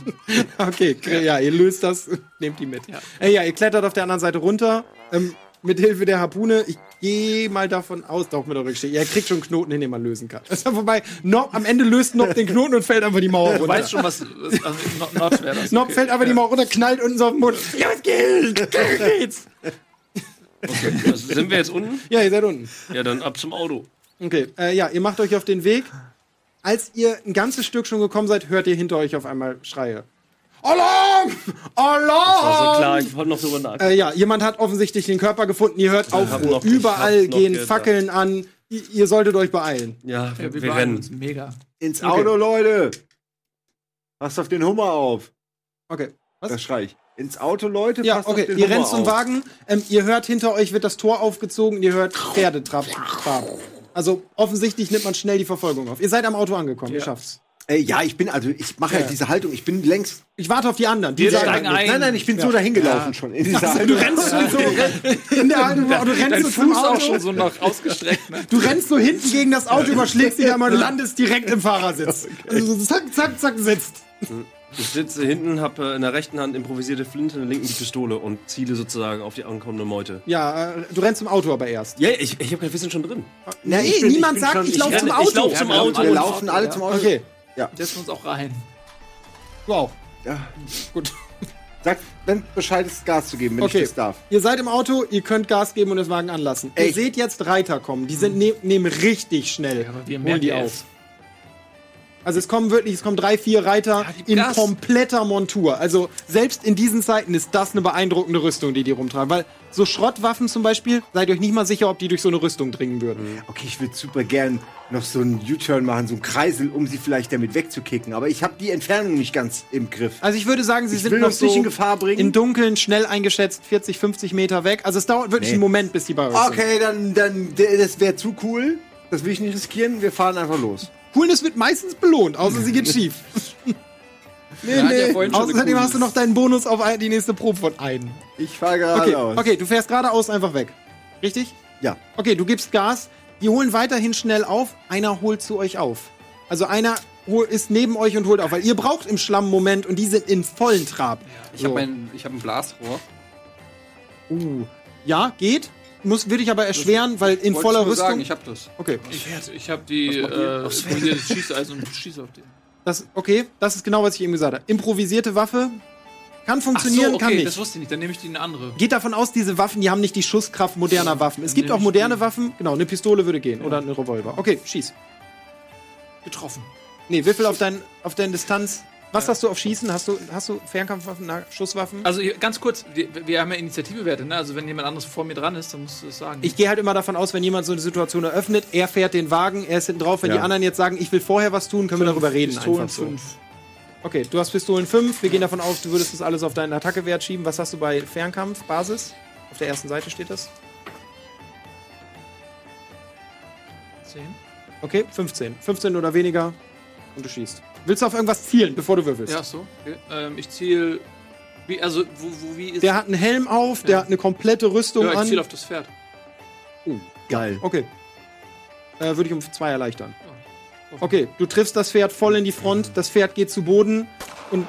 Okay, kr- ja, ihr löst das, nehmt die mit. Ja. Äh, ja, ihr klettert auf der anderen Seite runter, ähm, mit Hilfe der Harpune. Ich gehe mal davon aus, doch mit eurer Geschichte. Ihr kriegt schon einen Knoten hin, den man lösen kann. Das ist ja vorbei. Nob, am Ende löst Nob den Knoten und fällt einfach die Mauer runter. Du weißt schon, was. was also, not, not wäre das. Nob fällt einfach die Mauer runter, knallt uns auf den Mund. Los geht's! Also sind wir jetzt unten? ja, ihr seid unten. Ja, dann ab zum Auto. Okay, äh, ja, ihr macht euch auf den Weg. Als ihr ein ganzes Stück schon gekommen seid, hört ihr hinter euch auf einmal Schreie. Alarm! Alarm! Also klar, ich hab noch drüber nach. Äh, ja, jemand hat offensichtlich den Körper gefunden. Ihr hört auf, noch überall geschnappt, noch gehen gedacht. Fackeln an. I ihr solltet euch beeilen. Ja, wir, Ja, wir, wir beeilen uns rennen. mega. Ins Okay. Auto, Leute. Passt auf den Hummer auf. Okay. Was? Das schrei ich. Ins Auto, Leute. Ja, passt auf okay. den Ihr Hummer rennt zum auf. Wagen. Ähm, ihr hört, hinter euch wird das Tor aufgezogen. Ihr hört Pferde trappen. traben. Also offensichtlich nimmt man schnell die Verfolgung auf. Ihr seid am Auto angekommen. Ihr schafft's. Äh, ja, ich bin, also ich mache halt diese Haltung. Ich bin längst. Ich warte auf die anderen. Die Wir sagen- steigen ein. Nein, nein, ich bin so dahingelaufen schon. In dieser Haltung. in der Haltung, du Dein rennst so zum Fuß auch Auto. schon so noch ausgestreckt, ne? Du rennst so hinten gegen das Auto, überschlägst dich einmal und landest direkt im Fahrersitz. Also so zack, zack, zack, sitzt. Ich sitze hinten, habe in der rechten Hand improvisierte Flinte, in der linken die Pistole und ziele sozusagen auf die ankommende Meute. Ja, äh, du rennst zum Auto aber erst. Ja, ich, ich habe kein Wissen schon drin. Na, eh, Nee, niemand sagt, ich lauf zum renne- Auto. Ich laufe zum Ja, Auto. Wir und- laufen alle zum Auto. Okay, Setzen uns auch rein. wow. Sag dann Bescheid, es Gas zu geben, wenn Okay. ich das darf. Ihr seid im Auto, ihr könnt Gas geben und das Wagen anlassen. Ihr Echt? seht jetzt Reiter kommen. Die sind ne nehmen richtig schnell. aber wir Holen merken die ja auf. jetzt. Also es kommen wirklich, es kommen drei, vier Reiter gib in Gas. kompletter Montur. Also selbst in diesen Zeiten ist das eine beeindruckende Rüstung, die die rumtragen. Weil so Schrottwaffen zum Beispiel, seid ihr euch nicht mal sicher, ob die durch so eine Rüstung dringen würden. Okay, ich würde super gern noch so einen U-Turn machen, so einen Kreisel, um sie vielleicht damit wegzukicken. Aber ich habe die Entfernung nicht ganz im Griff. Also ich würde sagen, sie Ich sind will noch uns nicht so in Gefahr bringen. im Dunkeln schnell eingeschätzt 40, 50 Meter weg. Also es dauert wirklich Nee. Ah, einen Moment, bis die bei euch sind. Okay, dann, dann, d- das wäre zu cool. Das will ich nicht riskieren. Wir fahren einfach los. Coolness wird meistens belohnt, außer sie geht schief. Nee, nee. Außerdem hast du noch deinen Bonus auf ein- die nächste Probe von einen. Ich fahre Okay, geradeaus. okay, du fährst geradeaus einfach weg. Richtig? Ja. Okay, du gibst Gas. Die holen weiterhin schnell auf. Einer holt zu euch auf. Also einer hol- ist neben euch und holt auf, weil ihr braucht im Schlamm einen Moment und die sind in vollen Trab. Ich habe ein, ich hab ein Blasrohr. Uh. Ja, geht. Muss, würde ich aber erschweren, weil in voller nur Rüstung. sagen, ich habe das. okay. Ich, ich hab die, äh, das Schießeisen und schieß auf den. Das, okay, das ist genau, was ich eben gesagt habe. Improvisierte Waffe kann funktionieren, okay, kann nicht. das wusste ich nicht. Dann nehme ich die eine andere. Geht davon aus, diese Waffen, die haben nicht die Schusskraft moderner Waffen. Es gibt nehm auch ich moderne die. Waffen. Genau, eine Pistole würde gehen. Oder eine Revolver. Okay, schieß. Getroffen. Nee, würfel auf deinen auf dein Distanz. Was hast du auf Schießen? Hast du, hast du Fernkampfwaffen, Na, Schusswaffen? Also hier, ganz kurz, wir, wir haben ja Initiativewerte, ne? Also wenn jemand anderes vor mir dran ist, dann musst du es sagen. ich gehe halt immer davon aus, wenn jemand so eine Situation eröffnet, er fährt den Wagen, er ist hinten drauf. Wenn Ja. die anderen jetzt sagen, ich will vorher was tun, können wir darüber reden. Pistolen einfach so. fünf. Okay, du hast Pistolen 5. Wir gehen davon aus, du würdest das alles auf deinen Attackewert schieben. Was hast du bei Fernkampf, Basis? Auf der ersten Seite steht das. Zehn. Okay, 15. 15 oder weniger und du schießt. Willst du auf irgendwas zielen, bevor du würfelst? Ja, ach so. Okay. Ähm, ich ziel. Wie, also, wo, wo, wie ist. Der hat einen Helm auf, der hat eine komplette Rüstung ja, ich an. ziel auf das Pferd. Geil. Okay. Äh, Würde ich um zwei erleichtern. Okay, du triffst das Pferd voll in die Front, das Pferd geht zu Boden und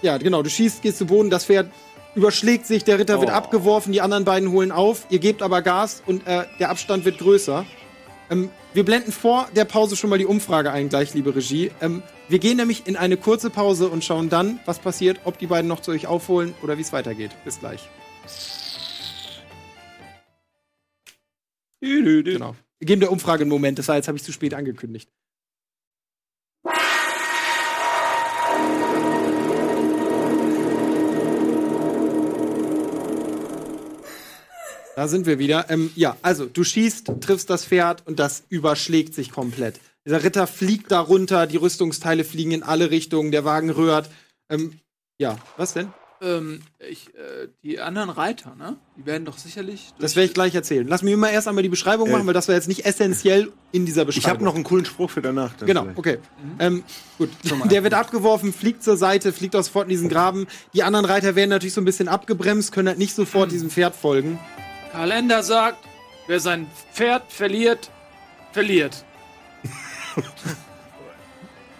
ja, genau, du schießt, gehst zu Boden, das Pferd überschlägt sich, der Ritter wird abgeworfen, die anderen beiden holen auf, ihr gebt aber Gas und äh, der Abstand wird größer. Ähm, wir blenden vor der Pause schon mal die Umfrage ein, gleich, liebe Regie. Ähm, wir gehen nämlich in eine kurze Pause und schauen dann, was passiert, ob die beiden noch zu euch aufholen oder wie es weitergeht. Bis gleich. Genau. Wir geben der Umfrage einen Moment, das war jetzt, habe ich zu spät angekündigt. Da sind wir wieder. Ähm, ja, also du schießt, triffst das Pferd und das überschlägt sich komplett. Dieser Ritter fliegt da runter, die Rüstungsteile fliegen in alle Richtungen, der Wagen rührt. Ähm, ja, was denn? Ähm, ich, äh, die anderen Reiter, ne? Die werden doch sicherlich. Das werde ich gleich erzählen. Lass mir mal erst einmal die Beschreibung machen, weil das war jetzt nicht essentiell in dieser Beschreibung. Ich habe noch einen coolen Spruch für danach. dann Genau, vielleicht. okay. Ähm, gut. Der wird abgeworfen, fliegt zur Seite, fliegt auch sofort in diesen Graben. Die anderen Reiter werden natürlich so ein bisschen abgebremst, können halt nicht sofort diesem Pferd folgen. Kalender sagt, wer sein Pferd verliert, verliert.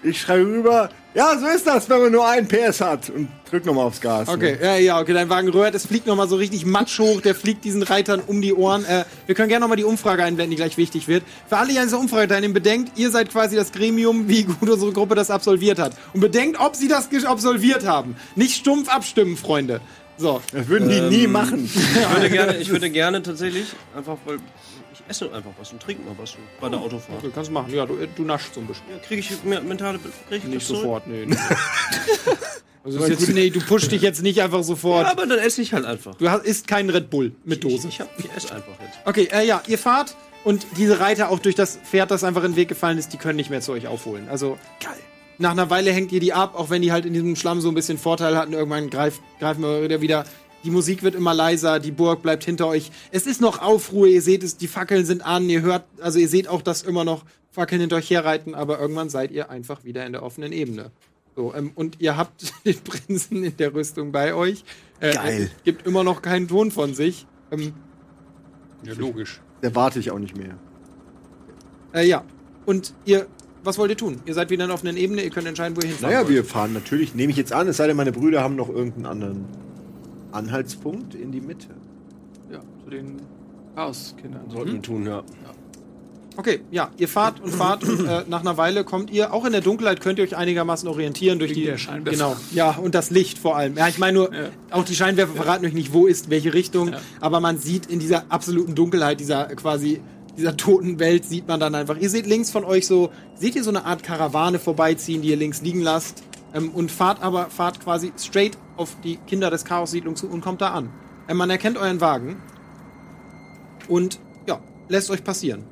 Ich schreibe rüber. Ja, so ist das, wenn man nur einen PS hat. Und drück nochmal aufs Gas. ne? Okay, ja, ja, okay, dein Wagen rührt, es fliegt nochmal so richtig matsch hoch, der fliegt diesen Reitern um die Ohren. Äh, wir können gerne nochmal die Umfrage einblenden, die gleich wichtig wird. Für alle, die an dieser Umfrage teilnehmen, bedenkt, ihr seid quasi das Gremium, wie gut unsere Gruppe das absolviert hat. Und bedenkt, ob sie das ge- absolviert haben. Nicht stumpf abstimmen, Freunde. So. Das würden die nie ähm, machen. Ich würde gerne, ich würde gerne tatsächlich einfach, weil ich esse einfach was und trinke mal was bei der Autofahrt. Du kannst machen, ja, du, äh, du naschst so ein bisschen. Ja, Kriege ich mehr mentale Be- krieg ich Nicht das zurück? sofort, nee. nee. Also ist jetzt, nee, du pusht dich jetzt nicht einfach sofort. Ja, aber dann esse ich halt einfach. Du hast, isst keinen Red Bull mit Dose. Ich, hab, ich esse einfach jetzt. Okay, äh, ja, ihr fahrt und diese Reiter auch durch das Pferd, das einfach in den Weg gefallen ist, die können nicht mehr zu euch aufholen. Also geil. Nach einer Weile hängt ihr die ab, auch wenn die halt in diesem Schlamm so ein bisschen Vorteil hatten. Irgendwann greift, greifen wir wieder wieder. Die Musik wird immer leiser, die Burg bleibt hinter euch. Es ist noch Aufruhe, ihr seht es, die Fackeln sind an, ihr hört, also ihr seht auch, dass immer noch Fackeln hinter euch herreiten, aber irgendwann seid ihr einfach wieder in der offenen Ebene. So, ähm, und ihr habt den Prinzen in der Rüstung bei euch. Äh, Geil. er Gibt immer noch keinen Ton von sich. Ähm, Ja, logisch. Da warte ich auch nicht mehr. Äh, ja. Und ihr, was wollt ihr tun? Ihr seid wieder in der offenen Ebene, ihr könnt entscheiden, wo ihr hinfahrt. Naja, wir fahren natürlich, nehme ich jetzt an, es sei denn, meine Brüder haben noch irgendeinen anderen Anhaltspunkt in die Mitte. Ja, zu den Chaoskindern. Sollten wir tun, ja. Okay, ja, ihr fahrt und fahrt und äh, nach einer Weile kommt ihr, auch in der Dunkelheit könnt ihr euch einigermaßen orientieren durch die. der Scheinwerfer. Genau. Ja, und das Licht vor allem. Ja, ich meine nur, Ja. auch die Scheinwerfer verraten euch nicht, wo ist welche Richtung, aber man sieht in dieser absoluten Dunkelheit, dieser äh, quasi dieser toten Welt sieht man dann einfach. Ihr seht links von euch so, seht ihr so eine Art Karawane vorbeiziehen, die ihr links liegen lasst ähm, und fahrt aber fahrt quasi straight auf die Kinder des Chaos Siedlung zu und kommt da an. Äh, man erkennt euren Wagen und ja, lässt euch passieren.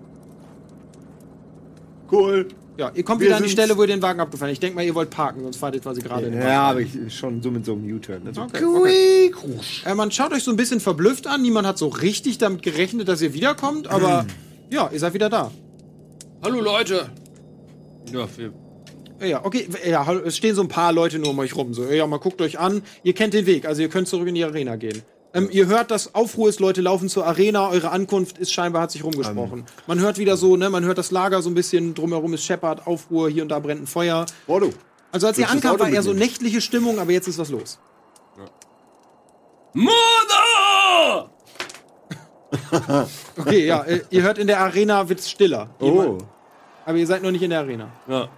Cool. Ja, ihr kommt Wir wieder an die sind's. Stelle, wo ihr den Wagen abgefahren habt. Ich denke mal, ihr wollt parken, sonst fahrt ihr quasi gerade in den Wagen. Ja, aber ich schon so mit so einem U-Turn. Also, Okay, okay. Äh, man schaut euch so ein bisschen verblüfft an. Niemand hat so richtig damit gerechnet, dass ihr wiederkommt, aber ja, ihr seid wieder da. Hallo Leute, Ja, wir Äh, Ja, okay, w- ja, hallo, es stehen so ein paar Leute nur um euch rum. So, äh, ja, mal guckt euch an. Ihr kennt den Weg, also ihr könnt zurück in die Arena gehen. Ähm, ihr hört, dass Aufruhr ist, Leute laufen zur Arena, eure Ankunft ist scheinbar, hat sich Ähm. rumgesprochen. man hört wieder so, ne, man hört das Lager so ein bisschen, drumherum ist Shepard, Aufruhr, hier und da brennt ein Feuer. Bordo. Also als Willst ihr du das ankam, Auto war eher so mitnehmen? nächtliche Stimmung, aber jetzt ist was los. Mother! Okay, ja, äh, ihr hört in der Arena wird's stiller. Oh. Aber ihr seid noch nicht in der Arena. Ja.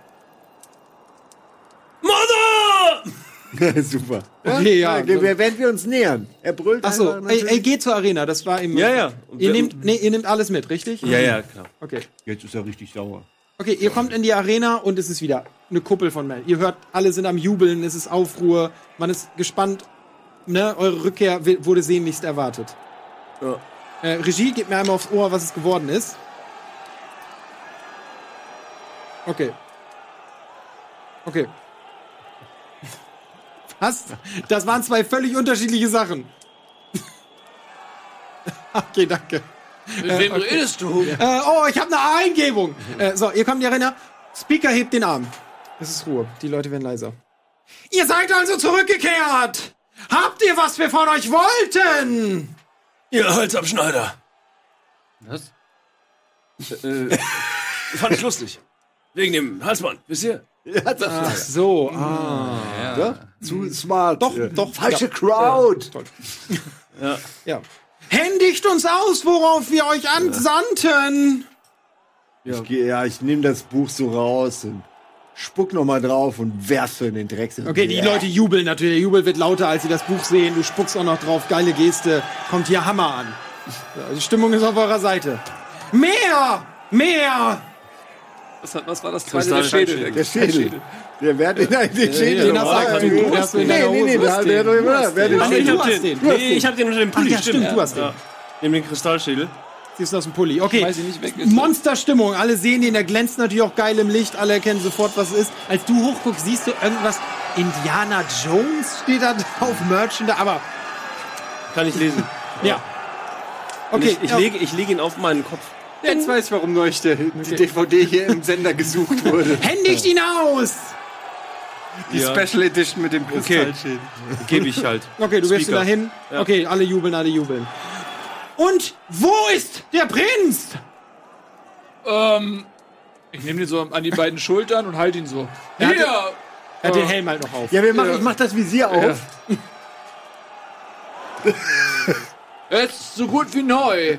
Mother! Super. Okay, ja. Wir, wir- werden wir uns nähern. Er brüllt Achso, einfach ey, natürlich. ey, geht zur Arena, das war eben. Ja, ja. Ihr nehmt, nee, ihr nehmt alles mit, richtig? Ja, ja, klar. Okay. Jetzt ist er richtig sauer. Okay, ihr kommt in die Arena und es ist wieder eine Kuppel von Männern. Ihr hört, alle sind am Jubeln, es ist Aufruhr, man ist gespannt. Ne? Eure Rückkehr wi- wurde sehnlichst erwartet. Äh, Regie, gebt mir einmal aufs Ohr, was es geworden ist. Okay. Okay. Was? Das waren zwei völlig unterschiedliche Sachen. okay, danke. mit wem redest du? Äh, oh, ich habe eine Eingebung. Äh, so, ihr kommt in die Arena. Speaker hebt den Arm. Es ist Ruhe. Die Leute werden leiser. Ihr seid also zurückgekehrt. Habt ihr, was wir von euch wollten? Ihr Hals am Schneider. Was? Äh, Fand ich lustig. Wegen dem Halsmann, wisst ihr? Ach so, ah. Zu smart. Doch, Ja. doch. Falsche Ja. Crowd. Ja. Händigt uns aus, worauf wir euch entsandten. Ich gehe, ja, ich nehme das Buch so raus und spuck nochmal drauf und werfe in den Drecksee. Okay, die Leute jubeln natürlich. Der Jubel wird lauter, als sie das Buch sehen. Du spuckst auch noch drauf. Geile Geste. Kommt hier Hammer an. Ja, Die Stimmung ist auf eurer Seite. Mehr! Mehr! Was, hat, was war das Kristall- zweite? Der Schädel. Der Schädel. Der Wert in den Schädel. Den hast du Ah, aktiv. Den hast du in deiner Nee, nee, nee, Hose. der hat der hat doch immer. Wer hat den Ach, nee, Schädel? ich hab hast den. den. Du hast Nee, ich den. hab den unter dem Ach Pulli. ja, stimmt, du hast den. Ja. Nimm den Kristallschädel. Siehst du aus dem Pulli. Okay. Weiß ich nicht, weg ist. Monsterstimmung. Alle sehen ihn. Er glänzt natürlich auch geil im Licht. Alle erkennen sofort, was es ist. Als du hochguckst, siehst du irgendwas. Indiana Jones steht da drauf. Merchant. Aber Kann ich lesen. ja. Und Okay. ich, ich, ja. lege, ich lege ihn auf meinen Kopf. Jetzt weiß ich, warum neulich der, die DVD hier im Sender gesucht wurde. Händigt ihn aus! Die Ja. Special Edition mit dem Kristallschild. halt Gebe ich halt. Okay, du wirst ihn Speaker. dahin. Okay, alle jubeln, alle jubeln. Und wo ist der Prinz? Ähm, ich nehme den so an die beiden Schultern und halte ihn so. hat- Hier! Er hat den Helm halt noch auf. Ja, wir machen, ich mach das Visier auf. Jetzt so gut wie neu.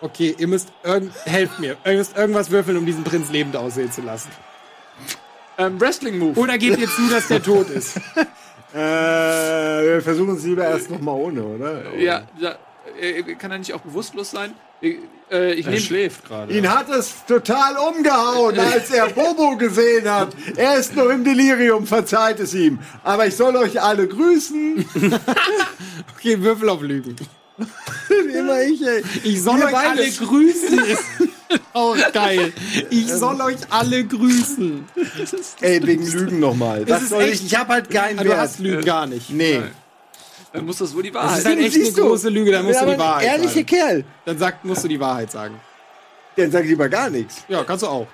Okay, ihr müsst irgend helft mir. Ihr müsst irgendwas würfeln, um diesen Prinz lebend aussehen zu lassen. Ähm, Wrestling-Move. Oder gebt ihr zu, dass der tot ist? Äh, wir versuchen es lieber erst nochmal ohne, oder? Oh. Ja, ja, äh, kann er nicht auch bewusstlos sein? Ich, äh, ich Er nehme schläft gerade. Ihn hat es total umgehauen, als er Bobo gesehen hat. Er ist noch im Delirium, verzeiht es ihm. Aber ich soll euch alle grüßen. Okay, Würfel auf Lügen. Immer ich, ey. Ich soll Ihr euch beide. alle grüßen. Ist auch Oh, geil. Ich soll euch alle grüßen. Ey, wegen Lügen nochmal. Es ist Was soll ich? echt- Ich hab halt keinen Ah, Du Wert. hast Lügen gar nicht. Nee. Dann muss das wohl die Das Wahrheit ist dann echt eine Ah, Siehst du? große Lüge, dann musst du Aber die ein Wahrheit ehrlicher sagen. Kerl. Dann sagt, musst du die Wahrheit sagen. Dann sag ich lieber gar nichts. Ja, kannst du auch.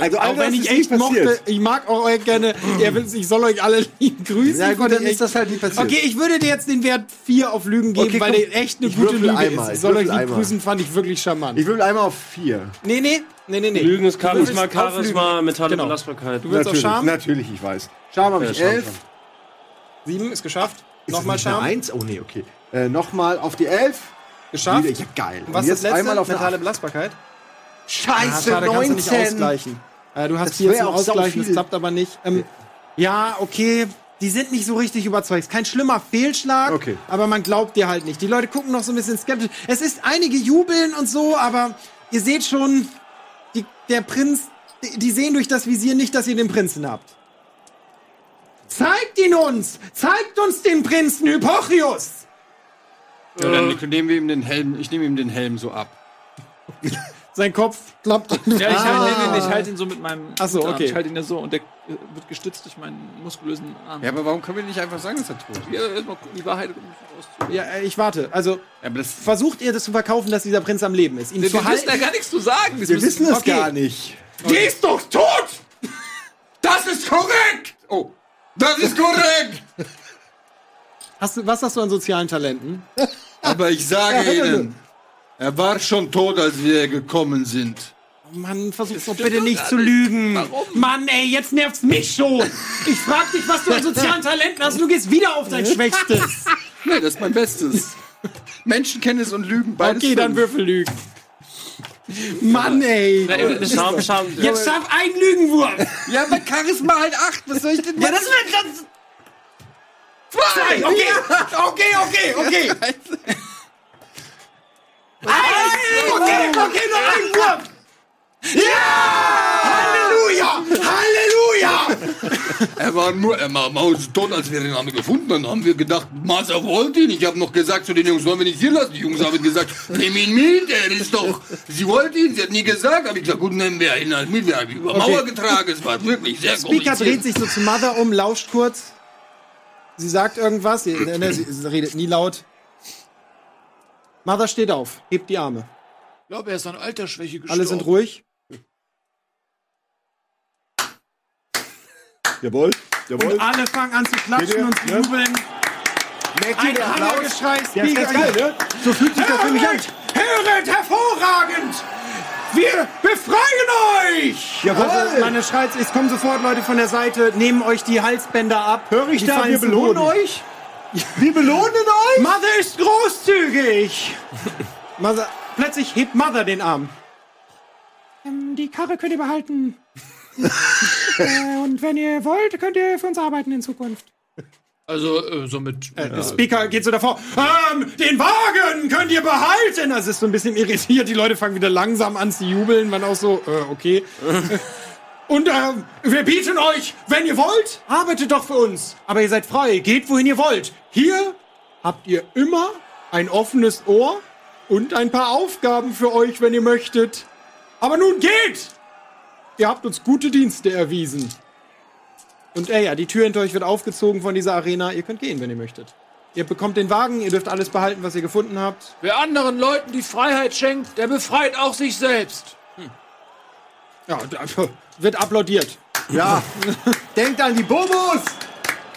Also, Auch wenn ich echt mochte, ich mag auch euch gerne, ihr wisst, ich soll euch alle lieb grüßen. Ja, gut, oder dann ist das halt nicht passiert. Okay, ich würde dir jetzt den Wert 4 auf Lügen geben, Okay, weil komm, der echt eine ich gute würfel Lüge einmal, ist. Ich ich soll euch würfel lieb einmal. grüßen, fand ich wirklich charmant. Ich will einmal auf vier. nee, nee, nee, nee, nee. Lügen ist Charisma, würfelst auf Charisma, Lügen. mentale Genau. Belastbarkeit. Du willst auf natürlich, Charme? natürlich, ich weiß. Charme habe ich Charme, elf. Charme. 7 ist geschafft. Ist Nochmal es nicht eine Charme. Eins? Oh, nee, okay. Äh, Nochmal auf die elf. Geschafft. Wieder, ja, geil. Und was ist das letzte? einmal auf eine mentale Acht. Belastbarkeit. Ah, Scheiße, schade, kannst du nicht 19. ausgleichen. Äh, du hast Das hier wär zum auch sau Ausgleichen, viel. das klappt aber nicht. Ähm, ja, okay, die sind nicht so richtig überzeugt. Ist kein schlimmer Fehlschlag, Okay. aber man glaubt dir halt nicht. Die Leute gucken noch so ein bisschen skeptisch. Es ist einige jubeln und so, aber ihr seht schon, die, der Prinz, die, die sehen durch das Visier nicht, dass ihr den Prinzen habt. Zeigt ihn uns! Zeigt uns den Prinzen Hypochius! Ja, dann nehmen wir ihm den Helm. Ich nehme ihm den Helm so ab. Sein Kopf klappt. Ja, ich halte ihn, ich halte ihn so mit meinem. Ah. Ach so, Unterarm. okay. Ich halte ihn ja so und der äh, wird gestützt durch meinen muskulösen Arm. Ja, aber warum können wir nicht einfach sagen, dass er tot ist? Ja, erstmal gucken, die Wahrheit um rauszuholen. Ja, äh, ich warte. Also Ja, aber das versucht ihr das zu verkaufen, dass dieser Prinz am Leben ist. Ihn zu Wir müssen halten. da gar nichts zu sagen. Das Wir müssen- wissen es Okay. gar nicht. Die ist doch tot! Das ist korrekt! Oh. Das ist korrekt! Hast du, was hast du an sozialen Talenten? Aber ich sage Ihnen, er war schon tot, als wir gekommen sind. Mann, versuch doch bitte nicht zu lügen. Warum? Mann, ey, jetzt nervt's mich schon. Ich frag dich, was du an sozialen Talenten hast. Du gehst wieder auf dein Schwächstes. Nee, das ist mein Bestes. Menschenkenntnis und Lügen, beides. Okay, dann fünf. würfel lügen. Mann, ey. Charme, Charme. Jetzt schaff einen Lügenwurf. Ja, mein Charisma halt 8. Was soll ich denn Ja, das wird das. Zwei. Okay, okay, okay, okay. Eins. Okay, okay, noch einen Wurf. Er war nur, äh, er war tot, als wir den Namen gefunden haben. Haben wir gedacht, Masa wollte ihn. Ich habe noch gesagt zu den Jungs, wollen wir nicht hier lassen. Die Jungs haben gesagt, nimm ihn mit, er ist doch. Sie wollte ihn, sie hat nie gesagt. Habe ich gesagt, gut, nehmen wir ihn halt mit. Wir haben ihn über Mauer getragen. Es war wirklich sehr Speaker dreht kompliziert. sich so zu Mother um, lauscht kurz. Sie sagt irgendwas. Sie, ne, ne, sie, sie redet nie laut. Mother steht auf, hebt die Arme. Ich glaube, er ist an Altersschwäche gestorben. Alle sind ruhig. Jawohl. Jawohl. Und alle fangen an zu klatschen und zu Ja. jubeln. Merkt ihr Ein den ne? Applaus? Hammergeschrei, Der ist ganz geil, Speaker. ne? So fühlt sich das für mich an. Höret hervorragend! Wir befreien euch! Jawohl. Also, meine schreit, es kommen sofort Leute von der Seite, nehmen euch die Halsbänder ab. Höre ich die da, fallen wir zu belohnen Boden. euch? Wir belohnen euch? Mother ist großzügig! Mother, plötzlich hebt Mother den Arm. Ähm, die Karre könnt ihr behalten. äh, und wenn ihr wollt, könnt ihr für uns arbeiten in Zukunft. Also, äh, so mit. Äh, Der Speaker geht so davor. Ähm, den Wagen könnt ihr behalten! Das ist so ein bisschen irritiert. Die Leute fangen wieder langsam an zu jubeln. Man auch so, äh, okay. Und ähm, wir bieten euch, wenn ihr wollt, arbeitet doch für uns. Aber ihr seid frei, geht wohin ihr wollt. Hier habt ihr immer ein offenes Ohr und ein paar Aufgaben für euch, wenn ihr möchtet. Aber nun geht! Ihr habt uns gute Dienste erwiesen. Und äh, ja, die Tür hinter euch wird aufgezogen von dieser Arena. Ihr könnt gehen, wenn ihr möchtet. Ihr bekommt den Wagen, ihr dürft alles behalten, was ihr gefunden habt. Wer anderen Leuten die Freiheit schenkt, der befreit auch sich selbst. Ja, da wird applaudiert. Ja, denkt an die Bobos!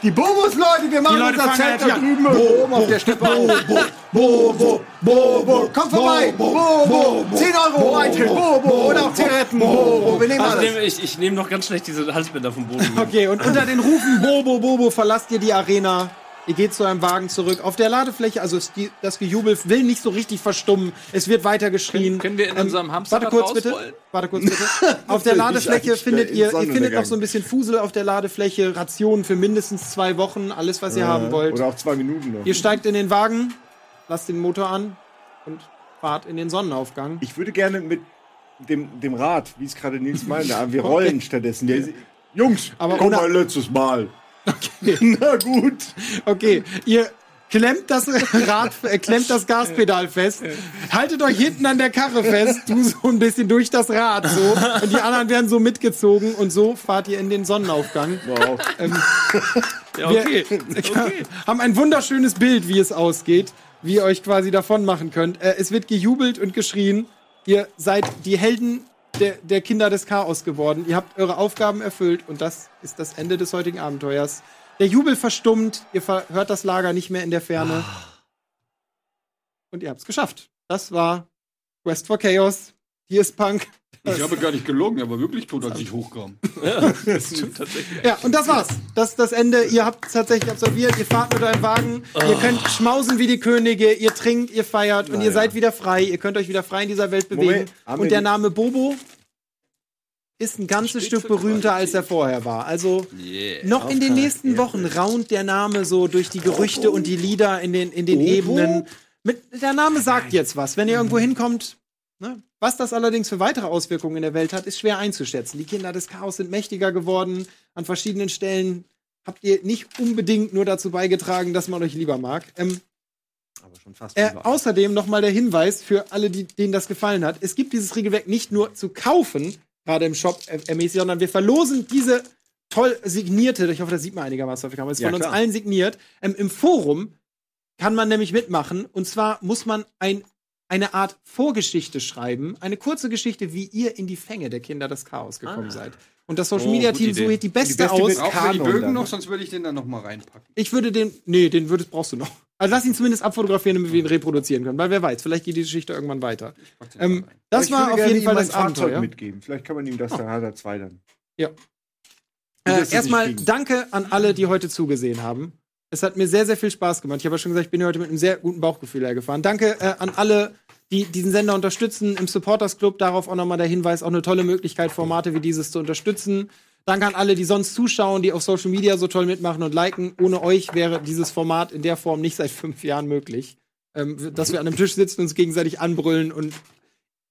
Die Bobos, Leute, wir machen Die Leute unser fangen halt Zelt da an, ja. drüben Bo- oben auf Bo- der Steppe. Bobo, Bobo, Bobo, komm vorbei! Bobo, 10 Euro Eintritt, Bobo, oder auch Zigaretten, Bobo, wir nehmen Also alles. nehm, ich ich nehme noch ganz schlecht diese Halsbänder vom Boden. Okay, und unter den Rufen Bobo, Bobo verlasst ihr die Arena. Ihr geht zu eurem Wagen zurück. Auf der Ladefläche, also es- die- das Gejubel will nicht so richtig verstummen. Es wird weiter geschrien. Ähm, Können wir in unserem Hamsterrad Warte kurz bitte. rausrollen? Warte kurz bitte. auf der ich Ladefläche eigentlich findet in ihr, ihr Sonnenuntergang. findet noch so ein bisschen Fusel auf der Ladefläche, Rationen für mindestens zwei Wochen, alles was ihr Äh, haben wollt. Oder auch zwei Minuten noch. Ihr steigt in den Wagen, lasst den Motor an und fahrt in den Sonnenaufgang. Ich würde gerne mit dem, dem Rad, wie es gerade Nils meinte, aber wir rollen stattdessen. Der, Jungs, Aber komm ohne- mal letztes Mal. Na gut. Okay, ihr klemmt das Rad, äh, klemmt das Gaspedal fest, haltet euch hinten an der Karre fest, du so ein bisschen durch das Rad so und die anderen werden so mitgezogen und so fahrt ihr in den Sonnenaufgang. Wow. Ähm, Ja, okay. Wir haben ein wunderschönes Bild, wie es ausgeht, wie ihr euch quasi davon machen könnt. Äh, es wird gejubelt und geschrien. Ihr seid die Helden der, der Kinder des Chaos geworden. Ihr habt eure Aufgaben erfüllt und das ist das Ende des heutigen Abenteuers. Der Jubel verstummt, ihr ver hört das Lager nicht mehr in der Ferne. Und ihr habt's geschafft. Das war Quest for Chaos. Hier ist Punk. Ich habe gar nicht gelogen, er war wirklich tot, als ich hochkam. Ja, und das war's. Das ist das Ende. Ihr habt tatsächlich absolviert. Ihr fahrt mit eurem Wagen. Ihr könnt Oh. schmausen wie die Könige. Ihr trinkt, ihr feiert und ihr seid wieder frei. Ihr könnt euch wieder frei in dieser Welt bewegen. Moment, haben wir und der die- Name Bobo ist ein ganzes Stück berühmter, als er vorher war. Also noch in den nächsten Wochen raunt der Name so durch die Gerüchte und die Lieder in den, in den Ebenen. Mit, der Name sagt jetzt was. Wenn ihr irgendwo hinkommt, Ne? Was das allerdings für weitere Auswirkungen in der Welt hat, ist schwer einzuschätzen. Die Kinder des Chaos sind mächtiger geworden. An verschiedenen Stellen habt ihr nicht unbedingt nur dazu beigetragen, dass man euch lieber mag. Ähm, äh, außerdem nochmal der Hinweis für alle, die, denen das gefallen hat. Es gibt dieses Regelwerk nicht nur zu kaufen, gerade im Shop äh, äh, mäßig, sondern wir verlosen diese toll signierte, ich hoffe, das sieht man einigermaßen auf der Kamera, ist Ja, von uns klar. allen signiert, ähm, im Forum kann man nämlich mitmachen. Und zwar muss man ein, eine Art Vorgeschichte schreiben, eine kurze Geschichte, wie ihr in die Fänge der Kinder des Chaos gekommen seid. Und das Social Ah. Oh, Media gute Team Idee. sucht die beste, aus. Brauchen wir die Bögen dann. noch, sonst würde ich den dann nochmal reinpacken. Ich würde den. Nee, den würdest, brauchst du noch. Also lass ihn zumindest abfotografieren, damit wir ihn reproduzieren können. Weil wer weiß, vielleicht geht die Geschichte irgendwann weiter. Ähm, Aber das ich war würde auf gerne jeden ihm Fall mein das Fahrzeug Abenteuer. Oh. mitgeben. Vielleicht kann man ihm das, dann hat er zwei dann. Ja. das Äh, ist erstmal nicht kriegen. danke an alle, die heute zugesehen haben. Es hat mir sehr, sehr viel Spaß gemacht. Ich habe ja schon gesagt, ich bin hier heute mit einem sehr guten Bauchgefühl hergefahren. Danke äh, an alle, die diesen Sender unterstützen. Im Supporters Club darauf auch nochmal der Hinweis, auch eine tolle Möglichkeit, Formate wie dieses zu unterstützen. Danke an alle, die sonst zuschauen, die auf Social Media so toll mitmachen und liken. Ohne euch wäre dieses Format in der Form nicht seit fünf Jahren möglich. Ähm, dass wir an einem Tisch sitzen, uns gegenseitig anbrüllen und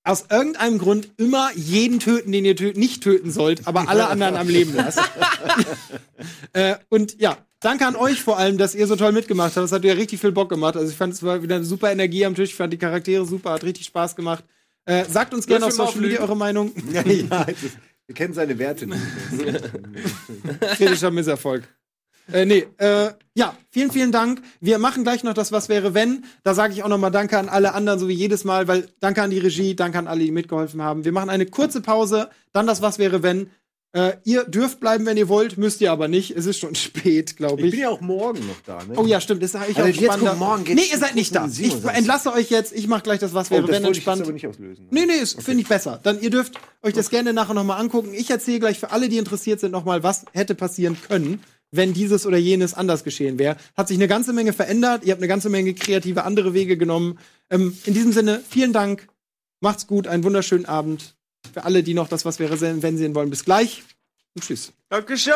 aus irgendeinem Grund immer jeden töten, den ihr tö nicht töten sollt, aber alle anderen am Leben lasst. äh, und ja, danke an euch vor allem, dass ihr so toll mitgemacht habt. Es hat ja richtig viel Bock gemacht. Also ich fand es war wieder eine super Energie am Tisch. Ich fand die Charaktere super, hat richtig Spaß gemacht. Äh, sagt uns gerne auf Lass ihn mal Social Media auflügen. eure Meinung. Ja, ja, das ist- wir kennen seine Werte nicht. Kritischer Misserfolg. Äh, nee, äh, ja, vielen, vielen Dank. Wir machen gleich noch das Was wäre wenn. Da sage ich auch nochmal Danke an alle anderen, so wie jedes Mal, weil danke an die Regie, danke an alle, die mitgeholfen haben. Wir machen eine kurze Pause, dann das Was wäre wenn. Äh, ihr dürft bleiben, wenn ihr wollt, müsst ihr aber nicht. Es ist schon spät, glaube ich. Ich bin ja auch morgen noch da, ne? Oh ja, stimmt. Das ist eigentlich Also auch jetzt spannender. kommt morgen, geht's nee, ihr seid nicht da. um Ich 7 Uhr samstags. entlasse euch jetzt. Ich mache gleich das Was Oh, wäre das wenn wollte ich jetzt entspannt. aber nicht auslösen. Nee, nee, ist finde ich besser. Dann ihr dürft euch das gerne nachher nochmal angucken. Ich erzähle gleich für alle, die interessiert sind, nochmal, was hätte passieren können, wenn dieses oder jenes anders geschehen wäre. Hat sich eine ganze Menge verändert. Ihr habt eine ganze Menge kreative andere Wege genommen. Ähm, in diesem Sinne, vielen Dank. Macht's gut. Einen wunderschönen Abend. Für alle, die noch das Was wäre, wenn sehen wollen, bis gleich und tschüss. Dankeschön.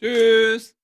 Tschüss.